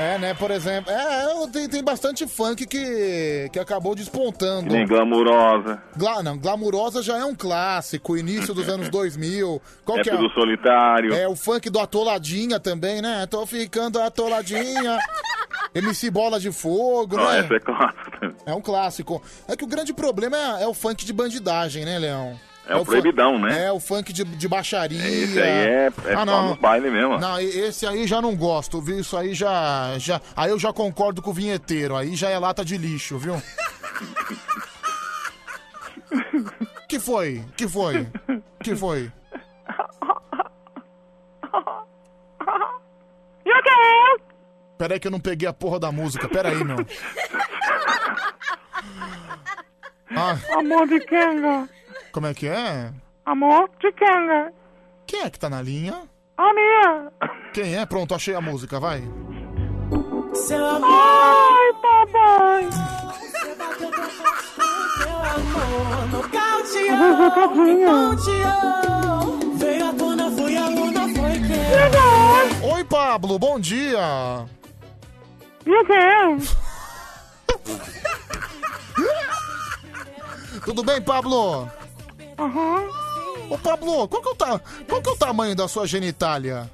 É, né, por exemplo. É, eu- tem, tem bastante funk que, que acabou despontando.
Que nem glamurosa.
Gla, não, Glamurosa já é um clássico, início dos anos 2000. Qual
é
que é?
tudo solitário.
É o funk do Atoladinha também, né? Tô ficando atoladinha. MC Bola de Fogo,
Ó,
né?
essa é clássica.
É um clássico. É que o grande problema é, é o funk de bandidagem, né, Leão?
É o proibidão,
fu-
né?
É o funk de, de baixaria.
Esse aí é, é
ah,
só
não.
nos bailes mesmo. ó.
Não, e- esse aí já não gosto, viu? Isso aí já, já. Aí eu já concordo com o vinheteiro, aí já é lata de lixo, viu? que foi? Que foi? Que foi? Peraí que eu não peguei a porra da música, peraí, meu.
Amor de Kenga.
Ah. Como é que é?
Amor de Kenga.
Quem é que tá na linha?
A minha.
Quem é? Pronto, achei a música, vai.
Seu amor. Ai, papai.
Veio à tona, foi a luna, foi
Oi, Pablo, bom dia.
Meu Deus.
Tudo bem, Pablo?
Aham.
Ô, Pablo, qual que, é o ta- qual que é o tamanho da sua genitália?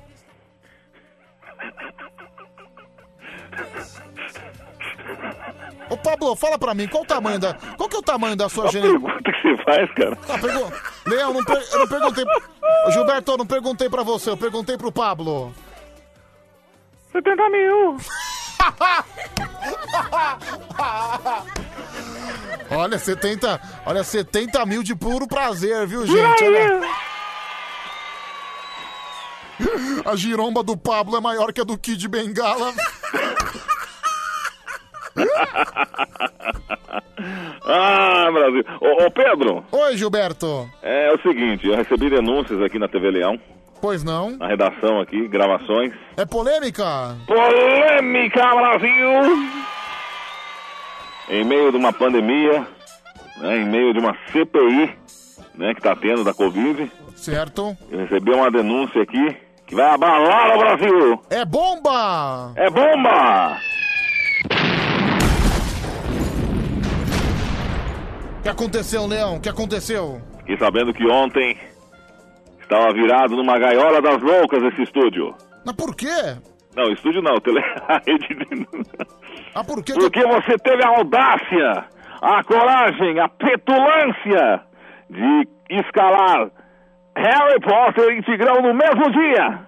Ô, Pablo, fala pra mim, qual o tamanho da... Qual que é o tamanho da sua genitália?
O que você faz, cara?
Ah, pergun... Leão, não per- eu não perguntei... Ô, Gilberto, eu não perguntei pra você, eu perguntei pro Pablo.
70 mil.
Olha, tá- 70... Olha, 70 mil de puro prazer, viu,
Vira
gente? Olha...
aí.
A giromba do Pablo é maior que a do Kid Bengala.
ah, Brasil. Ô, ô, Pedro,
Oi, Gilberto.
é o seguinte, eu recebi denúncias aqui na TV Leão,
Pois não?
na redação aqui, gravações.
É polêmica?
Polêmica, Brasil! Em meio de uma pandemia, né, em meio de uma CPI, né, que tá tendo da Covid,
Certo.
eu recebi uma denúncia aqui que vai abalar o Brasil!
É bomba!
É bomba!
O que aconteceu, Leão? O que aconteceu?
Fiquei sabendo que ontem estava virado numa gaiola das loucas esse estúdio.
Mas por quê?
Não, estúdio não, tele... a rede de-
Ah, por quê?
Porque você teve a audácia, a coragem, a petulância de escalar Harry Potter e Tigrão no mesmo dia.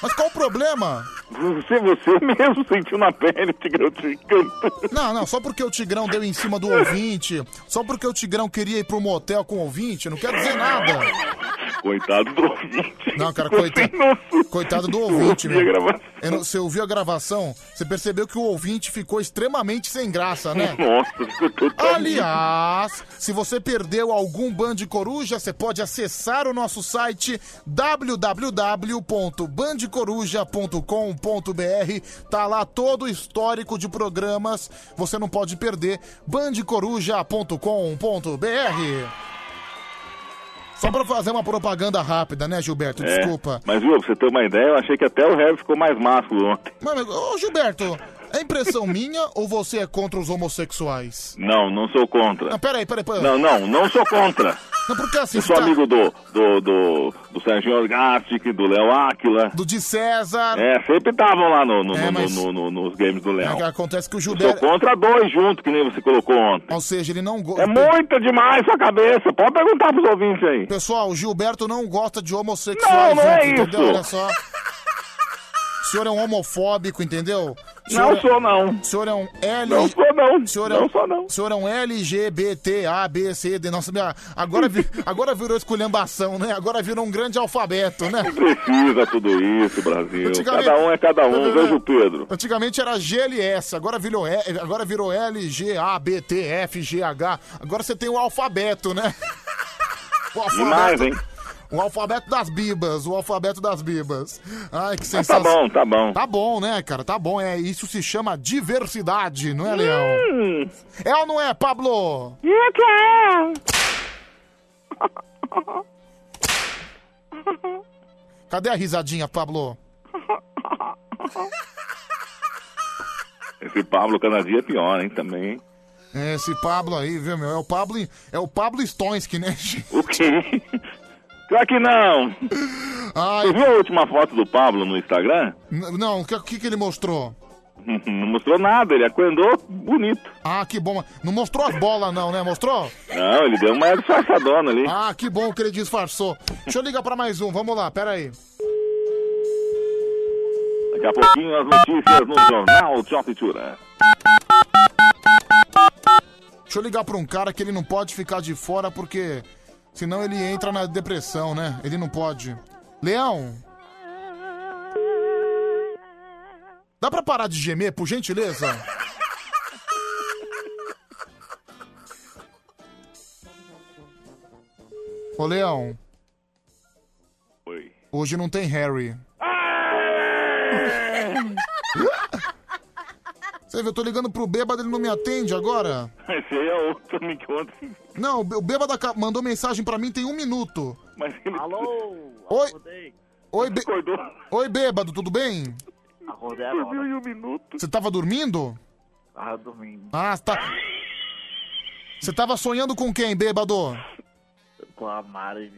Mas qual o problema?
Você, você mesmo sentiu na pele o Tigrão te cantando.
Não, não, só porque o Tigrão deu em cima do ouvinte, só porque o Tigrão queria ir pro motel com o ouvinte, não quero dizer nada.
Coitado do ouvinte.
Não, cara, coitado, coitado do ouvinte,
Eu ouvi a
meu.
gravação.
Eu não- Você ouviu a gravação, você percebeu que o ouvinte ficou extremamente sem graça, né?
Nossa, ficou totalmente...
Aliás, se você perdeu algum Band Coruja, você pode acessar o nosso site www.bandecoruja.com.br. Tá lá todo o histórico de programas. Você não pode perder bandecoruja.com.br. Só pra fazer uma propaganda rápida, né, Gilberto?
É,
Desculpa.
Mas viu, pra você ter uma ideia, eu achei que até o Harry ficou mais másculo ontem.
Mano, ô Gilberto, é impressão minha ou você é contra os homossexuais?
Não, não sou contra.
Não, peraí, peraí, peraí.
Não, não, não sou contra.
Não, porque assim,
Eu sou
tá-
amigo do, do, do, do Serginho Orgastic, do Léo Áquila.
do de César.
É, sempre estavam lá no, no,
É,
no-
mas-
no- no- nos games do
É que
Léo.
acontece que o
Eu sou
Gilberto.
contra dois juntos, que nem você colocou ontem.
Ou seja, ele não gosta.
É muito demais sua cabeça. Pode perguntar pros ouvintes aí.
Pessoal, o Gilberto não gosta de homossexuais,
Não, não é
entendeu?
isso.
Olha só. O senhor é um homofóbico, entendeu? O
Não sou,
não. O senhor é um L...
Não sou, não.
O senhor é
Não
um...
sou, não.
O senhor é um LGBT, A, B, C, D. Nossa, minha... agora, vi- agora virou esculhambação, né? Agora virou um grande alfabeto, né?
Precisa tudo isso, Brasil.
Antigamente-
Cada um é cada um. Veja o Pedro.
Antigamente era GLS, agora virou, E- agora virou L, G, A, B, T, F, G, H. Agora você tem o alfabeto, né? O
Demais, hein?
O alfabeto das bibas, o alfabeto das bibas. Ai, que
Mas tá
sensação.
bom, tá bom.
Tá bom, né, cara? Tá bom. É, isso se chama diversidade, não é, Leão?
Hum.
É ou não é, Pablo?
E que é?
é?
Cadê a risadinha, Pablo?
Esse Pablo Canadia é pior, hein, também. hein?
É Esse Pablo aí, viu, meu? É o Pablo, é o Pablo Stoinski, né?
O quê? Pior que não. Você viu a última foto do Pablo no Instagram?
N- Não, o que- o que, que ele mostrou?
Uhum, Não mostrou nada, ele acuendou bonito.
Ah, que bom. Não mostrou as bolas, não, né? Mostrou?
Não, ele deu uma disfarçadona ali.
Ah, que bom que ele disfarçou. Deixa eu ligar pra mais um, vamos lá, pera aí.
Daqui a pouquinho as notícias no Jornal Tchoppitura.
Deixa eu ligar pra um cara que ele não pode ficar de fora porque senão ele entra na depressão, né? Ele não pode. Leão! Dá pra parar de gemer, por gentileza? Ô, Leão.
Oi.
Hoje não tem Harry. Você vê, eu tô ligando pro bêbado, ele não me atende agora.
Esse aí é outro me conta.
Não, o bêbado aca- mandou mensagem pra mim tem um minuto.
Mas ele... Alô?
Oi. Oi, bê- Oi, bêbado, tudo bem?
Acordei
É,
agora.
um minuto.
Você tava dormindo?
Tava dormindo.
Ah, tá. Você tava sonhando com quem, bêbado?
Com a Mari.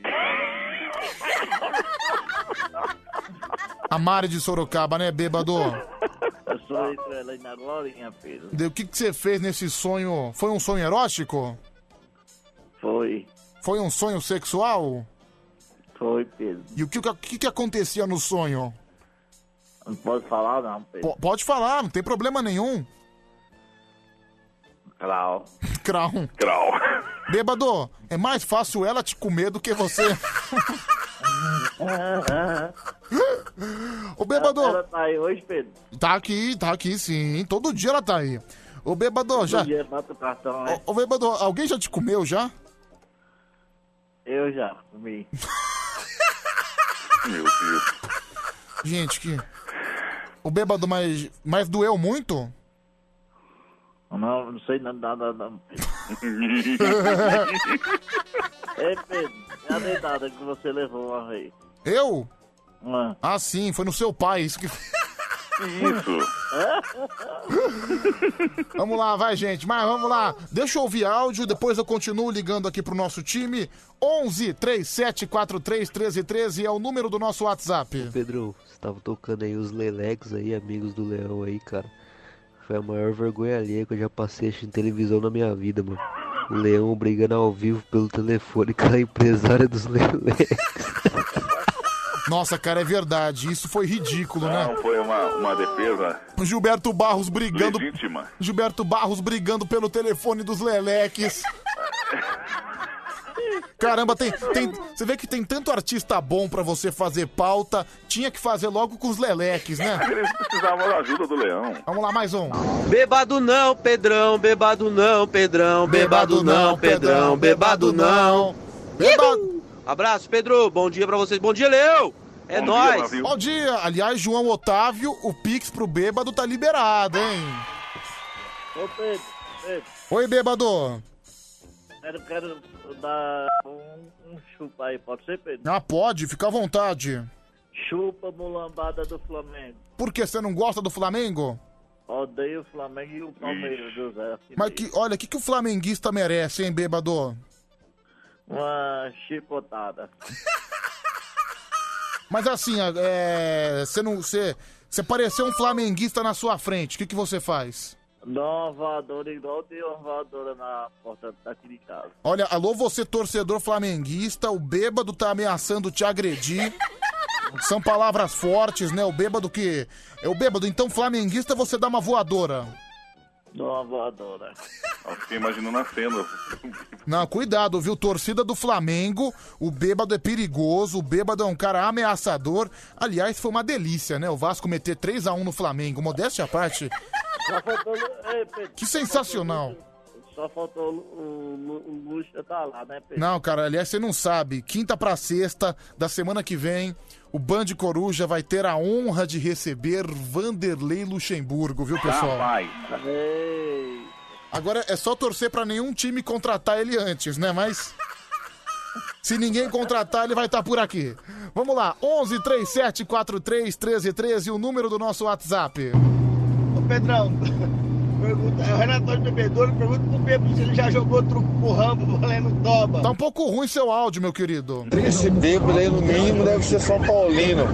A Mari de Sorocaba, né, bêbado?
Eu sou isso, ela ainda glorinha, filho.
De- O que que você fez nesse sonho? Foi um sonho erótico?
Foi.
Foi um sonho sexual?
Foi, Pedro.
E o que, o que, que acontecia no sonho?
Não pode falar, não, Pedro.
Po- pode falar, não tem problema nenhum.
Crau.
Crown.
Crau.
Bêbado, é mais fácil ela te comer do que você. Ô, bêbado.
Ela tá aí hoje, Pedro.
Tá aqui, tá aqui sim. Todo dia ela tá aí. Ô, bêbado, já.
Todo Um dia bota o cartão, né?
Ô, bêbado, alguém já te comeu já?
Eu já comi.
Meu Deus. Gente, que. O bêbado, mas. Mas doeu muito?
Não, não sei nada, nada, não. Ei, Pedro, é a dedada que você levou uma vez.
Eu? Ah, sim, foi no seu pai, isso que. Vamos lá, vai, gente. Mas vamos lá. Deixa eu ouvir áudio, depois eu continuo ligando aqui pro nosso time. 11 3743 1313 é o número do nosso WhatsApp.
Pedro, você tava tocando aí os Lelex aí, amigos do Leão aí, cara. Foi a maior vergonha alheia que eu já passei assistindo televisão na minha vida, mano. O Leão brigando ao vivo pelo telefone com a empresária dos Lelex.
Nossa, cara, é verdade. Isso foi ridículo, né?
Não foi uma, uma defesa
O Gilberto Barros brigando.
legítima.
Gilberto Barros brigando pelo telefone dos Leleques. Caramba, tem, tem. Você vê que tem tanto artista bom pra você fazer pauta. Tinha que fazer logo com os Leleques, né?
Eles precisavam da ajuda do leão.
Vamos lá, mais um.
Bebado não, Pedrão, bebado não, Pedrão, bebado não, Pedrão, bebado não.
Bebado.
Abraço, Pedro. Bom dia pra vocês. Bom dia, Leão. É nóis.
Bom dia. Aliás, João Otávio, o Pix pro bêbado tá liberado, hein?
Ô, Pedro, Pedro,
Oi, bêbado.
quero, quero dar um, um chupa aí, pode ser, Pedro?
Ah, pode, fica à vontade.
Chupa mulambada do Flamengo.
Por que você não gosta do Flamengo?
Odeio o Flamengo e o Palmeiras, do Zé. Assim,
Mas que, olha, o que, que o flamenguista merece, hein, bêbado?
Uma chicotada.
Mas assim, é, você não. Você, você pareceu um flamenguista na sua frente, o que, que você faz?
Dá uma voadora igual tem uma voadora na porta daqui de casa.
Olha, alô, você torcedor flamenguista, o bêbado tá ameaçando te agredir. São palavras fortes, né? O bêbado que. É o bêbado, então flamenguista você dá uma voadora.
Dá uma voadora.
Eu fiquei imaginando a cena.
Não, cuidado, viu? Torcida do Flamengo, o bêbado é perigoso, o bêbado é um cara ameaçador. Aliás, foi uma delícia, né? O Vasco meter 3 a 1 no Flamengo, modéstia à parte.
Só faltou. Lu- Tá Ei, Pedro,
Que
só
sensacional.
faltou Lu- Só faltou Lu- o, Lu- o Lucha tá lá, né, Pedro?
Não, cara, aliás, você não sabe. Quinta pra sexta da semana que vem, o Band Coruja vai ter a honra de receber Vanderlei Luxemburgo, viu, pessoal? Agora é só torcer pra nenhum time contratar ele antes, né? Mas se ninguém contratar, ele vai estar por aqui. Vamos lá, 11 37 43 13 13, o número do nosso WhatsApp.
Ô Pedrão, pergunta, é o Renato de Bebedouro, pergunta pro Bebo se ele já jogou truco com o Rambo valendo toba.
Tá um pouco ruim seu áudio, meu querido.
Esse bêbado aí, no mínimo, deve ser São Paulino.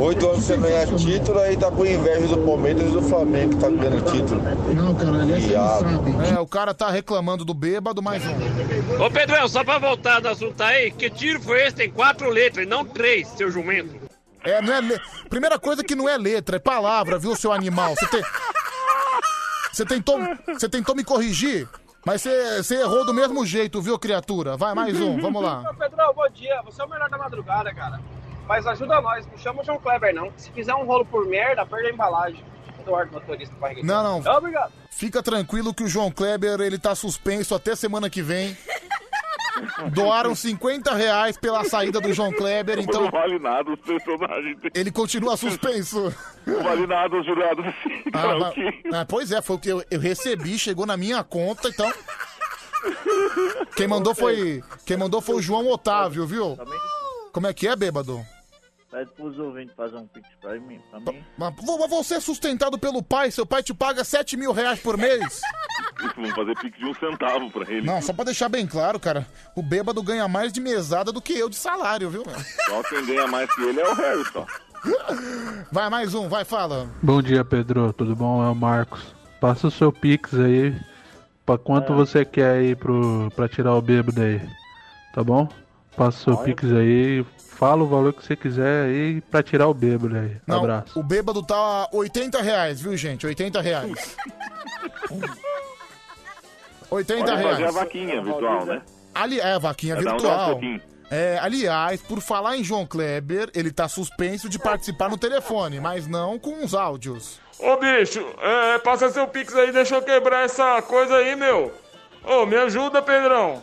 Oito anos sem ganhar título, aí tá com inveja do Palmeiras e do Flamengo, que tá dando título.
Não, cara,
aliás, você não sabe.
É, o cara tá reclamando do bêbado, mas um.
Ô Pedrão, só pra voltar no assunto aí, que tiro foi esse? Tem quatro letras, não três, seu jumento.
É, não é le... Primeira coisa que não é letra, é palavra, viu, seu animal? Você te- Você tentou... Você tentou me corrigir, mas você... você errou do mesmo jeito, viu, criatura? Vai, mais um, vamos lá.
Ô, Pedrão, bom dia. Você é o melhor da madrugada, cara. Mas ajuda nós, não chama o João Kleber, não. Se quiser um rolo por merda, perde a embalagem. Eduardo, motorista, barriga. de
Não,
fora.
não.
Obrigado.
Fica tranquilo que o João Kleber, ele tá suspenso até semana que vem. Doaram 50 reais pela saída do João Kleber,
Mas Não
então
vale nada os personagens.
ele continua suspenso.
Não vale nada os jurados. assim,
Ah,
cara, o
mas-
quê?
ah, pois é, foi o que eu, eu recebi, chegou na minha conta, então. Quem mandou foi. Quem mandou foi o João Otávio, viu? Como é que é, bêbado?
Pede pros ouvintes fazer um pix pra mim, pra mim.
Mas vo- mas você é sustentado pelo pai, seu pai te paga 7 mil reais por mês?
Vamos fazer pique de um centavo pra ele.
Não, só pra deixar bem claro, cara, o bêbado ganha mais de mesada do que eu de salário, viu? meu?
Só quem ganha mais que ele é o Harrison.
Vai, mais um, vai, fala.
Bom dia, Pedro. Tudo bom? É o Marcos. Passa o seu Pix aí. Pra
É.
quanto você quer aí pro, pra tirar o bêbado aí? Tá bom? Passa o seu
Olha.
Pix aí. Fala o valor que você quiser aí pra tirar o bêbado aí.
Não,
Abraço.
o bêbado tá a 80 reais, viu, gente? 80 reais. 80
Pode fazer a
reais.
vaquinha virtual, né?
Ali é, a vaquinha
É, dá um
virtual.
pouquinho.
É, aliás, por falar em João Kleber, ele tá suspenso de participar no telefone, mas não com os áudios.
Ô bicho, é, passa seu pix aí, deixa eu quebrar essa coisa aí, meu. Ô, me ajuda, Pedrão.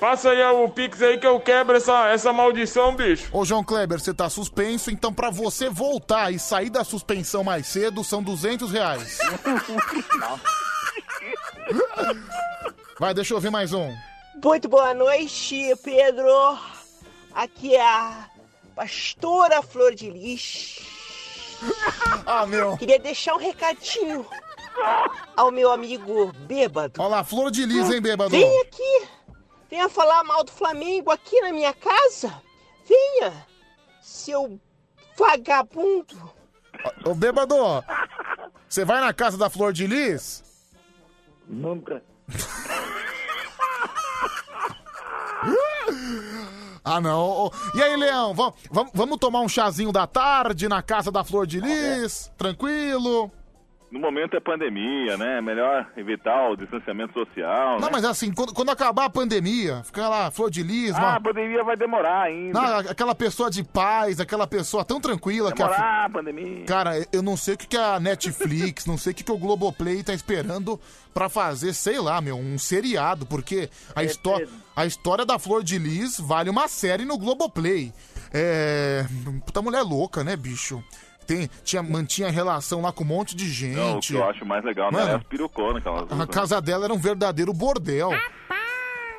Passa aí o pix aí que eu quebro essa, essa maldição, bicho.
Ô João Kleber, você tá suspenso, então pra você voltar e sair da suspensão mais cedo são 200 reais. Vai, deixa eu ouvir mais um.
Muito boa noite, Pedro. Aqui é a pastora Flor de Lis.
Ah, meu.
Queria deixar um recadinho ao meu amigo bêbado.
Olha lá, Flor de Lis, hein, bêbado?
Vem aqui. Venha falar mal do Flamengo aqui na minha casa. Venha, seu vagabundo.
Ô, bêbado, você vai na casa da Flor de Lis?
Nunca.
Ah, não. Ô, E aí, Leão, vamos vamos tomar um chazinho da tarde na casa da Flor de Lis? Tranquilo?
No momento é pandemia, né? Melhor evitar o distanciamento social.
Não,
né?
mas assim, quando, quando acabar a pandemia, fica lá, Flor de Lis,
Ah, a pandemia vai demorar ainda.
Não, aquela pessoa de paz, aquela pessoa tão tranquila que
Demorar,
a.
pandemia.
Cara, eu não sei o que, que a Netflix, não sei o que, que o Globoplay tá esperando pra fazer, sei lá, meu, um seriado, porque
É
a, histó a história da Flor de Lis vale uma série no Globoplay. É. Puta mulher louca, né, bicho? Tem, tinha, mantinha relação lá com um monte de gente.
Não, É o que eu acho mais legal, né?
Mano. Ah,
É as piroconas que elas usam.
A casa dela era um verdadeiro bordel.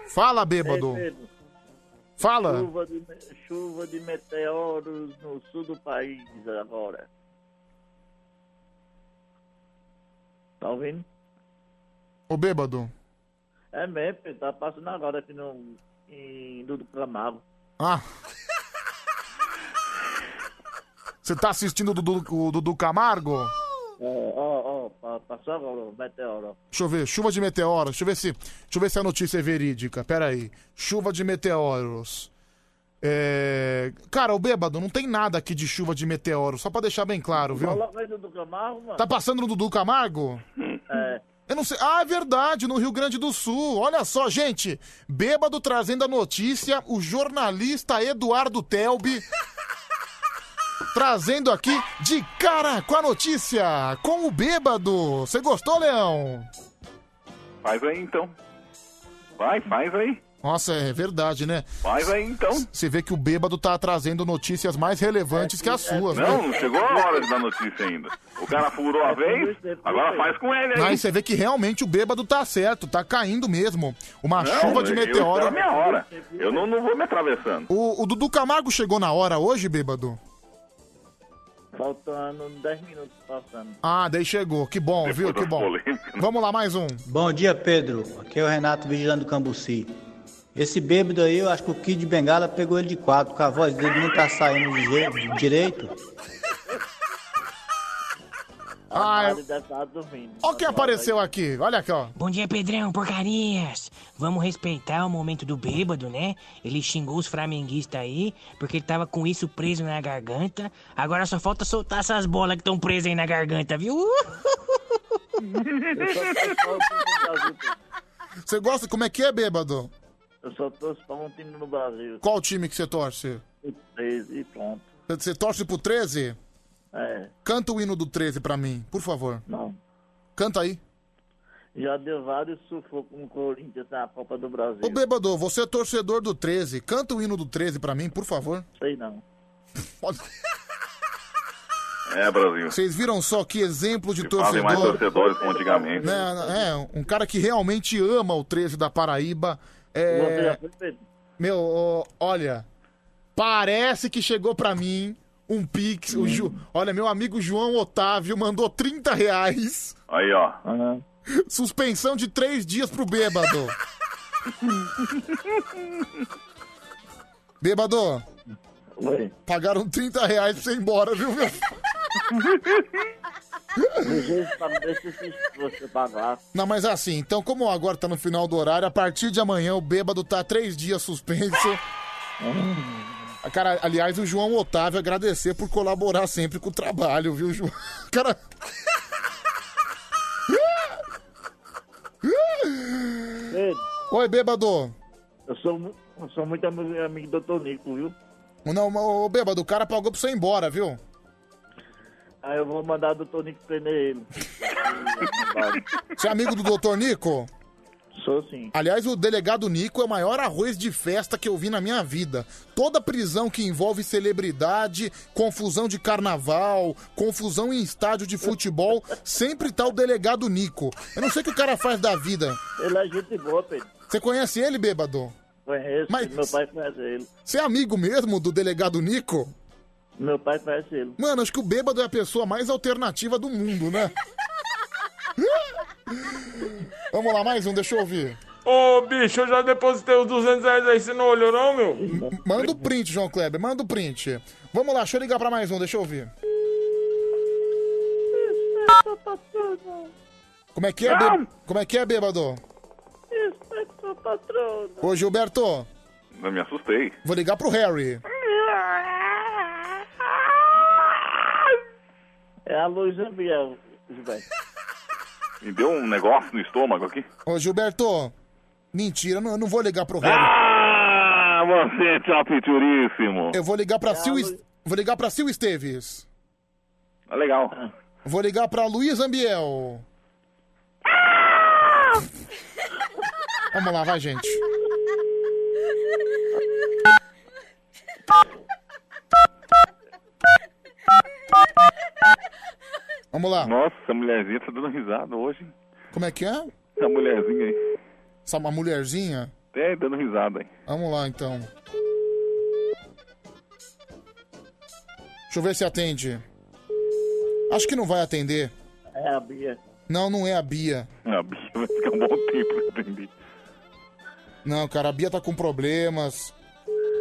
Fala, bêbado.
Ei, Pedro,
Fala.
Chuva de, me- chuva de meteoros no sul do país agora. Tá ouvindo?
Ô, bêbado.
É mesmo, Pedro, tá passando agora aqui no, em Dudu Camargo.
Ah. Você tá assistindo o Dudu, o Dudu Camargo?
Ó, ó, ó, pa- passou agora o meteoro.
Deixa eu ver, chuva de meteoros. Deixa eu ver se, deixa eu ver se a notícia é verídica. Pera aí. Chuva de meteoros. É... Cara, o bêbado, não tem nada aqui de chuva de meteoros, só pra deixar bem claro, viu?
Coloca aí Dudu Camargo, mano.
Tá passando no Dudu Camargo?
É.
Eu não sei. Ah, é verdade, no Rio Grande do Sul. Olha só, gente. Bêbado trazendo a notícia, o jornalista Eduardo Telbi. trazendo aqui de cara com a notícia, com o bêbado. Você gostou, Leão?
Faz aí então. Vai, faz aí.
Nossa, é verdade, né?
Faz aí então.
Você vê que o bêbado tá trazendo notícias mais relevantes que as suas, né?
É, Não, não chegou a hora de dar notícia ainda. O cara furou a vez, agora faz com é ele aí.
Aí você vê que realmente o bêbado tá certo, tá caindo mesmo. Uma
Não,
chuva de
eu
meteoro.
espero a minha hora. Eu não, não vou me atravessando.
O, o Dudu Camargo chegou na hora hoje, bêbado?
Faltando 10 minutos passando.
Ah, daí chegou. Que bom, viu? Que bom. Vamos lá, mais um.
Bom dia, Pedro. Aqui é o Renato Vigilando do Cambuci. Esse bêbado aí, eu acho que o Kid Bengala pegou ele de quatro, porque a voz dele não tá saindo de jeito- direito.
Ah,
Ele deve estar dormindo.
Olha quem apareceu aqui. Olha aqui, ó.
Bom dia, Pedrão, porcarias! Vamos respeitar o momento do bêbado, né? Ele xingou os flamenguistas aí, porque ele tava com isso preso na garganta. Agora só falta soltar essas bolas que estão presas aí na garganta, viu?
Eu só torço pra um time no Brasil, Pedro.
Você gosta? Como é que é, bêbado?
Eu só torço pra um time no Brasil.
Qual time que você torce?
O 13 e pronto.
Você torce pro 13?
É.
Canta o hino do 13 pra mim, por favor.
Não.
Canta aí.
Já deu vários sufocos no Corinthians na Copa do Brasil.
Ô, bêbado, você é torcedor do 13. Canta o hino do 13 pra mim, por favor.
Sei não.
É, Brasil.
Vocês viram só que exemplo de
Fazem mais
torcedor.
torcedores como antigamente.
Né, né, é, um cara que realmente ama o 13 da Paraíba. É,
Você já foi, Pedro?
Meu, ó, olha, parece que chegou pra mim um pix. O Ju, olha, meu amigo João Otávio mandou 30 reais.
Aí, ó.
Suspensão de três dias pro bêbado. bêbado,
Oi.
pagaram 30 reais pra você ir embora, viu, meu?
Deixa eu- Deixa esses- você pagar.
Não, mas assim, então como agora tá no final do horário, a partir de amanhã o bêbado tá três dias suspenso. Ah, Cara, aliás, o João Otávio agradecer por colaborar sempre com o trabalho, viu, João? Cara. Oi, bêbado.
Eu sou muito Eu sou muito ami- amigo do Dr. Nico, viu?
Não, mas, ô bêbado, o cara pagou pra você ir embora, viu?
Aí eu vou mandar o Dr. Nico prender ele.
Você é amigo do doutor Nico?
Sou sim.
Aliás, o delegado Nico é o maior arroz de festa que eu vi na minha vida. Toda prisão que envolve celebridade, confusão de carnaval, confusão em estádio de futebol, sempre tá o delegado Nico. Eu não sei o que o cara faz da vida.
Ele é gente boa, Pedro.
Você conhece ele, bêbado?
Conheço,
Mas-
meu pai conhece ele.
Você é amigo mesmo do delegado Nico?
Meu pai conhece ele.
Mano, acho que o bêbado é a pessoa mais alternativa do mundo, né? Vamos lá, mais um, deixa eu ouvir.
Ô, bicho, eu já depositei os 200 reais aí, você não olhou não, meu?
Manda o print, João Kleber, manda o print. Vamos lá, deixa eu ligar pra mais um, deixa eu ouvir. Como é que é, bê- Como é que é, bêbado?
Respeito, patrão.
Ô, Gilberto,
Eu me assustei.
vou ligar pro Harry.
É a Luiz Ambiel, Gilberto.
Me deu um negócio no estômago aqui.
Ô, Gilberto, mentira, eu não, eu não vou ligar pro Harry.
Ah, você tá pituríssimo.
Eu vou ligar pra Sil... Es- Vou ligar pra Sil Esteves.
Tá legal.
Vou ligar pra Luiz Ambiel. Vamos lá, vai, gente. Vamos lá.
Nossa, essa mulherzinha tá dando risada hoje. hein?
Como é que é?
Essa mulherzinha aí.
Essa uma mulherzinha?
Até dando risada, hein?
Vamos lá, então. Deixa eu ver se atende. Acho que não vai atender.
É a Bia.
Não, não é a Bia.
A bicha vai ficar um bom tempo pra atender.
Não, cara, a Bia tá com problemas.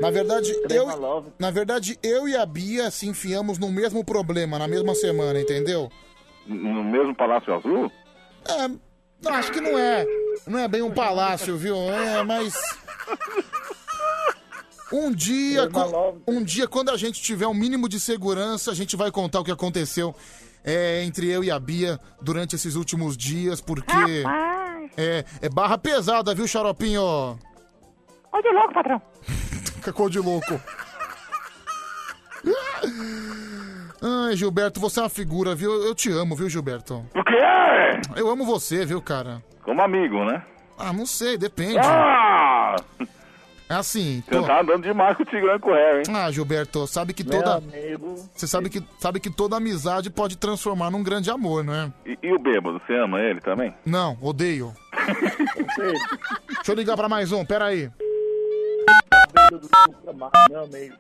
Na verdade, eu, na verdade, eu e a Bia se enfiamos no mesmo problema na mesma semana, entendeu?
No no mesmo Palácio Azul?
É, não, acho que não é. Não é bem um palácio, viu? É, mas. Um dia, co- um dia, quando a gente tiver um mínimo de segurança, a gente vai contar o que aconteceu é, entre eu e a Bia durante esses últimos dias, porque. É, é barra pesada, viu, xaropinho?
Ô, de louco, patrão.
Cacou de louco. Ai, Gilberto, você é uma figura, viu? Eu te amo, viu, Gilberto?
O quê?
Eu amo você, viu, cara?
Como amigo, né?
Ah, não sei, depende.
Ah!
É assim.
Você tá andando demais com o Tigrão com o Harry, hein?
Ah, Gilberto, sabe que toda.
Meu amigo.
Você sabe que, sabe que toda amizade pode transformar num grande amor, não é?
E, e o bêbado, você ama ele também?
Não, odeio. Deixa eu ligar pra mais um, peraí.
Meu amigo.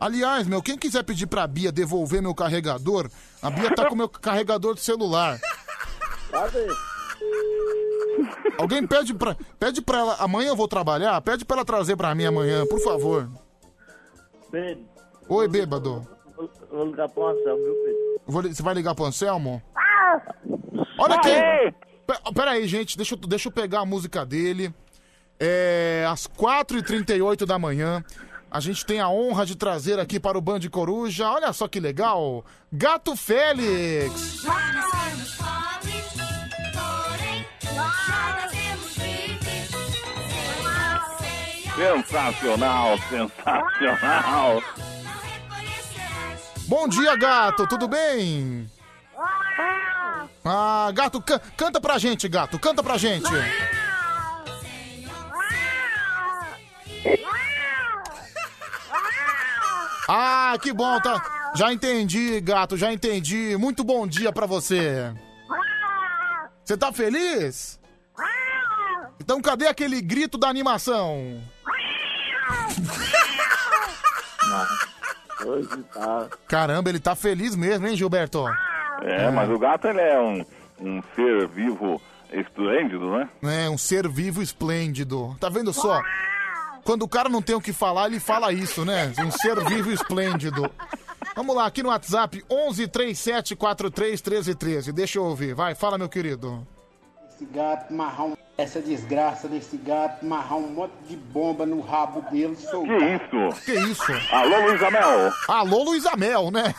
Aliás, meu, quem quiser pedir pra Bia devolver meu carregador, a Bia tá com meu carregador de celular.
Cadê?
Alguém pede pra, pede pra ela, amanhã eu vou trabalhar, pede pra ela trazer pra mim amanhã, por favor.
Pedro,
Oi, bêbado.
vou, vou ligar pro Anselmo, viu, Pedro?
Vou li- você vai ligar pro Anselmo? Olha quem! Pe- Peraí, gente, deixa eu, deixa eu pegar a música dele. É, às 4h38 da manhã, a gente tem a honra de trazer aqui para o Band Coruja, olha só que legal, Gato Félix!
Já nascemos pobres, porém, já nascemos livres. Sem a ceia,
Sensacional, sensacional.
Bom dia, gato, tudo bem? Ah, gato, can- canta pra gente, gato, canta pra gente. Ah, que bom, tá? Já entendi, gato, já entendi. Muito bom dia pra você. Você tá feliz? Então cadê aquele grito da animação?
Hoje tá.
Caramba, ele tá feliz mesmo, hein, Gilberto?
É, mas o gato ele é um, um ser vivo esplêndido, né?
É, um ser vivo esplêndido. Tá vendo só? Quando o cara não tem o que falar, ele fala isso, né? Um ser vivo esplêndido. Vamos lá, aqui no WhatsApp, 1137431313. Deixa eu ouvir. Vai, fala, meu querido.
Esse gato marrom Essa desgraça desse gato marrar um monte de bomba no rabo dele, sou
isso? Que isso? Alô, Luiz Amel. Alô, Luiz Amel, né?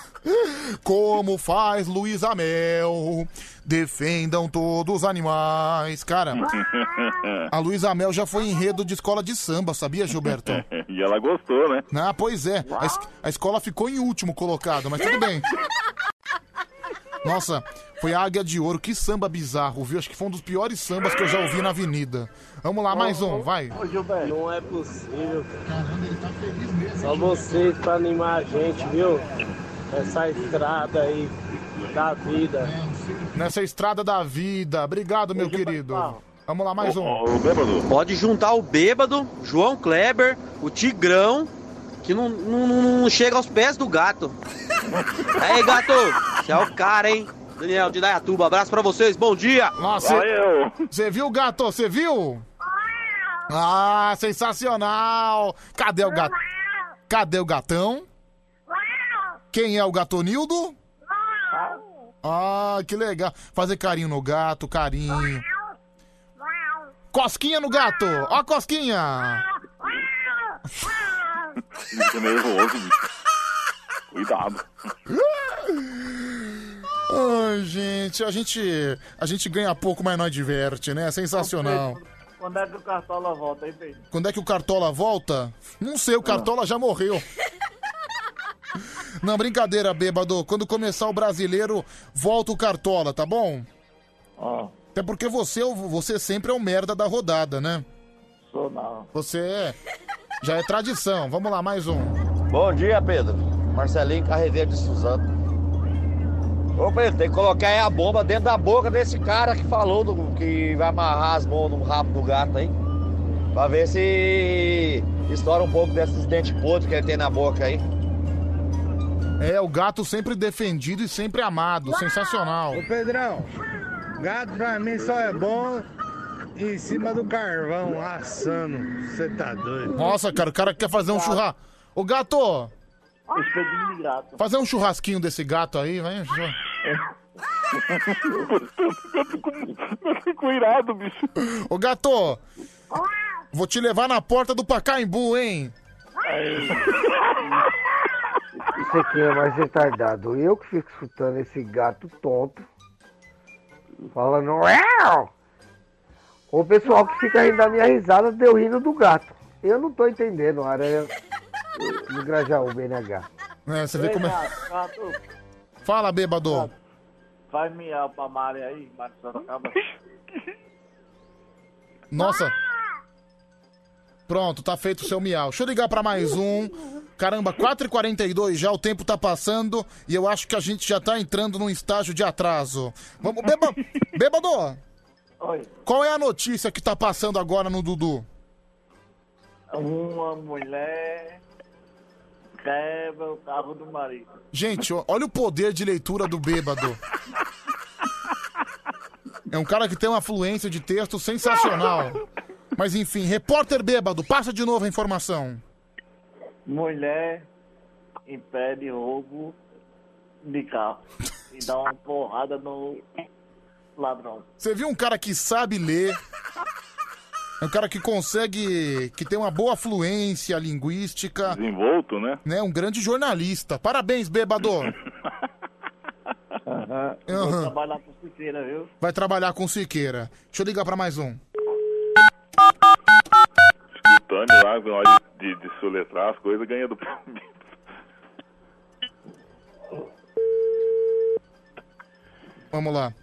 Como faz Luiz Amel? Defendam todos os animais. Cara, a Luísa Mel já foi enredo de escola de samba, sabia, Gilberto?
E ela gostou, né?
Ah, pois é. A, es- a escola ficou em último colocado, mas tudo bem. Nossa, foi a Águia de Ouro. Que samba bizarro, viu? Acho que foi um dos piores sambas que eu já ouvi na avenida. Vamos lá, mais um, vai.
Ô Gilberto, não é possível. Caramba, ele tá feliz mesmo. Só vocês pra animar a gente, viu? Essa estrada aí da vida.
Nessa estrada da vida. Obrigado, meu querido. Vamos lá, mais um.
Pode juntar o bêbado, João Kleber, o Tigrão, que não, não, não- não chega aos pés do gato. Aí, gato, você é o cara, hein? Daniel de Dayatuba, abraço pra vocês, bom dia!
Nossa, Você Ah, viu, gato? Você viu? Ah, sensacional! Cadê o gato? Cadê o gatão? Quem é o gatonildo? Ah, que legal. Fazer carinho no gato, carinho. Cosquinha no gato! Ó a cosquinha!
Bicho é nervoso, bicho. Cuidado.
Ai, gente, a gente a gente ganha pouco, mas nós diverte, né? Sensacional.
Quando é que o Cartola volta, hein, Pedro?
Quando é que o Cartola volta? Não sei, o Cartola já morreu. Não, brincadeira, bêbado. Quando começar o brasileiro, volta o Cartola, tá bom? Até porque você, é o- você sempre é o merda da rodada, né?
Sou não.
Você é. Já é tradição. Vamos lá, mais um.
Bom dia, Pedro. Marcelinho Carreveiro de Suzano. Ô, Pedro, tem que colocar aí a bomba dentro da boca desse cara que falou do- que vai amarrar as mãos no rabo do gato aí. Pra ver se estoura um pouco desses dentes podres que ele tem na boca aí.
É, o gato sempre defendido e sempre amado. Sensacional.
Ô Pedrão, gato pra mim só é bom em cima do carvão, assando. Você tá doido.
Nossa, cara, o cara quer fazer um churrasco. Ô, gato!
Ah!
Fazer um churrasquinho desse gato aí, vai. Ficou irado, bicho. Ô, gato! Vou te levar na porta do Pacaembu, hein?
Isso aqui é mais
tá-
retardado. Eu que fico escutando esse gato tonto falando. "Uau!" O pessoal que fica rindo da minha risada deu rindo do gato. Eu não tô entendendo, Aranha do Grajaú, né, BNH.
É, você vê como é.
Gato,
Fala, bêbado.
vai miar pra Mari aí, Mari Sorocaba.
Nossa. Pronto, tá feito o seu miau. Deixa eu ligar pra mais um. Caramba, 4h42 já, o tempo tá passando e eu acho que a gente já tá entrando num estágio de atraso. Vamos, beba, bêbado!
Oi.
Qual é a notícia que tá passando agora no Dudu?
Uma mulher quebra o carro do marido.
Gente, ó, olha o poder de leitura do bêbado. É um cara que tem uma fluência de texto sensacional. Mas enfim, repórter bêbado, passa de novo a informação.
Mulher impede roubo de carro e dá uma porrada no ladrão.
Você viu um cara que sabe ler? É um cara que consegue. que tem uma boa fluência linguística.
Desenvolto, né?
Né? Um grande jornalista. Parabéns, bêbado!
Vou
Aham.
trabalhar com Siqueira, viu?
Vai trabalhar com Siqueira. Deixa eu ligar pra mais um.
O Tânio lá, na hora de, de soletrar as coisas, ganha do.
Vamos lá.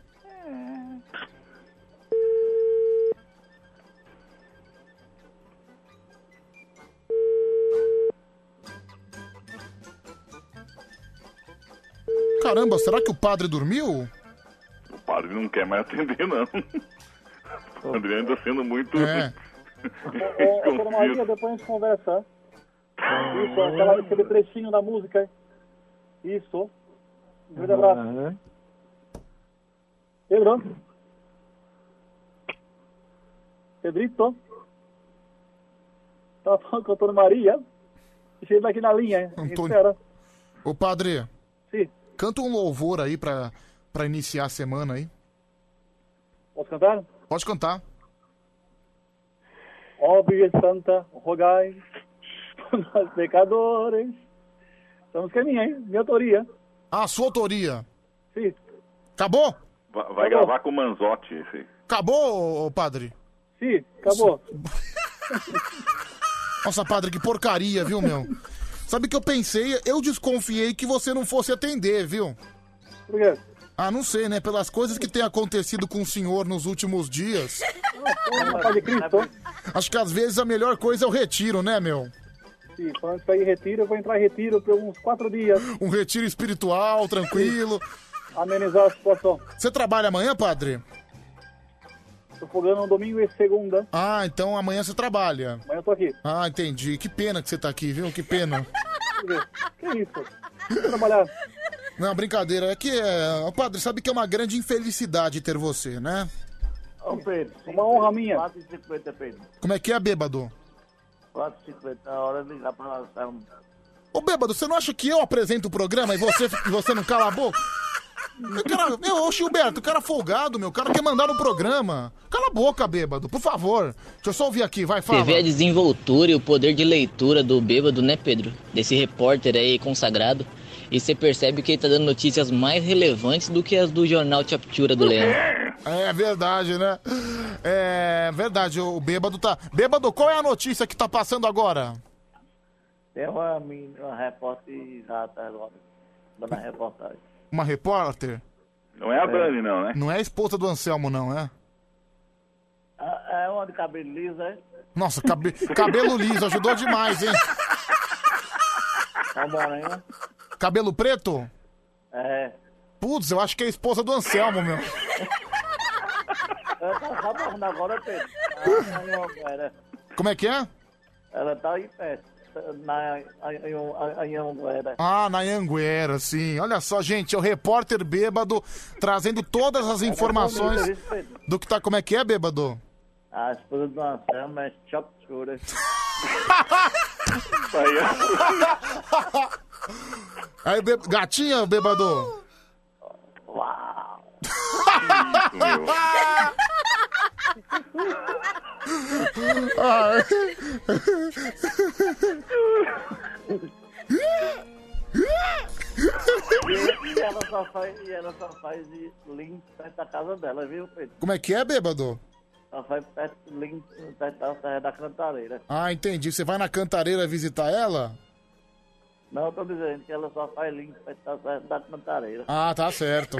Caramba, será que o padre dormiu?
O padre não quer mais atender, não. O padre ainda tá sendo muito.
É.
É,
Confio.
depois a gente conversa. Isso, aquela, aquele trechinho da música. hein? Isso. Um grande abraço. Pedro? Pedrito? Tá falando com o Antônio Maria? Chega aqui na linha, hein?
Antônio.
Espera.
Ô padre,
Sim.
canta um louvor aí pra, pra iniciar a semana aí.
Posso cantar?
Pode cantar.
Ó Virgem Santa, rogai por nós pecadores. Estamos caminhando, hein? Minha autoria.
Ah, sua autoria.
Sim.
Acabou?
Va- Vai gravar com o Manzotti esse aí.
Acabou, ô, ô, padre?
Sim, acabou.
Nossa, padre, que porcaria, viu, meu? Sabe que eu pensei, eu desconfiei que você não fosse atender, viu?
Por quê?
Ah, não sei, né? Pelas coisas que tem acontecido com o senhor nos últimos dias.
então.
Acho que às vezes a melhor coisa é o retiro, né, meu?
Sim, falando isso aí, retiro, eu vou entrar em retiro por uns quatro dias.
Um retiro espiritual, tranquilo.
Amenizar a situação.
Você trabalha amanhã, padre?
Tô fogando domingo e segunda.
Ah, então amanhã você trabalha.
Amanhã eu tô aqui.
Ah, entendi. Que pena que você tá aqui, viu? Que pena.
Por quê? Que isso? Vou trabalhar.
Não, brincadeira. É que é. Ô, Padre, sabe que é uma grande infelicidade ter você, né?
Ô Pedro, uma honra minha.
4,50, Pedro.
Como é que é, bêbado?
4,50 a hora de ligar pra nós. tá?
Ô, bêbado, você não acha que eu apresento o programa e você, e você não cala a boca? Eu quero, meu, ô Gilberto, o cara folgado, meu, o cara quer mandar no programa. Cala a boca, bêbado, por favor. Deixa eu só ouvir aqui, vai, fala.
Você vê a é desenvoltura e o poder de leitura do bêbado, né, Pedro? Desse repórter aí consagrado. E você percebe que ele tá dando notícias mais relevantes do que as do jornal Chaptura do Leão.
É verdade, né? É verdade, o bêbado tá. Bêbado, qual é a notícia que tá passando agora?
Tem uma, menina, uma repórter exata agora. Dando a reportagem.
Uma repórter?
Não é a Dani, não, né?
Não é a esposa do Anselmo, não, é?
Ah, É uma de cabelo liso, é?
Nossa, cabe- cabelo liso, ajudou demais, hein?
Tá moranha?
Cabelo preto?
É.
Putz, eu acho que é a esposa do Anselmo, meu.
Ela tá sabendo agora, Pedro. Ela, tá em- era-
Como é que é?
ela tá em pé. Na Anhanguera.
Ah, na Anguera, sim. Olha só, gente, é o repórter bêbado trazendo todas as informações do que tá. Como é que é, bêbado?
A esposa do Anselmo é Chaptura.
Aí, bê- gatinha, bêbado. Ai.
E ela só faz, e ela só faz de limpo perto da casa dela, viu, Pedro?
Como é que é, bêbado?
Ela faz perto de limpo perto da Serra da Cantareira.
Ah, entendi. Você vai na cantareira visitar ela?
Não, eu tô dizendo que ela só faz limpo perto da Serra da Cantareira.
Ah, tá certo.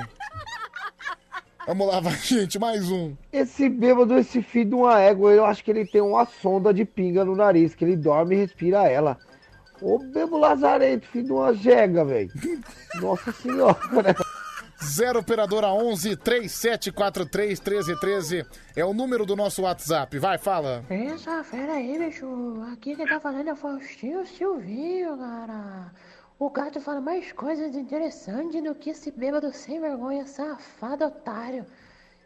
Vamos lá, vai, gente, mais um.
Esse bêbado, esse filho de uma égua, eu acho que ele tem uma sonda de pinga no nariz, que ele dorme e respira ela. Ô bebo lazarento, filho de uma jega, velho. Nossa senhora.
0 operadora 11 3743 1313 é o número do nosso WhatsApp. Vai, fala.
Essa fera aí, bicho. Aqui quem tá falando é o Faustinho Silvinho, cara. O gato fala mais coisas interessantes do que esse bêbado sem vergonha, safado, otário.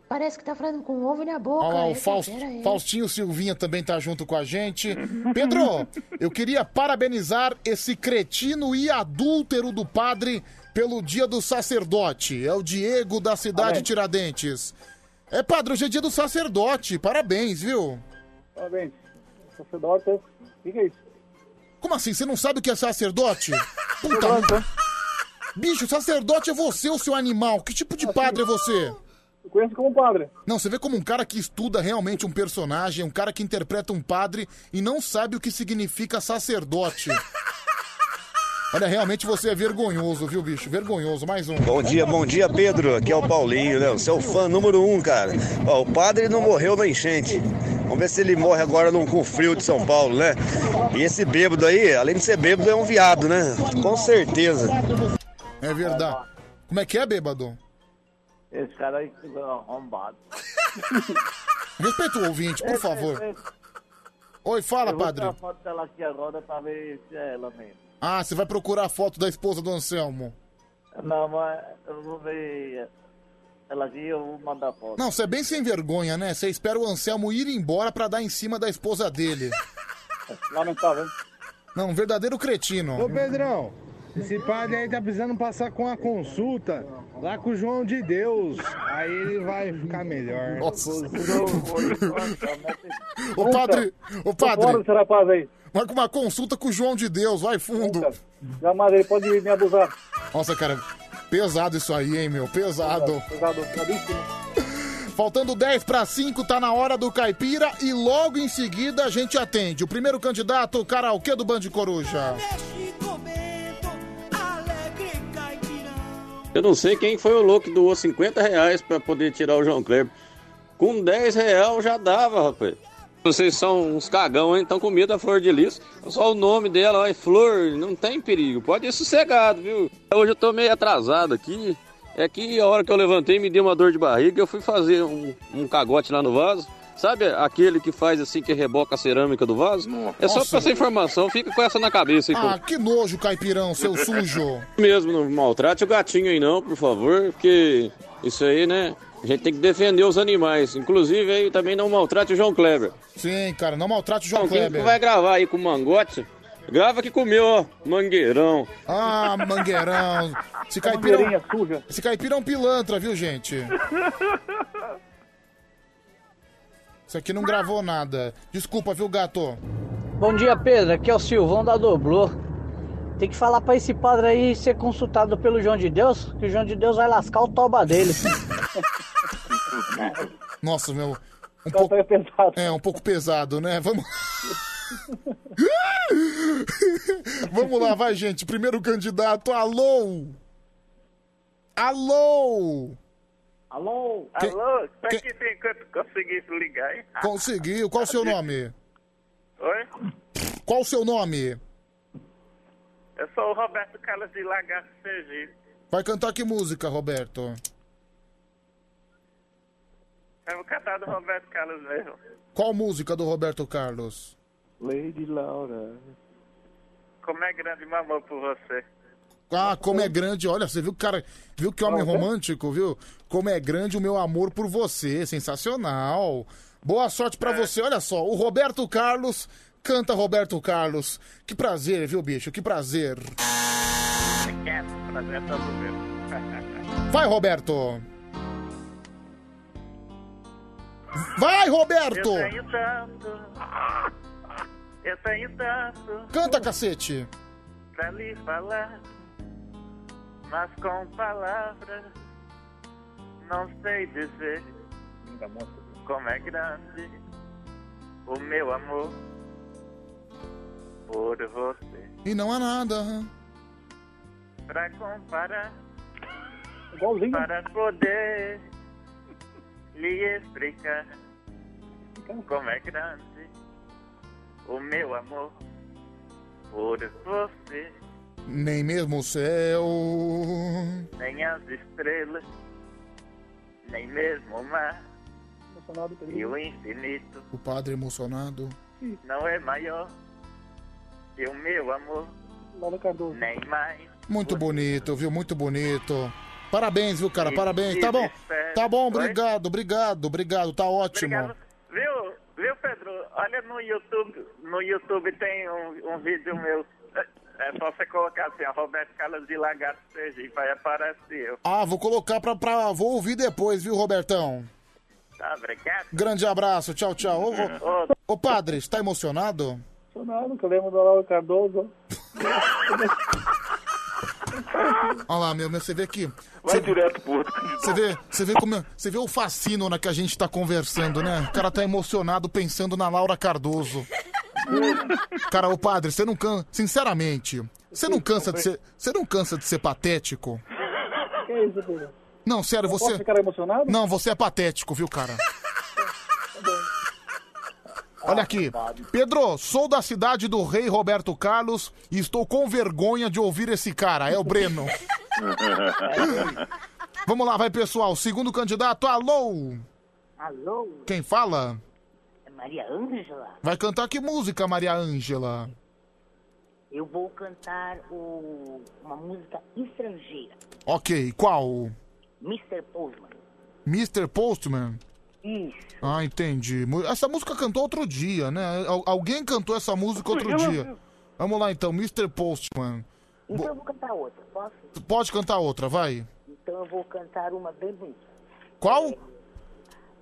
Parece que tá falando com ovo na boca.
Olha lá, o
essa
Faust-
fera aí.
Faustinho Silvinha também tá junto com a gente. Pedro, eu queria parabenizar esse cretino e adúltero do padre pelo dia do sacerdote. É o Diego da cidade Tiradentes. É, padre, hoje é dia do sacerdote. Parabéns, viu?
Parabéns. Sacerdotes, fica é isso.
Como assim? Você não sabe o que é sacerdote? Puta Bicho, sacerdote é você, o seu animal. Que tipo de padre é você?
Eu conheço
um
como padre.
Não, você vê como um cara que estuda realmente um personagem, um cara que interpreta um padre e não sabe o que significa sacerdote. Olha, realmente você é vergonhoso, viu, bicho? Vergonhoso. Mais um.
Bom dia, bom dia, Pedro. Aqui é o Paulinho, né? O seu fã número um, cara. Ó, o padre não morreu na enchente. Vamos ver se ele morre agora num, com o frio de São Paulo, né? E esse bêbado aí, além de ser bêbado, é um viado, né? Com certeza.
É verdade. Como é que é, bêbado?
Esse cara aí ficou arrombado.
Respeita o ouvinte, por favor. Oi, fala,
É, eu vou
padre.
tirar a foto dela aqui agora pra ver se é ela mesmo.
Ah, você vai procurar a foto da esposa do Anselmo.
Não, mas eu vou ver ela aqui e eu vou mandar foto.
Não, você é bem sem vergonha, né? Você espera o Anselmo ir embora pra dar em cima da esposa dele.
tá,
Lamentável.
Não, um verdadeiro cretino.
Ô Pedrão, esse padre aí tá precisando passar com a consulta lá com o João de Deus.
Aí ele vai ficar melhor.
Nossa. Ô
é
Conta.
padre, ô
Tô fora
padre.
desse rapaz aí.
Marca uma consulta com o João de Deus, vai fundo.
Jamais ele pode me abusar.
Nossa, cara, pesado isso aí, hein, meu? Pesado.
Pesado, pesadíssimo.
Faltando 10 para 5, tá na hora do caipira e logo em seguida a gente atende. O primeiro candidato, o karaokê do Band Coruja.
Eu não sei quem foi o louco que doou 50 reais pra poder tirar o João Kleber. Com 10 real já dava, rapaz. Vocês são uns cagão, hein? Estão com medo da flor de lis. Só o nome dela, ó, é flor, não tem perigo. Pode ir sossegado, viu? Hoje eu tô meio atrasado aqui. É que a hora que eu levantei me deu uma dor de barriga. Eu fui fazer um, um cagote lá no vaso. Sabe aquele que faz assim, que reboca a cerâmica do vaso? É só
Nossa.
pra essa informação, fica com essa na cabeça. Aí,
Ah, que nojo, caipirão, seu sujo.
mesmo, não maltrate o gatinho aí não, por favor, porque isso aí, né? A gente tem que defender os animais. Inclusive aí também não maltrate o João Kleber.
Sim, cara, não maltrate o João
Então, quem que
Kleber.
vai gravar aí com o mangote? Grava que comeu, ó, mangueirão.
Ah, mangueirão. Esse caipirão, esse caipirão pilantra, viu, gente? Isso aqui não gravou nada. Desculpa, viu, gato?
Bom dia, Pedro. Aqui é o Silvão da Doblô. Tem que falar pra esse padre aí ser consultado pelo João de Deus, que o João de Deus vai lascar o toba dele.
Nossa, meu. Um pouco
pesado.
É, um pouco pesado, né? Vamos. Vamos lá, vai, gente. Primeiro candidato, alô! Alô!
Alô?
Que-
Alô? Tá aqui tem quanto conseguisse ligar, hein?
Conseguiu. Qual o seu nome?
Oi?
Qual o seu nome?
Eu sou o Roberto Carlos de Lagarto Sergipe.
Vai cantar que música, Roberto?
Eu vou cantar do É um Roberto Carlos mesmo.
Qual música do Roberto Carlos?
Lady Laura. Como é grande mamão por você.
Ah, como é grande, olha, você viu, cara, viu que homem romântico, viu? Como é grande o meu amor por você, sensacional. Boa sorte
É.
pra você, olha só, o Roberto Carlos canta Roberto Carlos. Que prazer, viu, bicho? Que prazer.
É quieto, prazer é todo meu.
Vai, Roberto. Vai, Roberto.
Eu tenho tanto. Eu tenho tanto
Canta, cacete.
pra lhe falar. Mas com palavras não sei dizer como é grande o meu amor por você.
E não há nada.
Pra comparar. Para poder lhe explicar como é grande o meu amor por você.
Nem mesmo o céu.
Nem as estrelas, nem mesmo o mar e o infinito
O padre emocionado.
não é maior que o meu amor. Nem mais.
Muito bonito, viu? Muito bonito. Parabéns, viu, cara?
E
Parabéns. Tá bom.
desespero.
Tá bom,
Oi?
obrigado, obrigado, obrigado. Tá ótimo.
Viu, viu, Pedro? Olha no YouTube. No YouTube tem um, um vídeo meu. É só você colocar assim, ó, Roberto Carlos de Lagarto Sergipe, aí aparece eu.
Ah, vou colocar pra, pra. Vou ouvir depois, viu, Robertão?
Tá, obrigado?
Grande abraço, tchau, tchau. Ô, ô, ô padre, está emocionado?
Sou nada, que eu lembro do Lauro Cardoso.
Olha lá, meu, meu, você vê que.
Vai direto pro outro
Você vê, você vê como. Você vê o fascínio na que a gente tá conversando, né? O cara tá emocionado pensando na Laura Cardoso. Cara, ô padre, você não cansa. Sinceramente, você não cansa de ser. Você não cansa de ser patético?
Que é isso, Pedro?
Não, sério,
Não
você.
posso ficar emocionado?
Não, você é patético, viu, cara? Olha aqui. Pedro, sou da cidade do rei Roberto Carlos e estou com vergonha de ouvir esse cara. É o Breno. Vamos lá, vai, pessoal. Segundo candidato, alô!
Alô,
Quem fala?
é Maria Ângela?
Vai cantar que música, Maria Ângela?
Eu vou cantar o- uma música estrangeira.
Ok, qual?
Mr. Postman.
Mr. Postman?
Isso.
Ah, entendi. Mu- Essa música cantou outro dia, né? Al- alguém cantou essa música outro
Eu-
dia. Vamos lá então, Mr. Postman.
Então eu vou cantar outra, posso?
Tu Pode cantar outra, vai.
Então eu vou cantar uma bem bonita.
Qual?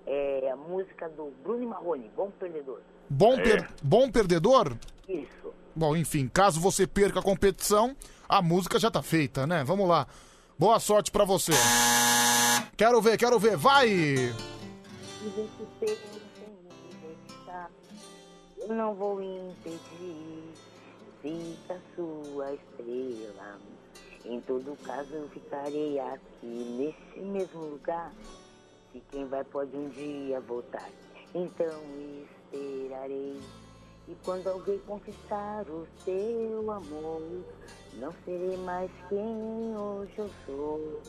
É a música do Bruno e Marrone, Bom Perdedor.
Bom, per- bom perdedor?
Isso.
Bom, enfim, caso você perca a competição, a música já tá feita, né? Vamos lá. Boa sorte pra você. Quero ver, quero ver. Vai!
Eu não vou impedir, fica sua estrela. Em todo caso, eu ficarei aqui, nesse mesmo lugar. Se quem vai pode um dia voltar, então esperarei. E quando alguém conquistar o seu amor, não serei mais quem hoje eu sou.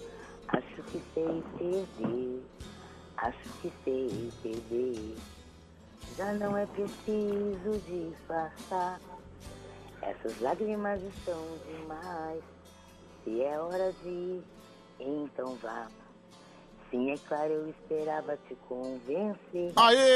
Acho que sei perder, acho que sei perder. Já não é preciso disfarçar, essas lágrimas estão demais. Se é hora de ir, então vá. Sim, é claro, eu esperava te convencer.
Aê!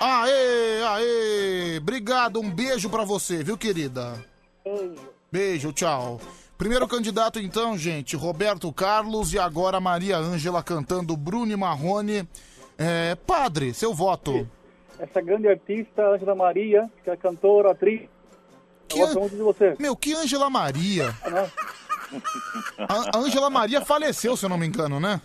Aê, aê! Obrigado, um beijo pra você, viu, querida?
Beijo.
Beijo, tchau. Primeiro candidato, então, gente, Roberto Carlos e agora Maria Ângela cantando Bruno e Marrone. É, padre, seu voto.
Essa grande artista, Angela Maria, que é cantora, atriz. Eu gosto muito de você. Né?
Meu, que Ângela Maria? A a Ângela Maria faleceu, se eu não me engano, né?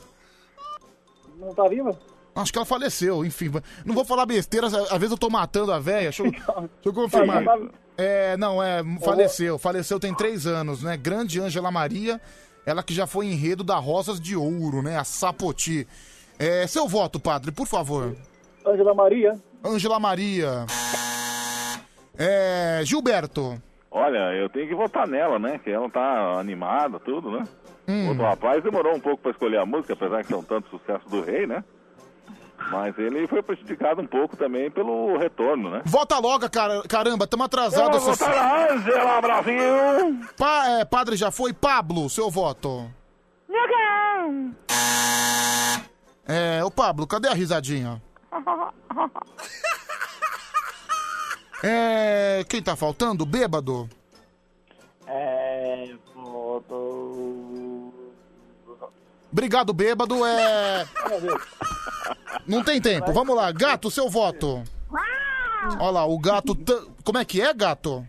Não tá viva?
Acho que ela faleceu, enfim. Não vou falar besteira, às às vezes eu tô matando a velha. Deixa, eu- deixa eu confirmar.
tá
É, não, é, faleceu. Faleceu tem três anos, né? Grande Ângela Maria, ela que já foi enredo da Rosas de Ouro, né? A Sapoti. É, seu voto, padre, por favor.
Ângela Maria.
Ângela Maria. É, Gilberto.
Olha, eu tenho que votar nela, né? Que ela tá animada, tudo, né?
Hum.
Outro rapaz demorou um pouco pra escolher a música, apesar que são tanto sucesso do rei, né? Mas ele foi prejudicado um pouco também pelo retorno, né?
Vota logo, cara, caramba, estamos atrasados.
Eu vou votar na Ângela, um Brasil!
Pa, é, padre, já foi. Pablo, seu voto.
Negão!
É, ô Pablo, cadê a risadinha? É, quem tá faltando? Bêbado?
É. Foto.
Obrigado, bêbado. É. Não tem tempo. Vamos lá. Gato, seu voto. Olha lá, o gato. ta- Como é que é, gato?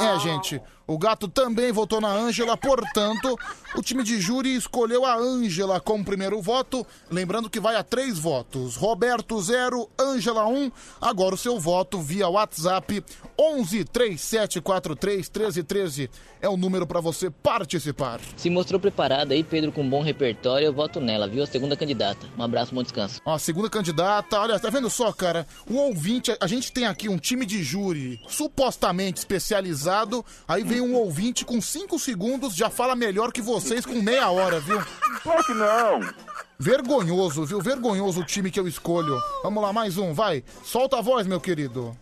É, gente. O gato também votou na Ângela, portanto, o time de júri escolheu a Ângela como primeiro voto. Lembrando que vai a três votos. Roberto, zero. Ângela, um. Agora o seu voto via WhatsApp. 11 3743 1313 é o número pra você participar.
Se mostrou preparada aí, Pedro, com um bom repertório, eu voto nela, viu? A segunda candidata. Um abraço, bom descanso.
Ó, segunda candidata, olha, tá vendo só, cara? O ouvinte, a gente tem aqui um time de júri supostamente especializado, aí vem um ouvinte com 5 segundos, já fala melhor que vocês com meia hora, viu?
Claro que não!
Vergonhoso, viu? Vergonhoso o time que eu escolho. Vamos lá, mais um, vai. Solta a voz, meu querido.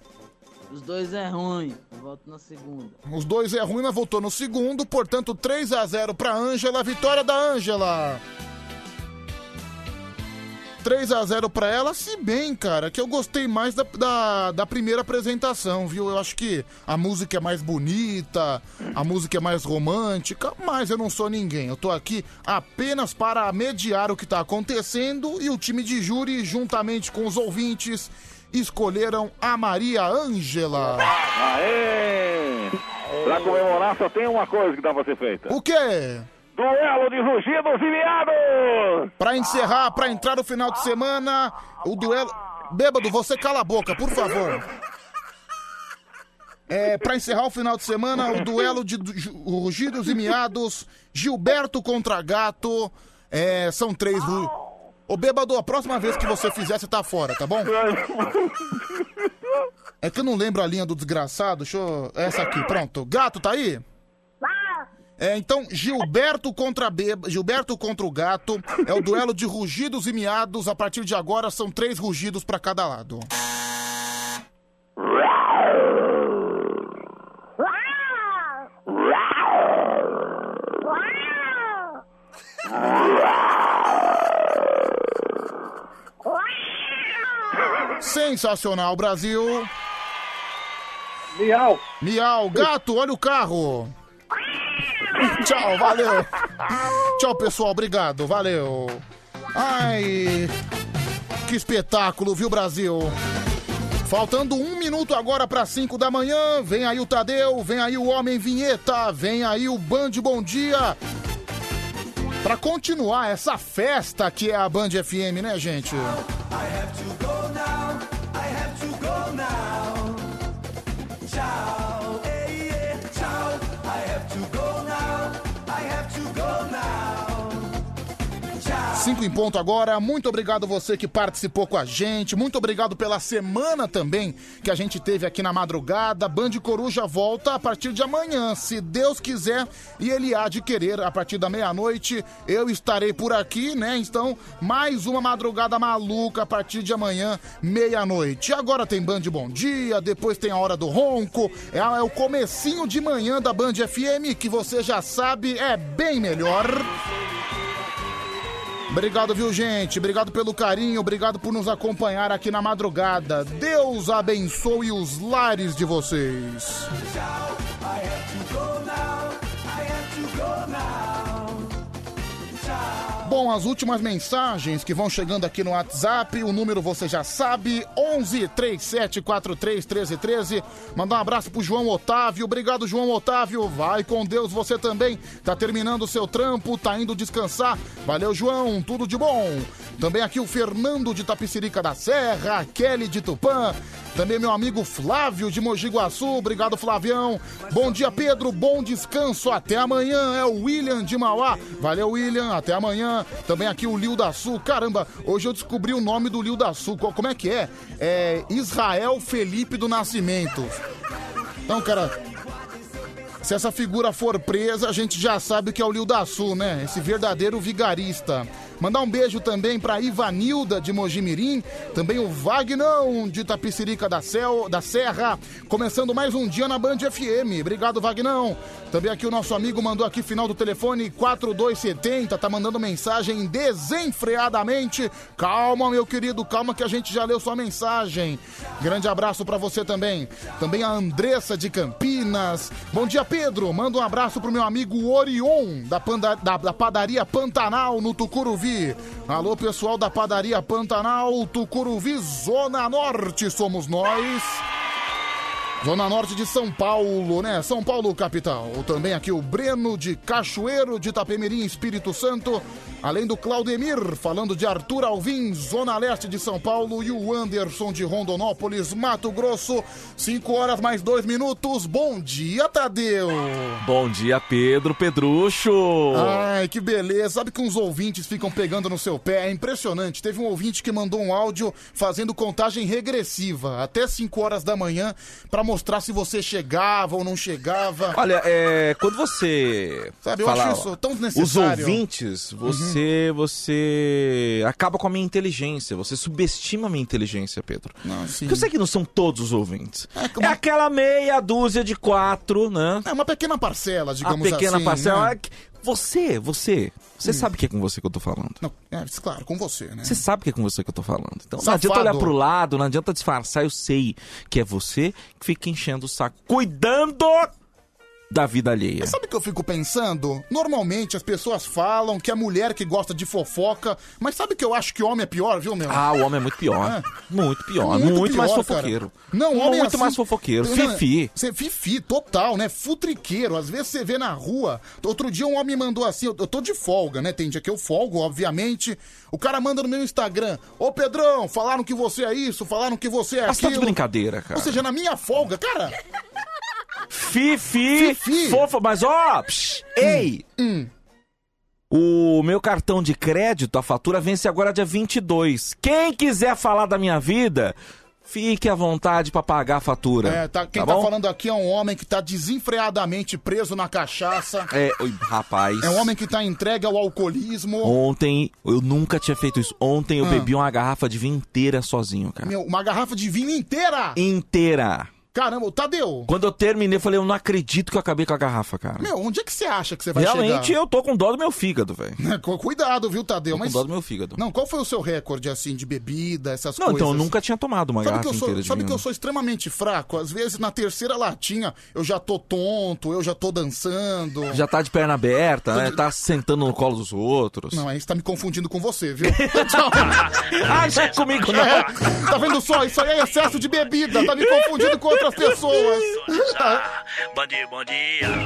Os dois é ruim. Eu volto na segunda.
Os dois é ruim, mas voltou no segundo, portanto 3 a 0 para Ângela, vitória da Ângela. 3 a 0 para ela, se bem, cara, que eu gostei mais da, da, da primeira apresentação, viu? Eu acho que a música é mais bonita, a música é mais romântica, mas eu não sou ninguém. Eu tô aqui apenas para mediar o que tá acontecendo e o time de júri, juntamente com os ouvintes, escolheram a Maria Ângela.
Aê! Pra comemorar só tem uma coisa que dá pra ser feita.
O quê?
Duelo de rugidos e miados!
Pra encerrar, pra entrar no final de semana, o duelo. Bêbado, você cala a boca, por favor. É, pra encerrar o final de semana, o duelo de du- ju- rugidos e miados, Gilberto contra gato. É, são três. Ru... Ô, bêbado, a próxima vez que você fizer, você tá fora, tá bom? É que eu não lembro a linha do desgraçado. Deixa eu. Essa aqui, pronto. Gato, tá aí? É, então, Gilberto contra Beba, Gilberto contra o Gato. É o duelo de rugidos e miados. A partir de agora, são três rugidos pra cada lado. Sensacional, Brasil! Miau! Miau! Gato, olha o carro! Tchau, valeu! Tchau, pessoal. Obrigado. Valeu. Ai, que espetáculo, viu, Brasil? Faltando um minuto agora para 5 da manhã, vem aí o Tadeu, vem aí o Homem Vinheta, vem aí o Band Bom Dia. Pra continuar essa festa que é a Band FM, né, gente?
Tchau, ei, ei, tchau. I have to go now. I have to go now.
5 em ponto agora. Muito obrigado você que participou com a gente. Muito obrigado pela semana também que a gente teve aqui na madrugada. Band Coruja volta a partir de amanhã, se Deus quiser e ele há de querer. A partir da meia-noite eu estarei por aqui, né? Então, mais uma madrugada maluca a partir de amanhã, meia-noite. E Agora tem Band Bom Dia, depois tem a Hora do Ronco. É, é o comecinho de manhã da Band FM que você já sabe é bem melhor. Obrigado, viu, gente? Obrigado pelo carinho, obrigado por nos acompanhar aqui na madrugada. Deus abençoe os lares de vocês.
I have to go now. I have to go now.
Bom, as últimas mensagens que vão chegando aqui no WhatsApp, o número você já sabe, 11 3743 1313. Mandar um abraço pro João Otávio. Obrigado, João Otávio. Vai com Deus você também. Tá terminando o seu trampo, tá indo descansar. Valeu, João. Tudo de bom. Também aqui o Fernando de Tapicerica da Serra, a Kelly de Tupã. Também meu amigo Flávio de Mogi Guaçu. Obrigado, Flavião. Bom dia, Pedro. Bom descanso. Até amanhã. É o William de Mauá. Valeu, William. Até amanhã. Também aqui o Lio da Sul. Caramba, hoje eu descobri o nome do Lio da Sul. Qual- Como é que é? É Israel Felipe do Nascimento. Então, cara, se essa figura for presa, a gente já sabe que é o Lio da Sul, né? Esse verdadeiro vigarista. Mandar um beijo também pra Ivanilda de Mojimirim, também o Vagnão de Tapicerica da, Cel, da Serra, começando mais um dia na Band FM. Obrigado, Vagnão. Também aqui o nosso amigo mandou aqui final do telefone 4270, tá mandando mensagem desenfreadamente. Calma, meu querido, calma que a gente já leu sua mensagem. Grande abraço pra você também. Também a Andressa de Campinas. Bom dia, Pedro. Manda um abraço pro meu amigo Orion, da, panda- da- da padaria Pantanal, no Tucuruvi. Alô, pessoal da padaria Pantanal, Tucuruvi, Zona Norte, somos nós. Zona Norte de São Paulo, né? São Paulo, capital. Também aqui o Breno de Cachoeiro de Itapemirim, Espírito Santo. Além do Claudemir, falando de Arthur Alvim, Zona Leste de São Paulo. E o Anderson de Rondonópolis, Mato Grosso. 5 horas mais dois minutos. Bom dia, Tadeu!
Bom dia, Pedro Pedrucho.
Ai, que beleza. Sabe que uns ouvintes ficam pegando no seu pé? É impressionante. Teve um ouvinte que mandou um áudio fazendo contagem regressiva até 5 horas da manhã pra mostrar se você chegava ou não chegava.
Olha, é, quando você
Sabe, eu
fala
acho isso tão Uhum.
os
desnecessário.
ouvintes, você você acaba com a minha inteligência, você subestima a minha inteligência, Pedro. Porque eu sei que não são todos os ouvintes. É, aquela meia dúzia de quatro, né?
É uma pequena parcela, digamos
a pequena
assim,
parcela.
né?
é que- Você, você, você sabe que é com você que eu tô falando.
É, isso, claro, com você, né?
Você sabe que é com você que eu tô falando. Então não
Safado.
adianta olhar pro lado, não adianta disfarçar, eu sei que é você que fica enchendo o saco, cuidando da vida alheia.
Sabe o que eu fico pensando? Normalmente as pessoas falam que é mulher que gosta de fofoca, mas sabe que eu acho que homem é pior, viu, meu?
Ah, o homem é muito pior.
É.
Muito pior.
É
muito mais
pior,
fofoqueiro.
cara. Não, homem é
Muito
assim-
mais fofoqueiro.
Não, é.
Fifi.
Você fifi, total, né? Futriqueiro. Às vezes você vê na rua. Outro dia um homem mandou assim, eu eu tô de folga, né? Tem dia que eu folgo, obviamente. O cara manda no meu Instagram: "Ô Pedrão, falaram que você é isso, falaram que você é
Ah, você tá de
aquilo".
brincadeira, cara.
Ou seja, na minha folga, cara.
Fifi, fofa, mas ó, psh, ei!
Hum.
O meu cartão de crédito, a fatura vence agora dia 22. Quem quiser falar da minha vida, fique à vontade pra pagar a fatura.
É, tá, quem tá,
bom?
falando aqui é um homem que tá desenfreadamente preso na cachaça.
É, oi, rapaz.
É um homem que tá entregue ao
Um
alcoolismo.
Ontem, eu nunca tinha feito isso. Ontem eu
Ah. É.
bebi uma garrafa de vinho inteira sozinho, cara.
Meu, uma garrafa de vinho inteira!
Inteira.
Caramba, o Tadeu.
Quando eu terminei, eu falei, eu não acredito que eu acabei com a garrafa, cara.
Meu, onde é que você acha que você vai
Realmente
chegar?
eu tô com dó do meu fígado, velho.
Cu- Cuidado, viu, Tadeu?
Tô com
Mas...
dó do meu fígado.
Não, qual foi o seu recorde, assim, de bebida, essas
Não,
coisas?
então eu nunca tinha tomado uma
Sabe que,
garrafa
eu sou,
inteira de
sabe
vinho.
que eu sou extremamente fraco? Às vezes, na terceira latinha, eu já tô tonto, eu já tô dançando.
Já tá de perna aberta, né? Tá sentando no colo dos outros.
Não, aí você tá me confundindo com você, viu? Então,
ah, já é comigo, não.
tá vendo só? Isso aí é excesso de bebida. Tá me confundindo com outras pessoas.
Bom dia, bom dia.